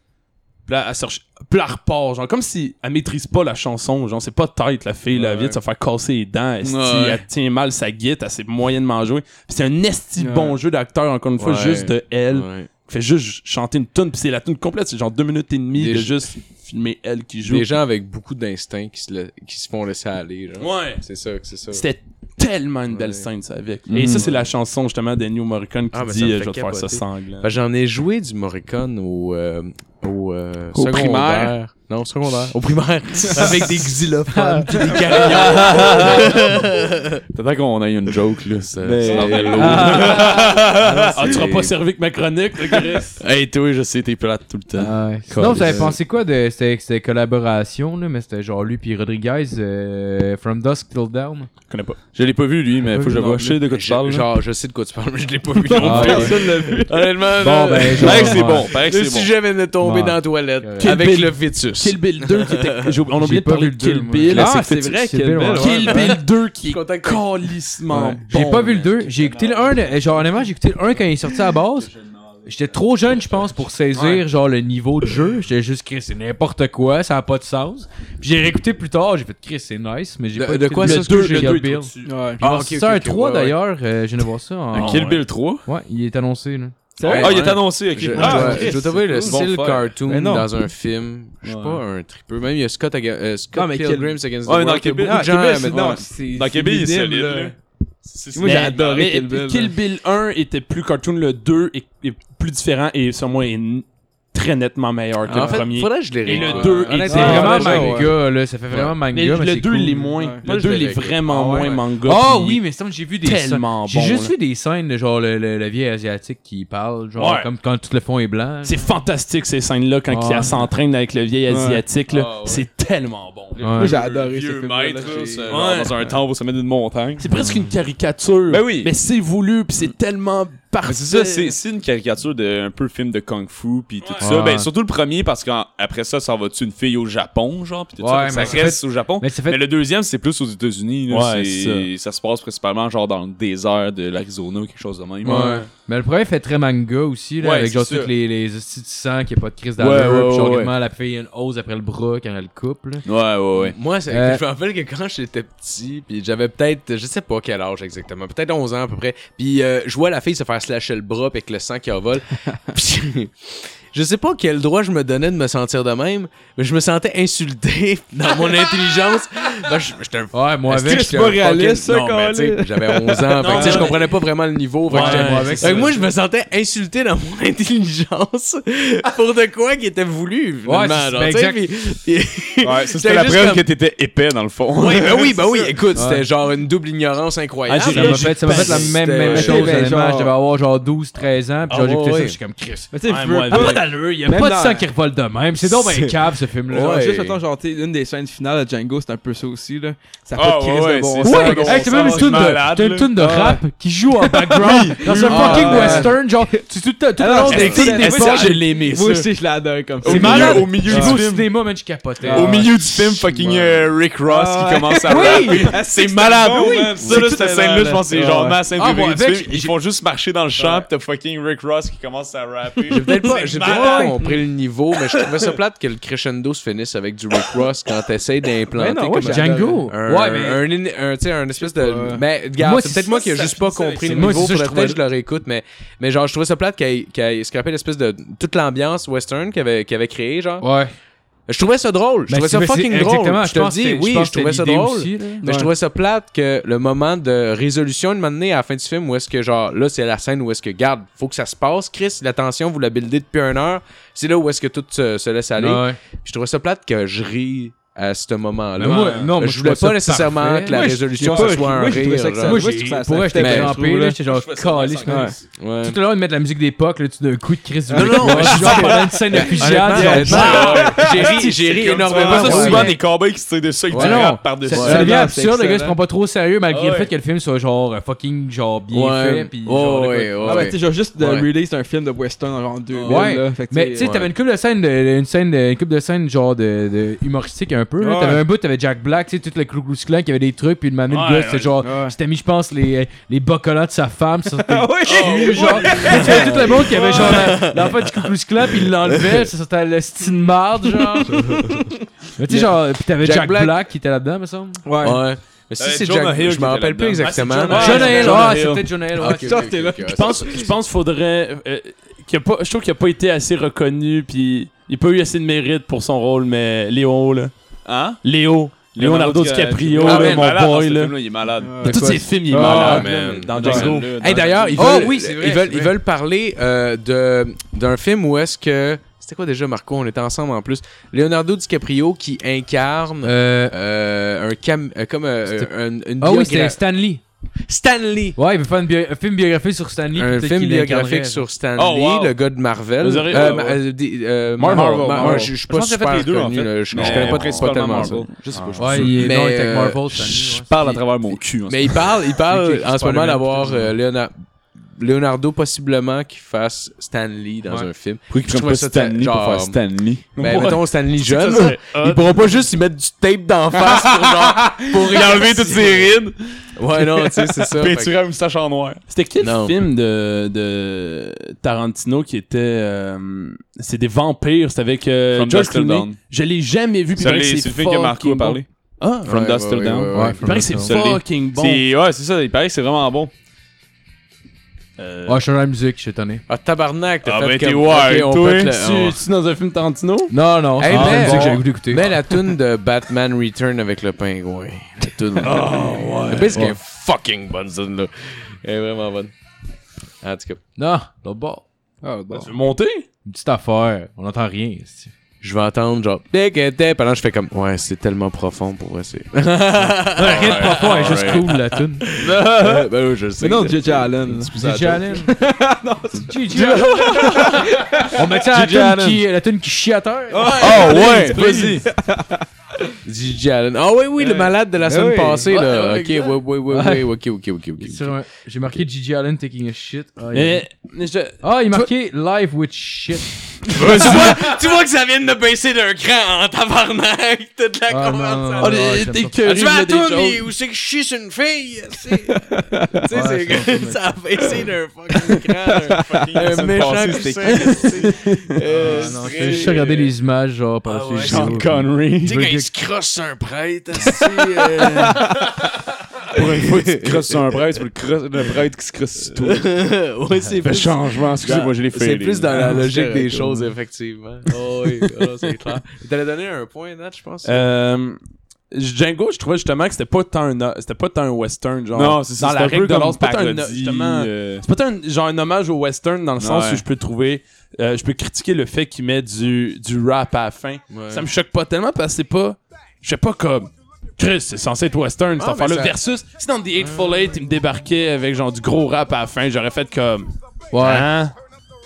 Speaker 4: Puis là, elle, se reche- puis là, elle repart. Genre, comme si elle maîtrise pas la chanson. Genre, c'est pas tête, la fille. là, elle vient de se faire casser les dents. esti,
Speaker 6: Ouais.
Speaker 4: Elle tient mal sa guite. Elle sait moyennement jouer. Puis c'est un esti bon jeu d'acteur, encore une fois,
Speaker 7: Ouais.
Speaker 4: juste de elle.
Speaker 7: Ouais.
Speaker 4: Fait juste chanter une tune. Puis c'est la tune complète. C'est genre deux minutes et demie
Speaker 7: Des
Speaker 4: de
Speaker 7: gens-
Speaker 4: juste filmer elle qui joue.
Speaker 7: Des gens avec beaucoup d'instinct qui se la- qui se font laisser aller. genre.
Speaker 4: Ouais.
Speaker 7: C'est ça, c'est ça.
Speaker 4: C'était tellement une belle
Speaker 7: Ouais. Mm.
Speaker 4: scène, ça, avec. Et ça, c'est la chanson, justement, de New Morricone qui
Speaker 7: Ah, mais ça
Speaker 4: dit
Speaker 7: me
Speaker 4: euh,
Speaker 7: fait
Speaker 4: Je vais te faire ça
Speaker 7: capoter.
Speaker 4: sanglant.
Speaker 7: Ben, J'en ai joué du Morricone au, euh, au, euh,
Speaker 6: Au
Speaker 7: secondaire.
Speaker 6: primaire.
Speaker 7: Non, au secondaire. Au
Speaker 6: [laughs]
Speaker 7: primaire. Avec des xylophones. pis des
Speaker 6: T'attends qu'on ait une joke, là. Ça, ça en fait l'eau.
Speaker 4: [laughs] Ah, tu n'auras pas servi avec
Speaker 7: [laughs]
Speaker 4: ma chronique, le Chris.
Speaker 6: Hey, toi, je sais, t'es plate tout le temps.
Speaker 5: Non, vous avez pensé quoi de cette, cette collaboration, là, mais c'était genre lui puis Rodriguez, euh, From Dusk Till Down?
Speaker 6: Je l'ai pas vu, lui, mais faut que je le
Speaker 5: Non,
Speaker 6: vois. Je sais de quoi tu parles.
Speaker 7: Genre,
Speaker 6: là.
Speaker 7: genre, je sais de quoi tu parles, mais je l'ai
Speaker 6: [laughs]
Speaker 7: pas vu. non
Speaker 5: Ah,
Speaker 7: plus.
Speaker 5: ouais.
Speaker 6: l'a
Speaker 2: [laughs]
Speaker 6: vu.
Speaker 7: Honnêtement,
Speaker 5: Bon,
Speaker 7: là,
Speaker 5: ben, genre,
Speaker 6: Pareil que c'est
Speaker 5: ouais.
Speaker 6: bon. Pareil que
Speaker 7: le
Speaker 6: c'est bon.
Speaker 7: sujet vient de tomber
Speaker 5: Ouais.
Speaker 7: dans la toilette
Speaker 5: Correct.
Speaker 7: avec
Speaker 4: Kill
Speaker 7: le fœtus.
Speaker 4: Kill Bill 2 qui était. j'ai- On a
Speaker 5: J'ai
Speaker 4: oublié de
Speaker 5: pas
Speaker 4: parler
Speaker 5: vu
Speaker 4: de
Speaker 5: le
Speaker 4: Kill
Speaker 5: deux, moi.
Speaker 4: Bill.
Speaker 5: Ah,
Speaker 4: Ah,
Speaker 5: c'est
Speaker 4: c'est
Speaker 5: vrai,
Speaker 4: vrai,
Speaker 5: Kill
Speaker 4: Kill
Speaker 5: Bill,
Speaker 4: Bill.
Speaker 5: ouais.
Speaker 4: Kill
Speaker 5: Ouais.
Speaker 4: Bill 2 qui est
Speaker 7: Contact-
Speaker 4: calissement bon.
Speaker 5: J'ai pas vu le 2. J'ai écouté le 1. Genre, honnêtement, j'ai écouté le 1 quand il est sorti à la base. J'étais trop jeune, je pense, pour saisir genre le niveau de jeu. J'étais juste, Chris, c'est n'importe quoi, ça a pas de sens. Puis j'ai réécouté plus tard, j'ai fait, Chris, c'est nice, mais j'ai
Speaker 7: De-
Speaker 5: pas
Speaker 7: de
Speaker 5: écouté
Speaker 7: quoi
Speaker 5: le
Speaker 7: ça, ce que
Speaker 5: deux,
Speaker 7: j'ai
Speaker 5: Kill
Speaker 7: écouté
Speaker 5: Bill.
Speaker 2: Ouais.
Speaker 5: Ah,
Speaker 7: ok,
Speaker 5: c'est
Speaker 7: ok,
Speaker 5: un
Speaker 7: ok,
Speaker 5: 3
Speaker 7: ouais, ouais.
Speaker 5: d'ailleurs, euh, je viens de voir ça. En...
Speaker 6: Kill Bill 3.
Speaker 5: Ouais, il est annoncé, là.
Speaker 7: Ouais,
Speaker 6: Ah, il est
Speaker 7: ouais.
Speaker 6: annoncé. ok.
Speaker 7: Je,
Speaker 6: Ah,
Speaker 7: je dois- je dois t'avouer, le
Speaker 6: cool. Bon
Speaker 7: style
Speaker 6: faire.
Speaker 7: cartoon
Speaker 2: Mais non.
Speaker 7: dans un film, je suis pas un tripeux. Même il y a Scott, Aga- euh, Scott
Speaker 2: Non, mais Kill-
Speaker 7: Pilgrims Against the
Speaker 6: Ouais, Ah, mais
Speaker 7: World.
Speaker 6: dans
Speaker 7: qu'il y a
Speaker 6: Kill Bill-
Speaker 7: beaucoup de gens,
Speaker 2: Québec, c'est-
Speaker 7: mettons,
Speaker 2: non, c'est-
Speaker 6: Dans
Speaker 2: c'est
Speaker 6: Québec, il est
Speaker 2: minime,
Speaker 6: solide,
Speaker 2: là.
Speaker 6: là.
Speaker 2: Moi, j'ai adoré Kill Bill.
Speaker 4: Kill Bill 1 était plus cartoon, le 2 est, est plus différent et sur moi est n- très nettement meilleur que
Speaker 3: En
Speaker 4: le
Speaker 3: fait,
Speaker 4: premier.
Speaker 3: faudrait que je les
Speaker 4: Et
Speaker 3: réécoute.
Speaker 4: le 2
Speaker 5: C'est
Speaker 4: est
Speaker 5: vraiment
Speaker 4: meilleur.
Speaker 5: manga, là. Ça fait vraiment manga.
Speaker 4: Mais
Speaker 5: mais
Speaker 4: le
Speaker 5: c'est
Speaker 4: 2
Speaker 5: cool.
Speaker 4: l'est moins.
Speaker 5: Moi,
Speaker 4: Le
Speaker 5: je
Speaker 4: 2
Speaker 5: l'ai
Speaker 4: l'est vraiment
Speaker 5: Ah ouais.
Speaker 4: moins manga.
Speaker 5: Ah
Speaker 4: puis-
Speaker 5: oui, mais c'est j'ai vu des
Speaker 4: tellement
Speaker 5: scènes- J'ai
Speaker 4: bon,
Speaker 5: juste
Speaker 4: là.
Speaker 5: vu des scènes de genre le, le- la vieille asiatique qui parle, genre
Speaker 4: Ouais.
Speaker 5: comme quand tout le fond est blanc.
Speaker 4: C'est fantastique ces scènes-là quand
Speaker 5: Ah
Speaker 4: il
Speaker 5: ouais.
Speaker 4: s'entraîne avec le vieil asiatique. là.
Speaker 5: Ah ouais.
Speaker 4: C'est tellement bon.
Speaker 2: Moi,
Speaker 5: Ouais.
Speaker 2: j'ai adoré ce
Speaker 6: vieux
Speaker 2: film.
Speaker 6: maître, là, c'est genre dans un temple au sommet d'une montagne.
Speaker 4: C'est presque une caricature.
Speaker 6: Ben oui.
Speaker 4: Mais c'est voulu, puis c'est tellement parfait.
Speaker 6: Mais c'est ça, c'est, c'est une caricature d'un peu film de kung fu puis tout ça.
Speaker 5: Ouais.
Speaker 6: Ben surtout le premier parce qu'après ça, ça va dessus une fille au Japon, genre puis tout
Speaker 5: Ouais,
Speaker 6: ça.
Speaker 5: mais
Speaker 6: Ça
Speaker 5: c'est
Speaker 6: reste au Japon.
Speaker 5: Mais c'est fait.
Speaker 6: Mais le deuxième, c'est plus aux États-Unis. Là,
Speaker 4: Ouais,
Speaker 6: c'est... Ça. se passe principalement genre dans le désert de l'Arizona ou quelque chose de même.
Speaker 5: Ouais. Mais le premier fait très manga aussi, là,
Speaker 6: Ouais,
Speaker 5: avec
Speaker 6: c'est
Speaker 5: genre
Speaker 6: ça.
Speaker 5: toutes les, les hosties de sang qui a pas de crise
Speaker 6: Ouais,
Speaker 5: d'allure,
Speaker 6: ouais,
Speaker 5: pis genre
Speaker 6: ouais.
Speaker 5: quasiment la fille a une hausse après le bras quand elle coupe, là.
Speaker 6: Ouais, ouais, ouais.
Speaker 3: Moi, c'est-
Speaker 5: Euh.
Speaker 3: je me rappelle que quand j'étais petit, puis j'avais peut-être, je sais pas quel âge exactement, peut-être 11 ans à peu près, puis euh, je vois la fille se faire slasher le bras pis avec le sang qui
Speaker 5: [laughs]
Speaker 3: envole. Puis, je sais pas quel droit je me donnais de me sentir de même, mais je me sentais insulté [laughs] dans mon intelligence. Ben, je- j'étais un
Speaker 5: Ouais, moi
Speaker 3: Est-ce
Speaker 5: avec.
Speaker 3: que
Speaker 5: j'étais
Speaker 2: c'est pas
Speaker 5: un
Speaker 2: réaliste, ça,
Speaker 3: non, mais tu sais,
Speaker 2: Colin?
Speaker 3: J'avais 11 ans, fait que tu sais, je comprenais pas vraiment le niveau. fait que
Speaker 5: Ouais,
Speaker 3: j'étais-
Speaker 5: moi avec,
Speaker 3: fait que
Speaker 5: c'est
Speaker 3: moi, je me sentais insulté dans mon [laughs] intelligence pour de quoi qui était voulu.
Speaker 5: Ouais,
Speaker 3: finalement, genre,
Speaker 5: c'est- ben,
Speaker 3: tu sais,
Speaker 5: exact.
Speaker 3: puis- puis-
Speaker 6: Ouais, ça,
Speaker 3: J'étais
Speaker 6: c'était la
Speaker 3: juste
Speaker 6: preuve
Speaker 3: comme-
Speaker 6: que t'étais épais dans le fond.
Speaker 3: Oui, ben oui, ben oui. Écoute, c'était genre une double ignorance incroyable.
Speaker 5: Ça m'a Ah, fait, ça m'a fait la même, même
Speaker 3: C'était-
Speaker 5: chose,
Speaker 2: ben,
Speaker 5: honnêtement.
Speaker 2: genre-
Speaker 5: Je devais avoir genre 12-13 ans, pis genre
Speaker 3: Ah,
Speaker 5: j'écoutais
Speaker 3: ouais,
Speaker 5: ça,
Speaker 3: ouais.
Speaker 5: j'étais comme Chris.
Speaker 2: Mais tu sais,
Speaker 15: Ouais,
Speaker 2: je
Speaker 15: moi,
Speaker 2: veux
Speaker 5: Pas
Speaker 2: Ah, pas.
Speaker 5: d'allure, y a
Speaker 2: Même
Speaker 5: pas de
Speaker 2: dans-
Speaker 5: sang qui revole de même. C'est donc un cave, ce film-là.
Speaker 2: Genre,
Speaker 3: Ouais.
Speaker 2: Juste, mettons, genre, tu sais, une des scènes finales de Django, c'est un peu ça aussi, là. Ça a
Speaker 6: Ah,
Speaker 2: pas de
Speaker 6: ouais,
Speaker 2: crise de
Speaker 6: ouais,
Speaker 2: bon
Speaker 6: c'est
Speaker 2: sens.
Speaker 6: ça.
Speaker 5: Ouais,
Speaker 6: bon
Speaker 5: hey, c'est même une
Speaker 6: sens,
Speaker 5: tune
Speaker 6: c'est malade,
Speaker 5: de, t'as une
Speaker 6: là.
Speaker 5: tune de rap qui joue en background dans un fucking
Speaker 2: ouais.
Speaker 5: western, genre tu tout le tout le long
Speaker 2: Ah,
Speaker 5: des
Speaker 2: c'est-
Speaker 5: clips des
Speaker 2: c'est-
Speaker 5: fois,
Speaker 2: c'est-
Speaker 5: l'ai aimé.
Speaker 2: Moi aussi, je l'adore comme ça.
Speaker 5: C'est malade.
Speaker 6: au milieu
Speaker 5: J'ai
Speaker 6: du
Speaker 5: vu au
Speaker 6: film.
Speaker 5: cinéma, man, je capotais.
Speaker 6: Au milieu du film, fucking euh, Rick Ross
Speaker 2: Ah,
Speaker 6: qui
Speaker 2: ouais.
Speaker 6: commence à rapper. C'est malade. Ça, là, cette scène-là, je pense que c'est genre ma scène
Speaker 5: Ah,
Speaker 6: préférée
Speaker 5: moi,
Speaker 6: du
Speaker 5: avec,
Speaker 6: film. Ils font juste marcher dans le champ, pis t'as fucking Rick Ross qui commence à rapper.
Speaker 3: J'ai peut-être pas,
Speaker 6: C'est
Speaker 3: j'ai peut-être pas
Speaker 6: malade.
Speaker 3: compris le niveau, mais je trouvais ça plate que le crescendo se finisse avec du Rick Ross quand t'essayes d'implanter
Speaker 2: Ouais, non, ouais,
Speaker 3: comme
Speaker 2: j'ai-
Speaker 5: Django.
Speaker 3: un,
Speaker 5: Ouais, mais
Speaker 3: un, in- un, tu sais, un espèce de. Mais regarde,
Speaker 5: Moi,
Speaker 3: c'est
Speaker 5: c'est
Speaker 3: peut-être
Speaker 5: ça,
Speaker 3: moi qui ai
Speaker 5: ça
Speaker 3: juste pas
Speaker 5: finit avec
Speaker 3: compris
Speaker 5: ça.
Speaker 3: le
Speaker 5: Moi,
Speaker 3: niveau.
Speaker 5: c'est ça, je
Speaker 3: faudrait
Speaker 5: trouvais-
Speaker 3: peut-être que je le réécoute, mais, mais genre, je trouvais ça plate qu'elle qu'elle scrapait l'espèce de. toute l'ambiance western qu'elle avait, qu'elle avait créée, genre.
Speaker 5: ouais.
Speaker 3: Je trouvais ça drôle. Je
Speaker 5: Ben,
Speaker 3: trouvais ça
Speaker 5: c'est-
Speaker 3: fucking
Speaker 5: c'est-
Speaker 3: drôle.
Speaker 5: exactement,
Speaker 3: Je te le
Speaker 5: pense que
Speaker 3: dis,
Speaker 5: c'était-
Speaker 3: oui,
Speaker 5: pense
Speaker 3: je
Speaker 5: que
Speaker 3: trouvais ça
Speaker 5: c'était l'idée
Speaker 3: drôle.
Speaker 5: aussi, là.
Speaker 3: Mais je trouvais ça plate que le moment de résolution, une moment donné, à la fin du film, où est-ce que, genre, là, c'est la scène où est-ce que, garde, faut que ça se passe. Chris, la tension, vous la buildez depuis une heure. C'est là où est-ce que tout se, se laisse aller.
Speaker 5: Ouais.
Speaker 3: Je trouvais ça plate que je ris à ce moment-là.
Speaker 5: Mais moi, non, moi,
Speaker 3: je voulais
Speaker 5: trouvais
Speaker 3: pas
Speaker 5: ça
Speaker 3: nécessairement
Speaker 5: parfait.
Speaker 3: que la
Speaker 2: Moi, j'ai-
Speaker 3: résolution,
Speaker 2: j'ai
Speaker 3: ça
Speaker 2: pas-
Speaker 3: soit un
Speaker 2: moi, j'ai trouvé
Speaker 3: rire.
Speaker 2: ça excellent.
Speaker 3: genre.
Speaker 5: Moi,
Speaker 2: Moi, je
Speaker 5: j'ai
Speaker 2: trouve ça-
Speaker 5: pour vrai,
Speaker 2: ça fait
Speaker 5: j'étais
Speaker 3: mal,
Speaker 2: je
Speaker 5: crampé,
Speaker 2: trouve,
Speaker 5: là,
Speaker 2: là.
Speaker 5: j'étais genre calé.
Speaker 2: Ouais.
Speaker 3: Ouais.
Speaker 5: Tout à l'heure, de mettre la musique d'époque, là, tu d'un coup de crise de
Speaker 3: Non, non,
Speaker 5: Rick Ross,
Speaker 3: je-
Speaker 5: genre pendant une scène de fusillade, genre,
Speaker 3: Honnêtement, honnêtement, j'ai ri- j'ai ri énormément.
Speaker 6: Ça,
Speaker 3: Ouais.
Speaker 6: c'est souvent des cowboys qui se tirent dessus avec
Speaker 5: Ouais,
Speaker 6: du
Speaker 5: non.
Speaker 6: rap par-dessus.
Speaker 5: Ça,
Speaker 2: Ouais.
Speaker 5: ça devient
Speaker 2: Non,
Speaker 5: absurde,
Speaker 2: c'est
Speaker 5: le gars se
Speaker 2: excellent.
Speaker 5: prend pas trop au sérieux malgré
Speaker 6: Ah
Speaker 5: le fait
Speaker 6: ouais.
Speaker 5: que le film soit genre euh, fucking genre bien
Speaker 3: Ouais.
Speaker 5: fait puis
Speaker 3: Ouais,
Speaker 5: genre de quoi-
Speaker 3: ouais, ouais.
Speaker 2: Ah, ben, tu sais, genre, juste de
Speaker 3: Ouais.
Speaker 2: release un film de western en 2000.
Speaker 5: Ouais.
Speaker 2: là. Fait que,
Speaker 5: Mais tu sais, t'avais une couple de scènes, de, une scène, de, une couple de scènes genre de, de humoristique un peu. là.
Speaker 2: Ouais.
Speaker 5: T'avais un bout, t'avais Jack Black, tu sais, tout le Ku Klux Klan qui avait des trucs, puis une mamie de
Speaker 15: Ouais,
Speaker 5: gars, c'était genre,
Speaker 2: ouais.
Speaker 5: c'était mis, je pense, les, euh, les bas collants de sa femme sur
Speaker 2: [laughs] Ah oui!
Speaker 5: cul, genre. Tu avais tout le monde qui avait genre la- l'enfant du Ku Klux Klan, puis il l'enlevait, ça sortait le style de marde, genre. Mais tu sais, genre, puis t'avais Jack,
Speaker 3: Jack
Speaker 5: Black.
Speaker 3: Black.
Speaker 5: qui était là-dedans, me semble.
Speaker 2: Ouais.
Speaker 3: Ouais. Mais si
Speaker 6: Euh,
Speaker 3: c'est
Speaker 6: Jonah
Speaker 3: Jack,
Speaker 6: Hill
Speaker 3: je
Speaker 6: qui
Speaker 3: me
Speaker 6: était
Speaker 3: rappelle plus
Speaker 6: là-dedans.
Speaker 3: exactement.
Speaker 15: Ah, c'est Jonah
Speaker 5: John Hale,
Speaker 15: Jonah
Speaker 5: ouais, c'est
Speaker 15: Hill.
Speaker 5: peut-être John Hale, ouais.
Speaker 3: Ah, Ok, ok,
Speaker 2: t'es
Speaker 3: ok,
Speaker 2: là.
Speaker 3: ok,
Speaker 4: Je pense, je pense qu'il faudrait. euh, qu'il a pas, je trouve qu'il a pas été assez reconnu, puis il a pas eu assez de mérite pour son rôle, mais Léo, là.
Speaker 6: Hein?
Speaker 4: Léo. Leonardo DiCaprio,
Speaker 6: Ah,
Speaker 4: là,
Speaker 6: mais
Speaker 4: mon
Speaker 6: malade, dans
Speaker 4: boy,
Speaker 6: ce
Speaker 4: là.
Speaker 6: film-là, Il est malade.
Speaker 4: Tous ses films, il est malade,
Speaker 2: Ah,
Speaker 3: man.
Speaker 4: Dans
Speaker 6: Dans
Speaker 4: Django.
Speaker 6: le- dans
Speaker 3: Hey, d'ailleurs, ils
Speaker 5: Oh
Speaker 3: veulent,
Speaker 5: oui, c'est vrai,
Speaker 3: ils veulent,
Speaker 5: c'est
Speaker 3: ils
Speaker 5: vrai.
Speaker 3: veulent parler euh, de d'un film où est-ce que c'était quoi déjà Marco, on était ensemble en plus. Leonardo DiCaprio qui incarne
Speaker 5: Euh,
Speaker 3: euh, un cam euh, comme euh,
Speaker 5: C'était-
Speaker 3: un, une
Speaker 5: Ah oui, c'était
Speaker 3: biogra-
Speaker 5: Stanley.
Speaker 3: Stanley.
Speaker 5: Ouais, il veut faire une bio- un film biographique sur Stanley.
Speaker 3: Un film biographique sur Stanley,
Speaker 6: Oh, wow.
Speaker 3: le gars de Marvel.
Speaker 6: Vous aurez-
Speaker 3: Euh,
Speaker 6: ouais,
Speaker 3: ma-
Speaker 6: ouais.
Speaker 3: euh, des- euh,
Speaker 6: Marvel,
Speaker 3: Mar-
Speaker 6: Marvel.
Speaker 3: Mar- ouais, je je suis pas
Speaker 6: pense qu'il a fait
Speaker 3: super
Speaker 6: les deux, en
Speaker 3: connu,
Speaker 6: fait.
Speaker 3: là, je, je
Speaker 6: Mais
Speaker 3: connais pas, pas
Speaker 6: principalement
Speaker 3: tellement ça.
Speaker 6: Marvel. Je sais pas. je
Speaker 5: Ouais,
Speaker 6: suis
Speaker 5: il est
Speaker 3: Mais,
Speaker 5: non, il est avec
Speaker 3: euh,
Speaker 5: Marvel,
Speaker 6: sûr.
Speaker 5: Stanley.
Speaker 6: Je parle à travers mon cul.
Speaker 4: hein.
Speaker 6: en ce
Speaker 3: Mais il
Speaker 6: [laughs]
Speaker 3: parle, il
Speaker 5: Ok,
Speaker 3: parle
Speaker 5: c'est
Speaker 3: en ce
Speaker 5: pas
Speaker 3: moment
Speaker 5: le même
Speaker 3: d'avoir
Speaker 5: personnage.
Speaker 3: euh, Leona- Leonardo possiblement qui fasse Stanley dans
Speaker 5: Ouais.
Speaker 3: un film.
Speaker 6: Pourquoi ils
Speaker 3: Je
Speaker 6: prennent
Speaker 3: trouvais
Speaker 6: pas
Speaker 3: ça
Speaker 6: Stanley pour
Speaker 3: genre-
Speaker 6: faire Stanley?
Speaker 3: Ben, mettons Stanley
Speaker 4: Ça
Speaker 3: jeune,
Speaker 4: serait hot.
Speaker 3: Ils pourront pas juste y mettre du tape d'en face pour genre. Pour
Speaker 6: Il a enlevé toutes ses rides,
Speaker 3: Ouais, non, tu sais, c'est ça. Fait que-
Speaker 6: peinturé à moustache en noir.
Speaker 4: C'était quel
Speaker 3: Non.
Speaker 4: film de, de Tarantino qui était. euh, c'est des vampires, c'était avec euh,
Speaker 6: From
Speaker 4: George
Speaker 6: Dusk Till
Speaker 4: Clooney.
Speaker 6: Dawn.
Speaker 4: Je l'ai jamais vu, puis il
Speaker 6: C'est
Speaker 4: paraît que
Speaker 6: les-
Speaker 4: c'est
Speaker 6: c'est le film que Marco a
Speaker 4: fucking
Speaker 6: parlé.
Speaker 4: bon. Ah,
Speaker 6: From
Speaker 3: Ouais,
Speaker 6: Dusk Till
Speaker 3: ouais,
Speaker 6: Down.
Speaker 3: ouais, ouais,
Speaker 5: Ouais,
Speaker 3: from
Speaker 4: il paraît que c'est
Speaker 5: Dusk
Speaker 6: Till Dawn.
Speaker 4: fucking bon.
Speaker 6: C'est- Ouais, c'est ça, il paraît que c'est vraiment bon.
Speaker 5: Ah, je suis dans la musique, je suis étonné.
Speaker 3: Ah, tabarnak, t'as
Speaker 6: Ah,
Speaker 3: fait
Speaker 6: ben,
Speaker 3: comme...
Speaker 6: t'es
Speaker 3: ok,
Speaker 6: wild,
Speaker 3: on
Speaker 6: toi.
Speaker 3: peut te le-
Speaker 4: Tu- Tu es dans un film Tarantino?
Speaker 5: Non, non,
Speaker 3: Hey, mais-
Speaker 5: c'est une musique que
Speaker 3: bon.
Speaker 5: j'avais goûté d'écouter.
Speaker 3: Mais la toune de Batman Return avec le pingouin. cette tune. Oh, ouais. Parce qu'elle est fucking bonne, cette tune-là. Elle est vraiment bonne. En tout cas,
Speaker 5: Non, l'autre bord.
Speaker 2: Ah, bon.
Speaker 4: Tu veux monter?
Speaker 5: Une petite affaire. On n'entend rien. c'est- [laughs]
Speaker 3: je vais entendre genre. Tic et tic. Pendant que je fais comme. Ouais, c'est tellement profond pour vrai. c'est- [laughs]
Speaker 5: Rien de profond, elle est juste cool, la [laughs] tune.
Speaker 3: ben oui, je le sais.
Speaker 2: Mais non,
Speaker 3: que-
Speaker 2: JJ Allen.
Speaker 5: DJ Allen. hein? [laughs] Gigi Allen. [laughs] On met ça à
Speaker 4: Gigi
Speaker 5: la
Speaker 4: Allen.
Speaker 5: tune qui, la tune qui chie à terre.
Speaker 3: Oh ouais, vas-y. DJ Allen. Ah oui, oui, le malade de la semaine
Speaker 2: oui.
Speaker 3: passée, là.
Speaker 5: Ouais,
Speaker 3: ok, ouais, ouais, ouais, ouais,
Speaker 5: Ouais.
Speaker 3: ok, ok, ok, ok.
Speaker 5: Sur un- J'ai marqué Gigi Allen taking a shit. Ah, il-
Speaker 4: Mais, mais je-
Speaker 5: Ah, il a marqué live with shit.
Speaker 3: Ah, tu vois que ça vient de me baisser d'un cran en tabarnak, t'as de la Ah,
Speaker 5: Ah, non, non, non,
Speaker 4: Oh,
Speaker 5: non,
Speaker 4: les-
Speaker 5: j'aime
Speaker 4: t'es
Speaker 5: pas.
Speaker 4: curieux,
Speaker 3: tu
Speaker 4: il y
Speaker 3: vas
Speaker 4: a
Speaker 3: à
Speaker 4: des
Speaker 3: toi,
Speaker 4: choses.
Speaker 3: mais où c'est que je chie sur une fille? [laughs] c'est- tu sais,
Speaker 5: Ouais,
Speaker 3: c'est
Speaker 5: c'est
Speaker 3: ça a baissé d'un fucking cran. [laughs] Euh, d'un fucking- Un méchant
Speaker 6: passée,
Speaker 3: que
Speaker 6: c'était
Speaker 5: Ah, non, j'ai juste regardé les images, genre, par
Speaker 3: Ah
Speaker 5: dessus
Speaker 3: ouais.
Speaker 5: les
Speaker 3: Sean
Speaker 5: vidéos.
Speaker 3: Tu
Speaker 16: Connery.
Speaker 3: sais, quand il se crosse sur un prêtre, asti, euh,
Speaker 6: Pour une fois, tu te crosses sur un prêtre, c'est pour le, cro- le prêtre qui se crosse sur toi.
Speaker 3: ouais, [laughs] c'est
Speaker 6: Le
Speaker 3: plus-
Speaker 6: changement, Ah, excusez-moi, je l'ai fait.
Speaker 3: C'est plus dans la [laughs] logique des
Speaker 6: choses.
Speaker 3: choses, effectivement. [laughs] Oh oui, alors, c'est clair. T'allais donner un point, Nat, je pense.
Speaker 4: Euh, Django, je trouvais justement que c'était pas tant un, c'était pas tant un western, genre.
Speaker 6: Non, c'est ça.
Speaker 4: Dans
Speaker 6: c'est
Speaker 4: la
Speaker 6: un peu
Speaker 4: règle de
Speaker 6: comme
Speaker 4: l'or, c'est pas un-
Speaker 6: parodie,
Speaker 4: justement,
Speaker 6: euh,
Speaker 4: C'est pas tant un- genre un hommage au western dans le sens
Speaker 6: Ouais.
Speaker 4: où je peux trouver, euh, je peux critiquer le fait qu'il met du, du rap à la fin. Ça me choque pas tellement parce que c'est pas, je sais pas comme. Chris, c'est censé être western, cette
Speaker 3: Ah,
Speaker 4: affaire-là.
Speaker 3: mais ça-
Speaker 4: Versus, si dans The Eightful Eight, il me débarquait avec genre du gros rap à la fin, j'aurais fait comme.
Speaker 5: Ouais.
Speaker 4: Hein?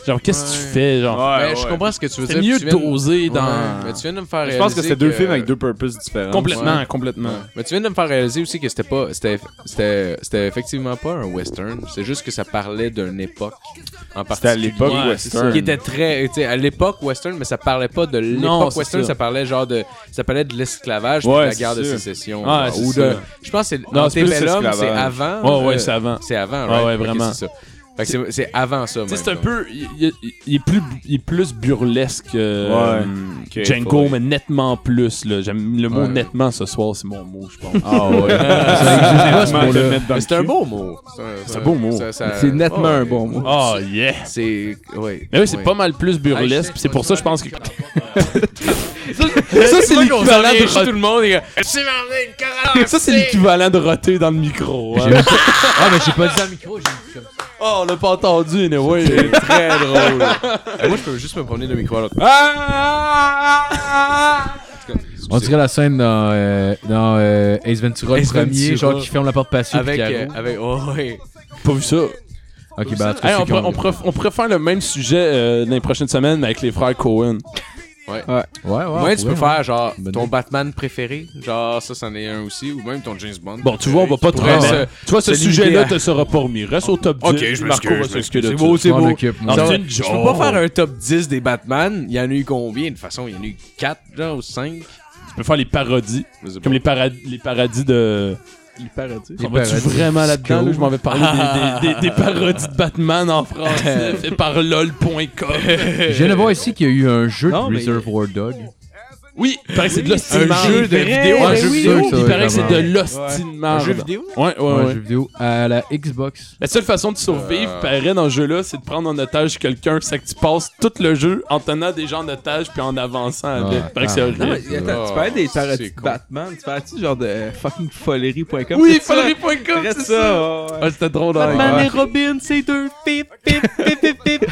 Speaker 4: Genre, qu'est-ce que
Speaker 3: Ah, Ouais.
Speaker 4: tu fais, genre?
Speaker 3: Ben,
Speaker 6: Ouais,
Speaker 3: Je
Speaker 6: ouais.
Speaker 3: comprends ce que tu veux
Speaker 4: C'est
Speaker 3: dire.
Speaker 4: mieux
Speaker 3: puis tu viens de-
Speaker 4: dosé dans.
Speaker 3: Ouais, Mais tu viens de me faire
Speaker 6: Je pense que
Speaker 3: réaliser
Speaker 6: c'est deux
Speaker 3: que-
Speaker 6: films avec deux purposes différents.
Speaker 4: Complètement,
Speaker 3: Ouais.
Speaker 4: complètement.
Speaker 3: Mais tu viens de me faire réaliser aussi que c'était pas. C'était, c'était, c'était effectivement pas un western. C'est juste que ça parlait d'une époque en
Speaker 6: C'était à
Speaker 3: particulier.
Speaker 6: l'époque
Speaker 4: Ouais,
Speaker 6: western.
Speaker 3: Qui était très. Tu sais, à l'époque western, mais ça parlait pas de l'époque
Speaker 4: Non, c'est
Speaker 3: western, ça.
Speaker 4: ça.
Speaker 3: parlait genre de. Ça parlait de l'esclavage puis
Speaker 6: Ouais,
Speaker 3: de la
Speaker 6: c'est
Speaker 3: guerre de
Speaker 6: sûr.
Speaker 3: sécession.
Speaker 4: Ouais,
Speaker 3: genre,
Speaker 4: Ah, c'est
Speaker 3: ou de.
Speaker 4: ça.
Speaker 3: Je pense que c'est.
Speaker 4: Non,
Speaker 3: dans
Speaker 4: c'est plus
Speaker 3: Antebellum, c'est
Speaker 6: l'esclavage.
Speaker 3: avant.
Speaker 4: Ouais, ouais,
Speaker 3: euh,
Speaker 4: c'est avant.
Speaker 3: C'est avant,
Speaker 4: Ouais,
Speaker 3: right?
Speaker 4: ouais,
Speaker 3: Ok,
Speaker 4: vraiment.
Speaker 3: c'est ça. Fait que c'est, c'est avant ça,
Speaker 4: Tu sais,
Speaker 3: même,
Speaker 4: c'est un
Speaker 3: donc.
Speaker 4: peu. Il, il- il est plus, il est plus burlesque. euh,
Speaker 6: Ouais.
Speaker 4: hum,
Speaker 6: Ok,
Speaker 4: Django,
Speaker 6: faut-
Speaker 4: mais nettement plus. Là. J'aime le mot
Speaker 3: Ouais.
Speaker 4: nettement ce soir, c'est mon mot, je pense. [laughs]
Speaker 6: Ah ouais.
Speaker 4: Nettement, le mettre
Speaker 3: Mais
Speaker 4: dans le
Speaker 3: c'est un
Speaker 4: cul.
Speaker 3: beau mot.
Speaker 4: C'est un beau mot.
Speaker 3: ça- ça-
Speaker 2: Ah, C'est nettement
Speaker 3: ouais.
Speaker 2: un bon mot.
Speaker 4: Oh yeah!
Speaker 3: C'est. Ouais.
Speaker 4: Mais oui, c'est
Speaker 3: ouais.
Speaker 4: pas mal plus
Speaker 3: Ah, je
Speaker 4: burlesque,
Speaker 3: sais,
Speaker 4: pis c'est pour ça, je pense que.
Speaker 3: Ça,
Speaker 4: [laughs] c'est
Speaker 3: qu'on
Speaker 4: l'équivalent
Speaker 3: s'en
Speaker 4: de
Speaker 3: vient
Speaker 4: rot-
Speaker 3: chez tout le monde. et- C'est marrant, une carotte,
Speaker 4: [laughs] Ça, c'est l'équivalent de roter dans le micro. hein.
Speaker 5: Ah, mais j'ai pas dit dans le micro, j'ai dit comme ça.
Speaker 4: Oh, on l'a pas entendu, anyway.
Speaker 3: très drôle. Moi, je peux juste me promener de micro à l'autre.
Speaker 5: On dirait la scène dans, euh, dans euh, Ace Ventura,
Speaker 3: Ace
Speaker 5: le premier,
Speaker 3: Ventura.
Speaker 5: genre, qui ferme la porte patio
Speaker 3: Avec. euh,
Speaker 5: avec...
Speaker 3: avec oh, ouais.
Speaker 4: pas vu ça.
Speaker 5: Ok, bah, en tout cas,
Speaker 4: Hey,
Speaker 5: ceux
Speaker 4: on,
Speaker 5: qui
Speaker 4: pourrait-
Speaker 5: ont-
Speaker 4: on, pourrait- on pourrait faire le même sujet euh, dans les prochaines semaines, mais avec les frères Cohen.
Speaker 5: Ouais, ouais.
Speaker 3: Moi, tu peux
Speaker 5: ouais.
Speaker 3: faire genre
Speaker 5: hein? Bonne
Speaker 3: ton
Speaker 5: idée.
Speaker 3: Batman préféré. Genre, ça, c'en est un aussi. Ou même ton James Bond.
Speaker 4: Bon, tu vois, on va pas
Speaker 3: Tu
Speaker 4: trop.
Speaker 3: pourrais
Speaker 4: remettre- Tu vois, ce
Speaker 3: se limiter
Speaker 4: sujet-là
Speaker 3: à-
Speaker 4: te sera pas remis. Reste au top 10.
Speaker 3: Ok, je
Speaker 4: Marco
Speaker 3: m'excuse,
Speaker 4: va
Speaker 3: je
Speaker 4: s'excuser de
Speaker 3: m'excuse.
Speaker 4: ça.
Speaker 3: Oh, c'est
Speaker 5: Je m'en
Speaker 3: beau.
Speaker 5: occupe, moi.
Speaker 4: Non,
Speaker 3: Ça
Speaker 4: c'est
Speaker 3: va-
Speaker 4: une
Speaker 3: Je peux pas
Speaker 4: joke.
Speaker 3: faire un top 10 des Batman. Il y en a eu combien De toute façon, il y en a eu 4 genre, ou 5.
Speaker 4: Tu peux faire les parodies. Comme les, parad- les paradis de. Les paradis.
Speaker 5: Les
Speaker 4: On va-tu
Speaker 5: paradis.
Speaker 4: vraiment là-dedans? là? Je m'en vais parler
Speaker 3: Ah.
Speaker 4: des, des- des- des parodies de Batman en [laughs] français fait par lol.com.
Speaker 5: Je viens de voir ici qu'il y a eu un jeu
Speaker 2: Non,
Speaker 5: de
Speaker 2: mais-
Speaker 5: Reservoir Dog.
Speaker 4: [laughs] Oui, il paraît que c'est de l'ostinement.
Speaker 3: Un jeu de vidéo,
Speaker 4: Un
Speaker 5: mais
Speaker 4: jeu
Speaker 5: oui.
Speaker 4: vidéo.
Speaker 5: Ça, ça
Speaker 4: Il
Speaker 5: va
Speaker 4: paraît que
Speaker 5: être
Speaker 4: c'est de l'ostinement.
Speaker 3: vidéo
Speaker 4: Ouais, ouais,
Speaker 5: Ouais,
Speaker 4: ouais.
Speaker 5: jeu vidéo à la Xbox.
Speaker 4: La seule façon de survivre, paraît, dans ce jeu-là, c'est de prendre en otage quelqu'un. C'est que tu passes tout le jeu en tenant des gens en otage puis en avançant avec.
Speaker 5: Ah,
Speaker 4: paraît que c'est
Speaker 5: ah,
Speaker 4: horrible.
Speaker 2: Non, mais attends, tu parlais des
Speaker 3: Oh,
Speaker 2: parodies
Speaker 3: c'est
Speaker 2: de
Speaker 3: con.
Speaker 2: Batman, tu parlais-tu genre de fucking folerie.com?
Speaker 4: Oui,
Speaker 2: C'est ça?
Speaker 4: Falerie.com,
Speaker 2: Reste
Speaker 4: c'est
Speaker 2: ça!
Speaker 4: ça.
Speaker 2: ouais, ouais.
Speaker 4: Ah, c'était drôle. hein.
Speaker 3: Batman
Speaker 4: Ouais.
Speaker 3: et Robin, c'est deux pip, pip, pip, pip, pip. Tu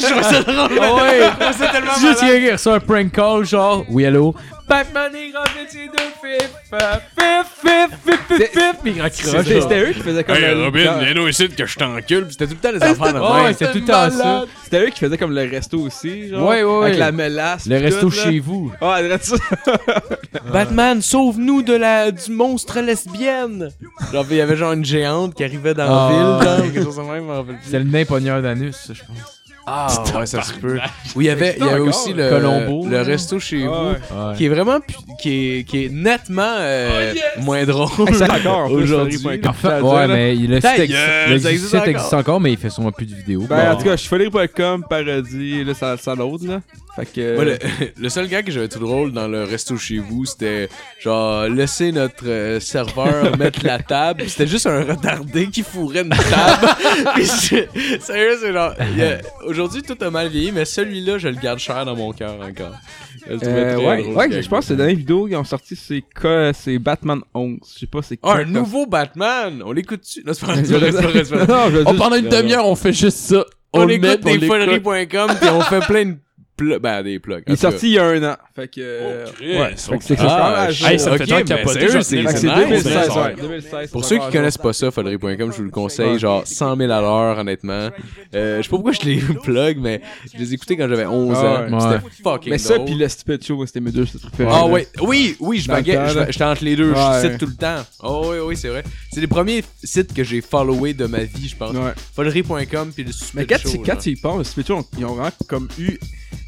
Speaker 3: sais, je trouve ça drôle. Ouais. Je trouve ça tellement malade.
Speaker 5: C'est juste qu'il y a un prank call, genre, oui, allô?
Speaker 3: Batman et Robin, c'est deux pip, pip, pip, pip, pip, pip. Mais il
Speaker 2: C'est-
Speaker 3: raccroche. genre.
Speaker 2: C'était eux qui faisaient comme
Speaker 17: Hey
Speaker 2: le...
Speaker 17: Robin,
Speaker 2: quand-
Speaker 17: viens nous ici que je t'encule.
Speaker 3: C'était oh, tout le temps les enfants de
Speaker 5: Ouais,
Speaker 3: même.
Speaker 5: c'est tout le temps ça.
Speaker 2: Ah, C'était eux qui faisaient comme le resto aussi, genre.
Speaker 5: Ouais, ouais,
Speaker 2: Avec
Speaker 5: ouais.
Speaker 2: la mélasse.
Speaker 5: Le
Speaker 2: pis
Speaker 5: resto
Speaker 2: tout, là. Ah,
Speaker 5: chez vous.
Speaker 2: Ouais, on dirait ça.
Speaker 3: Euh. Batman, sauve-nous de la du monstre lesbienne. Genre, il y avait genre une géante qui arrivait dans
Speaker 5: Ah.
Speaker 3: la ville, genre, ou quelque chose de même. je me rappelle plus.
Speaker 5: C'est le nain pogneur d'anus, je pense.
Speaker 3: Ah, ouais, ça se peut. Oui, il y avait, il y avait
Speaker 2: encore,
Speaker 3: aussi le,
Speaker 5: Colombo,
Speaker 3: le
Speaker 5: là.
Speaker 3: resto chez vous,
Speaker 2: Ouais.
Speaker 5: Ouais.
Speaker 3: qui est vraiment, pu- qui est, qui est nettement euh, moins drôle.
Speaker 2: Hey, c'est encore en plus,
Speaker 3: Aujourd'hui.
Speaker 2: folerie.com.
Speaker 5: Enfin, ouais, mais il le
Speaker 3: Ta
Speaker 5: site ex-
Speaker 3: gueule,
Speaker 5: le
Speaker 3: ça existe
Speaker 5: site
Speaker 3: encore.
Speaker 5: existe encore, mais il fait sûrement plus de vidéos.
Speaker 2: Ben, en
Speaker 5: Bon.
Speaker 2: tout cas, je suis folerie.com, parodie, là, ça, ça l'autre, là. Fait que. euh,
Speaker 3: Moi, le, [laughs] le seul gars que j'avais tout drôle dans le resto chez vous, c'était genre laisser notre euh, serveur [laughs] mettre la table. puis C'était juste un retardé qui fourrait une table. [laughs] Puis je- sérieux, c'est genre. il y a- Aujourd'hui, tout a mal vieilli, mais celui-là, je le garde cher dans mon cœur encore.
Speaker 4: Elle se trouvait
Speaker 2: Euh,
Speaker 4: très
Speaker 2: ouais,
Speaker 4: drôle,
Speaker 2: ouais
Speaker 4: ce
Speaker 2: je pense que c'est la dernière vidéo qu'ils ont sorti, c'est quoi, c'est Batman 11. Je sais pas c'est
Speaker 3: Ah,
Speaker 2: quoi.
Speaker 3: un nouveau [laughs] Batman! On l'écoute-tu? Non,
Speaker 2: [laughs]
Speaker 3: c'est pas
Speaker 2: Je veux dire- Non, je veux
Speaker 4: Oh,
Speaker 2: juste- Euh,
Speaker 4: pendant une demi-heure, on fait juste ça.
Speaker 3: On,
Speaker 4: le met,
Speaker 3: écoute
Speaker 4: on
Speaker 3: des foleries.com et on fait plein de plugs. Ben, des plugs.
Speaker 2: Il est sorti il y a un an. Fait que. euh, ouais, fait que c'est ça.
Speaker 3: Ah,
Speaker 2: c'est quand même
Speaker 8: Hey,
Speaker 2: à jour.
Speaker 8: ça me fait
Speaker 3: Ok,
Speaker 8: tant
Speaker 3: mais
Speaker 8: capoter.
Speaker 3: sérieux,
Speaker 8: j'en
Speaker 3: c'est-
Speaker 8: ai-
Speaker 2: Fait que
Speaker 3: c'est
Speaker 2: c'est
Speaker 3: nice, hein.
Speaker 2: 2016,
Speaker 8: ça.
Speaker 2: ouais, 2016.
Speaker 3: Pour
Speaker 2: c'est
Speaker 3: ceux qui
Speaker 2: encore à jour.
Speaker 3: connaissent pas ça, Folerie.com, je vous le conseille, genre 100 000 à l'heure, honnêtement. Euh, je sais pas pourquoi je les [laughs] plug, mais je les écoutais quand j'avais 11 ans.
Speaker 2: Ah
Speaker 5: ouais.
Speaker 3: C'était fucking
Speaker 2: Mais ça,
Speaker 3: drôle.
Speaker 2: pis le stupid show, moi, c'était mes deux préférés.
Speaker 3: Ah ouais, oui, oui, je
Speaker 2: Dans le
Speaker 3: vaguais,
Speaker 2: temps,
Speaker 3: je
Speaker 2: là.
Speaker 3: va- j'étais entre les deux, je
Speaker 2: Ouais.
Speaker 3: cite tout le temps. Oh oui, oui, c'est vrai. C'est les premiers sites que j'ai followés de ma vie, je pense.
Speaker 2: Ouais.
Speaker 3: Folerie.com puis le
Speaker 2: Mais
Speaker 3: Super
Speaker 2: quand,
Speaker 3: Show,
Speaker 2: tu,
Speaker 3: genre.
Speaker 2: quand tu y penses, Stupid Show, ils ont vraiment comme eu. Tu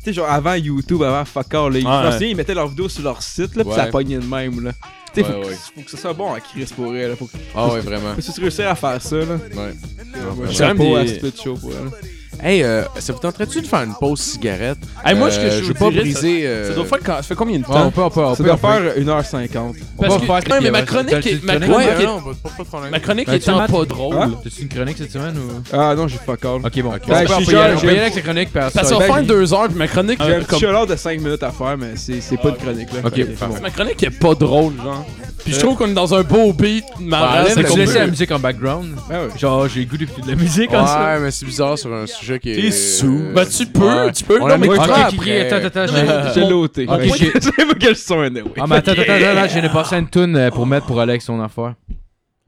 Speaker 2: sais, genre avant YouTube, avant Fuck All, là, ils,
Speaker 8: Ouais.
Speaker 2: pensaient, ils mettaient leurs vidéos sur leur site, là, pis
Speaker 3: Ouais.
Speaker 2: ça pognait de même, là. Tu sais,
Speaker 3: Ouais,
Speaker 2: faut, que-
Speaker 3: ouais.
Speaker 2: faut que ça soit bon en crise pour elle, là. Faut que
Speaker 3: Ah ouais, vraiment.
Speaker 2: faut que tu réussir à faire ça, là.
Speaker 3: Ouais.
Speaker 2: Ouais,
Speaker 8: J'ai même
Speaker 2: chapeau à
Speaker 8: des-
Speaker 2: Stupid Show, pour elle.
Speaker 3: Hey, euh, ça vous tenterait-tu de faire une pause cigarette?
Speaker 4: Hey, moi, ce que
Speaker 3: Euh,
Speaker 4: je
Speaker 3: je
Speaker 4: vous
Speaker 3: veux pas
Speaker 4: dirais,
Speaker 3: briser. euh,
Speaker 4: Ça doit faire quand- ça fait combien de
Speaker 5: Ouais,
Speaker 4: temps?
Speaker 5: on peut, on peut, on
Speaker 2: Ça
Speaker 5: peut.
Speaker 2: doit faire 1h50.
Speaker 5: Parce
Speaker 4: que-
Speaker 5: que-
Speaker 4: Ouais, mais ma chronique est- ma
Speaker 5: Ouais,
Speaker 3: Ouais,
Speaker 4: chronique
Speaker 3: non, pas pas de problème.
Speaker 4: Ma chronique
Speaker 5: Ben, tu
Speaker 4: étant
Speaker 5: m'as-
Speaker 4: pas drôle.
Speaker 2: Hein?
Speaker 5: T'as-tu une chronique cette semaine ou.
Speaker 2: Ah non, j'ai Fuck All.
Speaker 5: Ok, bon. on,
Speaker 2: Ben,
Speaker 5: peut
Speaker 2: je suis
Speaker 5: y aller,
Speaker 2: jeune,
Speaker 5: on peut y aller
Speaker 2: j'ai-
Speaker 5: avec sa chronique. Parce
Speaker 4: Ça va
Speaker 2: Ben,
Speaker 4: faire
Speaker 2: j'ai-
Speaker 4: deux heures, puis ma chronique,
Speaker 2: J'ai un
Speaker 4: euh,
Speaker 2: petit
Speaker 4: comme-
Speaker 2: chaleur de 5 minutes à faire, mais c'est c'est pas de chronique, là. Fait que c'est bon.
Speaker 4: ma chronique est pas drôle, genre. Puis je trouve qu'on est dans un beau beat, ma
Speaker 3: enlève
Speaker 4: race,
Speaker 3: le
Speaker 5: tu
Speaker 3: qu'on
Speaker 5: laisses
Speaker 3: peut.
Speaker 5: la musique en background.
Speaker 2: Ah ouais.
Speaker 5: Euh, Genre, j'ai le goût d'écouter de la
Speaker 4: [laughs]
Speaker 5: musique hein. Ah, en ça.
Speaker 3: Ouais, mais c'est bizarre sur un sujet qui est. euh,
Speaker 8: T'es sous.
Speaker 4: Bah, tu peux,
Speaker 3: Ouais.
Speaker 4: tu peux.
Speaker 3: On
Speaker 4: Non,
Speaker 3: a
Speaker 4: mais
Speaker 3: mis-
Speaker 5: Ok,
Speaker 3: Ouais.
Speaker 5: ok,
Speaker 3: après.
Speaker 5: ok, attends, attends, [laughs]
Speaker 2: J'ai-
Speaker 5: attends.
Speaker 2: J'ai l'ôté.
Speaker 5: Ok,
Speaker 2: Fait que- [laughs]
Speaker 5: j'ai-
Speaker 2: Je sais pas quel son, anyway.
Speaker 5: Ah, mais attends, attends, attends, attends, j'ai passé une toune euh, pour mettre pour Alex son affaire.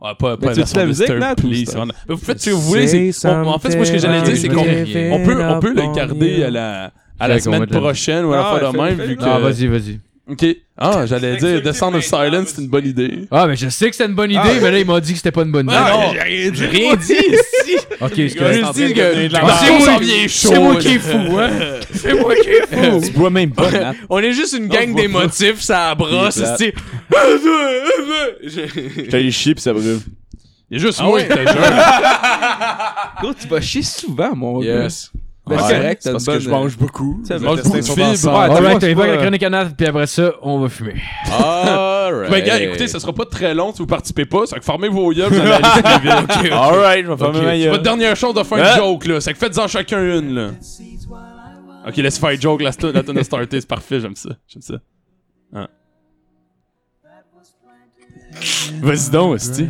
Speaker 4: Ah, pas,
Speaker 2: Mais
Speaker 4: pas
Speaker 2: tu veux-tu la musique, Nat, ou
Speaker 4: please.
Speaker 2: c'est-
Speaker 4: on- Mais hein. Vous faites ce que vous voulez. c'est- on- En fait, moi, ce que j'allais
Speaker 5: Ok,
Speaker 4: dire, c'est
Speaker 5: je
Speaker 4: qu'on
Speaker 5: vais-
Speaker 4: on peut, on peut le garder à la, à la
Speaker 5: Fait qu'on
Speaker 4: semaine
Speaker 5: va te le-
Speaker 4: prochaine ou à la
Speaker 2: Ah,
Speaker 4: fois de
Speaker 2: fais-
Speaker 4: même,
Speaker 2: fais-
Speaker 4: vu que.
Speaker 5: Ah, vas-y, vas-y.
Speaker 4: Ok. Ah, j'allais dire Descend of Silence, c'est une bonne idée. Ah,
Speaker 5: Ah, mais je sais que c'était une bonne idée,
Speaker 2: Ah, ouais.
Speaker 5: mais là, il m'a dit que c'était pas une bonne idée.
Speaker 4: j'ai
Speaker 3: J'ai rien dit ici!
Speaker 5: Ok, c'est
Speaker 3: Je
Speaker 5: correct.
Speaker 3: juste dis que.
Speaker 4: Ah,
Speaker 3: Ah,
Speaker 4: c'est
Speaker 3: on
Speaker 4: moi-
Speaker 3: s'en vient chaud,
Speaker 4: c'est moi
Speaker 3: là.
Speaker 4: qui est fou, hein.
Speaker 3: C'est moi qui est fou!
Speaker 8: Tu bois même pas, Nat.
Speaker 3: On est juste une gang d'émotifs, ça brosse,
Speaker 6: Il est plate.
Speaker 3: c'est.
Speaker 4: Ah,
Speaker 6: J'étais allé chier pis ça brûle.
Speaker 4: Il y a juste
Speaker 3: Ah
Speaker 4: moi,
Speaker 3: ouais.
Speaker 4: je te jure.
Speaker 2: Gros, tu vas chier souvent, mon gars.
Speaker 3: Yes.
Speaker 2: Mais
Speaker 4: Ouais.
Speaker 2: c'est correct, t'as
Speaker 6: C'est
Speaker 2: une
Speaker 6: parce
Speaker 2: bonne... euh,
Speaker 6: que je mange beaucoup.
Speaker 2: Ça
Speaker 6: Je
Speaker 2: va
Speaker 6: vais tester
Speaker 4: beaucoup de
Speaker 6: son
Speaker 4: fibres.
Speaker 6: ensemble.
Speaker 4: Ah, tu vois,
Speaker 5: Alright,
Speaker 4: c'est
Speaker 5: on y va avec
Speaker 4: pas-
Speaker 5: la chronique à Nat, puis après ça, on va fumer.
Speaker 3: [laughs]
Speaker 4: [laughs]
Speaker 3: Alright.
Speaker 4: Ben, gars, écoutez, ça sera pas très long si vous participez pas. Ça fait que formez vos yeux, vous allez aller sur la ville.
Speaker 6: Alright, je vais faire
Speaker 4: Ok,
Speaker 6: ma
Speaker 4: C'est
Speaker 6: meilleure.
Speaker 4: votre dernière chose de faire une joke, là. Ça fait que faites-en chacun une, là. Ok, laisse faire une joke, la sto- la tonne a starté, c'est parfait, j'aime ça. J'aime ça. Hein.
Speaker 8: Vas-y donc, hostie.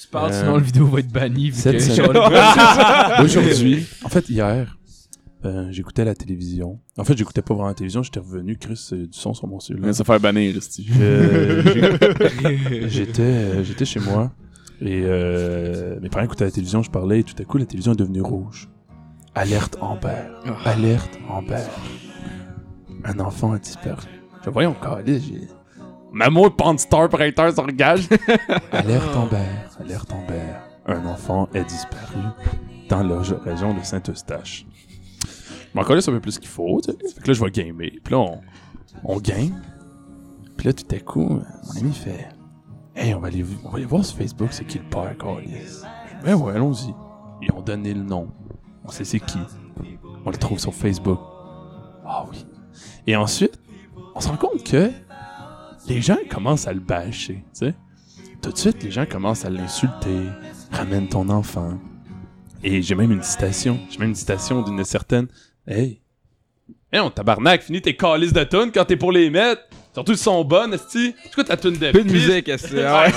Speaker 5: Tu parles, sinon le vidéo va être banni. vu que-
Speaker 4: [laughs] Aujourd'hui, en fait, hier, euh, j'écoutais la télévision. En fait, j'écoutais pas vraiment la télévision, j'étais revenu, Chris, euh, du son sur mon
Speaker 6: Je vais
Speaker 4: cellulaire.
Speaker 6: se faire bannir, Esti.
Speaker 4: Euh, j'ai- j'étais euh, j'étais chez moi et euh, mes parents écoutaient la télévision, je parlais et tout à coup la télévision est devenue rouge. Alerte Ampère. Alerte Ampère. Un enfant a disparu. Je voyais encore j'ai Maman Pantstar prêteur sur gage. Alerte Ampère. Alerte Ampère. Un enfant est disparu dans la région de Saint-Eustache. Mais encore là, c'est un peu plus qu'il faut. tu sais. Fait que là, je vais gamer. Puis là, on, on game. Puis là, tout à coup, mon ami fait Hey, on va aller, on va aller voir sur Facebook c'est qui le père, Carlis. Ben ouais, allons-y. Ils ont donné le nom. On sait c'est qui. On le trouve sur Facebook. Ah oui. Et ensuite, on se rend compte que les gens commencent à le bâcher, tu sais. Tout de suite, les gens commencent à l'insulter. Ramène ton enfant. Et j'ai même une citation. J'ai même une citation d'une certaine Hey. Hey, on tabarnak, finis tes calices de tunes quand t'es pour les mettre. Surtout, ils sont bonnes, esti. C'est quoi ta tune de
Speaker 2: Peu de
Speaker 4: piste?
Speaker 2: musique, est-ce que- ah ouais.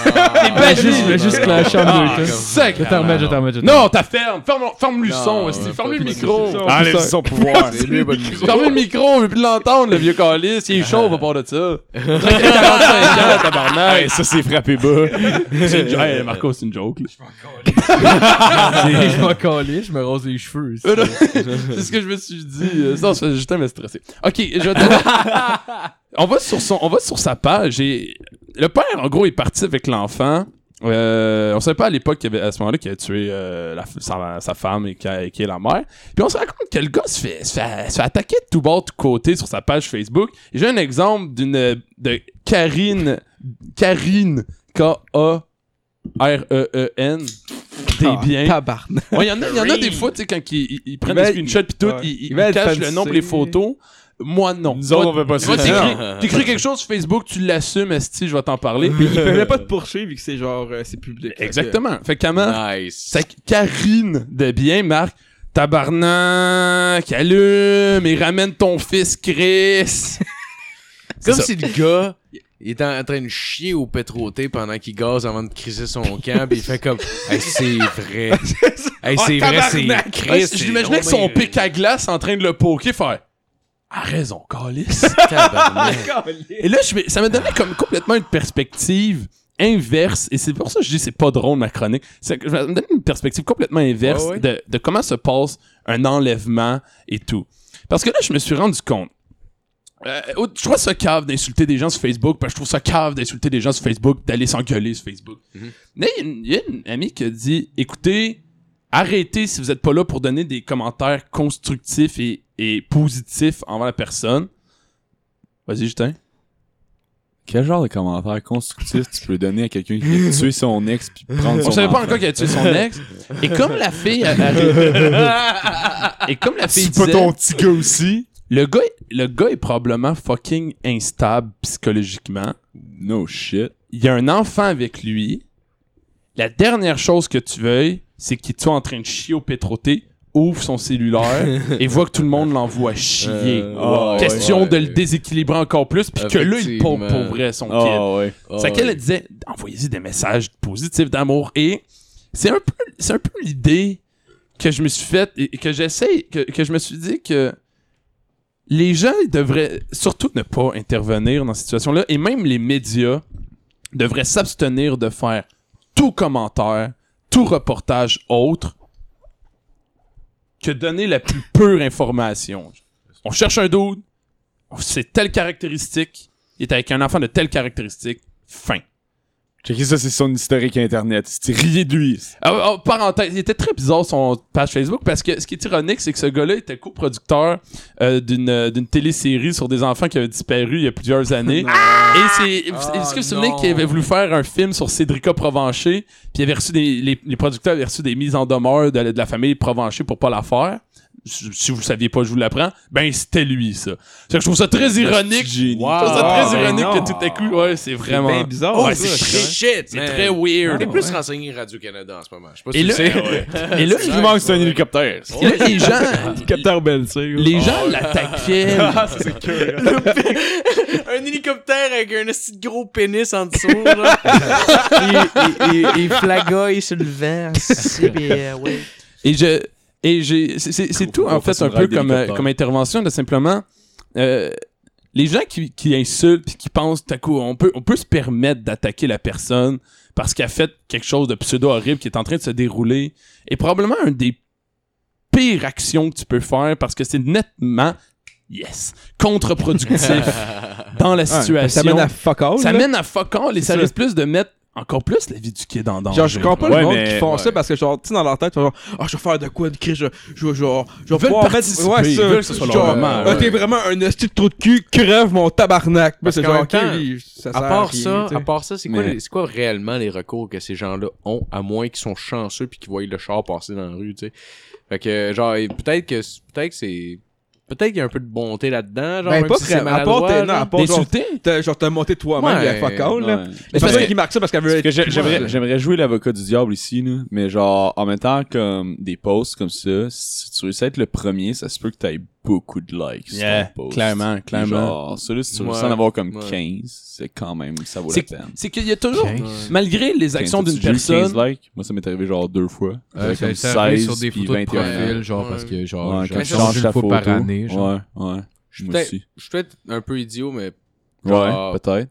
Speaker 5: Ah, juste- Je vais juste clasher en deux.
Speaker 4: Ah,
Speaker 5: toi.
Speaker 4: sac-
Speaker 5: Je vais t'en remettre, je vais t'en remettre, je vais t'en
Speaker 4: [laughs]
Speaker 5: remettre.
Speaker 4: Non, t'as ferme. Ferme, ferme le son, esti. Ferme Ah, le micro.
Speaker 6: Enlève son pouvoir.
Speaker 3: C'est mieux, bonne
Speaker 4: [laughs]
Speaker 3: musique.
Speaker 4: Ferme le micro, on veut plus l'entendre, le vieux calice. Il est chaud, on va part de [laughs] ça. 45 ans, tabarnak.
Speaker 6: Hey, ça, c'est frappé
Speaker 4: [laughs]
Speaker 6: bas.
Speaker 4: C'est une jo- Hey, Marco, c'est une joke. là.
Speaker 5: Je m'en calais, je me rase les cheveux. aussi.
Speaker 4: [laughs] C'est ce que je me suis dit. Euh, Non, c'est juste un me stressé. Ok, je vais [laughs] te- on va sur son, on va sur sa page et le père en gros est parti avec l'enfant. Euh, on savait pas à l'époque qu'il y avait- à ce moment-là qu'il a tué euh, la f- sa, sa femme et qu'il qui est la mère. Puis on se rend compte que le gars se fait, se fait, se fait attaquer de tout bord, de tout côté sur sa page Facebook. Et J'ai un exemple d'une de Karine Karine K A R E E N des biens.
Speaker 2: Tabarnak.
Speaker 4: Ouais, il y en a, il y en a des fois, tu sais, quand ils, ils- ils prennent
Speaker 2: Ils
Speaker 4: des
Speaker 2: veulent-
Speaker 4: screenshots pis tout,
Speaker 2: ouais.
Speaker 4: ils, ils-
Speaker 2: Ils veulent
Speaker 4: ils cachent
Speaker 2: être
Speaker 4: le nom pour
Speaker 2: fancy.
Speaker 4: les photos. Moi, non.
Speaker 6: Nous
Speaker 4: Moi,
Speaker 6: autres, on fait pas
Speaker 4: moi,
Speaker 6: ça.
Speaker 4: t'écris- t'écris quelque chose sur Facebook, tu l'assumes, esti, je vais t'en parler.
Speaker 2: [laughs] Il peut même pas te poursuivre vu que c'est genre, euh, c'est public.
Speaker 4: Exactement. Fait que comment
Speaker 3: Nice.
Speaker 4: ça, Karine de bien marque
Speaker 3: [laughs]
Speaker 4: Tabarnak, allume et ramène ton fils Chris.
Speaker 3: Comme
Speaker 4: ça.
Speaker 3: si le gars il est en en train de chier au pétroté pendant qu'il gaze avant de crisser son camp, pis il fait
Speaker 4: [laughs]
Speaker 3: comme Hey, c'est vrai. hey, c'est
Speaker 4: Oh,
Speaker 3: vrai, c'est Chris.
Speaker 4: Je l'imaginais avec son pic à glace en train de le poker, faire. Ah, raison, calice. [laughs] Et là, je vais- ça me donnait comme complètement une perspective inverse. Et c'est pour ça que je dis que c'est pas drôle ma chronique. C'est que je vais me donner une perspective complètement inverse
Speaker 3: Ah ouais?
Speaker 4: De, de comment se passe un enlèvement et tout. Parce que là, je me suis rendu compte. Euh, au- je trouve ça cave d'insulter des gens sur Facebook, parce que je trouve ça cave d'insulter des gens sur Facebook, d'aller s'engueuler sur Facebook.
Speaker 3: Mm-hmm.
Speaker 4: Mais il y a une- il y, a une amie qui a dit écoutez, arrêtez si vous n'êtes pas là pour donner des commentaires constructifs et, et positifs envers la personne. Vas-y, Justin.
Speaker 6: Quel genre de commentaire constructif tu peux donner à quelqu'un qui a tué son ex puis prendre son
Speaker 4: On savait pas
Speaker 6: enfant?
Speaker 4: encore qu'elle a tué son
Speaker 6: [laughs]
Speaker 4: ex. Et comme la fille. a- a- et comme la fille.
Speaker 6: [laughs] C'est pas
Speaker 4: disait,
Speaker 6: ton petit gars aussi?
Speaker 4: le, gars, le gars est probablement fucking instable psychologiquement.
Speaker 6: No shit.
Speaker 4: Il y a un enfant avec lui. La dernière chose que tu veuilles, c'est qu'il te soit en train de chier au pétroté, ouvre son
Speaker 6: [laughs]
Speaker 4: cellulaire et voit que tout le monde l'envoie chier.
Speaker 3: Euh,
Speaker 6: ouais,
Speaker 4: Question
Speaker 3: ouais.
Speaker 4: de le déséquilibrer encore plus, puis que là, il pompe pour vrai son kid.
Speaker 6: Ah ouais.
Speaker 3: Oh,
Speaker 4: C'est qu'elle elle disait envoyez-y des messages positifs d'amour et c'est un peu c'est un peu l'idée que je me suis faite et et que j'essaie que, que je me suis dit que les gens ils devraient surtout ne pas intervenir dans cette situation là et même les médias devraient s'abstenir de faire tout commentaire, tout reportage autre que donner la plus pure information. On cherche un dude, c'est telle caractéristique, il est avec un enfant de telle caractéristique, fin.
Speaker 6: Checker ça, c'est son historique internet. C'est riez de lui.
Speaker 4: Ah, ah, parenthèse, il était très bizarre son page Facebook parce que ce qui est ironique, c'est que ce gars-là était coproducteur euh, d'une euh, d'une télésérie sur des enfants qui avaient disparu il y a plusieurs
Speaker 2: [laughs]
Speaker 4: années. Et c'est.
Speaker 2: Ah,
Speaker 4: Est-ce que vous vous souvenez qu'il avait voulu faire un film sur Cédrica Provencher, puis il avait reçu des, les, les producteurs avaient reçu des mises en demeure de, la- de la famille Provencher pour pas la faire? Si si vous le saviez pas, je vous l'apprends. Ben, c'était lui, ça. C'est que je trouve ça très ironique.
Speaker 6: Génie.
Speaker 4: Je trouve ça très
Speaker 2: Ah,
Speaker 4: ironique
Speaker 2: ben non.
Speaker 4: que tout à coup, ouais, c'est vraiment.
Speaker 2: bien bizarre.
Speaker 4: Ouais,
Speaker 2: ça,
Speaker 4: c'est
Speaker 2: je
Speaker 4: très-
Speaker 2: crois.
Speaker 3: shit,
Speaker 4: c'est très weird.
Speaker 3: T'es plus renseigné Radio-Canada en ce moment. Je sais pas
Speaker 4: Et
Speaker 3: si
Speaker 4: là,
Speaker 3: tu le sais.
Speaker 4: [laughs] et là,
Speaker 6: Il manque, c'est un hélicoptère.
Speaker 4: et là, les gens,
Speaker 2: Capteur Bell, tu sais.
Speaker 4: Les gens [laughs] l'attaquaient.
Speaker 3: un hélicoptère avec un petit gros pénis en dessous, là. il, il, il- il flagoille sur le vent, c'est bien, ouais.
Speaker 4: et je et j'ai c'est- c'est c'est tout en
Speaker 6: Gros
Speaker 4: fait un
Speaker 6: façon de
Speaker 4: peu
Speaker 6: ride
Speaker 4: comme euh,
Speaker 2: hein.
Speaker 6: d'hélicoptère.
Speaker 4: comme intervention de simplement euh, les gens qui, qui insultent puis qui pensent tout à coup on peut on peut se permettre d'attaquer la personne parce qu'elle a fait quelque chose de pseudo horrible qui est en train de se dérouler est probablement un des pires actions que tu peux faire parce que c'est nettement yes [laughs] contre-productif dans la
Speaker 2: ben, Ça
Speaker 4: situation.
Speaker 2: mène à fuck
Speaker 3: Oh
Speaker 2: all.
Speaker 4: ça
Speaker 2: là.
Speaker 4: mène à fuck all et ça
Speaker 2: ça.
Speaker 4: risque plus de mettre encore plus la vie du kid en danger.
Speaker 2: Genre, je comprends pas
Speaker 6: Ouais,
Speaker 2: le monde
Speaker 6: mais-
Speaker 2: qui font ça
Speaker 6: ouais.
Speaker 2: parce que, genre, tu sais, dans leur tête, ils font genre, ah, je vais faire de quoi de cri, je, je, je, je, je vais
Speaker 4: veulent
Speaker 2: pouvoir
Speaker 4: participer,
Speaker 2: Ouais,
Speaker 4: ils
Speaker 2: ça.
Speaker 4: veulent que ce soit leur
Speaker 2: genre,
Speaker 4: moment,
Speaker 2: ah,
Speaker 4: ouais.
Speaker 2: t'es vraiment un hostie de trou de cul, crève mon tabarnak. Moi,
Speaker 3: Parce
Speaker 2: c'est
Speaker 3: qu'en
Speaker 2: genre,
Speaker 3: même
Speaker 2: ok,
Speaker 3: temps,
Speaker 2: oui, ça
Speaker 3: À
Speaker 2: sert
Speaker 3: part,
Speaker 2: rien,
Speaker 3: ça,
Speaker 2: tu sais.
Speaker 3: à part ça, c'est quoi,
Speaker 6: Mais-
Speaker 3: les- c'est quoi réellement les recours que ces gens-là ont, à moins qu'ils sont chanceux puis qu'ils voient le char passer dans la rue, tu sais. Fait que, genre, et peut-être que, c'est- peut-être que c'est, peut-être qu'il y a un peu de bonté là-dedans, genre,
Speaker 2: Ben,
Speaker 3: même
Speaker 2: pas
Speaker 3: si c'est
Speaker 2: vraiment. À part,
Speaker 3: maladroit,
Speaker 2: t'es- non,
Speaker 3: genre.
Speaker 2: à part, genre, t'as- genre, t'as monté toi-même, il y a
Speaker 3: Ouais,
Speaker 2: fuck all, là.
Speaker 6: C'est
Speaker 2: Mais
Speaker 6: parce que-
Speaker 2: qui marque ça parce qu'elle veut
Speaker 6: parce
Speaker 2: être.
Speaker 6: que j'ai- j'aimerais
Speaker 2: Ouais.
Speaker 6: j'aimerais jouer l'avocat du diable ici, là. mais genre, en même temps, comme des posts comme ça, si tu réussis à être le premier, ça se peut que t'ailles beaucoup de likes
Speaker 4: Yeah,
Speaker 6: sur ton post.
Speaker 4: clairement, clairement.
Speaker 6: Genre, ça là, si tu réussis à en
Speaker 3: Ouais,
Speaker 6: avoir comme
Speaker 3: ouais.
Speaker 6: 15, c'est quand même, ça vaut la
Speaker 4: C'est-
Speaker 6: peine.
Speaker 4: C'est qu'il y a toujours, malgré les actions
Speaker 6: Tiens,
Speaker 4: d'une
Speaker 6: t'as-tu déjà eu 15
Speaker 4: personne,
Speaker 6: likes? Moi, ça m'est arrivé genre deux fois.
Speaker 5: Euh,
Speaker 6: J'avais
Speaker 5: ça
Speaker 6: comme
Speaker 5: ça arrive
Speaker 6: 16
Speaker 5: sur des
Speaker 6: puis
Speaker 5: photos de
Speaker 6: 21.
Speaker 5: profil, genre,
Speaker 3: Ouais.
Speaker 5: parce que, genre,
Speaker 6: Ouais,
Speaker 5: je
Speaker 6: quand tu
Speaker 3: ça,
Speaker 5: change
Speaker 6: changes
Speaker 5: une
Speaker 6: ta
Speaker 5: fois
Speaker 6: photo.
Speaker 5: par année, genre.
Speaker 6: Ouais, ouais.
Speaker 3: Je suis
Speaker 6: Moi
Speaker 3: peut-être-
Speaker 6: aussi.
Speaker 3: je suis peut-être un peu idiot, mais
Speaker 6: Ouais, peut-être.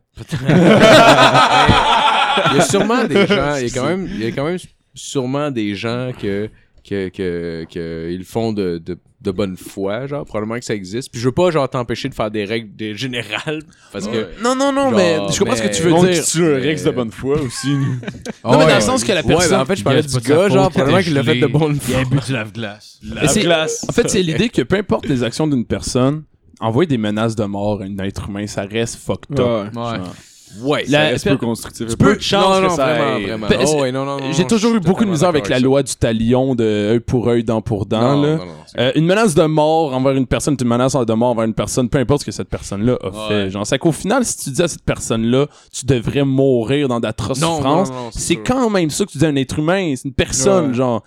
Speaker 3: il y a sûrement [laughs] des gens, il y a quand même, il y a quand même sûrement des gens que, que, que, que ils le font de, de, de bonne foi, genre, probablement que ça existe. Puis je veux pas, genre, t'empêcher de faire des règles des générales, parce que...
Speaker 4: Non, non, non,
Speaker 3: Genre,
Speaker 4: mais je comprends ce que
Speaker 3: mais-
Speaker 4: tu veux
Speaker 6: Donc,
Speaker 4: dire.
Speaker 6: tu tues un Rex de bonne foi aussi.
Speaker 4: Non, mais dans le sens que la
Speaker 3: Ouais,
Speaker 4: personne.
Speaker 3: ben, en fait, je parlais
Speaker 5: C'est
Speaker 3: du
Speaker 5: pas de sa
Speaker 3: gars,
Speaker 5: faute
Speaker 3: genre,
Speaker 5: qu'il était
Speaker 3: probablement qu'il l'a fait
Speaker 5: gelé.
Speaker 3: de bonne
Speaker 5: Il y
Speaker 3: foi.
Speaker 5: a bu du lave-glace.
Speaker 4: Mais c'est- En fait, c'est l'idée que peu importe les actions d'une personne, envoyer des menaces de mort à un être humain, ça reste fucked up.
Speaker 5: Ouais.
Speaker 3: Ouais.
Speaker 4: La-
Speaker 6: C'est peu constructif.
Speaker 4: tu peux-
Speaker 6: Peu de chance
Speaker 3: non, non,
Speaker 6: que ça
Speaker 3: vraiment,
Speaker 6: aille.
Speaker 3: vraiment.
Speaker 4: Parce-
Speaker 3: Oh, ouais, non, non, non,
Speaker 4: J'ai
Speaker 3: non,
Speaker 4: toujours
Speaker 3: je suis
Speaker 4: eu beaucoup de
Speaker 3: totalement
Speaker 4: misère avec
Speaker 3: d'accord
Speaker 4: la loi du talion de œil pour œil, dent pour
Speaker 3: ça.
Speaker 4: dent.
Speaker 3: Non,
Speaker 4: là.
Speaker 3: non, non, c'est-
Speaker 4: Euh, une menace de mort envers une personne, c'est une menace de mort envers une personne, peu importe ce que cette personne-là a fait. Genre, c'est qu'au final, si tu dis à cette personne-là, tu devrais mourir dans d'atroces
Speaker 3: Non,
Speaker 4: souffrances,
Speaker 3: non, non, c'est
Speaker 4: c'est
Speaker 3: sûr.
Speaker 4: quand même ça que tu dis à un être humain, c'est une personne, genre.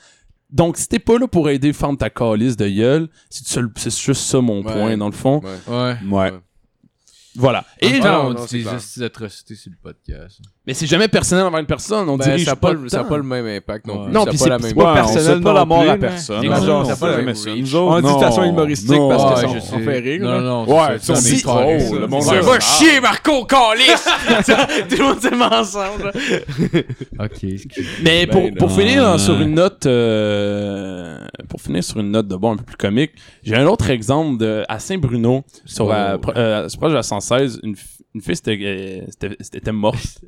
Speaker 4: Donc, si t'es pas là pour aider, ferme ta calice de gueule. C'est, seul- c'est juste ça mon
Speaker 3: Ouais.
Speaker 4: point, dans le fond.
Speaker 3: Ouais.
Speaker 5: Ouais.
Speaker 6: Ouais.
Speaker 4: Voilà. Et
Speaker 5: Ah,
Speaker 4: genre,
Speaker 5: on
Speaker 18: non,
Speaker 5: dit
Speaker 18: c'est
Speaker 5: juste des atrocités sur le podcast.
Speaker 4: mais c'est jamais personnel envers une personne. On
Speaker 19: Ben,
Speaker 4: dirige
Speaker 19: ça a
Speaker 4: pas,
Speaker 19: pas,
Speaker 4: le
Speaker 19: le- ça a
Speaker 4: temps.
Speaker 19: pas le même impact non
Speaker 4: Ouais.
Speaker 19: plus.
Speaker 2: Non,
Speaker 19: Ça a
Speaker 2: puis
Speaker 19: pas
Speaker 2: c'est-
Speaker 19: la
Speaker 2: c'est
Speaker 19: même-
Speaker 2: pas
Speaker 19: Ouais,
Speaker 2: personnel
Speaker 6: on souhaite pas
Speaker 2: non
Speaker 6: la mort
Speaker 2: plus,
Speaker 6: à
Speaker 2: mais-
Speaker 6: personne.
Speaker 2: Exactement.
Speaker 6: Genre,
Speaker 2: On
Speaker 6: Ah, c'est
Speaker 2: souhaite
Speaker 6: pas
Speaker 2: pas
Speaker 19: la
Speaker 6: la même
Speaker 19: même
Speaker 6: chose.
Speaker 19: reach.
Speaker 6: Nous
Speaker 2: On dit
Speaker 6: autres,
Speaker 2: station
Speaker 6: non.
Speaker 2: humoristique
Speaker 6: Non.
Speaker 2: parce que
Speaker 5: Ouais,
Speaker 2: ça
Speaker 5: je
Speaker 2: on
Speaker 5: sais.
Speaker 2: fait rire.
Speaker 5: Non,
Speaker 2: là.
Speaker 5: non,
Speaker 6: Ouais,
Speaker 5: c'est ça,
Speaker 6: si-
Speaker 5: on est carrés,
Speaker 6: oh,
Speaker 5: ça.
Speaker 6: le monde
Speaker 3: Ça
Speaker 6: Ouais.
Speaker 3: va chier, Marco,
Speaker 4: [laughs]
Speaker 3: calice! Tout le monde dit mensonge.
Speaker 5: Ok. excuse-
Speaker 4: Mais pour,
Speaker 6: non.
Speaker 4: pour finir euh, sur une note euh, pour finir sur une note de bon un peu plus comique, j'ai un autre exemple de à Saint-Bruno sur la pro- euh, c'est proche de la 116, une, f- une fille c'était euh, c'était- c'était [laughs] morte.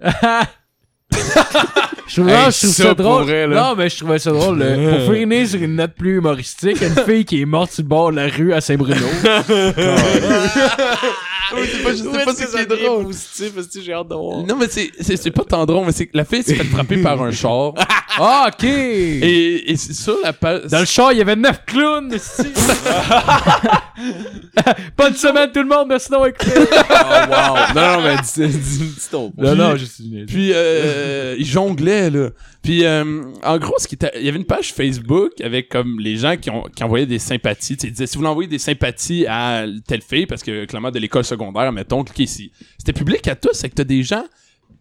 Speaker 5: Je trouve, vraiment, je trouve
Speaker 3: ça, pour
Speaker 5: ça, drôle.
Speaker 3: vrai, là.
Speaker 5: non, mais je trouvais ça drôle. là. pour finir sur une note plus humoristique, une fille qui est morte sur le bord de la rue à Saint-Bruno.
Speaker 3: Je sais pas si c'est drôle. positif, parce que j'ai hâte de voir.
Speaker 4: non mais c'est c'est c'est pas tant drôle, mais c'est que la fille s'est fait frapper par un char
Speaker 5: [laughs] Ah,
Speaker 4: [laughs]
Speaker 5: ok!
Speaker 4: et, et c'est sur la page
Speaker 5: Dans le char, il y avait 9 clowns! [laughs] esti. Bonne semaine tout le monde, merci d'avoir écouté! Ah,
Speaker 3: Non, non, mais dis, dis, dis ton point.
Speaker 5: Non, non, je suis
Speaker 4: Puis euh, ils jonglaient là. Puis euh, en gros, ce qui était- il y avait une page Facebook avec comme les gens qui, ont, qui envoyaient des sympathies. Tu sais, ils disaient si vous voulez envoyer des sympathies à telle fille parce que clairement de l'école secondaire, mettons, cliquez ici. C'était public à tous, c'est que t'as des gens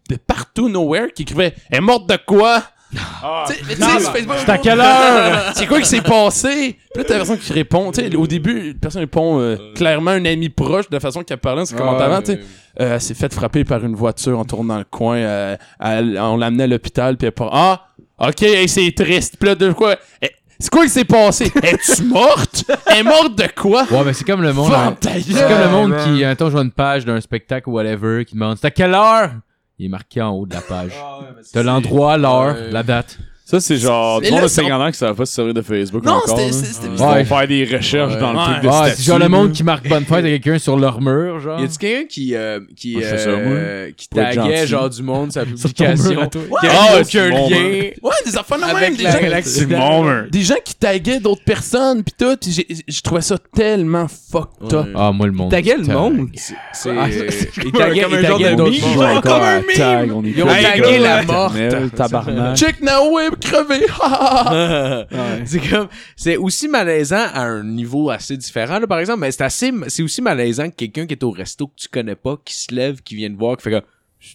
Speaker 4: de partout nowhere qui écrivaient Elle est morte de quoi Tu sais, mais tu sais, sur Facebook,
Speaker 5: C'est à quelle heure?
Speaker 4: c'est quoi qui s'est passé? Puis là, t'as la personne qui répond. Tu sais, au début, la personne répond euh, clairement un ami proche de la façon qu'elle parlait en se commentant. tu sais. Euh, elle s'est faite frapper par une voiture en tournant le coin. euh, elle- on l'a amenée à l'hôpital. Puis elle part. Ah, ok, hey, c'est triste. Puis là, de quoi? Eh, C'est quoi qui s'est passé? Es-tu morte? Elle est morte de quoi?
Speaker 5: Ouais, mais c'est comme le monde.
Speaker 4: Ferme ta
Speaker 5: C'est comme
Speaker 4: gueule!
Speaker 5: le monde qui, un temps, je vois une page d'un spectacle ou whatever, qui demande c'est à quelle heure? Il est marqué en haut de la page.
Speaker 3: Ah
Speaker 5: T'as l'endroit, l'heure, la date.
Speaker 6: Ça, c'est genre.
Speaker 4: Mais
Speaker 6: Tout le monde
Speaker 4: là,
Speaker 6: a 50 ans qui savent pas se servir de Facebook.
Speaker 4: Non,
Speaker 6: encore,
Speaker 4: c'était.
Speaker 6: là.
Speaker 4: c'était- c'était-
Speaker 6: Ils vont
Speaker 5: Ouais.
Speaker 6: faire des recherches dans le
Speaker 4: Ouais.
Speaker 6: truc de
Speaker 5: Ouais,
Speaker 6: statut.
Speaker 5: c'est Ah, genre le monde qui marque bonne fête à quelqu'un sur leur mur, genre.
Speaker 3: Y a-tu quelqu'un qui, euh, qui,
Speaker 6: Moi, je fais ça,
Speaker 3: euh, qui
Speaker 6: Pour être
Speaker 3: taguait
Speaker 6: gentil.
Speaker 3: genre du monde sa
Speaker 5: Sur ton mur à
Speaker 3: publication?
Speaker 5: toi.
Speaker 3: Qui avait
Speaker 6: Ah,
Speaker 3: aucun
Speaker 6: c'est bon,
Speaker 3: lien
Speaker 4: Ouais, des enfants de même.
Speaker 3: avec
Speaker 4: Des
Speaker 3: la
Speaker 4: gens,
Speaker 3: galaxie.
Speaker 4: des gens qui taguaient d'autres personnes. Puis tout. Puis j'ai- je trouvais ça tellement fucked up.
Speaker 5: Ah, moi, le monde.
Speaker 2: T'as quel
Speaker 5: Putain.
Speaker 2: monde?
Speaker 3: C'est
Speaker 2: Ah,
Speaker 3: il taguait-
Speaker 2: comme
Speaker 3: il
Speaker 2: un genre
Speaker 3: taguait
Speaker 2: de
Speaker 3: d'autres
Speaker 2: meme,
Speaker 3: mondes.
Speaker 2: genre. comme un meme.
Speaker 6: tag, on est
Speaker 3: Ils ont
Speaker 6: plus-
Speaker 3: tagué la morte.
Speaker 6: Internet,
Speaker 20: Tabarnak.
Speaker 4: Check now, web crevé.
Speaker 3: [laughs] c'est comme c'est aussi malaisant à un niveau assez différent là, par exemple mais c'est assez c'est aussi malaisant que quelqu'un qui est au resto que tu connais pas qui se lève qui vient te voir qui fait comme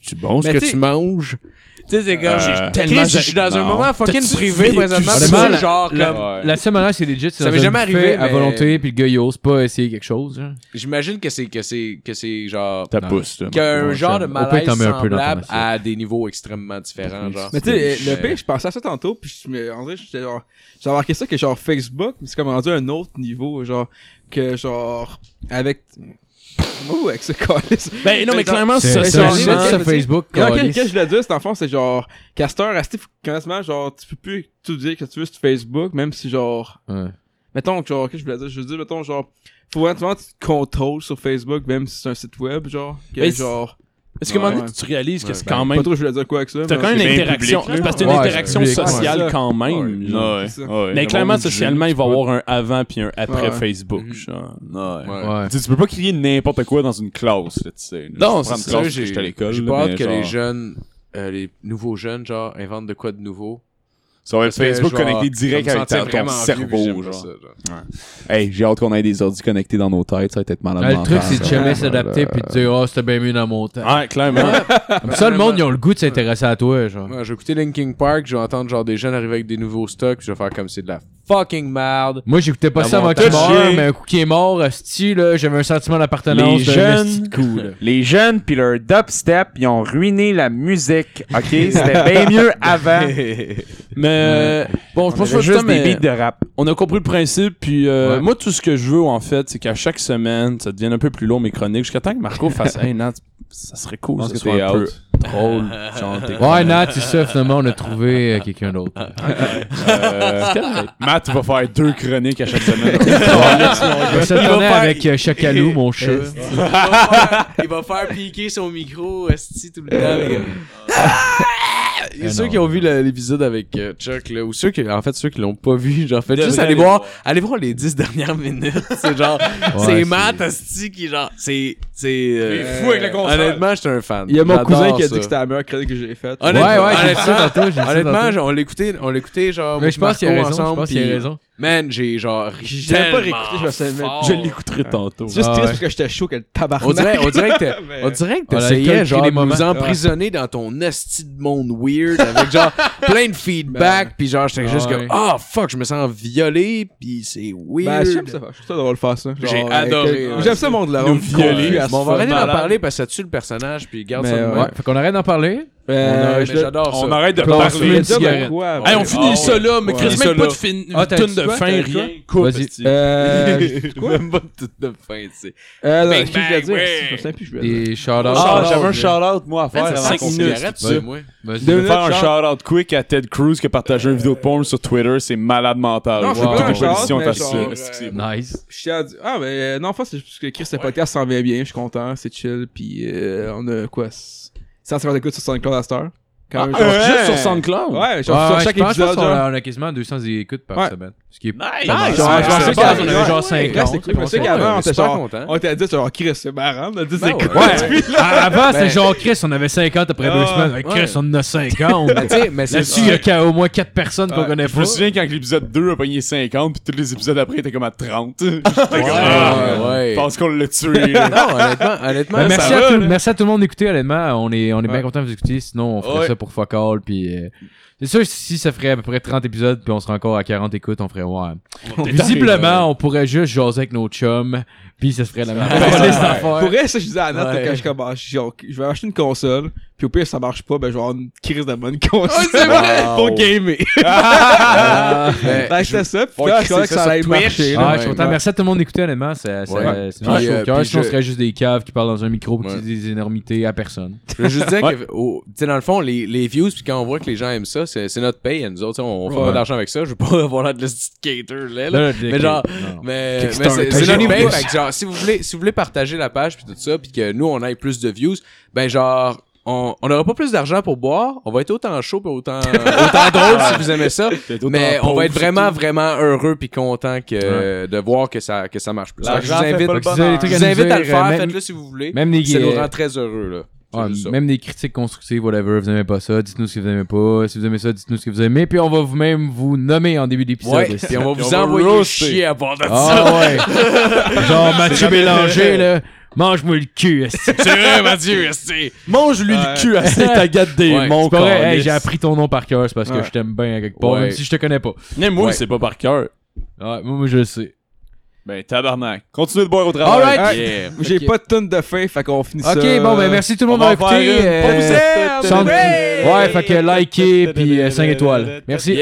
Speaker 6: C'est bon,
Speaker 3: mais
Speaker 6: ce que
Speaker 3: tu sais-
Speaker 6: tu manges.
Speaker 3: tu sais c'est comme
Speaker 6: Euh,
Speaker 3: tellement je suis dans un moment fucking
Speaker 4: T'as-tu
Speaker 3: privé
Speaker 4: vécu
Speaker 3: présentement
Speaker 5: ça?
Speaker 3: c'est genre
Speaker 5: La,
Speaker 3: comme
Speaker 5: la seule manière, c'est legit.
Speaker 3: Ça m'est jamais arrivé,
Speaker 5: À
Speaker 3: mais-
Speaker 5: volonté, puis le gars, il ose pas essayer quelque chose. genre.
Speaker 3: j'imagine que c'est que c'est que c'est genre
Speaker 6: Ta
Speaker 5: Non.
Speaker 6: pousse, là.
Speaker 3: qu'un
Speaker 5: Ouais,
Speaker 3: genre de
Speaker 5: j'aime. Au pire,
Speaker 3: malaise
Speaker 5: t'en mets un peu dans ton
Speaker 3: semblable
Speaker 5: assiette.
Speaker 3: à des niveaux extrêmement différents genre
Speaker 2: Mais tu sais, le
Speaker 3: Euh,
Speaker 2: pire, je pensais à ça tantôt, puis je me, en vrai, j'étais genre, j'ai remarqué ça que genre Facebook, c'est comme rendu à un autre niveau, genre, que genre, avec, oh, avec ce calice.
Speaker 4: Ben non, mais clairement,
Speaker 5: C'est
Speaker 4: ça,
Speaker 5: c'est
Speaker 2: ça,
Speaker 5: un
Speaker 2: ça,
Speaker 5: site
Speaker 2: ça,
Speaker 5: sur
Speaker 2: ça,
Speaker 5: Facebook.
Speaker 2: Non,
Speaker 5: câlisse.
Speaker 2: qu'est-ce que je voulais dire, c'est en fond, c'est genre, Castor, à Steve, honnêtement, genre, tu peux plus tout dire que tu veux sur Facebook, même si genre,
Speaker 5: Ouais.
Speaker 2: mettons, genre, qu'est-ce que je voulais dire, je veux dire, mettons, genre, faut vraiment que tu te contrôles sur Facebook, même si c'est un site web, genre, que
Speaker 4: Mais c'est-
Speaker 2: genre,
Speaker 4: Parce qu'à un moment donné,
Speaker 2: Ouais.
Speaker 4: tu réalises que c'est
Speaker 2: ben,
Speaker 4: quand
Speaker 2: pas
Speaker 4: même.
Speaker 2: trop je voulais dire quoi avec ça.
Speaker 4: T'as
Speaker 2: mais-
Speaker 4: quand même
Speaker 6: C'est
Speaker 4: une
Speaker 6: bien
Speaker 4: interaction.
Speaker 6: public, là.
Speaker 4: parce que t'as
Speaker 5: Ouais,
Speaker 4: une
Speaker 5: c'est
Speaker 4: interaction
Speaker 5: public, ouais.
Speaker 4: sociale
Speaker 2: Ouais.
Speaker 4: quand même. genre.
Speaker 6: Ouais,
Speaker 2: C'est ça.
Speaker 6: ouais.
Speaker 4: Mais
Speaker 6: Le
Speaker 4: clairement,
Speaker 6: monde
Speaker 4: socialement,
Speaker 6: juge,
Speaker 4: il va y
Speaker 6: tu
Speaker 4: avoir un avant puis un après
Speaker 2: Ouais.
Speaker 4: Facebook.
Speaker 3: Mhm.
Speaker 4: genre.
Speaker 6: peux- Ouais.
Speaker 3: ouais.
Speaker 5: Ouais.
Speaker 6: Tu sais, tu peux pas crier n'importe quoi dans une classe, là, tu
Speaker 3: Non,
Speaker 6: sais. Je prends une
Speaker 3: c'est
Speaker 6: classe,
Speaker 3: ça,
Speaker 6: parce que
Speaker 3: j'ai
Speaker 6: j'étais à l'école.
Speaker 3: j'ai
Speaker 6: là,
Speaker 3: pas
Speaker 6: mais
Speaker 3: hâte que les
Speaker 6: genre-
Speaker 3: jeunes, euh, les nouveaux jeunes, genre, inventent de quoi de nouveau.
Speaker 6: Ça va être
Speaker 3: Parce que,
Speaker 6: Facebook
Speaker 3: genre,
Speaker 6: connecté direct
Speaker 3: je me
Speaker 6: avec ta-
Speaker 3: sentais
Speaker 6: ton
Speaker 3: vraiment vieux, puis j'aime
Speaker 6: cerveau,
Speaker 3: pas
Speaker 6: genre.
Speaker 3: ça, genre.
Speaker 6: Hey, j'ai hâte qu'on ait des ordi connectés dans nos têtes, ça va être malade.
Speaker 5: Ah, le truc, c'est de
Speaker 6: mental,
Speaker 5: jamais
Speaker 6: ça.
Speaker 5: s'adapter puis de dire, oh, c'était bien mieux dans mon temps.
Speaker 3: Ah,
Speaker 4: Ouais, clairement.
Speaker 5: Comme ça, le monde, ils ont le goût de s'intéresser à toi, genre.
Speaker 3: Ouais, j'ai écouté Linkin Park, je vais entendre genre des jeunes arriver avec des nouveaux stocks, puis je vais faire comme c'est de la fucking merde.
Speaker 5: Moi, j'écoutais pas
Speaker 3: Dans
Speaker 5: ça
Speaker 3: mon
Speaker 5: avant
Speaker 3: temps,
Speaker 5: qu'il meure,
Speaker 20: j'ai-
Speaker 5: mais un coup qui est mort, hostie, là, j'avais un sentiment d'appartenance.
Speaker 20: Les
Speaker 5: d'un
Speaker 20: jeunes,
Speaker 5: esti de coup, là.
Speaker 20: les jeunes puis leur dubstep, ils ont ruiné la musique. Ok, c'était bien mieux
Speaker 4: [laughs]
Speaker 20: avant.
Speaker 6: euh,
Speaker 4: mais bon, je
Speaker 20: On
Speaker 4: pense pas
Speaker 20: avait
Speaker 4: que ça, euh,
Speaker 20: juste des
Speaker 4: mais
Speaker 20: beats de rap.
Speaker 4: on a compris le principe. Puis euh,
Speaker 5: Ouais.
Speaker 4: moi, tout ce que je veux, en fait, c'est qu'à chaque semaine, ça devienne un peu plus long mes chroniques. Jusqu'à temps que
Speaker 3: [laughs]
Speaker 4: Marco fasse Hey, Nat, ça serait cool.
Speaker 6: Je
Speaker 4: Ça
Speaker 6: pense que
Speaker 4: serait
Speaker 6: t'es
Speaker 4: un peu
Speaker 6: out.
Speaker 4: drôle. genre, t'es-
Speaker 5: Ouais, Nat, c'est ça, finalement, on a trouvé euh, quelqu'un d'autre.
Speaker 6: Euh, Matt va faire deux chroniques à
Speaker 4: [laughs]
Speaker 6: chaque semaine.
Speaker 2: Ah,
Speaker 5: Ah, Je vais se
Speaker 3: Il va
Speaker 5: tourner
Speaker 3: faire-
Speaker 5: avec euh, Chacalou, mon chat.
Speaker 3: Il
Speaker 5: [laughs]
Speaker 3: va faire- il va faire piquer son micro, esti, tout le temps. les gars. Ah! Il y a
Speaker 5: Eh
Speaker 3: ceux
Speaker 5: non.
Speaker 3: qui ont vu le- l'épisode avec euh, Chuck, là, ou ceux qui, en fait, ceux qui l'ont pas vu, genre, faites juste
Speaker 4: Devraient
Speaker 3: aller
Speaker 4: aller
Speaker 3: voir, allez voir les 10 dernières minutes. [laughs] C'est genre,
Speaker 5: Ouais,
Speaker 3: c'est Matt, esti, qui genre, c'est, C'est. euh,
Speaker 6: est fou avec le concert.
Speaker 3: Honnêtement, j'étais un fan.
Speaker 2: Il y a mon
Speaker 3: J'adore
Speaker 2: cousin qui a dit
Speaker 3: ça.
Speaker 2: que c'était la meilleure critique que j'ai faite.
Speaker 3: Honnêtement,
Speaker 5: Ouais, ouais, j'ai dit
Speaker 3: honnêtement,
Speaker 5: ça tantôt, j'ai dit ça
Speaker 3: honnêtement,
Speaker 5: tantôt.
Speaker 3: genre, on l'écoutait, on l'écoutait genre.
Speaker 5: Mais je pense
Speaker 3: Marco
Speaker 5: qu'il a raison. Je
Speaker 3: ensemble,
Speaker 5: pense qu'il
Speaker 3: puis-
Speaker 5: a raison.
Speaker 3: Man, j'ai genre ri
Speaker 2: J'ai même pas
Speaker 3: tellement
Speaker 2: réécouté, je me souviens même
Speaker 3: fort.
Speaker 4: Je l'écouterai tantôt.
Speaker 2: C'est juste
Speaker 5: Ah
Speaker 2: triste
Speaker 5: ouais.
Speaker 2: parce que j'étais chaud que le tabarnak.
Speaker 3: On dirait, on dirait que t'es-
Speaker 2: [laughs] Mais-
Speaker 3: on dirait que
Speaker 5: On a
Speaker 3: t'essayais
Speaker 5: calqué
Speaker 3: genre
Speaker 5: les
Speaker 3: de nous
Speaker 5: moments.
Speaker 3: emprisonner dans ton hostie de monde weird avec
Speaker 2: [laughs]
Speaker 3: genre plein de
Speaker 2: Ben.
Speaker 3: feedback puis genre j'étais juste
Speaker 5: Ouais.
Speaker 3: comme ah fuck je me sens violé puis c'est
Speaker 2: Ben,
Speaker 3: weird.
Speaker 2: j'aime ça, je trouve ça drôle de faire ça. Genre,
Speaker 3: J'ai
Speaker 2: euh,
Speaker 3: adoré,
Speaker 2: que-
Speaker 3: ouais.
Speaker 2: J'aime ça, mon de la
Speaker 3: Nous
Speaker 2: ronde.
Speaker 3: violer.
Speaker 2: Concu à ce
Speaker 3: Bon, on va
Speaker 2: fun.
Speaker 3: arrêter d'en
Speaker 2: Malade.
Speaker 3: parler parce que ça tue le personnage puis garde
Speaker 2: Mais
Speaker 3: ça. de
Speaker 2: ouais.
Speaker 3: même.
Speaker 5: Euh, Ouais. Fait qu'on arrête d'en parler.
Speaker 3: On
Speaker 2: Euh,
Speaker 3: arrête-
Speaker 2: je-
Speaker 3: mais J'adore ça.
Speaker 4: On arrête de
Speaker 2: je-
Speaker 5: on
Speaker 2: je-
Speaker 5: fume
Speaker 4: parler.
Speaker 5: une
Speaker 2: je- je-
Speaker 5: cigarette.
Speaker 2: quoi,
Speaker 4: Hey, on
Speaker 2: ouais.
Speaker 4: finit ça là, mais
Speaker 6: Ah, Ouais.
Speaker 4: Chris,
Speaker 6: Ça,
Speaker 4: même pas
Speaker 6: là.
Speaker 4: de fin,
Speaker 5: Ah, t'as
Speaker 4: tune
Speaker 5: dit
Speaker 4: de
Speaker 5: quoi,
Speaker 4: fin,
Speaker 5: t'as dit
Speaker 4: rien. Coupe,
Speaker 5: Vas-y.
Speaker 4: esti.
Speaker 2: Euh,
Speaker 3: [laughs] Même pas toute la fin, tu sais.
Speaker 2: euh, non,
Speaker 3: Big
Speaker 2: qu'est-ce que je
Speaker 3: Bang,
Speaker 2: voulais dire?
Speaker 3: ouais.
Speaker 2: Je me souviens plus, je voulais dire.
Speaker 5: Des shout-outs.
Speaker 6: Ah,
Speaker 4: shout-out,
Speaker 6: j'avais un
Speaker 4: là.
Speaker 6: shout-out, moi, à faire
Speaker 3: Man, ça sent
Speaker 6: avant
Speaker 4: Ben, cinq
Speaker 6: qu'on
Speaker 3: qu'on
Speaker 6: se
Speaker 4: minutes.
Speaker 3: cigarette,
Speaker 6: garette.
Speaker 3: ça,
Speaker 5: Ouais.
Speaker 3: moi.
Speaker 6: Je
Speaker 5: Vas-y.
Speaker 6: vais faire un
Speaker 2: Genre-
Speaker 6: shout-out quick à Ted Cruz qui a partagé une vidéo porn sur Twitter. C'est malade mental.
Speaker 2: Non,
Speaker 5: c'est pas
Speaker 6: Toute
Speaker 5: un
Speaker 6: la
Speaker 5: shout-out,
Speaker 6: position est
Speaker 2: mais
Speaker 6: à suivre.
Speaker 2: genre,
Speaker 6: Est-ce que c'est-
Speaker 5: Nice.
Speaker 2: Je tiens à dire- Ah, mais euh, non, en fait, c'est juste que Chris, ce podcast s'en vient bien, je suis content, c'est chill, puis euh, on a quoi? c- 150 écoutes sur SoundCloud à cette heure. Quand
Speaker 3: Ah,
Speaker 2: même, genre-
Speaker 4: Juste sur SoundCloud.
Speaker 2: Ouais,
Speaker 5: Ouais,
Speaker 2: genre sur
Speaker 5: ouais,
Speaker 2: chaque
Speaker 5: je pense- je pense
Speaker 2: épisode.
Speaker 5: qu'on
Speaker 2: genre.
Speaker 5: a- on a quasiment 200 écoutes par
Speaker 2: Ouais.
Speaker 5: semaine. Ce qui est
Speaker 3: Nice!
Speaker 5: Nice!
Speaker 2: Genre,
Speaker 5: Ouais,
Speaker 2: je
Speaker 5: c'est ça,
Speaker 2: pensais qu'avant-
Speaker 5: on avait genre
Speaker 2: ouais,
Speaker 5: 50,
Speaker 2: ouais, c'est cool. Je pensais
Speaker 5: on
Speaker 2: qu'avant, on
Speaker 3: est
Speaker 2: était
Speaker 3: super
Speaker 2: genre.
Speaker 3: content.
Speaker 2: On était dit, genre, Chris, c'est marrant, on a dit, c'est
Speaker 3: Ben ouais.
Speaker 2: cool. [laughs]
Speaker 5: Ouais. Ah, Avant, c'est
Speaker 3: Ben-
Speaker 5: genre Chris, on avait 50 après deux
Speaker 2: Ah,
Speaker 5: semaines. Avec Chris,
Speaker 3: ouais.
Speaker 5: on en a
Speaker 2: [laughs]
Speaker 5: 50.
Speaker 3: Mais tu sais, mais c'est
Speaker 5: Là-dessus, il y a qu'à au moins 4 personnes qu'on
Speaker 2: Ouais.
Speaker 5: connaît
Speaker 6: Je me
Speaker 5: pas.
Speaker 6: souviens quand l'épisode 2 a pogné 50, puis tous les épisodes après étaient comme à 30. J'étais comme, ah,
Speaker 3: Ouais.
Speaker 6: Je pense qu'on l'a tué. là.
Speaker 3: Non, honnêtement, honnêtement,
Speaker 5: Ben,
Speaker 3: ça
Speaker 5: merci,
Speaker 3: va.
Speaker 5: à tout, merci à tout le monde d'écouter, honnêtement. On est, on est bien content de vous écouter, sinon on ferait
Speaker 3: Ouais.
Speaker 5: ça pour fuck all. Puis, euh, c'est sûr, si ça ferait à peu près 30 épisodes, puis on serait encore à 40 écoutes, on ferait ouais. Visiblement, on pourrait juste jaser avec nos chums, puis ça serait la même
Speaker 2: Pour
Speaker 5: affaire.
Speaker 2: vrai, ça, je disais à Nat,
Speaker 3: Ouais.
Speaker 2: quand je commence, genre, je vais acheter une console, puis au pire, ça marche pas, ben, je vais avoir une crise de bonne console. [laughs] Pour gamer.
Speaker 3: Ah, ben,
Speaker 2: Ben, c'était ça, puis
Speaker 3: Ouais,
Speaker 2: là, je
Speaker 3: c'est
Speaker 2: croyais que
Speaker 3: ça
Speaker 2: ça
Speaker 3: sur
Speaker 2: allait
Speaker 3: Twitch.
Speaker 2: marcher. là.
Speaker 5: Ah, je suis content.
Speaker 3: Ouais.
Speaker 5: Merci à tout le monde d'écouter, honnêtement. Ça, ça,
Speaker 3: Ouais.
Speaker 5: C'est une
Speaker 3: Puis,
Speaker 5: chose
Speaker 3: euh,
Speaker 5: au cœur.
Speaker 3: puis
Speaker 5: Sinon,
Speaker 3: je-
Speaker 5: on serait juste des caves qui parlent dans un micro puis qui
Speaker 3: Ouais.
Speaker 5: disent des énormités à personne.
Speaker 3: Je veux juste dire
Speaker 6: Ouais.
Speaker 3: que, oh, tu sais, dans le fond, les, les views, puis quand on voit que les gens aiment ça, c'est c'est notre paye à nous autres. tu sais, On, on fait
Speaker 2: Ouais.
Speaker 3: pas d'argent avec ça. Je veux pas [laughs] avoir l'air de l'esti de cater, là. là.
Speaker 5: je
Speaker 3: [laughs]
Speaker 5: dis,
Speaker 3: mais
Speaker 5: ok,
Speaker 3: genre-
Speaker 5: non, non.
Speaker 3: Mais, mais
Speaker 2: Kickstarter.
Speaker 3: c'est c'est
Speaker 2: J'ai
Speaker 3: notre
Speaker 2: oublié
Speaker 3: paye.
Speaker 2: ça.
Speaker 3: Fait que, genre, si vous voulez, si vous voulez partager la page puis tout ça, puis que nous, on aille plus de views, ben genre, on on n'aura pas plus d'argent pour boire. On va être autant chaud puis
Speaker 5: [laughs]
Speaker 3: autant, autant drôle si vous aimez ça. Mais on va être vraiment, vraiment heureux puis content que, de voir que ça, que ça marche plus.
Speaker 6: L'argent
Speaker 3: Je vous
Speaker 6: fait
Speaker 3: invite,
Speaker 6: pas le
Speaker 5: Fait que si vous
Speaker 3: je vous
Speaker 5: avez des trucs nous
Speaker 3: invite à le
Speaker 5: dire,
Speaker 3: faire.
Speaker 5: euh, même-
Speaker 3: Faites-le si vous voulez.
Speaker 5: Même les
Speaker 3: Ça nous
Speaker 5: euh,
Speaker 3: rend très heureux, là. C'est
Speaker 5: Ouais,
Speaker 3: juste ça.
Speaker 5: même des critiques constructives, whatever, vous aimez pas ça, dites-nous ce que vous aimez pas, si vous aimez ça, dites-nous ce que vous aimez, puis on va vous même vous nommer en début d'épisode.
Speaker 3: Ouais,
Speaker 5: aussi.
Speaker 3: puis on va vous
Speaker 6: on va
Speaker 3: envoyer
Speaker 6: roaster.
Speaker 3: chier à bord de ça. [laughs]
Speaker 5: Ah ouais. Genre Mathieu Bélanger là, mange-moi le cul. esti.
Speaker 3: C'est vrai, Mathieu, esti.
Speaker 4: Mange-lui le cul à cette agate des
Speaker 3: Ouais,
Speaker 4: monts,
Speaker 5: C'est pas vrai, hey,
Speaker 4: calice.
Speaker 5: j'ai appris ton nom par cœur, c'est parce que
Speaker 2: Ouais.
Speaker 5: je t'aime bien à quelque part,
Speaker 3: Ouais.
Speaker 5: même si je te connais pas.
Speaker 4: Mais moi,
Speaker 3: Ouais.
Speaker 4: c'est pas par cœur.
Speaker 5: Ouais, moi, moi, je le sais.
Speaker 6: Ben, tabarnak. Continuez de boire au travail.
Speaker 5: Alright.
Speaker 2: Ouais. J'ai pas de tonne de fin, fait qu'on finit ça.
Speaker 5: Ok, bon ben merci tout le
Speaker 6: On
Speaker 5: monde
Speaker 6: va en
Speaker 5: d'avoir
Speaker 6: faire
Speaker 5: écouté.
Speaker 6: une.
Speaker 5: euh,
Speaker 6: On vous aime.
Speaker 5: sans-
Speaker 6: Ouais.
Speaker 5: Ouais, fait que likez puis 5 étoiles. Merci.